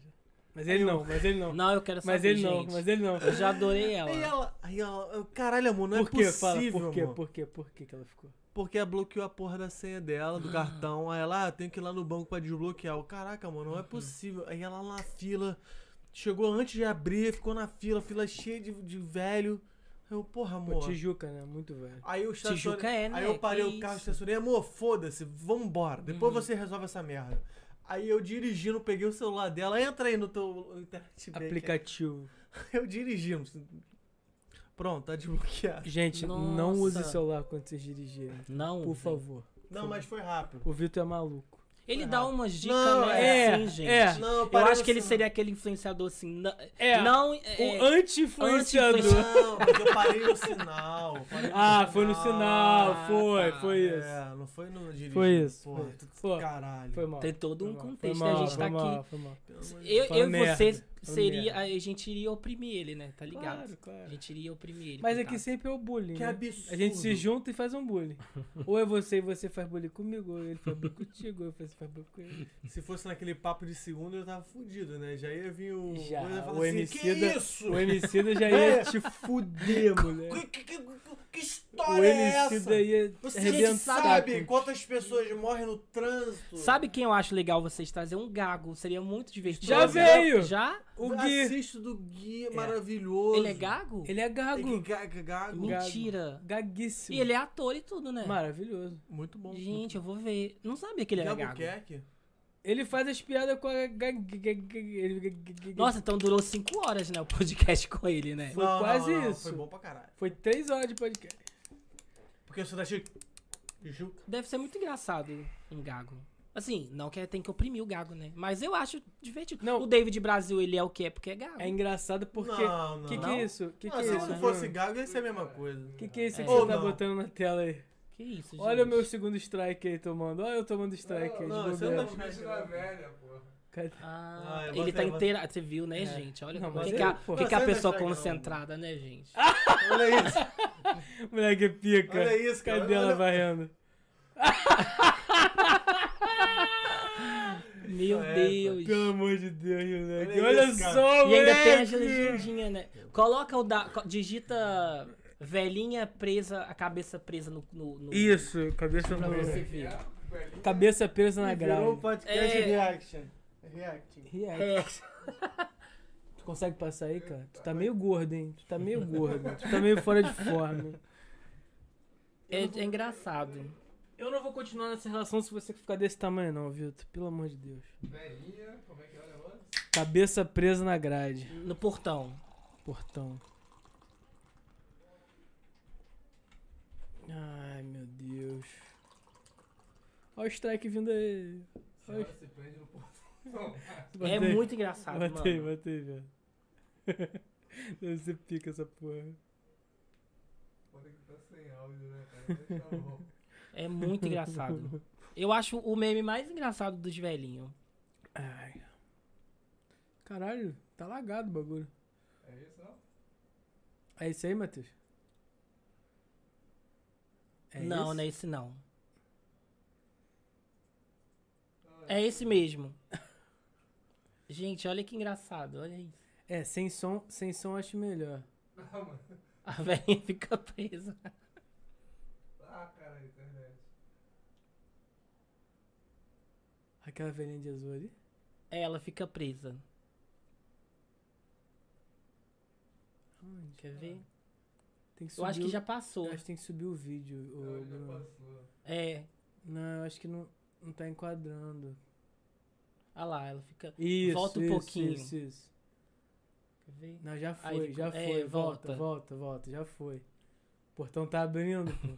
[SPEAKER 1] Mas ele não, mas ele não.
[SPEAKER 3] Não, É, eu quero saber.
[SPEAKER 1] mas ele não,
[SPEAKER 3] gente.
[SPEAKER 1] mas ele não.
[SPEAKER 3] Eu já adorei ela.
[SPEAKER 2] Aí ela, aí ela, eu, caralho, amor, não
[SPEAKER 1] por
[SPEAKER 2] é
[SPEAKER 1] quê? Fala,
[SPEAKER 2] possível,
[SPEAKER 1] por quê?
[SPEAKER 2] amor.
[SPEAKER 1] Por quê? Por quê que ela ficou?
[SPEAKER 2] Porque ela bloqueou a porra da senha dela, do cartão. Aí ela, ah, eu tenho que ir lá no banco pra desbloquear. Eu, Caraca, mano, não é possível. Aí ela na fila, chegou antes de abrir, ficou na fila, fila cheia de, de velho. Aí eu, porra,
[SPEAKER 1] Pô,
[SPEAKER 2] amor.
[SPEAKER 1] Tijuca, né? Muito velho.
[SPEAKER 2] Aí eu estacionei.
[SPEAKER 3] Tijuca é, né?
[SPEAKER 2] Aí eu parei
[SPEAKER 3] Que
[SPEAKER 2] o carro,
[SPEAKER 3] isso?
[SPEAKER 2] estacionei. Amor, foda-se, vambora. Depois você resolve essa merda. Aí eu dirigindo, peguei o celular dela, entra aí no teu internet bank.
[SPEAKER 1] Aplicativo.
[SPEAKER 2] Eu dirigindo. Pronto, tá desbloqueado.
[SPEAKER 1] Gente, não
[SPEAKER 3] Nossa.
[SPEAKER 1] use celular quando vocês dirigirem.
[SPEAKER 3] Não.
[SPEAKER 1] Por
[SPEAKER 3] velho.
[SPEAKER 1] favor.
[SPEAKER 2] Não, mas foi rápido.
[SPEAKER 1] O Vitor é maluco.
[SPEAKER 3] Ele dá umas dicas,
[SPEAKER 2] Não,
[SPEAKER 3] né?
[SPEAKER 1] é,
[SPEAKER 3] assim, gente.
[SPEAKER 1] é.
[SPEAKER 2] Não,
[SPEAKER 3] Eu
[SPEAKER 2] parei
[SPEAKER 3] acho
[SPEAKER 2] no
[SPEAKER 3] que ele
[SPEAKER 2] sinal.
[SPEAKER 3] seria aquele influenciador assim. Não.
[SPEAKER 1] É,
[SPEAKER 3] não, é-
[SPEAKER 1] O anti-influenciador.
[SPEAKER 2] Não, mas eu parei no sinal. parei no
[SPEAKER 1] Ah, foi no sinal,
[SPEAKER 3] Ah,
[SPEAKER 1] foi,
[SPEAKER 3] tá.
[SPEAKER 1] foi isso.
[SPEAKER 2] É, não foi no dirigindo.
[SPEAKER 1] Foi isso,
[SPEAKER 2] Porra,
[SPEAKER 1] foi isso.
[SPEAKER 2] tu-
[SPEAKER 1] Foi.
[SPEAKER 2] caralho.
[SPEAKER 1] Foi mal.
[SPEAKER 3] Tem todo
[SPEAKER 1] foi
[SPEAKER 3] um
[SPEAKER 1] mal,
[SPEAKER 3] contexto,
[SPEAKER 1] foi
[SPEAKER 3] né? A
[SPEAKER 1] mal,
[SPEAKER 3] gente tá
[SPEAKER 1] foi mal,
[SPEAKER 3] aqui.
[SPEAKER 1] foi mal.
[SPEAKER 3] Eu,
[SPEAKER 1] Foi
[SPEAKER 3] eu e
[SPEAKER 1] merda,
[SPEAKER 3] você
[SPEAKER 1] foi
[SPEAKER 3] seria.
[SPEAKER 1] merda.
[SPEAKER 3] A gente iria oprimir ele, né? Tá ligado?
[SPEAKER 1] Claro, claro.
[SPEAKER 3] A gente iria oprimir ele.
[SPEAKER 1] Mas
[SPEAKER 3] coitado.
[SPEAKER 1] aqui sempre é o bullying.
[SPEAKER 2] Que
[SPEAKER 1] né?
[SPEAKER 2] absurdo.
[SPEAKER 1] A gente se junta e faz um bullying. ou é você e você faz bullying comigo, ou ele faz bullying contigo, ou eu faço isso faz pouco ele.
[SPEAKER 2] Se fosse naquele papo de segundo, eu tava fudido, né? Já ia vir o.
[SPEAKER 1] Já,
[SPEAKER 2] coisa e falar
[SPEAKER 1] o
[SPEAKER 2] assim,
[SPEAKER 1] Emicida-
[SPEAKER 2] Que isso?
[SPEAKER 1] O Emicida já ia te fuder, moleque.
[SPEAKER 2] Que, que- que- que
[SPEAKER 1] O
[SPEAKER 2] história é essa?
[SPEAKER 1] Emicida ia
[SPEAKER 2] Você
[SPEAKER 1] arrebentar.
[SPEAKER 2] sabe
[SPEAKER 1] com-
[SPEAKER 2] quantas pessoas morrem no trânsito?
[SPEAKER 3] Sabe quem eu acho legal vocês trazer? Um gago. Seria muito divertido.
[SPEAKER 1] Já veio!
[SPEAKER 3] Já?
[SPEAKER 1] O Gui. é
[SPEAKER 2] Assisto do Gui, maravilhoso.
[SPEAKER 3] Ele é gago?
[SPEAKER 1] Ele é
[SPEAKER 2] Ele é
[SPEAKER 1] gago.
[SPEAKER 2] gago, gago.
[SPEAKER 1] Gago.
[SPEAKER 3] Mentira.
[SPEAKER 1] Gaguíssimo.
[SPEAKER 3] E ele é ator e tudo, né?
[SPEAKER 1] Maravilhoso.
[SPEAKER 2] Muito bom.
[SPEAKER 3] Gente, eu vou ver. Não sabia
[SPEAKER 1] é
[SPEAKER 3] que ele era
[SPEAKER 2] é Gago
[SPEAKER 3] gago.
[SPEAKER 2] Albuquerque?
[SPEAKER 1] Ele faz as piadas com a. ga- ga- ga- ga- ele- ga- ga- ga-
[SPEAKER 3] Nossa, então durou cinco horas, né? O podcast com ele, né?
[SPEAKER 1] Foi quase isso.
[SPEAKER 2] Foi bom pra caralho.
[SPEAKER 1] Foi três horas de podcast.
[SPEAKER 2] Porque eu sou da Chico. Juca.
[SPEAKER 3] Deve ser muito engraçado um gago. Assim, não que tem que oprimir o gago, né? Mas eu acho divertido.
[SPEAKER 1] Não.
[SPEAKER 3] O David Brasil, ele é o que é porque é gago.
[SPEAKER 1] É engraçado porque.
[SPEAKER 2] Não, não.
[SPEAKER 1] que que
[SPEAKER 2] não.
[SPEAKER 1] é isso? Que que
[SPEAKER 2] Não,
[SPEAKER 1] é
[SPEAKER 2] se
[SPEAKER 1] isso?
[SPEAKER 2] eu não
[SPEAKER 1] Bruno?
[SPEAKER 2] fosse gago, ia ser a mesma coisa.
[SPEAKER 1] Que que é isso que
[SPEAKER 3] É.
[SPEAKER 1] você
[SPEAKER 2] Ou
[SPEAKER 1] tá
[SPEAKER 2] não.
[SPEAKER 1] botando na tela aí?
[SPEAKER 3] Que isso, gente.
[SPEAKER 1] Olha o meu segundo strike aí tomando. Olha eu tomando strike aí. de
[SPEAKER 2] não, isso eu
[SPEAKER 1] bobeira.
[SPEAKER 2] não- tá
[SPEAKER 4] Comete na é velha, pô.
[SPEAKER 1] Cadê?
[SPEAKER 3] Ah,
[SPEAKER 2] Ah, eu
[SPEAKER 3] ele
[SPEAKER 2] botei,
[SPEAKER 3] tá
[SPEAKER 2] eu botei.
[SPEAKER 3] inteira. Você viu, né,
[SPEAKER 1] É.
[SPEAKER 3] gente? Olha
[SPEAKER 1] Não,
[SPEAKER 3] como
[SPEAKER 1] mas
[SPEAKER 3] que,
[SPEAKER 1] eu-
[SPEAKER 3] que a,
[SPEAKER 1] pô.
[SPEAKER 3] que que a
[SPEAKER 2] Você
[SPEAKER 3] pessoa
[SPEAKER 2] não é
[SPEAKER 3] concentrada, né, gente?
[SPEAKER 1] Ah,
[SPEAKER 2] tá- Olha isso.
[SPEAKER 1] Moleque é pica.
[SPEAKER 2] Olha isso, cara.
[SPEAKER 1] Cadê ela
[SPEAKER 2] Olha-
[SPEAKER 1] varrendo?
[SPEAKER 3] Meu
[SPEAKER 2] é,
[SPEAKER 3] Deus.
[SPEAKER 1] Pelo amor de Deus, moleque.
[SPEAKER 2] Olha
[SPEAKER 1] Olha,
[SPEAKER 2] isso, cara.
[SPEAKER 1] só,
[SPEAKER 3] E
[SPEAKER 1] moleque.
[SPEAKER 3] ainda tem a legendinha, né? Coloca o da. co- Digita velhinha presa, a cabeça presa no. no, no-
[SPEAKER 1] Isso, cabeça
[SPEAKER 3] Pra
[SPEAKER 1] no...
[SPEAKER 3] você ver.
[SPEAKER 1] Cabeça presa na
[SPEAKER 2] Virou
[SPEAKER 1] grade.
[SPEAKER 2] um podcast
[SPEAKER 3] É.
[SPEAKER 2] reaction. Reacting.
[SPEAKER 1] React. Tu consegue passar aí, cara? Tu tá meio gordo, hein? Tu tá meio gordo. Tu tá meio fora de forma. hein?
[SPEAKER 3] É, é engraçado.
[SPEAKER 1] Eu não vou continuar nessa relação se você ficar desse tamanho, não, Vitor. Pelo amor de Deus.
[SPEAKER 4] Velhinha, como é que é o negócio?
[SPEAKER 1] Cabeça presa na grade.
[SPEAKER 3] No portão.
[SPEAKER 1] Portão. Ai, meu Deus. Olha o strike vindo aí. Olha
[SPEAKER 4] Senhora se prende no portão.
[SPEAKER 1] o-
[SPEAKER 3] É
[SPEAKER 1] Batei.
[SPEAKER 3] muito engraçado,
[SPEAKER 1] Matei,
[SPEAKER 3] mano.
[SPEAKER 1] matei, velho. Deve ser pica essa porra.
[SPEAKER 4] Foda que tá sem áudio, né, cara? Tá bom.
[SPEAKER 3] É muito engraçado. Eu acho o meme mais engraçado dos velhinhos.
[SPEAKER 1] Ai. Caralho, tá lagado o bagulho.
[SPEAKER 4] É isso, não?
[SPEAKER 1] É isso aí, Matheus? É
[SPEAKER 3] não,
[SPEAKER 1] isso?
[SPEAKER 3] não é esse não. É esse mesmo. Gente, olha que engraçado, olha isso.
[SPEAKER 1] É, sem som, sem som acho melhor.
[SPEAKER 4] Não, mano.
[SPEAKER 3] A velhinha fica presa.
[SPEAKER 4] Ah, cara, internet.
[SPEAKER 1] Aquela velhinha de azul ali.
[SPEAKER 3] É, Ela fica presa.
[SPEAKER 1] Aonde?
[SPEAKER 3] Quer ver?
[SPEAKER 1] Tem que subir
[SPEAKER 3] Ah. Eu acho que
[SPEAKER 1] o-
[SPEAKER 3] já passou.
[SPEAKER 1] acho que tem que subir o vídeo. ô,
[SPEAKER 4] Não, já
[SPEAKER 1] Bruno.
[SPEAKER 4] passou.
[SPEAKER 3] É.
[SPEAKER 1] Não, eu acho que não, não tá enquadrando.
[SPEAKER 3] Olha lá, ela fica.
[SPEAKER 1] Isso,
[SPEAKER 3] Volta um
[SPEAKER 1] isso,
[SPEAKER 3] pouquinho.
[SPEAKER 1] Isso, isso.
[SPEAKER 3] Quer ver?
[SPEAKER 1] Não, já
[SPEAKER 3] Aí
[SPEAKER 1] foi,
[SPEAKER 3] ele-
[SPEAKER 1] já
[SPEAKER 3] é,
[SPEAKER 1] foi. volta,
[SPEAKER 3] volta.
[SPEAKER 1] volta, volta, já foi. O portão tá abrindo, pô.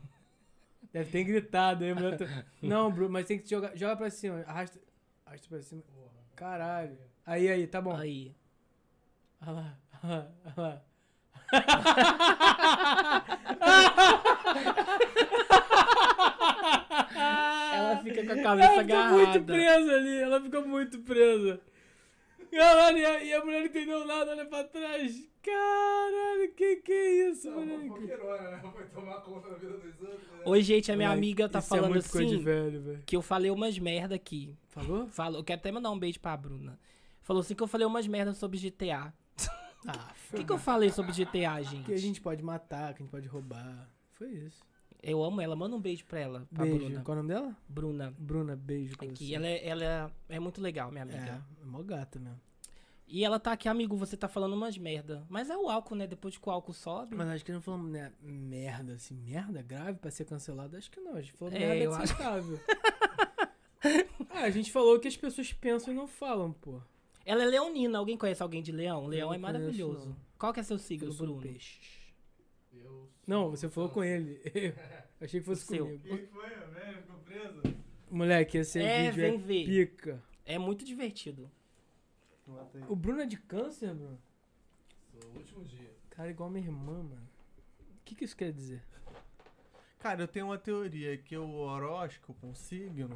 [SPEAKER 1] Deve ter gritado aí, a mulher. tá- Não, Bruno, mas tem que jogar. Joga pra cima. Arrasta. Arrasta pra cima.
[SPEAKER 4] Porra.
[SPEAKER 1] Caralho. Aí, aí, tá bom.
[SPEAKER 3] Aí.
[SPEAKER 1] Olha lá, olha lá, olha lá.
[SPEAKER 3] Ela fica com a
[SPEAKER 1] Ela
[SPEAKER 3] cabeça
[SPEAKER 1] ficou muito
[SPEAKER 3] agarrada.
[SPEAKER 1] presa ali, ela ficou muito presa. Caralho, e a, e a mulher não entendeu nada, olha pra trás. Caralho, que que é isso,
[SPEAKER 4] Não,
[SPEAKER 1] moleque?
[SPEAKER 4] fofoqueirona, né? Foi tomar conta da vida dos outros, né?
[SPEAKER 3] Oi, gente, a minha
[SPEAKER 1] Moleque,
[SPEAKER 3] amiga tá
[SPEAKER 1] isso é
[SPEAKER 3] falando
[SPEAKER 1] muito coisa de
[SPEAKER 3] assim
[SPEAKER 1] velho, velho.
[SPEAKER 3] que eu falei umas merda aqui.
[SPEAKER 1] Falou?
[SPEAKER 3] Falou, eu quero até mandar um beijo pra Bruna. Falou assim que eu falei umas merdas sobre GTA. Tá,
[SPEAKER 1] Ah,
[SPEAKER 3] O que, que eu falei sobre GTA,
[SPEAKER 1] Que a
[SPEAKER 3] gente?
[SPEAKER 1] gente pode matar, que a gente pode roubar. Foi isso.
[SPEAKER 3] Eu amo ela, manda um beijo pra ela, pra
[SPEAKER 1] Beijo.
[SPEAKER 3] Bruna.
[SPEAKER 1] Qual é o nome dela?
[SPEAKER 3] Bruna.
[SPEAKER 1] Bruna, beijo pra
[SPEAKER 3] Aqui,
[SPEAKER 1] você.
[SPEAKER 3] ela, é, ela é muito legal, minha
[SPEAKER 1] É,
[SPEAKER 3] amiga.
[SPEAKER 1] é mó gata mesmo.
[SPEAKER 3] E ela tá aqui, amigo, você tá falando umas merda. Mas é o álcool, né? Depois que o álcool sobe.
[SPEAKER 1] Mas acho que não falamos né, merda, assim, merda grave pra ser cancelado, acho que não. A gente falou
[SPEAKER 3] É,
[SPEAKER 1] merda
[SPEAKER 3] eu acho.
[SPEAKER 1] aceitável. ah, a gente falou o que as pessoas pensam e não falam, pô.
[SPEAKER 3] Ela é leonina. Alguém conhece alguém de leão? Leão
[SPEAKER 1] não
[SPEAKER 3] é maravilhoso.
[SPEAKER 1] conheço, não.
[SPEAKER 3] Qual que é seu signo,
[SPEAKER 1] Eu sou
[SPEAKER 3] Bruno?
[SPEAKER 1] peixe.
[SPEAKER 4] Eu sou-
[SPEAKER 1] Não, você falou com ele. Eu achei que fosse
[SPEAKER 3] O seu.
[SPEAKER 1] comigo.
[SPEAKER 4] Quem foi, a velha? Ficou presa?
[SPEAKER 1] Moleque, esse
[SPEAKER 3] É,
[SPEAKER 1] vídeo
[SPEAKER 3] vem
[SPEAKER 1] é
[SPEAKER 3] ver.
[SPEAKER 1] pica.
[SPEAKER 3] É muito divertido.
[SPEAKER 1] O Bruno é de câncer, Bruno?
[SPEAKER 4] Sou o último dia.
[SPEAKER 1] Cara, igual minha irmã, mano. O que, que isso quer dizer?
[SPEAKER 2] Cara, eu tenho uma teoria que o horóscopo, um signo,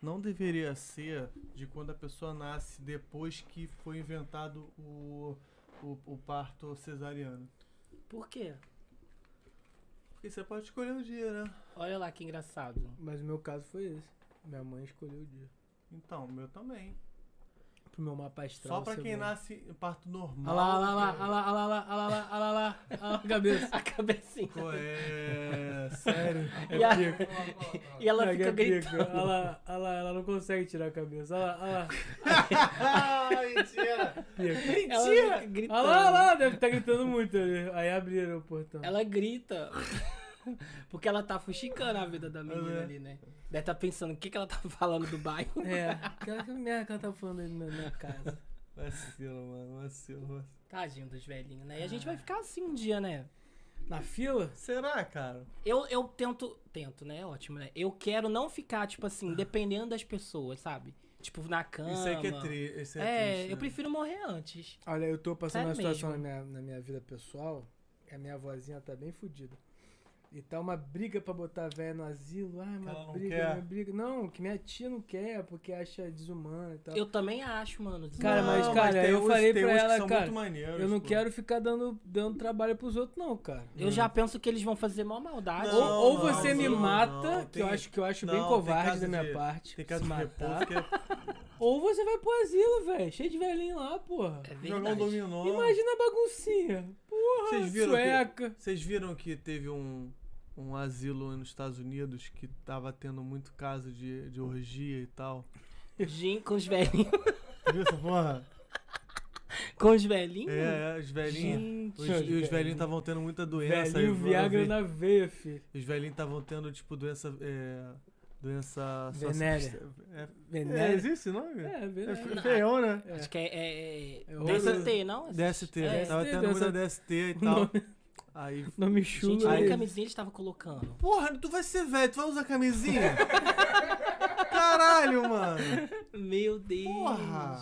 [SPEAKER 2] não deveria ser de quando a pessoa nasce depois que foi inventado o, o, o parto cesariano.
[SPEAKER 3] Por quê?
[SPEAKER 2] Porque você pode escolher o dia, né?
[SPEAKER 3] Olha lá que engraçado.
[SPEAKER 1] Mas o meu caso foi esse. Minha mãe escolheu o dia.
[SPEAKER 2] Então, o meu também.
[SPEAKER 1] Pro meu mapa astral.
[SPEAKER 2] Só pra
[SPEAKER 1] ser
[SPEAKER 2] quem
[SPEAKER 1] bom.
[SPEAKER 2] nasce em parto
[SPEAKER 1] Olha
[SPEAKER 2] normal.
[SPEAKER 1] lá, olha lá, olha lá, olha lá, olha lá, olha lá, olha lá, olha lá a cabeça.
[SPEAKER 3] A cabecinha.
[SPEAKER 2] Pô, É, sério.
[SPEAKER 3] E, a- e ela
[SPEAKER 1] Olha
[SPEAKER 3] fica
[SPEAKER 1] a cabeça.
[SPEAKER 3] gritando.
[SPEAKER 1] Olha lá, olha lá, é ela não consegue tirar a cabeça. Olha lá, olha lá.
[SPEAKER 2] Ah, mentira.
[SPEAKER 1] Pica.
[SPEAKER 3] Ela fica tá gritando.
[SPEAKER 1] Olha lá, olha lá, deve estar tá gritando muito ali. Aí abriram o portão.
[SPEAKER 3] Ela grita. Porque ela tá fuxicando a vida da menina ali, né? Deve tá pensando o que, que ela tá falando do bairro.
[SPEAKER 1] É, aquela que merda que ela tá falando ali na minha casa.
[SPEAKER 2] Vacilo, mano, vacilo, vacilo.
[SPEAKER 3] Tadinho dos velhinhos, né? E a gente vai ficar assim um dia, né?
[SPEAKER 1] Na fila?
[SPEAKER 2] Será, cara?
[SPEAKER 3] Eu, eu tento. Tento, né? Ótimo, né? Eu quero não ficar, tipo assim, dependendo das pessoas, sabe? Tipo, na cama.
[SPEAKER 2] Isso aí que é, tri... isso aí é,
[SPEAKER 3] É,
[SPEAKER 2] triste.
[SPEAKER 3] eu
[SPEAKER 2] né?
[SPEAKER 3] prefiro morrer antes.
[SPEAKER 1] Olha, eu tô passando
[SPEAKER 3] Sério
[SPEAKER 1] uma situação na
[SPEAKER 3] mesmo?
[SPEAKER 1] minha, na minha vida pessoal. A minha vozinha tá bem fodida. E tá uma briga pra botar a véia no asilo. Ai,
[SPEAKER 2] ela
[SPEAKER 1] uma
[SPEAKER 2] não
[SPEAKER 1] briga,
[SPEAKER 2] quer.
[SPEAKER 1] uma briga. Não, que minha tia não quer, porque acha desumana e tal.
[SPEAKER 3] Eu também acho, mano.
[SPEAKER 1] Cara, mas,
[SPEAKER 2] Não,
[SPEAKER 1] cara,
[SPEAKER 2] tem
[SPEAKER 1] eu
[SPEAKER 2] uns-
[SPEAKER 1] falei
[SPEAKER 2] tem
[SPEAKER 1] pra
[SPEAKER 2] uns que
[SPEAKER 1] ela,
[SPEAKER 2] são
[SPEAKER 1] cara,
[SPEAKER 2] muito maneiros,
[SPEAKER 1] Eu não
[SPEAKER 2] pô.
[SPEAKER 1] quero ficar dando, dando trabalho pros outros, não, cara.
[SPEAKER 3] Eu já penso que eles vão fazer mó maldade.
[SPEAKER 1] Ou,
[SPEAKER 2] Não,
[SPEAKER 1] ou você
[SPEAKER 2] não,
[SPEAKER 1] me
[SPEAKER 2] não,
[SPEAKER 1] mata,
[SPEAKER 2] não,
[SPEAKER 1] que eu
[SPEAKER 2] tem-
[SPEAKER 1] acho que eu acho
[SPEAKER 2] não,
[SPEAKER 1] bem
[SPEAKER 2] tem
[SPEAKER 1] covarde
[SPEAKER 2] caso
[SPEAKER 1] da minha
[SPEAKER 2] de-
[SPEAKER 1] parte.
[SPEAKER 2] Tem
[SPEAKER 1] se
[SPEAKER 2] caso de repouso
[SPEAKER 1] matar.
[SPEAKER 2] que é
[SPEAKER 1] Ou você vai pro asilo, velho. Cheio de velhinho lá, porra.
[SPEAKER 3] É
[SPEAKER 2] jogar um
[SPEAKER 3] verdade.
[SPEAKER 2] dominó.
[SPEAKER 1] Imagina a baguncinha. Porra,
[SPEAKER 2] Vocês viram que-
[SPEAKER 1] sueca.
[SPEAKER 2] Vocês viram que teve um, um asilo nos Estados Unidos que tava tendo muito caso de, de orgia e tal?
[SPEAKER 3] Gin com os velhinhos.
[SPEAKER 2] Viu essa porra?
[SPEAKER 3] Com os velhinhos?
[SPEAKER 2] É, é, os velhinhos.
[SPEAKER 3] Gente.
[SPEAKER 2] Os, e os velhinhos estavam tendo muita doença.
[SPEAKER 1] Velhinho
[SPEAKER 2] e-
[SPEAKER 1] Viagra na veia, filho.
[SPEAKER 2] Os velhinhos estavam tendo, tipo, doença. É, doença. só-
[SPEAKER 1] Venérea.
[SPEAKER 2] É, é,
[SPEAKER 1] Venérea.
[SPEAKER 2] existe o nome?
[SPEAKER 1] É, venérea.
[SPEAKER 2] É feio, né?
[SPEAKER 1] É.
[SPEAKER 3] Acho que é. é, é
[SPEAKER 1] É
[SPEAKER 3] DST, não?
[SPEAKER 2] DST,
[SPEAKER 3] É.
[SPEAKER 2] né? tava
[SPEAKER 1] DST,
[SPEAKER 2] tendo muita DST e tal. Aí
[SPEAKER 1] Nome
[SPEAKER 3] Gente,
[SPEAKER 1] chulo.
[SPEAKER 3] nem
[SPEAKER 1] aí.
[SPEAKER 3] camisinha eles estavam colocando.
[SPEAKER 2] Porra, tu vai ser velho, tu vai usar camisinha? Caralho, mano.
[SPEAKER 3] Meu Deus.
[SPEAKER 2] Porra.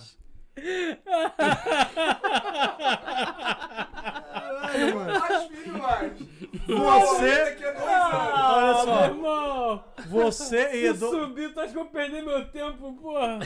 [SPEAKER 2] Caralho, mano.
[SPEAKER 4] Mais filho, mais.
[SPEAKER 2] Você,
[SPEAKER 4] Daqui a dois anos.
[SPEAKER 1] Meu
[SPEAKER 2] olha só,
[SPEAKER 1] irmão,
[SPEAKER 2] você e
[SPEAKER 1] se
[SPEAKER 2] Edu...
[SPEAKER 1] subir, tu acha que eu perdi meu tempo, porra?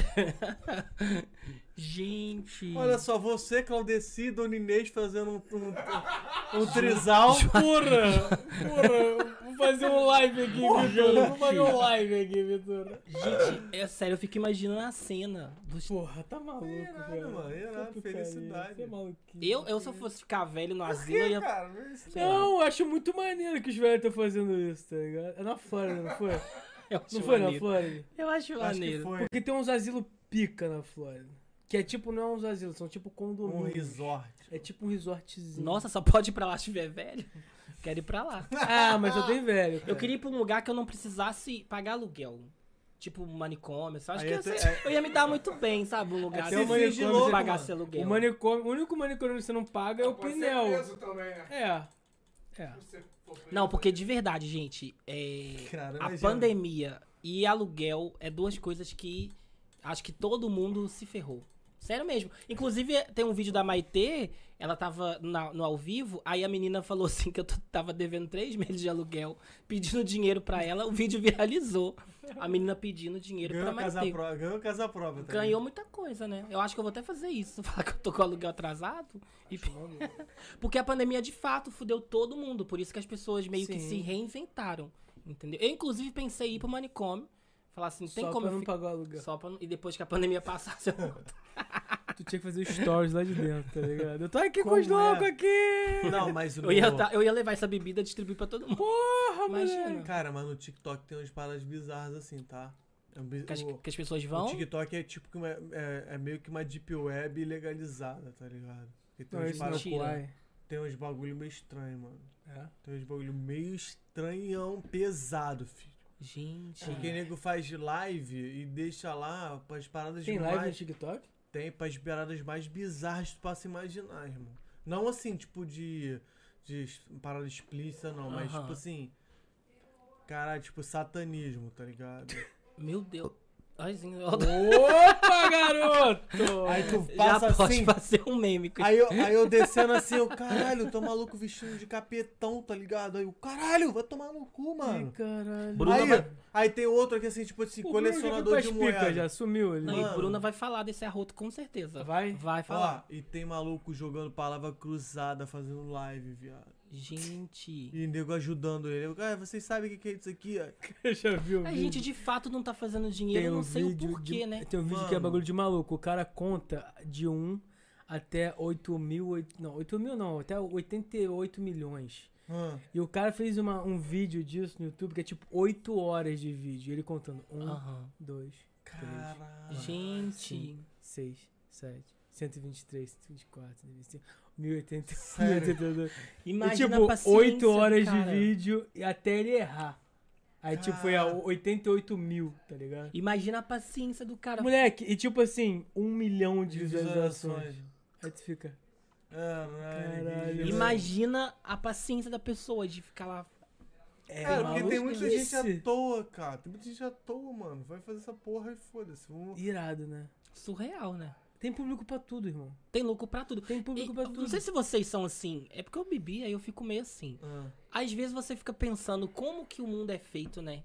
[SPEAKER 3] Gente.
[SPEAKER 2] Olha só, você, Claudeci e Dona Inês fazendo um, um, um trisal.
[SPEAKER 1] Porra! Porra! Vou fazer um live aqui, Vitor. Vou fazer um live aqui, Vitor.
[SPEAKER 3] Gente, é sério, eu fico imaginando a cena. dos-
[SPEAKER 1] Porra, tá maluco,
[SPEAKER 2] Irado,
[SPEAKER 1] velho.
[SPEAKER 2] mano, irado,
[SPEAKER 1] Puta que
[SPEAKER 2] felicidade.
[SPEAKER 1] pariu, Você é maluquinho.
[SPEAKER 3] Eu, eu, se eu fosse ficar velho no asilo, eu
[SPEAKER 2] Que,
[SPEAKER 3] ia.
[SPEAKER 2] cara? Mas-
[SPEAKER 3] sei lá,
[SPEAKER 1] Não, eu acho muito maneiro que os velhos estão fazendo isso, tá ligado? É na Flórida, não foi?
[SPEAKER 3] eu acho
[SPEAKER 1] Não foi na
[SPEAKER 3] maneiro.
[SPEAKER 1] Flórida?
[SPEAKER 3] Eu acho
[SPEAKER 2] Acho que
[SPEAKER 3] maneiro.
[SPEAKER 2] foi
[SPEAKER 1] Porque tem uns asilos pica na Flórida. Que é tipo, não é uns asilos, são tipo
[SPEAKER 2] um
[SPEAKER 1] condomínios.
[SPEAKER 2] resort.
[SPEAKER 1] é tipo um resortzinho.
[SPEAKER 3] Nossa, só pode ir pra lá se tiver velho? Quero ir pra lá.
[SPEAKER 1] Ah, mas eu tenho velho.
[SPEAKER 3] Eu
[SPEAKER 1] cara.
[SPEAKER 3] queria ir pra um lugar que eu não precisasse pagar aluguel. Tipo um manicômio, sabe? Acho
[SPEAKER 2] Aí
[SPEAKER 3] que
[SPEAKER 2] até-
[SPEAKER 3] eu, sei- eu ia me dar muito bem, sabe? Um lugar
[SPEAKER 1] Até
[SPEAKER 3] assim,
[SPEAKER 1] o manicômio um
[SPEAKER 3] que eu
[SPEAKER 1] você-
[SPEAKER 3] não pagasse aluguel. Ah,
[SPEAKER 1] O, manicômio, o único manicômio que você não paga é o
[SPEAKER 4] Pode ser
[SPEAKER 1] pneu.
[SPEAKER 4] preso também, né?
[SPEAKER 1] É. É.
[SPEAKER 4] Se você for preso,
[SPEAKER 3] Não, porque de verdade, gente, é,
[SPEAKER 2] Cara, né,
[SPEAKER 3] a
[SPEAKER 2] imagina.
[SPEAKER 3] pandemia e aluguel é duas coisas que acho que todo mundo se ferrou. Sério mesmo. Inclusive, tem um vídeo da Maitê, ela tava na- no ao vivo, aí a menina falou assim que eu t- tava devendo três meses de aluguel, pedindo dinheiro pra ela, o vídeo viralizou. A menina pedindo dinheiro
[SPEAKER 2] Ganhou
[SPEAKER 3] pra
[SPEAKER 2] casa
[SPEAKER 3] Maitê.
[SPEAKER 2] prova, ganhou casa prova. Tá
[SPEAKER 3] Ganhou muita coisa, né? Eu acho que eu vou até fazer isso, falar que eu tô com o aluguel atrasado. E... Porque a pandemia de fato fudeu todo mundo, por isso que as pessoas meio que
[SPEAKER 1] Sim.
[SPEAKER 3] se reinventaram, entendeu? Eu inclusive pensei em ir pro manicômio, falar assim, tem
[SPEAKER 1] Só
[SPEAKER 3] como
[SPEAKER 1] pra
[SPEAKER 3] eu
[SPEAKER 1] não
[SPEAKER 3] ficar...
[SPEAKER 1] pagar o aluguel.
[SPEAKER 3] Só pra... não- E depois que a pandemia passasse, eu volto.
[SPEAKER 1] Tu tinha que fazer stories lá de dentro, tá ligado? Eu tô aqui
[SPEAKER 2] Como
[SPEAKER 1] com os loucos
[SPEAKER 2] é?
[SPEAKER 1] aqui!
[SPEAKER 2] Não, mas o
[SPEAKER 3] Eu ia,
[SPEAKER 2] meu-
[SPEAKER 3] tá- eu ia levar essa bebida e distribuir pra todo mundo.
[SPEAKER 1] Porra,
[SPEAKER 3] Imagina.
[SPEAKER 1] moleque!
[SPEAKER 2] Cara, mas no TikTok tem umas paradas bizarras assim, tá? É um bi-
[SPEAKER 3] Que as,
[SPEAKER 2] o-
[SPEAKER 3] que as pessoas
[SPEAKER 2] O
[SPEAKER 3] vão...
[SPEAKER 2] TikTok é tipo que uma, é, é meio que uma deep web legalizada, tá ligado? Porque tem,
[SPEAKER 1] Não,
[SPEAKER 2] uns,
[SPEAKER 1] isso não
[SPEAKER 2] bagulho,
[SPEAKER 3] Mentira.
[SPEAKER 1] vai.
[SPEAKER 2] tem uns bagulho meio estranho, mano.
[SPEAKER 1] É.
[SPEAKER 2] Tem uns bagulho meio estranhão, pesado, filho.
[SPEAKER 3] Gente...
[SPEAKER 2] Porque nego faz live e deixa lá pras paradas
[SPEAKER 1] Tem live no
[SPEAKER 2] mais.
[SPEAKER 1] TikTok?
[SPEAKER 2] Tem pras paradas mais bizarras que tu possa imaginar, irmão. Não assim, tipo, de. de es- parada explícita, não, mas
[SPEAKER 3] Aham.
[SPEAKER 2] tipo assim. Cara, tipo, satanismo, tá ligado?
[SPEAKER 3] Meu Deus. Ai, sim, eu-
[SPEAKER 1] Opa, garoto!
[SPEAKER 2] Aí tu
[SPEAKER 3] Já
[SPEAKER 2] passa
[SPEAKER 3] pode
[SPEAKER 2] assim,
[SPEAKER 3] fazer um meme com
[SPEAKER 2] Aí eu, aí eu descendo assim, eu, caralho, tô maluco vestindo de capetão, tá ligado? Aí eu, caralho, vai tomar no cu, mano.
[SPEAKER 1] Ih, caralho.
[SPEAKER 3] Bruna
[SPEAKER 2] aí,
[SPEAKER 3] vai-
[SPEAKER 2] aí tem outro aqui assim, tipo assim,
[SPEAKER 1] O Bruno já
[SPEAKER 2] colecionador de
[SPEAKER 1] foi pras picas, Já
[SPEAKER 2] moedas.
[SPEAKER 1] sumiu ali.
[SPEAKER 3] Não, e
[SPEAKER 2] Mano.
[SPEAKER 3] Bruna vai falar desse arroto com certeza.
[SPEAKER 1] Vai?
[SPEAKER 2] "Ah,
[SPEAKER 3] Vai falar.
[SPEAKER 2] Ó, e tem maluco jogando palavra cruzada, fazendo live, viado.
[SPEAKER 3] Gente.
[SPEAKER 2] E o nego ajudando ele. Ah, vocês sabem o que que é isso aqui? ó?
[SPEAKER 1] Eu já vi o
[SPEAKER 3] A
[SPEAKER 1] vídeo.
[SPEAKER 3] gente de fato não tá fazendo dinheiro, eu não sei o porquê,
[SPEAKER 1] de,
[SPEAKER 3] né?
[SPEAKER 1] Tem um vídeo que é
[SPEAKER 2] Mano.
[SPEAKER 1] bagulho de maluco. O cara conta de 1 até 8 mil. oito- Não, 8 mil não, até 88 milhões.
[SPEAKER 2] Ah,
[SPEAKER 1] E o cara fez uma- um vídeo disso no YouTube que é tipo 8 horas de vídeo. Ele contando 1,
[SPEAKER 3] Aham.
[SPEAKER 1] 2, 3,
[SPEAKER 2] Caralho.
[SPEAKER 3] Gente.
[SPEAKER 1] Ah, Sim. 6, 7, 123, 124, 125, 1080,
[SPEAKER 2] Sério?
[SPEAKER 1] 1082. E
[SPEAKER 3] Imagina
[SPEAKER 1] tipo,
[SPEAKER 3] a paciência
[SPEAKER 1] 8
[SPEAKER 3] do
[SPEAKER 1] horas
[SPEAKER 3] cara.
[SPEAKER 1] de vídeo e até ele errar. Aí tipo foi a
[SPEAKER 2] Cara.
[SPEAKER 1] 88 mil, tá ligado?
[SPEAKER 3] Imagina a paciência do cara.
[SPEAKER 1] Moleque, e tipo assim, um milhão de
[SPEAKER 2] De
[SPEAKER 1] visualizações.
[SPEAKER 2] visualizações.
[SPEAKER 1] Aí tu fica.
[SPEAKER 2] Caralho.
[SPEAKER 1] Caralho.
[SPEAKER 2] que
[SPEAKER 3] Imagina a paciência da pessoa de ficar lá.
[SPEAKER 1] É,
[SPEAKER 2] Cara,
[SPEAKER 1] uma
[SPEAKER 2] porque tem muita gente
[SPEAKER 1] maluquice.
[SPEAKER 2] à toa, cara. Tem muita gente à toa, mano. Vai fazer essa porra e foda-se. Vamos...
[SPEAKER 1] Irado, né?
[SPEAKER 3] Surreal, né?
[SPEAKER 1] Tem público pra tudo, irmão.
[SPEAKER 3] Tem louco pra tudo.
[SPEAKER 1] Tem público
[SPEAKER 3] E
[SPEAKER 1] pra
[SPEAKER 3] eu
[SPEAKER 1] tudo.
[SPEAKER 3] Não sei se vocês são assim. É porque eu bebi, aí eu fico meio assim.
[SPEAKER 2] Ah,
[SPEAKER 3] Às vezes você fica pensando como que o mundo é feito, né?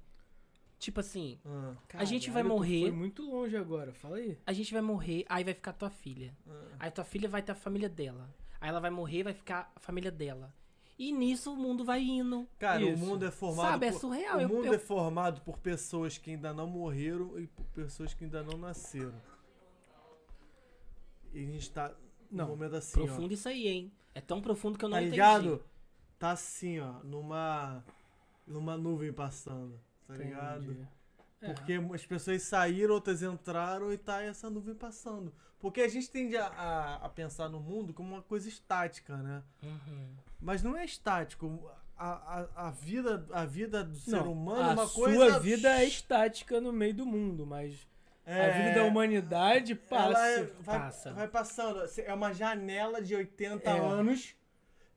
[SPEAKER 3] Tipo assim,
[SPEAKER 2] ah,
[SPEAKER 3] a gente vai
[SPEAKER 1] Caralho, tu
[SPEAKER 3] morrer.
[SPEAKER 1] Foi muito longe agora, fala aí.
[SPEAKER 3] a gente vai morrer, aí vai ficar tua filha.
[SPEAKER 2] ah.
[SPEAKER 3] Aí tua filha vai ter a família dela. Aí ela vai morrer, vai ficar a família dela. E nisso o mundo vai indo.
[SPEAKER 2] Cara,
[SPEAKER 1] Isso.
[SPEAKER 2] o mundo é formado.
[SPEAKER 3] Sabe, é
[SPEAKER 2] por-
[SPEAKER 3] surreal.
[SPEAKER 2] O
[SPEAKER 3] Eu-
[SPEAKER 2] mundo
[SPEAKER 3] eu-
[SPEAKER 2] é formado por pessoas que ainda não morreram e por pessoas que ainda não nasceram. E a gente tá
[SPEAKER 1] Não,
[SPEAKER 2] no momento assim,
[SPEAKER 3] profundo isso aí, hein? É tão profundo que eu
[SPEAKER 2] ó.
[SPEAKER 3] não
[SPEAKER 2] Tá
[SPEAKER 3] entendi.
[SPEAKER 2] ligado? Tá assim, ó, numa. numa nuvem passando. Tá
[SPEAKER 1] Entendi.
[SPEAKER 2] ligado?
[SPEAKER 1] É.
[SPEAKER 2] Porque as pessoas saíram, outras entraram e tá essa nuvem passando. Porque a gente tende a, a- a pensar no mundo como uma coisa estática, né?
[SPEAKER 3] Uhum.
[SPEAKER 2] Mas não é estático. A, a, a vida, a vida do ser
[SPEAKER 1] Não,
[SPEAKER 2] humano
[SPEAKER 1] a
[SPEAKER 2] é uma
[SPEAKER 1] sua
[SPEAKER 2] coisa.
[SPEAKER 1] vida é estática no meio do mundo, mas a
[SPEAKER 2] É,
[SPEAKER 1] vida um da humanidade passa.
[SPEAKER 2] ela é- vai,
[SPEAKER 3] passa.
[SPEAKER 2] vai passando. É uma janela de 80
[SPEAKER 1] É.
[SPEAKER 2] anos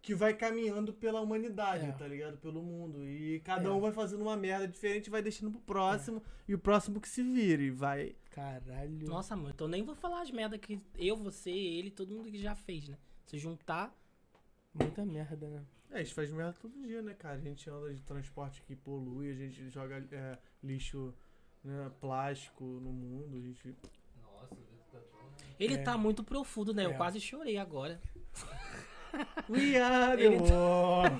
[SPEAKER 2] que vai caminhando pela humanidade,
[SPEAKER 1] É.
[SPEAKER 2] tá ligado? Pelo mundo. E cada
[SPEAKER 1] É.
[SPEAKER 2] um vai fazendo uma merda diferente, vai deixando pro próximo. E o próximo que se vire. Vai.
[SPEAKER 1] Caralho.
[SPEAKER 3] Nossa, amor, então nem vou falar as merda que eu, você, ele, todo mundo que já fez, né? Se juntar.
[SPEAKER 1] Muita merda, né?
[SPEAKER 2] É, a gente faz merda todo dia, né, cara? A gente anda de transporte que polui, a gente joga é, lixo né, plástico no mundo, a gente.
[SPEAKER 3] Ele
[SPEAKER 1] É.
[SPEAKER 3] tá muito profundo, né? Eu
[SPEAKER 1] É.
[SPEAKER 3] quase chorei agora.
[SPEAKER 2] We are the
[SPEAKER 3] Ele
[SPEAKER 2] world.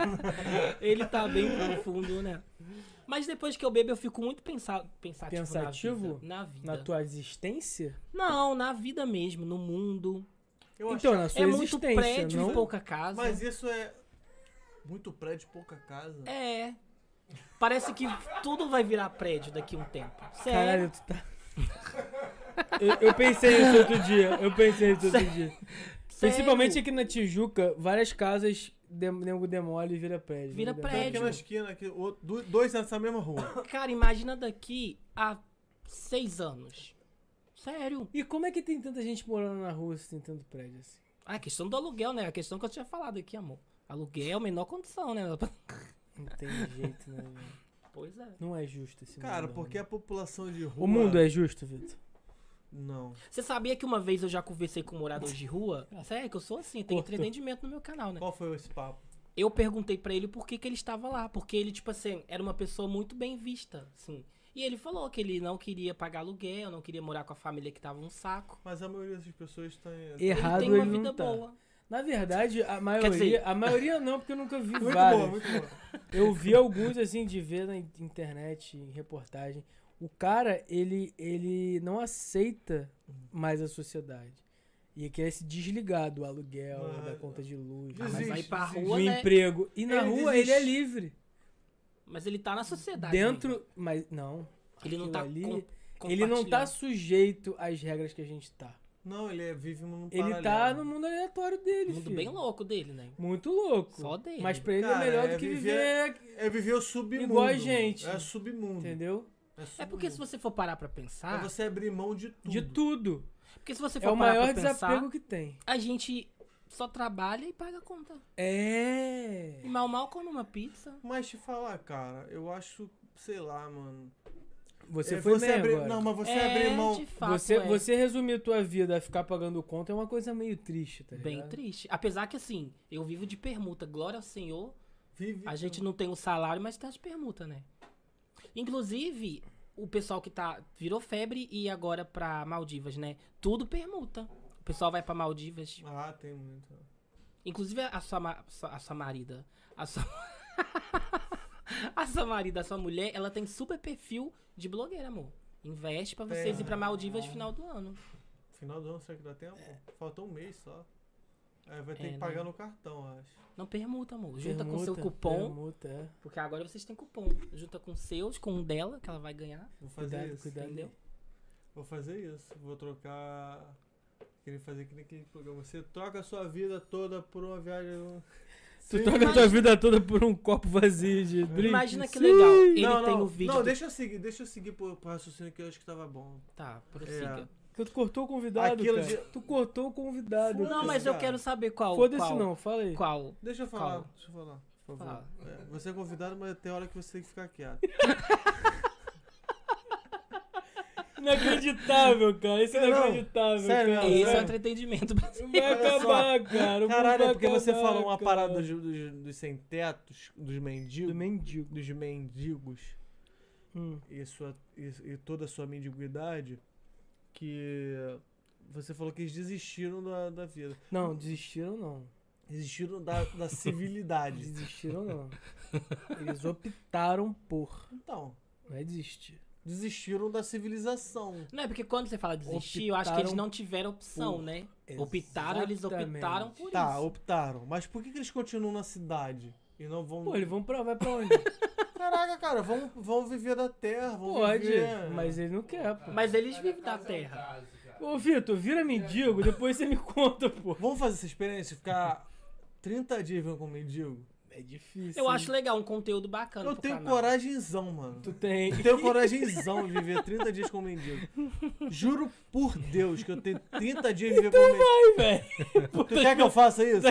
[SPEAKER 3] Ele tá bem profundo, né? Mas depois que eu bebo, eu fico muito pensa pensativo.
[SPEAKER 1] Pensativo?
[SPEAKER 3] Na vida.
[SPEAKER 1] Na
[SPEAKER 3] Na vida.
[SPEAKER 1] tua existência?
[SPEAKER 3] Não, na vida mesmo, no mundo.
[SPEAKER 2] Eu
[SPEAKER 1] então,
[SPEAKER 2] achava-
[SPEAKER 1] na sua
[SPEAKER 3] é muito
[SPEAKER 1] existência,
[SPEAKER 3] prédio, tipo,
[SPEAKER 1] não?
[SPEAKER 3] pouca casa.
[SPEAKER 2] Mas isso é. Muito prédio, pouca casa.
[SPEAKER 3] É. Parece que tudo vai virar prédio daqui a um tempo.
[SPEAKER 1] Caralho,
[SPEAKER 3] Sério.
[SPEAKER 1] tu tá. Eu, eu pensei nisso outro dia. Eu pensei nisso outro dia.
[SPEAKER 3] sério.
[SPEAKER 1] Principalmente aqui na Tijuca, várias casas dem- nego demole e vira prédio.
[SPEAKER 3] Vira
[SPEAKER 1] nego demole.
[SPEAKER 2] Tem aqui
[SPEAKER 3] prédio.
[SPEAKER 2] é na esquina, aqui, o- du- dois nessa mesma rua.
[SPEAKER 3] tipo, Cara, imagina daqui a seis anos. Sério.
[SPEAKER 1] E como é que tem tanta gente morando na rua se tem tanto prédio assim?
[SPEAKER 3] Ah, a questão do aluguel, né? A questão que eu tinha falado aqui, amor. Aluguel, é menor condição, né?
[SPEAKER 1] Não tem jeito, né? velho?
[SPEAKER 3] Pois é.
[SPEAKER 1] Não é justo esse
[SPEAKER 2] Cara,
[SPEAKER 1] mundo. né?
[SPEAKER 2] porque a população de rua.
[SPEAKER 1] O mundo é justo, Vitor?
[SPEAKER 2] Não.
[SPEAKER 3] Você sabia que uma vez eu já conversei com moradores de rua? Sério, que eu sou assim, tem
[SPEAKER 1] Cortou.
[SPEAKER 3] entendimento no meu canal, né?
[SPEAKER 2] Qual foi esse papo?
[SPEAKER 3] eu perguntei pra ele por que, que ele estava lá. Porque ele, tipo assim, era uma pessoa muito bem vista, assim. E ele falou que ele não queria pagar aluguel, não queria morar com a família que tava um saco.
[SPEAKER 2] Mas a maioria das pessoas tá. em-
[SPEAKER 1] Errado
[SPEAKER 3] ele
[SPEAKER 1] ele,
[SPEAKER 3] tem uma vida
[SPEAKER 1] não tá.
[SPEAKER 3] boa.
[SPEAKER 1] Na verdade, a maioria...
[SPEAKER 3] dizer- É
[SPEAKER 1] A maioria não, porque eu nunca vi
[SPEAKER 2] Muito
[SPEAKER 1] vários.
[SPEAKER 2] boa, muito boa.
[SPEAKER 1] Eu vi alguns, assim, de ver na in- internet, em reportagem. O cara, ele, ele não aceita mais a sociedade. E é quer se desligar do aluguel,
[SPEAKER 2] Ah,
[SPEAKER 1] da conta de luz,
[SPEAKER 3] Ah, mas
[SPEAKER 2] Desiste,
[SPEAKER 3] vai pra
[SPEAKER 2] desiste.
[SPEAKER 3] rua,
[SPEAKER 1] do
[SPEAKER 3] né?
[SPEAKER 1] emprego. E na
[SPEAKER 2] Ele
[SPEAKER 1] rua ele
[SPEAKER 2] desiste.
[SPEAKER 1] é livre.
[SPEAKER 3] Mas ele tá na sociedade. né?
[SPEAKER 1] Dentro, mas não.
[SPEAKER 3] Ele não
[SPEAKER 1] aquilo
[SPEAKER 3] tá
[SPEAKER 1] ali,
[SPEAKER 3] com-
[SPEAKER 1] ele não tá
[SPEAKER 3] compartilhando.
[SPEAKER 1] sujeito às regras que a gente tá.
[SPEAKER 2] Não, ele é, vive num
[SPEAKER 1] Ele
[SPEAKER 2] paralelo.
[SPEAKER 1] tá no mundo aleatório dele,
[SPEAKER 3] Mundo
[SPEAKER 1] filho.
[SPEAKER 3] bem louco dele, né?
[SPEAKER 1] Muito louco.
[SPEAKER 3] Só dele.
[SPEAKER 1] Mas pra ele
[SPEAKER 2] Cara,
[SPEAKER 1] é melhor
[SPEAKER 2] é
[SPEAKER 1] do que
[SPEAKER 2] viver-
[SPEAKER 1] viver,
[SPEAKER 2] É viver o submundo.
[SPEAKER 1] Igual a gente.
[SPEAKER 2] É submundo.
[SPEAKER 1] entendeu?
[SPEAKER 3] É porque se você for parar pra
[SPEAKER 2] É
[SPEAKER 3] pensar.
[SPEAKER 2] você abrir mão de tudo.
[SPEAKER 1] De tudo.
[SPEAKER 3] Porque se você for
[SPEAKER 1] É o
[SPEAKER 3] parar
[SPEAKER 1] maior
[SPEAKER 3] pra pensar,
[SPEAKER 1] desapego que tem.
[SPEAKER 3] a gente só trabalha e paga a conta.
[SPEAKER 1] É.
[SPEAKER 3] E mal mal come uma pizza.
[SPEAKER 2] Mas te falar, cara, eu acho, sei lá, mano.
[SPEAKER 1] Você
[SPEAKER 2] É,
[SPEAKER 1] foi
[SPEAKER 2] você
[SPEAKER 1] bem
[SPEAKER 2] abrir-
[SPEAKER 1] agora.
[SPEAKER 2] Não, mas você
[SPEAKER 3] é,
[SPEAKER 2] abrir mão.
[SPEAKER 3] de fato,
[SPEAKER 1] você,
[SPEAKER 3] é.
[SPEAKER 1] você resumir tua vida a ficar pagando conta é uma coisa meio triste, tá
[SPEAKER 3] Bem
[SPEAKER 1] ligado?
[SPEAKER 3] triste. Apesar que, assim, eu vivo de permuta. Glória ao Senhor.
[SPEAKER 2] Vive...
[SPEAKER 1] Então.
[SPEAKER 3] A gente não tem o salário, mas tem as permutas, né? Inclusive, o pessoal que tá. Virou febre e agora pra Maldivas, né? Tudo permuta. O pessoal vai pra Maldivas.
[SPEAKER 2] Ah, tem muito.
[SPEAKER 3] Inclusive a sua, ma- sua- a sua marida. A sua... a sua marida, a sua mulher, ela tem super perfil de blogueira, amor. Investe pra vocês
[SPEAKER 1] É.
[SPEAKER 2] Tem.
[SPEAKER 3] ir pra Maldivas no final do ano.
[SPEAKER 2] Final do ano, será que dá tempo?
[SPEAKER 1] É.
[SPEAKER 2] Faltou um mês só. Aí vai ter
[SPEAKER 3] É,
[SPEAKER 2] que
[SPEAKER 3] né?
[SPEAKER 2] pagar no cartão, eu acho.
[SPEAKER 3] Não permuta, amor. Junta com
[SPEAKER 1] Permuta,
[SPEAKER 3] seu cupom.
[SPEAKER 1] Permuta, é.
[SPEAKER 3] Porque agora vocês têm cupom. Junta com seus, com um dela, que ela vai ganhar.
[SPEAKER 2] Vou fazer
[SPEAKER 1] Cuidado,
[SPEAKER 2] isso.
[SPEAKER 1] cuidado.
[SPEAKER 3] Entendeu?
[SPEAKER 2] Vou fazer isso. Vou trocar. Queria fazer que nem aquele programa. Você troca a sua vida toda por uma viagem.
[SPEAKER 1] Tu
[SPEAKER 2] Sim.
[SPEAKER 1] troca a tua vida toda por um copo vazio de drink.
[SPEAKER 3] Imagina que
[SPEAKER 1] Sim.
[SPEAKER 3] legal. Ele
[SPEAKER 2] não,
[SPEAKER 3] tem
[SPEAKER 2] não,
[SPEAKER 3] o vídeo.
[SPEAKER 2] Não,
[SPEAKER 3] do-
[SPEAKER 2] deixa eu seguir, deixa eu seguir pro, pro raciocínio que eu acho que tava bom.
[SPEAKER 3] Tá, prossiga.
[SPEAKER 1] Tu cortou o convidado,
[SPEAKER 2] Aquilo
[SPEAKER 1] cara.
[SPEAKER 2] de-
[SPEAKER 1] Tu cortou o convidado.
[SPEAKER 2] Foda-se,
[SPEAKER 3] Não, mas eu
[SPEAKER 2] cara.
[SPEAKER 3] quero saber qual.
[SPEAKER 1] Foda-se
[SPEAKER 3] qual,
[SPEAKER 1] não, fala aí.
[SPEAKER 3] Qual?
[SPEAKER 2] Deixa eu falar.
[SPEAKER 3] Fala.
[SPEAKER 2] Deixa eu falar. Por favor.
[SPEAKER 3] Fala.
[SPEAKER 2] É, você é convidado, mas tem hora que você tem que ficar quieto.
[SPEAKER 1] Inacreditável, cara. Isso é
[SPEAKER 2] Não,
[SPEAKER 1] inacreditável,
[SPEAKER 2] sério
[SPEAKER 1] cara.
[SPEAKER 2] mesmo,
[SPEAKER 3] Esse é o
[SPEAKER 2] sério.
[SPEAKER 3] entretenimento.
[SPEAKER 1] Vai
[SPEAKER 2] Olha só.
[SPEAKER 1] acabar, cara. O mundo
[SPEAKER 2] Caralho, é
[SPEAKER 1] vai
[SPEAKER 2] porque você
[SPEAKER 1] acabar,
[SPEAKER 2] falou uma
[SPEAKER 1] cara.
[SPEAKER 2] parada dos, dos- dos sem-tetos, dos mendigos.
[SPEAKER 1] do mendigo.
[SPEAKER 2] Dos mendigos
[SPEAKER 1] Hum.
[SPEAKER 2] e, sua, e, e toda a sua mendiguidade. Que você falou que eles desistiram da, da vida.
[SPEAKER 1] Não, desistiram não.
[SPEAKER 2] Desistiram da, da civilidade.
[SPEAKER 1] Desistiram não. Eles optaram por.
[SPEAKER 2] Então,
[SPEAKER 1] Não é desistir.
[SPEAKER 2] desistiram da civilização.
[SPEAKER 3] Não, é porque quando você fala desistir, eu acho que eles
[SPEAKER 1] Optaram
[SPEAKER 3] não tiveram opção,
[SPEAKER 1] por-
[SPEAKER 3] né? Optaram, eles optaram por
[SPEAKER 2] Tá,
[SPEAKER 3] isso.
[SPEAKER 2] optaram. Mas por que, que eles continuam na cidade? E não vão.
[SPEAKER 1] Pô, eles vão pra. Vai pra onde?
[SPEAKER 2] Caraca, cara, vão, vão viver da terra, vão
[SPEAKER 1] Pode,
[SPEAKER 2] viver. né?
[SPEAKER 1] mas ele não quer, pô.
[SPEAKER 3] Mas eles
[SPEAKER 4] Cada
[SPEAKER 3] vivem da
[SPEAKER 4] caso é um
[SPEAKER 3] terra.
[SPEAKER 4] caso, cara.
[SPEAKER 1] Ô, Vitor, vira mendigo, depois você me conta, pô.
[SPEAKER 2] Vamos fazer essa experiência? Ficar 30 dias vivendo com mendigo?
[SPEAKER 1] É difícil.
[SPEAKER 3] Eu acho legal, um conteúdo bacana.
[SPEAKER 2] Eu
[SPEAKER 3] pro
[SPEAKER 2] tenho
[SPEAKER 3] canal.
[SPEAKER 2] coragenzão, mano.
[SPEAKER 1] Tu tem.
[SPEAKER 2] Eu tenho coragenzão de viver 30 dias com mendigo. Juro por Deus que eu tenho 30 dias de viver com mendigo.
[SPEAKER 1] Ai, velho.
[SPEAKER 2] Tu quer que eu faça isso?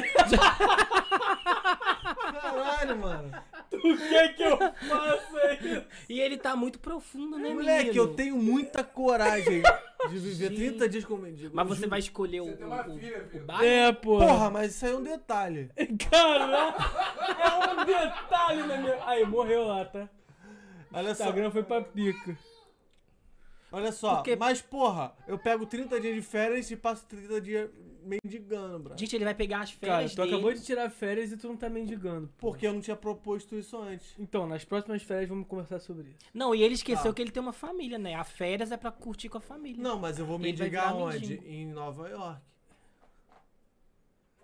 [SPEAKER 2] Caralho, mano.
[SPEAKER 1] O que é que eu faço aí?
[SPEAKER 3] E ele tá muito profundo, né,
[SPEAKER 2] Moleque,
[SPEAKER 3] menino?
[SPEAKER 2] eu tenho muita coragem de viver 30 dias com um mendigo.
[SPEAKER 3] Mas
[SPEAKER 2] Eu
[SPEAKER 3] você
[SPEAKER 2] juro.
[SPEAKER 3] vai escolher
[SPEAKER 4] Você
[SPEAKER 3] o,
[SPEAKER 4] tem uma
[SPEAKER 3] o,
[SPEAKER 4] filha,
[SPEAKER 3] o
[SPEAKER 4] filho.
[SPEAKER 3] bairro?
[SPEAKER 1] É, pô.
[SPEAKER 2] Porra, mas isso aí é um detalhe.
[SPEAKER 1] Caralho. É um detalhe na minha. Aí, morreu lá, tá? O
[SPEAKER 2] Olha só.
[SPEAKER 1] Instagram foi pra pica.
[SPEAKER 2] Olha só,
[SPEAKER 3] Porque-
[SPEAKER 2] mas porra, eu pego 30 dias de férias e passo 30 dias mendigando, bro.
[SPEAKER 3] Gente, ele vai pegar as
[SPEAKER 1] Cara,
[SPEAKER 3] férias
[SPEAKER 1] tu acabou
[SPEAKER 3] dele.
[SPEAKER 1] de tirar férias e tu não tá mendigando. pô.
[SPEAKER 2] Porque eu não tinha proposto isso antes.
[SPEAKER 1] Então, nas próximas férias vamos conversar sobre isso.
[SPEAKER 3] Não, e ele esqueceu
[SPEAKER 2] Ah.
[SPEAKER 3] que ele tem uma família, né? A férias é pra curtir com a família.
[SPEAKER 2] Não, mas eu vou
[SPEAKER 3] Ele vai
[SPEAKER 2] mendigar
[SPEAKER 3] virar
[SPEAKER 2] onde?
[SPEAKER 3] mendigo.
[SPEAKER 2] Em Nova York.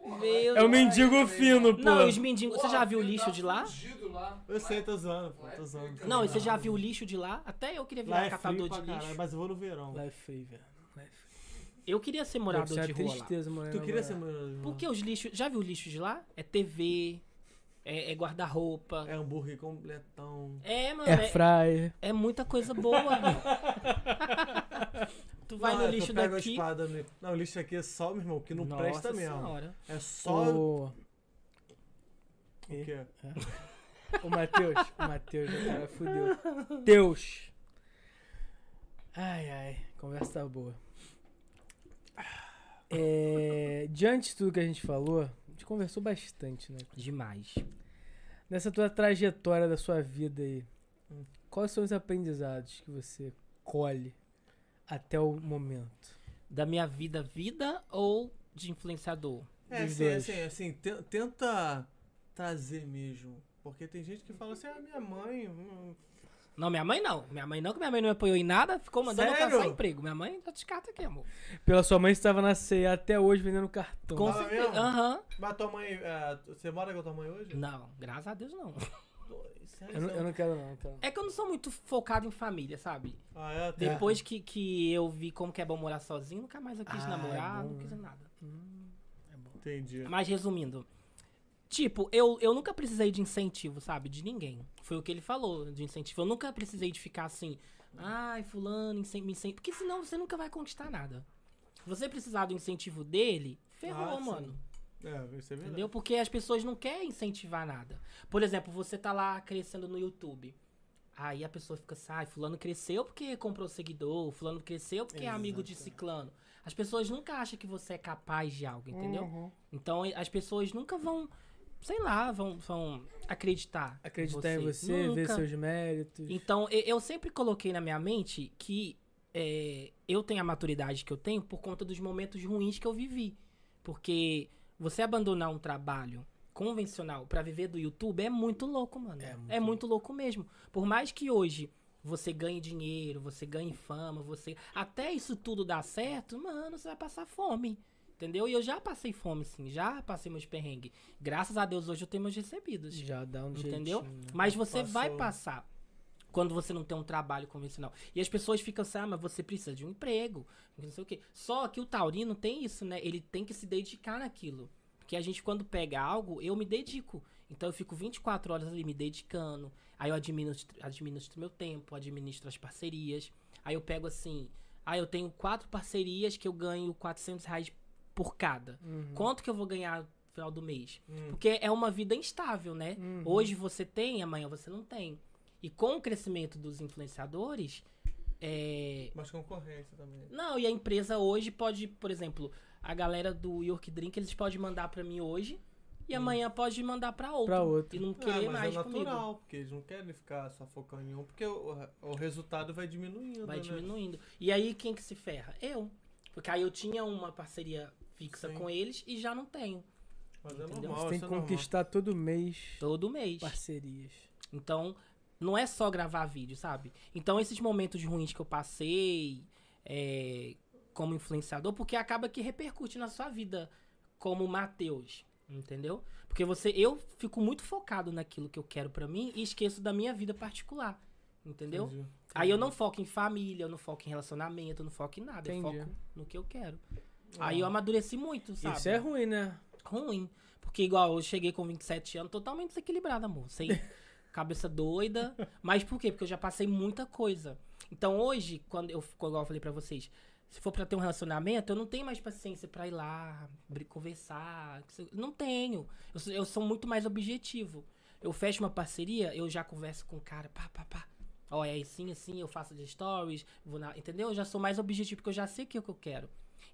[SPEAKER 3] Meu
[SPEAKER 1] É o
[SPEAKER 3] Deus.
[SPEAKER 1] mendigo fino, pô.
[SPEAKER 3] Não, e os mendigos. Você
[SPEAKER 4] Porra,
[SPEAKER 3] já viu o
[SPEAKER 4] filho
[SPEAKER 3] lixo
[SPEAKER 4] tá
[SPEAKER 3] de lá?
[SPEAKER 4] fudido lá.
[SPEAKER 2] Eu sei, tô zoando, pô, tô zoando.
[SPEAKER 3] Não, e você já viu o lixo de lá? Até eu queria
[SPEAKER 2] Lá
[SPEAKER 3] virar
[SPEAKER 2] é
[SPEAKER 3] catador
[SPEAKER 2] frio
[SPEAKER 3] de
[SPEAKER 2] pra
[SPEAKER 3] lixo.
[SPEAKER 2] caralho, mas eu vou no verão.
[SPEAKER 1] Lá é feio, velho. Lá é feio.
[SPEAKER 3] Eu queria ser
[SPEAKER 1] Deve ser
[SPEAKER 3] morador
[SPEAKER 1] uma
[SPEAKER 3] de rua lá.
[SPEAKER 1] tristeza, mano.
[SPEAKER 2] Tu queria ser morador de
[SPEAKER 3] Porque
[SPEAKER 2] verão?
[SPEAKER 3] os lixos. Já viu o lixo de lá? É TV, é, é guarda-roupa.
[SPEAKER 2] É hambúrguer completão.
[SPEAKER 3] É, mano,
[SPEAKER 1] É
[SPEAKER 3] é,
[SPEAKER 1] fryer.
[SPEAKER 3] é muita coisa boa, mano. tu vai
[SPEAKER 2] Não, é
[SPEAKER 3] no
[SPEAKER 2] que
[SPEAKER 3] lixo
[SPEAKER 2] eu pego a
[SPEAKER 3] daqui.
[SPEAKER 2] espada no- Não, o lixo aqui é só, meu irmão, que não
[SPEAKER 3] Nossa
[SPEAKER 2] presta mesmo.
[SPEAKER 3] Senhora.
[SPEAKER 2] É só. é. O
[SPEAKER 1] Ô,
[SPEAKER 2] quê?
[SPEAKER 1] ô Matheus. o Matheus, o cara fudeu. Deus. Ai, ai. Conversa tá boa. É, diante de tudo que a gente falou, a gente conversou bastante, né?
[SPEAKER 3] Demais.
[SPEAKER 1] Nessa tua trajetória da sua vida aí,
[SPEAKER 2] Hum.
[SPEAKER 1] quais são os aprendizados que você colhe até o momento?
[SPEAKER 3] Da minha vida, vida ou de influenciador?
[SPEAKER 2] É,
[SPEAKER 1] dos
[SPEAKER 2] assim,
[SPEAKER 1] dois.
[SPEAKER 2] assim, assim, te- tenta trazer mesmo. Porque tem gente que fala assim, ah, minha mãe. hum,
[SPEAKER 3] Não, minha mãe não. Minha mãe não, que minha mãe não me apoiou em nada, ficou mandando eu
[SPEAKER 2] Sério?
[SPEAKER 3] caçar emprego. Minha mãe já descarta aqui, amor.
[SPEAKER 1] Pela sua mãe, você estava na ceia até hoje vendendo cartão.
[SPEAKER 3] Com
[SPEAKER 2] Fala
[SPEAKER 3] certeza.
[SPEAKER 2] mesmo?
[SPEAKER 3] Aham.
[SPEAKER 2] Mas tua mãe. é, você mora com a tua mãe hoje?
[SPEAKER 3] Não, graças a Deus não.
[SPEAKER 1] Eu, não, eu não quero, não. tá? eu não quero.
[SPEAKER 3] É que eu não sou muito focado em família, sabe?
[SPEAKER 2] Ah, é? Tá.
[SPEAKER 3] Depois que, que eu vi como que é bom morar sozinho, nunca mais eu quis
[SPEAKER 1] Ah, é
[SPEAKER 3] namorar,
[SPEAKER 1] bom,
[SPEAKER 3] não quis
[SPEAKER 1] né?
[SPEAKER 3] nada.
[SPEAKER 2] Entendi.
[SPEAKER 3] Mas resumindo, tipo, eu, eu nunca precisei de incentivo, sabe? De ninguém. Foi o que ele falou de incentivo. Eu nunca precisei de ficar assim, ai, fulano, incen- me incentivo. Porque senão você nunca vai conquistar nada. Você precisar do incentivo dele, ferrou,
[SPEAKER 2] Ah, sim.
[SPEAKER 3] mano.
[SPEAKER 2] É, isso é verdade.
[SPEAKER 3] Entendeu? Porque as pessoas não querem incentivar nada. Por exemplo, você tá lá crescendo no YouTube. Aí a pessoa fica assim, ai, fulano cresceu porque comprou seguidor, fulano cresceu porque é amigo de ciclano. As pessoas nunca acham que você é capaz de algo, entendeu?
[SPEAKER 1] Uhum.
[SPEAKER 3] Então e- as pessoas nunca vão, sei lá, vão, vão acreditar.
[SPEAKER 1] Acreditar em você, ver
[SPEAKER 3] Nunca.
[SPEAKER 1] seus méritos.
[SPEAKER 3] Então, e- eu sempre coloquei na minha mente que é, eu tenho a maturidade que eu tenho por conta dos momentos ruins que eu vivi. Porque Você abandonar um trabalho convencional pra viver do YouTube é muito louco, mano. É muito, louco mesmo. Por mais que hoje você ganhe dinheiro, você ganhe fama, você até isso tudo dar certo, mano, você vai passar fome. Entendeu? E eu já passei fome, sim. Já passei meus perrengues. Graças a Deus, hoje eu tenho meus recebidos.
[SPEAKER 1] Já dá um
[SPEAKER 3] Entendeu?
[SPEAKER 1] jeitinho, né?
[SPEAKER 3] Mas você vai
[SPEAKER 2] Passou.
[SPEAKER 3] passar quando você não tem um trabalho convencional. E as pessoas ficam assim, ah, mas você precisa de um emprego, não sei o quê. Só que o taurino tem isso, né? Ele tem que se dedicar naquilo. Porque a gente, quando pega algo, eu me dedico. Então eu fico 24 horas ali me dedicando. Aí eu administro, administro meu tempo, administro as parcerias. Aí eu pego assim, ah, eu tenho quatro parcerias que eu ganho 400 reais por cada. Quanto que eu vou ganhar no final do mês? Porque é uma vida instável, né?
[SPEAKER 1] Uhum.
[SPEAKER 3] Hoje você tem, amanhã você não tem. E com o crescimento dos influenciadores, é,
[SPEAKER 2] Mas concorrência também.
[SPEAKER 3] não, e a empresa hoje pode, por exemplo, a galera do York Drink, eles podem mandar pra mim hoje e amanhã pode mandar pra outro.
[SPEAKER 1] Hum. Pra outro.
[SPEAKER 3] E não querer
[SPEAKER 2] ah, mas
[SPEAKER 3] mais
[SPEAKER 2] é natural,
[SPEAKER 3] comigo.
[SPEAKER 2] porque eles não querem ficar só focando em um, porque o, o resultado vai diminuindo,
[SPEAKER 3] Vai
[SPEAKER 2] né?
[SPEAKER 3] diminuindo. E aí quem que se ferra? Eu. Porque aí eu tinha uma parceria fixa
[SPEAKER 2] Sim.
[SPEAKER 3] com eles e já não tenho.
[SPEAKER 2] Mas é
[SPEAKER 3] Entendeu?
[SPEAKER 2] normal,
[SPEAKER 1] Você tem
[SPEAKER 2] isso
[SPEAKER 1] que
[SPEAKER 2] é normal.
[SPEAKER 1] conquistar todo mês
[SPEAKER 3] Todo mês.
[SPEAKER 1] parcerias.
[SPEAKER 3] Então, não é só gravar vídeo, sabe? Então, esses momentos ruins que eu passei é, como influenciador, porque acaba que repercute na sua vida como Matheus, entendeu? Porque você, eu fico muito focado naquilo que eu quero pra mim e esqueço da minha vida particular, entendeu?
[SPEAKER 2] Entendi.
[SPEAKER 3] Aí eu não foco em família, eu não foco em relacionamento, eu não foco em nada,
[SPEAKER 1] Entendi. Ah.
[SPEAKER 3] eu foco no que eu quero. Aí eu amadureci muito, sabe?
[SPEAKER 1] Isso é ruim, né?
[SPEAKER 3] ruim. Porque igual eu cheguei com 27 anos totalmente desequilibrada, amor. Sem cabeça doida. Mas por quê? Porque eu já passei muita coisa. Então hoje, quando eu, igual eu falei pra vocês, se for pra ter um relacionamento, eu não tenho mais paciência pra ir lá, bri- conversar. que se- Não tenho. Eu, sou- eu sou muito mais objetivo. Eu fecho uma parceria, eu já converso com o cara, pá, pá, pá. Ó, é assim, assim, eu faço de stories, vou na. Entendeu? Eu já sou mais objetivo, porque eu já sei o que é que eu quero.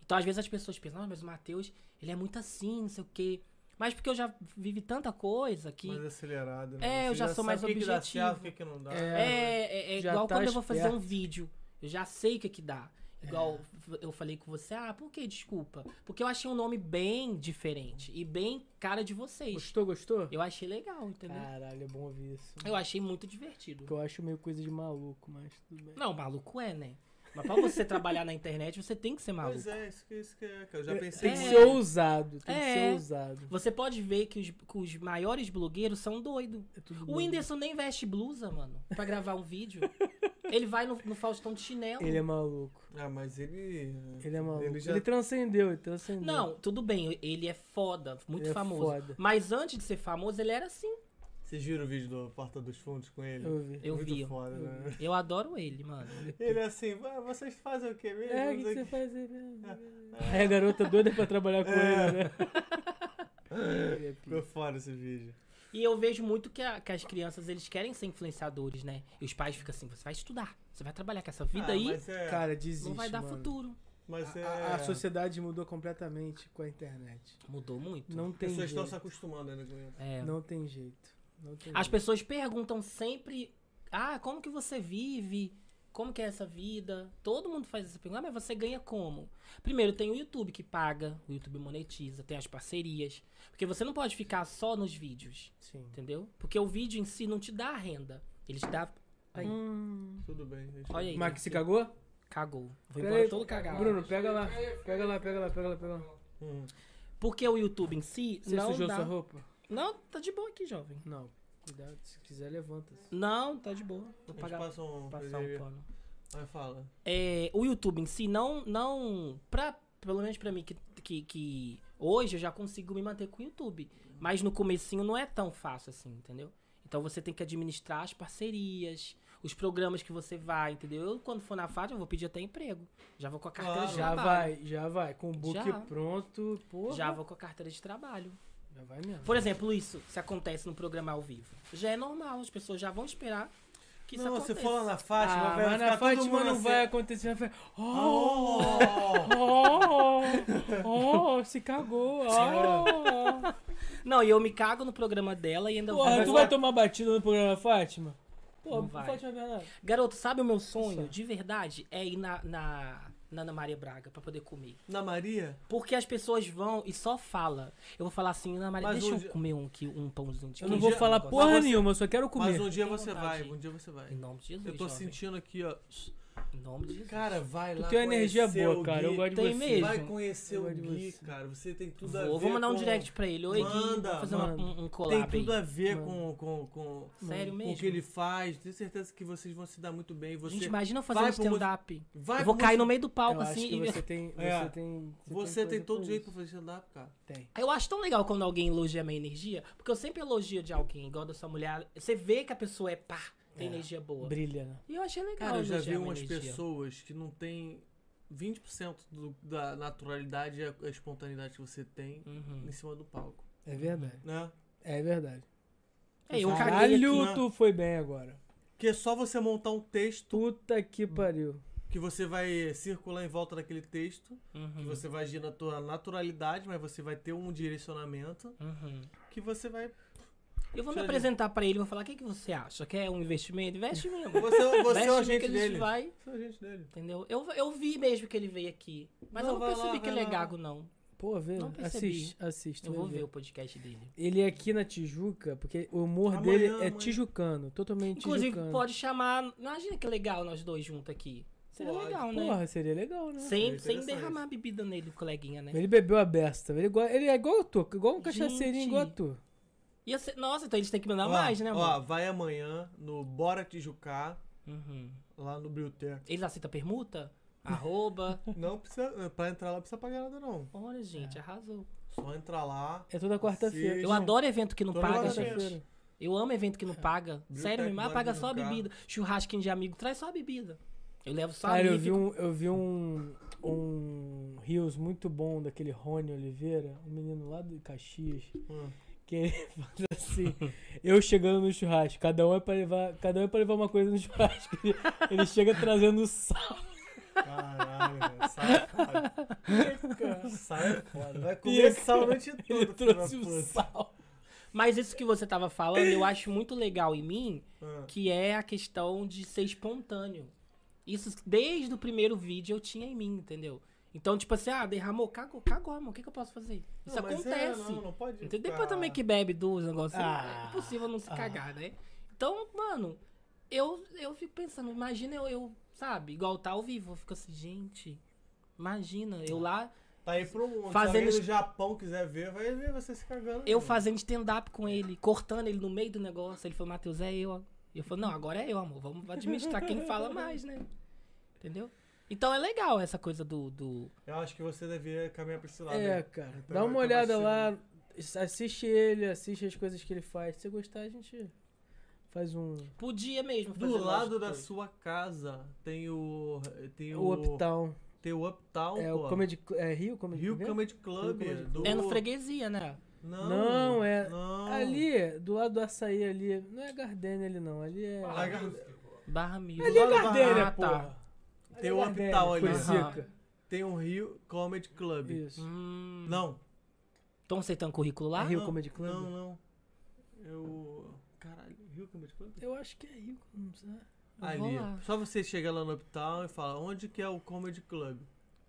[SPEAKER 3] Então, às vezes, as pessoas pensam, "Ah, mas o Matheus, ele é muito assim, não sei o quê. Mas porque eu já vivi tanta coisa que.
[SPEAKER 2] Mais acelerado, né?
[SPEAKER 3] É, eu já sou mais
[SPEAKER 2] objetivo. O que, que dá certo,
[SPEAKER 3] objetivo.
[SPEAKER 2] o que, que não dá.
[SPEAKER 3] É, é, é
[SPEAKER 1] Já
[SPEAKER 3] igual
[SPEAKER 1] tá
[SPEAKER 3] quando eu vou fazer um
[SPEAKER 1] esperto.
[SPEAKER 3] vídeo. Eu já sei o que que dá. Igual f-
[SPEAKER 1] É.
[SPEAKER 3] eu falei com você, ah, por que desculpa? Porque eu achei um nome bem diferente e bem cara de vocês.
[SPEAKER 1] Gostou, gostou?
[SPEAKER 3] Eu achei legal, entendeu?
[SPEAKER 1] Caralho, é bom ouvir isso.
[SPEAKER 3] Eu achei muito divertido.
[SPEAKER 1] Porque eu acho meio coisa de maluco, mas tudo bem.
[SPEAKER 3] Não, maluco é, né? Mas pra você trabalhar na internet, você tem que ser maluco.
[SPEAKER 2] Pois é, isso que, isso que é, cara. Eu já pensei
[SPEAKER 1] Tem que
[SPEAKER 3] É.
[SPEAKER 1] ser ousado, tem que
[SPEAKER 3] É.
[SPEAKER 1] ser ousado.
[SPEAKER 3] Você pode ver que os, que os maiores blogueiros são doidos.
[SPEAKER 1] É tudo
[SPEAKER 3] O
[SPEAKER 1] bom.
[SPEAKER 3] Whindersson nem veste blusa, mano, pra gravar um vídeo. Ele vai no, no Faustão de chinelo.
[SPEAKER 1] Ele é maluco.
[SPEAKER 2] Ah, mas ele.
[SPEAKER 1] Ele é maluco. Ele,
[SPEAKER 2] Ele já.
[SPEAKER 1] transcendeu, ele transcendeu.
[SPEAKER 3] Não, tudo bem, ele é foda, muito
[SPEAKER 1] Ele é
[SPEAKER 3] famoso.
[SPEAKER 1] foda.
[SPEAKER 3] Mas antes de ser famoso, ele era assim.
[SPEAKER 2] Vocês viram o vídeo do Porta dos Fundos com ele?
[SPEAKER 1] Eu vi.
[SPEAKER 3] Eu
[SPEAKER 2] Muito
[SPEAKER 3] vi.
[SPEAKER 2] foda, né?
[SPEAKER 3] Eu adoro ele, mano.
[SPEAKER 2] Ele é assim, "Ah, vocês fazem o quê mesmo?
[SPEAKER 1] É, o
[SPEAKER 2] Não
[SPEAKER 1] que,
[SPEAKER 2] sei
[SPEAKER 1] que você
[SPEAKER 2] o quê."
[SPEAKER 1] faz aí? Aí a garota doida pra trabalhar com
[SPEAKER 2] É.
[SPEAKER 1] ele, né? Ele é pica.
[SPEAKER 2] Ficou foda esse vídeo.
[SPEAKER 3] E eu vejo muito que, a- que as crianças, eles querem ser influenciadores, né? E os pais ficam assim, você vai estudar, você vai trabalhar com essa vida
[SPEAKER 2] Ah,
[SPEAKER 3] aí,
[SPEAKER 2] Mas é.
[SPEAKER 1] Cara, desiste,
[SPEAKER 3] não vai dar
[SPEAKER 1] mano.
[SPEAKER 3] futuro.
[SPEAKER 2] mas
[SPEAKER 1] A-
[SPEAKER 2] é
[SPEAKER 1] A, a sociedade mudou completamente com a internet.
[SPEAKER 3] Mudou muito.
[SPEAKER 1] Não
[SPEAKER 2] As
[SPEAKER 1] tem
[SPEAKER 2] pessoas estão
[SPEAKER 1] jeito.
[SPEAKER 2] se acostumando ainda com isso.
[SPEAKER 3] É.
[SPEAKER 1] Não tem jeito. Não tem
[SPEAKER 3] As
[SPEAKER 1] jeito.
[SPEAKER 3] pessoas perguntam sempre, ah, como que você vive? Como que é essa vida? Todo mundo faz essa pergunta, "Ah, mas você ganha como? Primeiro, tem o YouTube que paga, o YouTube monetiza, tem as parcerias. Porque você não pode ficar só nos vídeos,
[SPEAKER 1] Sim.
[SPEAKER 3] entendeu? Porque o vídeo em si não te dá renda. Ele te dá. Aí,
[SPEAKER 2] Tudo bem. gente.
[SPEAKER 3] olha aí.
[SPEAKER 1] Max se cagou?
[SPEAKER 3] Cagou. Vou
[SPEAKER 1] Pera
[SPEAKER 3] embora
[SPEAKER 1] aí,
[SPEAKER 3] né? todo cagado.
[SPEAKER 1] Bruno, pega lá. Pega lá, pega lá, pega lá, pega lá.
[SPEAKER 2] Hum.
[SPEAKER 3] Porque o YouTube em si
[SPEAKER 1] Você
[SPEAKER 3] não
[SPEAKER 1] sujou
[SPEAKER 3] dá.
[SPEAKER 1] sua roupa?
[SPEAKER 3] Não, tá de boa aqui, jovem.
[SPEAKER 1] Não. Cuidado, se quiser, levanta-se.
[SPEAKER 3] Não, tá de boa. Vou
[SPEAKER 2] Eles
[SPEAKER 3] pagar,
[SPEAKER 2] passam um
[SPEAKER 3] passar um
[SPEAKER 2] preservativo.
[SPEAKER 3] pano.
[SPEAKER 2] Vai, fala.
[SPEAKER 3] é, o YouTube em si não. não pra, pelo menos pra mim, que, que, que hoje eu já consigo me manter com o YouTube. Mas no comecinho não é tão fácil assim, entendeu? Então você tem que administrar as parcerias, os programas que você vai, entendeu? Eu, quando for na Fátima, eu vou pedir até emprego. Já vou com a carteira
[SPEAKER 2] Claro.
[SPEAKER 3] de
[SPEAKER 1] Já
[SPEAKER 3] trabalho.
[SPEAKER 1] vai, já vai. Com o book
[SPEAKER 3] Já.
[SPEAKER 1] pronto, porra.
[SPEAKER 3] Já Uhum. vou com a carteira de trabalho.
[SPEAKER 1] Já vai mesmo.
[SPEAKER 3] Por exemplo, isso, se acontece num programa ao vivo. Já é normal, as pessoas já vão esperar que isso
[SPEAKER 2] não, se
[SPEAKER 3] aconteça.
[SPEAKER 2] for lá na Fátima,
[SPEAKER 1] Ah,
[SPEAKER 2] vai
[SPEAKER 1] mas
[SPEAKER 2] ficar
[SPEAKER 1] na
[SPEAKER 2] todo
[SPEAKER 1] Fátima
[SPEAKER 2] mundo Ah,
[SPEAKER 1] não
[SPEAKER 2] assim.
[SPEAKER 1] vai acontecer. Vai... Oh,
[SPEAKER 2] Oh!
[SPEAKER 1] oh, oh, se cagou. Oh.
[SPEAKER 3] Não, e eu me cago no programa dela e ainda
[SPEAKER 1] Porra, tu vai tomar batida no programa da Fátima? Pô,
[SPEAKER 3] é Não vai.
[SPEAKER 1] Fátima Bernardo.
[SPEAKER 3] Garoto, sabe o meu sonho
[SPEAKER 1] Isso.
[SPEAKER 3] de verdade? É ir na, na, na Ana Maria Braga pra poder comer.
[SPEAKER 2] Na Maria?
[SPEAKER 3] Porque as pessoas vão e só fala. Eu vou falar assim, Ana Maria,
[SPEAKER 2] Mas
[SPEAKER 3] deixa
[SPEAKER 2] hoje-
[SPEAKER 3] eu comer um, aqui, um pãozinho de
[SPEAKER 1] Eu não
[SPEAKER 3] queijo,
[SPEAKER 1] vou
[SPEAKER 2] dia-
[SPEAKER 1] falar
[SPEAKER 3] um negócio."
[SPEAKER 2] Mas
[SPEAKER 1] porra
[SPEAKER 2] você-
[SPEAKER 1] nenhuma, eu só quero comer.
[SPEAKER 2] Mas um dia
[SPEAKER 3] Tem
[SPEAKER 2] você vai,
[SPEAKER 3] vontade.
[SPEAKER 2] um dia você vai.
[SPEAKER 3] Em nome de Jesus.
[SPEAKER 2] Eu tô assim,
[SPEAKER 3] jovem.
[SPEAKER 2] sentindo aqui, ó.
[SPEAKER 3] Em nome de Jesus.
[SPEAKER 2] Cara, vai
[SPEAKER 1] Tu
[SPEAKER 2] lá.
[SPEAKER 1] tem uma energia
[SPEAKER 2] conhecer
[SPEAKER 1] boa,
[SPEAKER 2] o
[SPEAKER 1] cara. Eu
[SPEAKER 2] Gui.
[SPEAKER 1] gosto de
[SPEAKER 3] Tem
[SPEAKER 1] você.
[SPEAKER 3] mesmo.
[SPEAKER 2] Vai conhecer
[SPEAKER 1] Eu
[SPEAKER 2] o
[SPEAKER 1] gosto de
[SPEAKER 2] Gui,
[SPEAKER 1] você.
[SPEAKER 2] cara. Você tem tudo a ver.
[SPEAKER 3] Vou, vou mandar um
[SPEAKER 2] com-
[SPEAKER 3] direct pra ele. Oi, Gui,
[SPEAKER 2] Manda,
[SPEAKER 3] vamos fazer uma-
[SPEAKER 1] manda.
[SPEAKER 3] um, um
[SPEAKER 2] Tem
[SPEAKER 3] collab
[SPEAKER 2] tudo
[SPEAKER 3] aí.
[SPEAKER 2] a ver com, com, com,
[SPEAKER 3] Sério
[SPEAKER 2] com o que
[SPEAKER 3] mesmo?
[SPEAKER 2] ele faz. Tenho certeza que vocês vão se dar muito bem. Você
[SPEAKER 3] Gente, imagina eu
[SPEAKER 2] vai
[SPEAKER 3] fazer um
[SPEAKER 2] pro mu-
[SPEAKER 3] stand-up.
[SPEAKER 2] vai
[SPEAKER 3] Eu vou
[SPEAKER 2] pro
[SPEAKER 3] cair
[SPEAKER 2] mu-
[SPEAKER 3] no meio do palco
[SPEAKER 1] Eu acho
[SPEAKER 3] assim.
[SPEAKER 1] que
[SPEAKER 3] e-
[SPEAKER 1] você tem. Você
[SPEAKER 2] É.
[SPEAKER 1] tem.
[SPEAKER 2] Você tem
[SPEAKER 1] coisa
[SPEAKER 2] todo
[SPEAKER 1] pra
[SPEAKER 2] jeito pra
[SPEAKER 1] isso.
[SPEAKER 2] fazer stand-up, cara.
[SPEAKER 1] Tem.
[SPEAKER 3] Eu acho tão legal quando alguém elogia minha energia, porque eu sempre elogio de alguém, igual da sua mulher. Você vê que a pessoa é pá, tem
[SPEAKER 1] É.
[SPEAKER 3] energia boa.
[SPEAKER 1] Brilha, né?
[SPEAKER 3] E eu achei legal.
[SPEAKER 2] Cara, eu já
[SPEAKER 3] elogiar
[SPEAKER 2] vi
[SPEAKER 3] minha
[SPEAKER 2] umas
[SPEAKER 3] energia.
[SPEAKER 2] pessoas que não tem 20% do, da naturalidade e a, a espontaneidade que você tem
[SPEAKER 3] Uhum.
[SPEAKER 2] em cima do palco,
[SPEAKER 1] É verdade.
[SPEAKER 2] né?
[SPEAKER 1] É verdade.
[SPEAKER 3] É, eu caguei aqui.
[SPEAKER 1] Caralho,
[SPEAKER 2] né?
[SPEAKER 1] tu foi bem agora.
[SPEAKER 2] Que é só você montar um texto
[SPEAKER 1] Puta que
[SPEAKER 3] Hum.
[SPEAKER 1] pariu.
[SPEAKER 2] que você vai circular em volta daquele texto, que
[SPEAKER 3] Uhum.
[SPEAKER 2] você vai agir na tua naturalidade, mas você vai ter um direcionamento
[SPEAKER 3] Uhum.
[SPEAKER 2] que você vai
[SPEAKER 3] Eu vou
[SPEAKER 2] Sério.
[SPEAKER 3] me apresentar pra ele, vou falar, o que, que você acha? Quer um investimento? Investe mesmo.
[SPEAKER 2] Você, você
[SPEAKER 3] Investe
[SPEAKER 2] é o
[SPEAKER 3] mesmo
[SPEAKER 2] agente
[SPEAKER 3] que a gente
[SPEAKER 2] dele.
[SPEAKER 3] vai,
[SPEAKER 2] Você é o agente dele.
[SPEAKER 3] entendeu? Eu, eu vi mesmo que ele veio aqui, mas
[SPEAKER 2] Não,
[SPEAKER 3] eu não
[SPEAKER 2] vai lá,
[SPEAKER 3] percebi que
[SPEAKER 2] vai
[SPEAKER 3] ele é
[SPEAKER 2] lá.
[SPEAKER 3] gago, não.
[SPEAKER 1] Pô, vê,
[SPEAKER 3] Não percebi.
[SPEAKER 1] assiste, assiste.
[SPEAKER 3] Eu
[SPEAKER 1] vai
[SPEAKER 3] vou ver o podcast dele.
[SPEAKER 1] Ele é aqui na Tijuca, porque o humor
[SPEAKER 2] Amanhã,
[SPEAKER 1] dele é
[SPEAKER 2] amanhã.
[SPEAKER 1] tijucano, totalmente
[SPEAKER 3] Inclusive,
[SPEAKER 1] tijucano.
[SPEAKER 3] pode chamar. Imagina que legal nós dois juntos aqui. Seria
[SPEAKER 2] Pode.
[SPEAKER 3] legal, né?
[SPEAKER 1] Porra, seria legal, né?
[SPEAKER 3] sem
[SPEAKER 2] Seria
[SPEAKER 3] sem
[SPEAKER 2] interessante.
[SPEAKER 3] derramar bebida nele, coleguinha, né?
[SPEAKER 1] Ele bebeu a besta. Ele, igual- ele é igual eu tô, igual um
[SPEAKER 3] Gente.
[SPEAKER 1] cachaceirinho igual a tu.
[SPEAKER 3] Ia ser- nossa, então eles têm que mandar
[SPEAKER 2] Ó,
[SPEAKER 3] mais, né,
[SPEAKER 2] Ó,
[SPEAKER 3] mano?
[SPEAKER 2] vai amanhã no Bora Tijucá,
[SPEAKER 3] Uhum.
[SPEAKER 2] lá no Brilter.
[SPEAKER 3] Eles aceitam permuta? Arroba.
[SPEAKER 2] Não precisa, pra entrar lá não precisa pagar nada não.
[SPEAKER 3] Olha, gente,
[SPEAKER 2] É.
[SPEAKER 3] arrasou.
[SPEAKER 2] Só entrar lá.
[SPEAKER 1] É toda quarta-feira.
[SPEAKER 2] Assiste.
[SPEAKER 3] Eu adoro evento que não
[SPEAKER 2] Toda
[SPEAKER 3] paga,
[SPEAKER 2] quarta-feira.
[SPEAKER 3] gente.
[SPEAKER 1] Quarta-feira.
[SPEAKER 3] Eu amo evento que não paga.
[SPEAKER 2] Viu,
[SPEAKER 3] Sério
[SPEAKER 2] tá
[SPEAKER 3] mesmo, ah,
[SPEAKER 2] que
[SPEAKER 3] paga
[SPEAKER 2] maravilha
[SPEAKER 3] só a
[SPEAKER 2] no carro.
[SPEAKER 3] bebida. Churrasquinho de amigo, traz só a bebida. Eu levo só a
[SPEAKER 1] Cara, eu vi
[SPEAKER 3] bebida.
[SPEAKER 1] um, eu vi um, um Rios muito bom daquele Rony Oliveira, um menino lá de Caxias,
[SPEAKER 2] Hum.
[SPEAKER 1] que ele faz assim, eu chegando no churrasco, cada um é pra levar, cada um é pra levar uma coisa no churrasco. Ele, ele chega trazendo sal.
[SPEAKER 2] Caralho, velho, sai fora. Sai fora. Vai comer
[SPEAKER 1] Ele-
[SPEAKER 2] sal a noite toda.
[SPEAKER 1] Ele
[SPEAKER 2] filho
[SPEAKER 1] trouxe
[SPEAKER 2] da
[SPEAKER 1] o
[SPEAKER 2] puta.
[SPEAKER 1] sal.
[SPEAKER 3] Mas isso que você tava falando, eu acho muito legal em mim,
[SPEAKER 2] Ah.
[SPEAKER 3] que é a questão de ser espontâneo. Isso desde o primeiro vídeo eu tinha em mim, entendeu? Então, tipo assim, ah, derramou, cagou, cagou, amor, o que, que eu posso fazer? Isso
[SPEAKER 2] Não, mas é,
[SPEAKER 3] acontece.
[SPEAKER 2] não, Ah. não pode
[SPEAKER 3] Entendeu?
[SPEAKER 2] ficar-
[SPEAKER 3] Depois também que bebe dos negócios,
[SPEAKER 1] Ah,
[SPEAKER 3] é impossível não se cagar, né? Então, mano, eu, eu fico pensando, imagina eu, eu, sabe, igual tá ao vivo, eu fico assim, gente, imagina, eu lá,
[SPEAKER 2] Tá aí pro mundo.
[SPEAKER 3] Fazendo
[SPEAKER 2] Se alguém do
[SPEAKER 3] es-
[SPEAKER 2] Japão quiser ver, vai ver você se cagando.
[SPEAKER 3] eu
[SPEAKER 2] né?
[SPEAKER 3] fazendo stand-up com ele, cortando ele no meio do negócio, ele falou, Matheus, é eu. ó." E eu falei, não, agora é eu, amor, vamos administrar quem fala mais, né? Entendeu? Então é legal essa coisa do... do...
[SPEAKER 2] Eu acho que você deveria caminhar pra esse lado.
[SPEAKER 1] É,
[SPEAKER 2] né?
[SPEAKER 1] cara,
[SPEAKER 2] Então
[SPEAKER 1] dá uma
[SPEAKER 2] vai ter
[SPEAKER 1] olhada
[SPEAKER 2] vacilo.
[SPEAKER 1] lá, assiste ele, assiste as coisas que ele faz. Se você gostar, a gente faz um
[SPEAKER 3] Podia mesmo fazer
[SPEAKER 2] Do
[SPEAKER 3] nós
[SPEAKER 2] lado da
[SPEAKER 3] dois.
[SPEAKER 2] sua casa tem o. Tem o.
[SPEAKER 1] o Uptown.
[SPEAKER 2] Tem o Uptown,
[SPEAKER 1] É
[SPEAKER 2] pô.
[SPEAKER 1] o Comedy Cl- é Rio Comedy
[SPEAKER 2] Rio
[SPEAKER 1] Club?
[SPEAKER 2] Comedy Club.
[SPEAKER 1] Rio Comedy
[SPEAKER 2] do...
[SPEAKER 3] É no freguesia, né?
[SPEAKER 2] Não,
[SPEAKER 1] Não, é-
[SPEAKER 2] Não.
[SPEAKER 1] Ali, do lado do açaí ali, não é Gardênia ali não, ali é...
[SPEAKER 2] Ah, gar-
[SPEAKER 3] Barra Mil.
[SPEAKER 2] Ali é
[SPEAKER 3] Barra-
[SPEAKER 2] Gardênia,
[SPEAKER 3] Ah, tá.
[SPEAKER 2] Tem o
[SPEAKER 1] Gardênia,
[SPEAKER 2] Uptown ali. né?
[SPEAKER 1] Coisica.
[SPEAKER 3] Aham.
[SPEAKER 2] Tem o Rio Comedy Club.
[SPEAKER 1] Isso.
[SPEAKER 3] Hum. Então,
[SPEAKER 2] Não.
[SPEAKER 3] Estão aceitando um currículo lá?
[SPEAKER 1] É Rio
[SPEAKER 2] não,
[SPEAKER 1] Comedy Club?
[SPEAKER 2] Não, não. Eu. Caralho, Rio Comedy Club?
[SPEAKER 1] Eu acho que é Rio, não sei.
[SPEAKER 3] Eu
[SPEAKER 2] Ali.
[SPEAKER 3] vou lá.
[SPEAKER 2] Só você chega lá no Uptown e fala, onde que é o Comedy Club?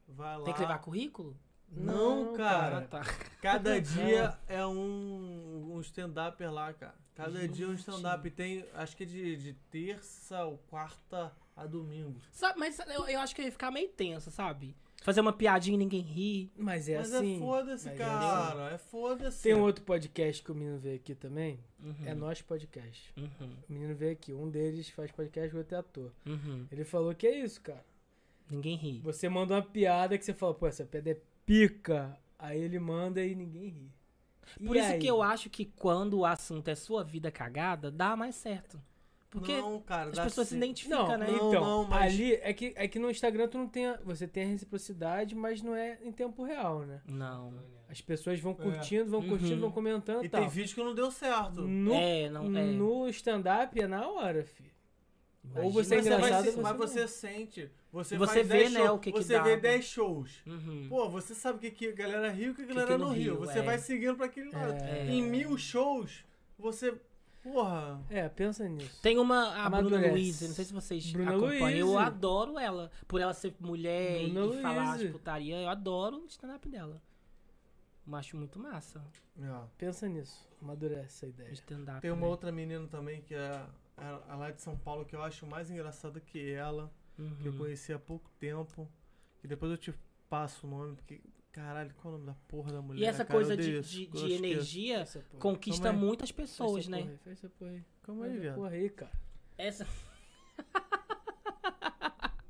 [SPEAKER 2] Vai lá.
[SPEAKER 3] Tem que levar currículo?
[SPEAKER 2] Não,
[SPEAKER 1] Não,
[SPEAKER 2] cara.
[SPEAKER 3] Ah, tá.
[SPEAKER 2] Cada dia é um, um stand-upper lá, cara. Cada dia é um stand-up. Tem, acho que é de, de terça ou quarta a domingo.
[SPEAKER 3] Sabe, mas eu, eu acho que eu ia ficar meio tenso, sabe? Fazer uma piadinha e ninguém ri.
[SPEAKER 1] Mas é
[SPEAKER 2] Mas
[SPEAKER 1] assim.
[SPEAKER 2] é foda-se,
[SPEAKER 1] mas é
[SPEAKER 2] cara. É, foda-se.
[SPEAKER 1] Tem um outro podcast que o menino veio aqui também.
[SPEAKER 3] Uhum.
[SPEAKER 1] É Nós Podcast.
[SPEAKER 3] Uhum.
[SPEAKER 1] O menino veio aqui. Um deles faz podcast, o outro é ator.
[SPEAKER 3] Uhum.
[SPEAKER 1] Ele falou que é isso, cara.
[SPEAKER 3] Ninguém ri.
[SPEAKER 1] Você manda uma piada que você fala, pô, essa piada é pica. Aí ele manda e ninguém ri. E
[SPEAKER 3] Por isso
[SPEAKER 1] aí?
[SPEAKER 3] que eu acho que quando o assunto é sua vida cagada, dá mais certo. Porque
[SPEAKER 2] Não, cara.
[SPEAKER 3] as
[SPEAKER 2] dá
[SPEAKER 3] pessoas se
[SPEAKER 2] sim.
[SPEAKER 3] identificam,
[SPEAKER 1] Não,
[SPEAKER 3] né?
[SPEAKER 2] Não,
[SPEAKER 1] então,
[SPEAKER 2] não, mas-
[SPEAKER 1] ali é que, é que no Instagram tu não tem a- você tem a reciprocidade, mas não é em tempo real, né?
[SPEAKER 3] Não.
[SPEAKER 1] As pessoas vão curtindo, vão
[SPEAKER 3] Uhum.
[SPEAKER 1] curtindo, vão comentando
[SPEAKER 2] É. E
[SPEAKER 1] e tal.
[SPEAKER 2] tem vídeo que não deu certo.
[SPEAKER 1] No,
[SPEAKER 3] É, não é.
[SPEAKER 1] no stand-up é na hora, filho. Ou você é
[SPEAKER 2] Mas você, vai
[SPEAKER 1] engraçado,
[SPEAKER 2] se-
[SPEAKER 1] você
[SPEAKER 2] mas
[SPEAKER 1] não.
[SPEAKER 2] você sente. Você,
[SPEAKER 3] E você
[SPEAKER 2] faz
[SPEAKER 3] vê,
[SPEAKER 2] 10
[SPEAKER 3] né,
[SPEAKER 2] shows,
[SPEAKER 3] o que que
[SPEAKER 2] Você
[SPEAKER 3] dá,
[SPEAKER 2] vê
[SPEAKER 3] né?
[SPEAKER 2] 10 shows.
[SPEAKER 3] Uhum.
[SPEAKER 2] Pô, você sabe o que, que a galera riu e o que a
[SPEAKER 3] que
[SPEAKER 2] galera
[SPEAKER 3] que
[SPEAKER 2] não
[SPEAKER 3] não
[SPEAKER 2] riu.
[SPEAKER 3] riu,
[SPEAKER 2] Você
[SPEAKER 3] é.
[SPEAKER 2] vai seguindo pra aquele lado.
[SPEAKER 3] É.
[SPEAKER 2] Em mil shows, você Porra.
[SPEAKER 1] É, pensa nisso.
[SPEAKER 3] Tem uma, a
[SPEAKER 1] Amadurece.
[SPEAKER 3] Bruna Luiz, eu não sei se vocês
[SPEAKER 1] Bruna
[SPEAKER 3] acompanham, eu
[SPEAKER 1] Luiz.
[SPEAKER 3] adoro ela. Por ela ser mulher e-
[SPEAKER 1] Bruna
[SPEAKER 3] e falar de
[SPEAKER 1] Luiz.
[SPEAKER 3] putaria, eu adoro o stand-up dela. Eu acho muito massa
[SPEAKER 2] Ó.
[SPEAKER 1] Pensa nisso. Amadurece essa
[SPEAKER 3] o
[SPEAKER 1] ideia.
[SPEAKER 3] stand-up.
[SPEAKER 2] Tem uma
[SPEAKER 3] né?
[SPEAKER 2] outra menina também que é a, a lá de São Paulo que eu acho mais engraçada que ela, que eu
[SPEAKER 3] Uhum.
[SPEAKER 2] conheci há pouco tempo. E depois eu te passo o nome, porque. Caralho, qual é o nome da porra da mulher?
[SPEAKER 3] E essa
[SPEAKER 2] cara? Eu
[SPEAKER 3] coisa
[SPEAKER 2] odeio
[SPEAKER 3] de,
[SPEAKER 2] isso,
[SPEAKER 3] de-
[SPEAKER 2] eu é
[SPEAKER 3] de
[SPEAKER 2] esqueço.
[SPEAKER 3] energia
[SPEAKER 1] Essa porra.
[SPEAKER 3] conquista
[SPEAKER 2] Calma aí.
[SPEAKER 3] muitas pessoas,
[SPEAKER 1] Fecha
[SPEAKER 3] né?
[SPEAKER 1] a porra aí, Fecha a porra aí.
[SPEAKER 2] Calma aí,
[SPEAKER 1] Fecha a
[SPEAKER 2] viado.
[SPEAKER 1] porra aí, cara.
[SPEAKER 3] Essa...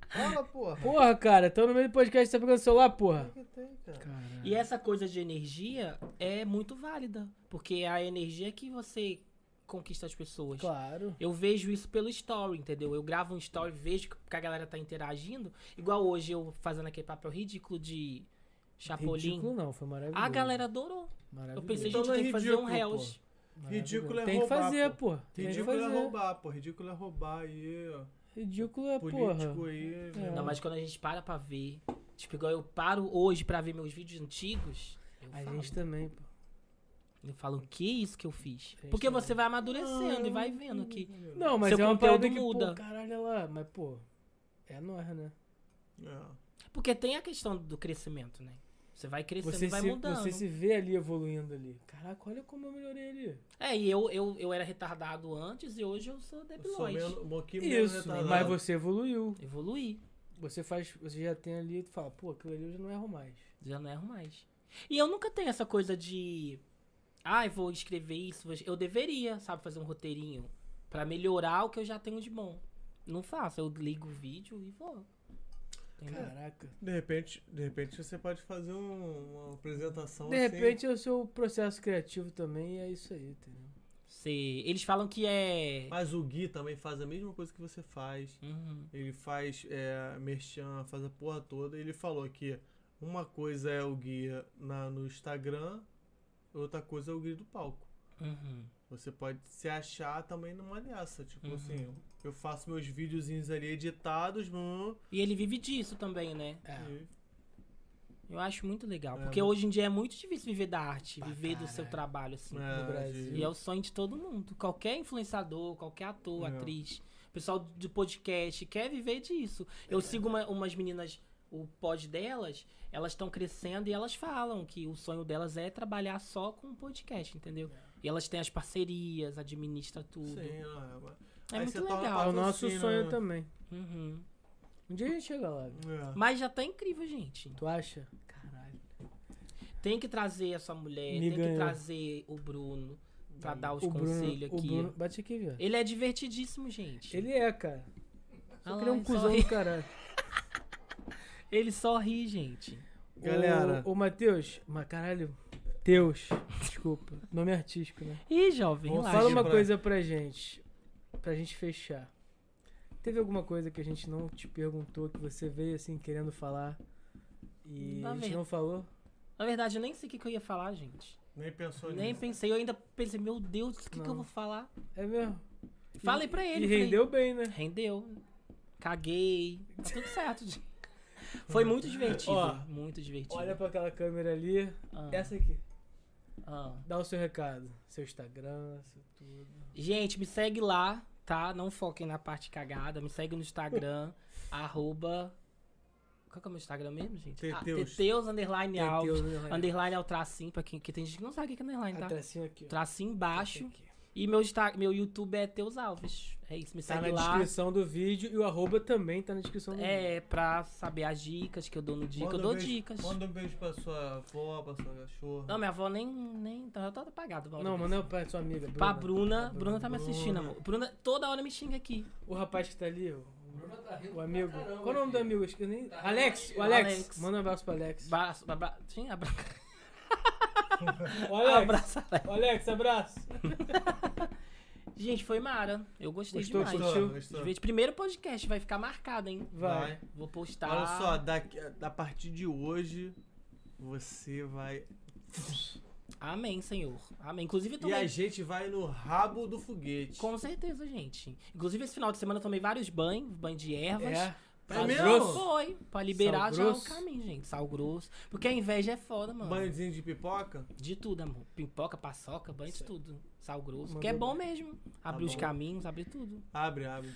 [SPEAKER 2] Fala, porra.
[SPEAKER 1] Porra, cara, tô no meio do podcast, tá pegando celular,
[SPEAKER 2] O
[SPEAKER 1] porra.
[SPEAKER 2] que que tem, cara?
[SPEAKER 1] Caralho.
[SPEAKER 3] E essa coisa de energia é muito válida, porque é a energia que você conquista as pessoas.
[SPEAKER 1] Claro.
[SPEAKER 3] Eu vejo isso pelo story, entendeu? Eu gravo um story, vejo que a galera tá interagindo. Igual hoje eu fazendo aquele papel ridículo de Chapolin.
[SPEAKER 1] Ridículo não, foi maravilhoso.
[SPEAKER 3] A galera adorou. Eu
[SPEAKER 1] Maravilhoso.
[SPEAKER 3] pensei,
[SPEAKER 2] Então
[SPEAKER 3] gente,
[SPEAKER 2] não é
[SPEAKER 3] tem que fazer um
[SPEAKER 2] ridículo,
[SPEAKER 3] réus.
[SPEAKER 1] Maravilhoso.
[SPEAKER 2] ridículo é
[SPEAKER 1] Tem
[SPEAKER 2] roubar,
[SPEAKER 1] que fazer, pô. Tem que
[SPEAKER 2] Ridículo é
[SPEAKER 1] fazer.
[SPEAKER 2] roubar, pô. Ridículo é roubar aí, ó.
[SPEAKER 1] Ridículo é,
[SPEAKER 2] Político
[SPEAKER 1] porra.
[SPEAKER 2] aí. velho.
[SPEAKER 3] Não, mas quando a gente para pra ver. Tipo, igual eu paro hoje pra ver meus vídeos antigos. Eu
[SPEAKER 1] A
[SPEAKER 3] falo,
[SPEAKER 1] gente também, pô.
[SPEAKER 3] eu falo, o que é isso que eu fiz?
[SPEAKER 1] gente tá
[SPEAKER 3] Porque
[SPEAKER 1] também.
[SPEAKER 3] você vai amadurecendo e vai vendo que.
[SPEAKER 1] Não, mas
[SPEAKER 3] Seu
[SPEAKER 1] é uma
[SPEAKER 3] conteúdo
[SPEAKER 1] parada que,
[SPEAKER 3] muda.
[SPEAKER 1] pô, caralho, ela... Mas, pô, é nós, né?
[SPEAKER 2] É.
[SPEAKER 3] Porque tem a questão do crescimento, né? Você vai crescendo
[SPEAKER 1] Você
[SPEAKER 3] e vai
[SPEAKER 1] se,
[SPEAKER 3] mudando.
[SPEAKER 1] você se vê ali evoluindo ali. Caraca, olha como eu melhorei ali.
[SPEAKER 3] É, e eu, eu, eu era retardado antes e hoje eu sou
[SPEAKER 2] Eu sou
[SPEAKER 3] debilóide.
[SPEAKER 2] menos, um pouquinho menos
[SPEAKER 1] Isso,
[SPEAKER 2] retardado.
[SPEAKER 1] mas você evoluiu.
[SPEAKER 3] Evoluí.
[SPEAKER 1] Você faz, você já tem ali, tu fala, pô, aquilo ali eu já não erro mais.
[SPEAKER 3] Já não erro mais. E eu nunca tenho essa coisa de. Ai, vou escrever isso. vou es-". Eu deveria, sabe, fazer um roteirinho pra melhorar o que eu já tenho de bom. Não faço, eu ligo o vídeo e vou. Entendeu?
[SPEAKER 1] Caraca.
[SPEAKER 2] De repente, de repente você pode fazer um- uma apresentação
[SPEAKER 1] De
[SPEAKER 2] assim.
[SPEAKER 1] repente é o seu processo criativo também e é isso aí, entendeu?
[SPEAKER 3] Você- Eles falam que é.
[SPEAKER 2] Mas o Gui também faz a mesma coisa que você faz.
[SPEAKER 3] Uhum.
[SPEAKER 2] Ele faz é, merchan, faz a porra toda. Ele falou que uma coisa é o Gui na, no Instagram, outra coisa é o Gui do palco.
[SPEAKER 3] Uhum.
[SPEAKER 2] Você pode se achar também numa dessa. Tipo
[SPEAKER 3] Uhum.
[SPEAKER 2] assim, eu, eu faço meus videozinhos ali editados, mano.
[SPEAKER 3] E ele vive disso também, né?
[SPEAKER 1] É.
[SPEAKER 2] e-
[SPEAKER 3] Eu acho muito legal.
[SPEAKER 2] É,
[SPEAKER 3] Porque
[SPEAKER 2] mas-
[SPEAKER 3] hoje em dia é muito difícil viver da arte,
[SPEAKER 1] né? Pra
[SPEAKER 3] viver do seu
[SPEAKER 1] caralho.
[SPEAKER 3] trabalho, assim.
[SPEAKER 2] é,
[SPEAKER 1] tipo, no Brasil.
[SPEAKER 3] E
[SPEAKER 2] de-
[SPEAKER 3] é o sonho de todo mundo. Qualquer influenciador, qualquer ator,
[SPEAKER 2] É.
[SPEAKER 3] atriz, pessoal de podcast quer viver disso. Eu
[SPEAKER 1] É.
[SPEAKER 3] sigo uma- umas meninas, o pod delas, elas estão crescendo e elas falam que o sonho delas é trabalhar só com podcast, entendeu?
[SPEAKER 1] É.
[SPEAKER 3] E elas têm as parcerias, administra tudo.
[SPEAKER 2] Sim, não, é, mas-
[SPEAKER 3] É
[SPEAKER 2] Aí
[SPEAKER 3] muito
[SPEAKER 2] você torna
[SPEAKER 1] É
[SPEAKER 3] legal.
[SPEAKER 2] pra-
[SPEAKER 1] o nosso
[SPEAKER 2] Patrocina,
[SPEAKER 1] sonho
[SPEAKER 2] né?
[SPEAKER 1] também.
[SPEAKER 3] Uhum.
[SPEAKER 1] Um dia a gente chega lá. viu?
[SPEAKER 2] é.
[SPEAKER 3] Mas já tá incrível, gente.
[SPEAKER 1] Tu acha? Caralho.
[SPEAKER 3] Tem que trazer a sua mulher,
[SPEAKER 1] Me
[SPEAKER 3] tem que
[SPEAKER 1] ganhou.
[SPEAKER 3] trazer o Bruno pra dar os
[SPEAKER 1] o Bruno,
[SPEAKER 3] conselhos
[SPEAKER 1] o
[SPEAKER 3] aqui.
[SPEAKER 1] Bruno, bate aqui, viado.
[SPEAKER 3] Ele é divertidíssimo, gente.
[SPEAKER 1] Ele é, cara.
[SPEAKER 3] Ah
[SPEAKER 1] Só
[SPEAKER 3] lá,
[SPEAKER 1] que ele é um
[SPEAKER 3] ele só
[SPEAKER 1] cuzão
[SPEAKER 3] ri.
[SPEAKER 1] do caralho.
[SPEAKER 3] Ele só ri, gente.
[SPEAKER 2] Galera.
[SPEAKER 1] Ô, ô Matheus, mas caralho, Teus, desculpa, nome artístico, né?
[SPEAKER 3] Ih, jovem,
[SPEAKER 2] Vamos
[SPEAKER 3] relaxa.
[SPEAKER 1] Fala uma
[SPEAKER 2] pra-
[SPEAKER 1] coisa pra gente, pra gente fechar. Teve alguma coisa que a gente não te perguntou, que você veio assim querendo falar e
[SPEAKER 3] Tá
[SPEAKER 1] a gente
[SPEAKER 3] vendo.
[SPEAKER 1] não falou?
[SPEAKER 3] Na verdade, eu nem sei o que, que eu ia falar, gente.
[SPEAKER 2] Nem pensou
[SPEAKER 3] Nem
[SPEAKER 2] nisso.
[SPEAKER 3] pensei. Eu ainda pensei, meu Deus, o que, que eu
[SPEAKER 1] Não.
[SPEAKER 3] vou falar?
[SPEAKER 1] É mesmo?
[SPEAKER 3] Falei pra ele.
[SPEAKER 1] e
[SPEAKER 3] falei,
[SPEAKER 1] rendeu bem, né?
[SPEAKER 3] Rendeu. Caguei. Tá tudo certo, gente. Foi muito divertido.
[SPEAKER 1] Hum. Ó,
[SPEAKER 3] muito divertido.
[SPEAKER 1] Olha pra aquela câmera ali,
[SPEAKER 3] Ah,
[SPEAKER 1] essa aqui.
[SPEAKER 3] ah.
[SPEAKER 1] Dá o seu recado, seu Instagram, seu tudo.
[SPEAKER 3] Gente, me segue lá, tá? Não foquem na parte cagada. Me segue no Instagram, arroba... Qual que é o meu Instagram mesmo, gente?
[SPEAKER 2] Teteus.
[SPEAKER 3] Ah, Teteus, underline, Alves.
[SPEAKER 1] Tem teu, né?
[SPEAKER 3] Underline é o tracinho, pra quem... Que tem gente que não sabe o que é underline, tá?
[SPEAKER 1] A tracinho aqui, ó.
[SPEAKER 3] Tracinho embaixo.
[SPEAKER 1] Aqui.
[SPEAKER 3] E meu, Insta- meu YouTube é Teus Alves. É isso, me
[SPEAKER 1] Tá
[SPEAKER 3] segue
[SPEAKER 1] na
[SPEAKER 3] lá.
[SPEAKER 1] descrição do vídeo e o arroba também tá na descrição do vídeo.
[SPEAKER 3] É, pra saber as dicas que eu dou no dia, que eu
[SPEAKER 2] Manda um
[SPEAKER 3] dou
[SPEAKER 2] beijo-
[SPEAKER 3] dicas.
[SPEAKER 2] Manda um beijo pra sua avó, pra sua cachorra.
[SPEAKER 3] Não, minha avó nem. nem tá, ela tá apagada. uma hora
[SPEAKER 1] Não, é
[SPEAKER 3] dessa.
[SPEAKER 1] manda pra sua amiga. Bruna.
[SPEAKER 3] Pra Bruna,
[SPEAKER 1] Pra
[SPEAKER 3] Bruna tá me assistindo,
[SPEAKER 2] Bruna.
[SPEAKER 3] amor. Bruna toda hora me xinga aqui.
[SPEAKER 1] O rapaz que tá ali, o,
[SPEAKER 4] Bruno tá rindo
[SPEAKER 1] o amigo.
[SPEAKER 4] pra caramba
[SPEAKER 1] Qual é o nome do
[SPEAKER 4] aqui.
[SPEAKER 1] amigo? Acho que eu nem...
[SPEAKER 4] Tá
[SPEAKER 1] Alex,
[SPEAKER 4] rindo
[SPEAKER 1] o
[SPEAKER 4] pra
[SPEAKER 1] Alex.
[SPEAKER 3] Alex.
[SPEAKER 1] Manda um abraço pro Alex.
[SPEAKER 3] Abraço, abra... Sim, abra...
[SPEAKER 1] O Alex,
[SPEAKER 3] abraça ela.
[SPEAKER 1] o Alex, abraço. Gente,
[SPEAKER 3] Foi Mara, eu gostei
[SPEAKER 1] Gostou,
[SPEAKER 3] demais.
[SPEAKER 1] curtiu?
[SPEAKER 2] gostou.
[SPEAKER 3] Gente, Primeiro podcast, vai ficar marcado, hein?
[SPEAKER 1] vai.
[SPEAKER 3] Vou postar.
[SPEAKER 2] Olha só, daqui, a partir de hoje, você vai.
[SPEAKER 3] Amém, senhor. Amém. Inclusive, eu
[SPEAKER 2] E a
[SPEAKER 3] tomei
[SPEAKER 2] gente vai no rabo do foguete.
[SPEAKER 3] Com certeza, gente. Inclusive, esse final de semana eu tomei vários banhos, banho de ervas,
[SPEAKER 1] É.
[SPEAKER 2] É
[SPEAKER 1] Sal
[SPEAKER 2] mesmo?
[SPEAKER 1] grosso?
[SPEAKER 3] Foi, pra liberar
[SPEAKER 1] Sal
[SPEAKER 3] já o
[SPEAKER 1] grosso?
[SPEAKER 3] caminho, gente. Sal grosso. Porque a inveja é foda, mano.
[SPEAKER 2] Banhozinho de pipoca?
[SPEAKER 3] De tudo, amor. Pipoca, paçoca, banho de tudo. Sal grosso.
[SPEAKER 1] Mandou
[SPEAKER 3] Que é bom mesmo.
[SPEAKER 1] Tá
[SPEAKER 3] Abrir os
[SPEAKER 2] bom.
[SPEAKER 3] caminhos, abrir tudo.
[SPEAKER 2] Abre, abre.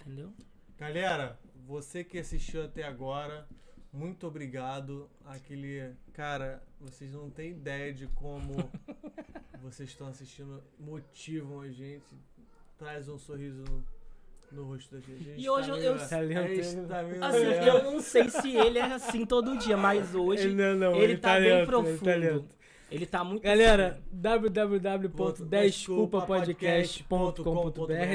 [SPEAKER 3] Entendeu?
[SPEAKER 2] Galera, você que assistiu até agora, muito obrigado. Aquele. Cara, vocês não têm ideia de como vocês estão assistindo, motivam a gente, traz um sorriso no, no rosto da gente. A gente
[SPEAKER 3] E hoje
[SPEAKER 2] tá
[SPEAKER 3] eu-
[SPEAKER 2] meio-
[SPEAKER 3] eu-
[SPEAKER 2] a gente tá meio-
[SPEAKER 3] Assim,
[SPEAKER 2] é.
[SPEAKER 3] eu não sei se ele é assim todo dia, mas hoje ele,
[SPEAKER 1] não, não,
[SPEAKER 3] tá, bem
[SPEAKER 1] lento,
[SPEAKER 3] profundo.
[SPEAKER 1] ele tá lento.
[SPEAKER 3] Ele tá muito.
[SPEAKER 1] Galera,
[SPEAKER 2] Ponto,
[SPEAKER 1] www.desculpapodcast.com.br,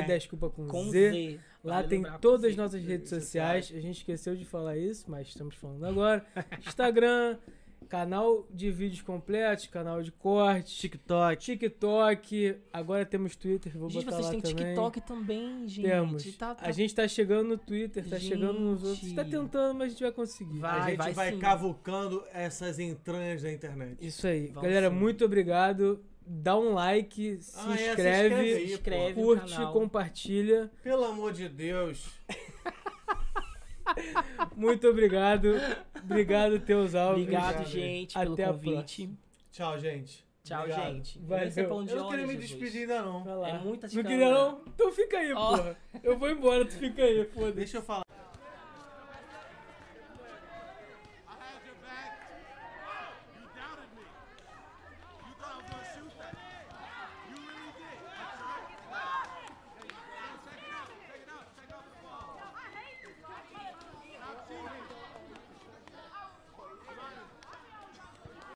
[SPEAKER 1] desculpa com,
[SPEAKER 3] assim, com
[SPEAKER 1] Z.
[SPEAKER 3] Z.
[SPEAKER 1] Lá
[SPEAKER 3] Vale
[SPEAKER 1] tem
[SPEAKER 3] lembrar com
[SPEAKER 1] todas
[SPEAKER 3] Z.
[SPEAKER 1] as nossas redes
[SPEAKER 2] redes
[SPEAKER 1] sociais. A gente esqueceu de falar isso, mas estamos falando agora. Instagram, canal de vídeos completos, canal de corte,
[SPEAKER 2] TikTok.
[SPEAKER 1] TikTok. Agora temos Twitter, vou
[SPEAKER 3] Gente,
[SPEAKER 1] botar
[SPEAKER 3] vocês
[SPEAKER 1] lá
[SPEAKER 3] têm
[SPEAKER 1] também.
[SPEAKER 3] TikTok também, gente.
[SPEAKER 1] Temos.
[SPEAKER 3] Tá- tá-
[SPEAKER 1] A gente tá chegando no Twitter, tá chegando nos outros.
[SPEAKER 3] Gente.
[SPEAKER 1] Tá tentando, mas a gente vai conseguir.
[SPEAKER 3] Vai.
[SPEAKER 2] A gente vai,
[SPEAKER 3] vai sim.
[SPEAKER 2] cavucando essas entranhas da internet.
[SPEAKER 1] Isso aí.
[SPEAKER 3] Vamos
[SPEAKER 1] Galera,
[SPEAKER 3] sim.
[SPEAKER 1] muito obrigado. Dá um like, se
[SPEAKER 2] Ah, é, se
[SPEAKER 1] inscreve,
[SPEAKER 2] inscreve aí, pô.
[SPEAKER 3] Inscreve no
[SPEAKER 1] curte,
[SPEAKER 3] canal.
[SPEAKER 1] compartilha.
[SPEAKER 2] Pelo amor de Deus.
[SPEAKER 1] Muito obrigado. obrigado, Teus Alves.
[SPEAKER 3] Obrigado,
[SPEAKER 2] Obrigado,
[SPEAKER 3] gente,
[SPEAKER 1] gente.
[SPEAKER 3] pelo
[SPEAKER 1] Até a
[SPEAKER 3] convite.
[SPEAKER 2] Tchau, gente.
[SPEAKER 3] Tchau,
[SPEAKER 2] Obrigado.
[SPEAKER 3] gente.
[SPEAKER 1] Valeu.
[SPEAKER 3] Esse é pão de
[SPEAKER 2] Eu não
[SPEAKER 3] óleo,
[SPEAKER 2] queria me
[SPEAKER 3] Jesus.
[SPEAKER 2] despedir ainda não.
[SPEAKER 1] Vai lá.
[SPEAKER 3] É muita
[SPEAKER 1] Não
[SPEAKER 3] chicana.
[SPEAKER 1] queria não? Então fica aí,
[SPEAKER 3] Ó.
[SPEAKER 1] porra. Eu vou embora, tu fica aí, foda-se.
[SPEAKER 2] Deixa eu falar.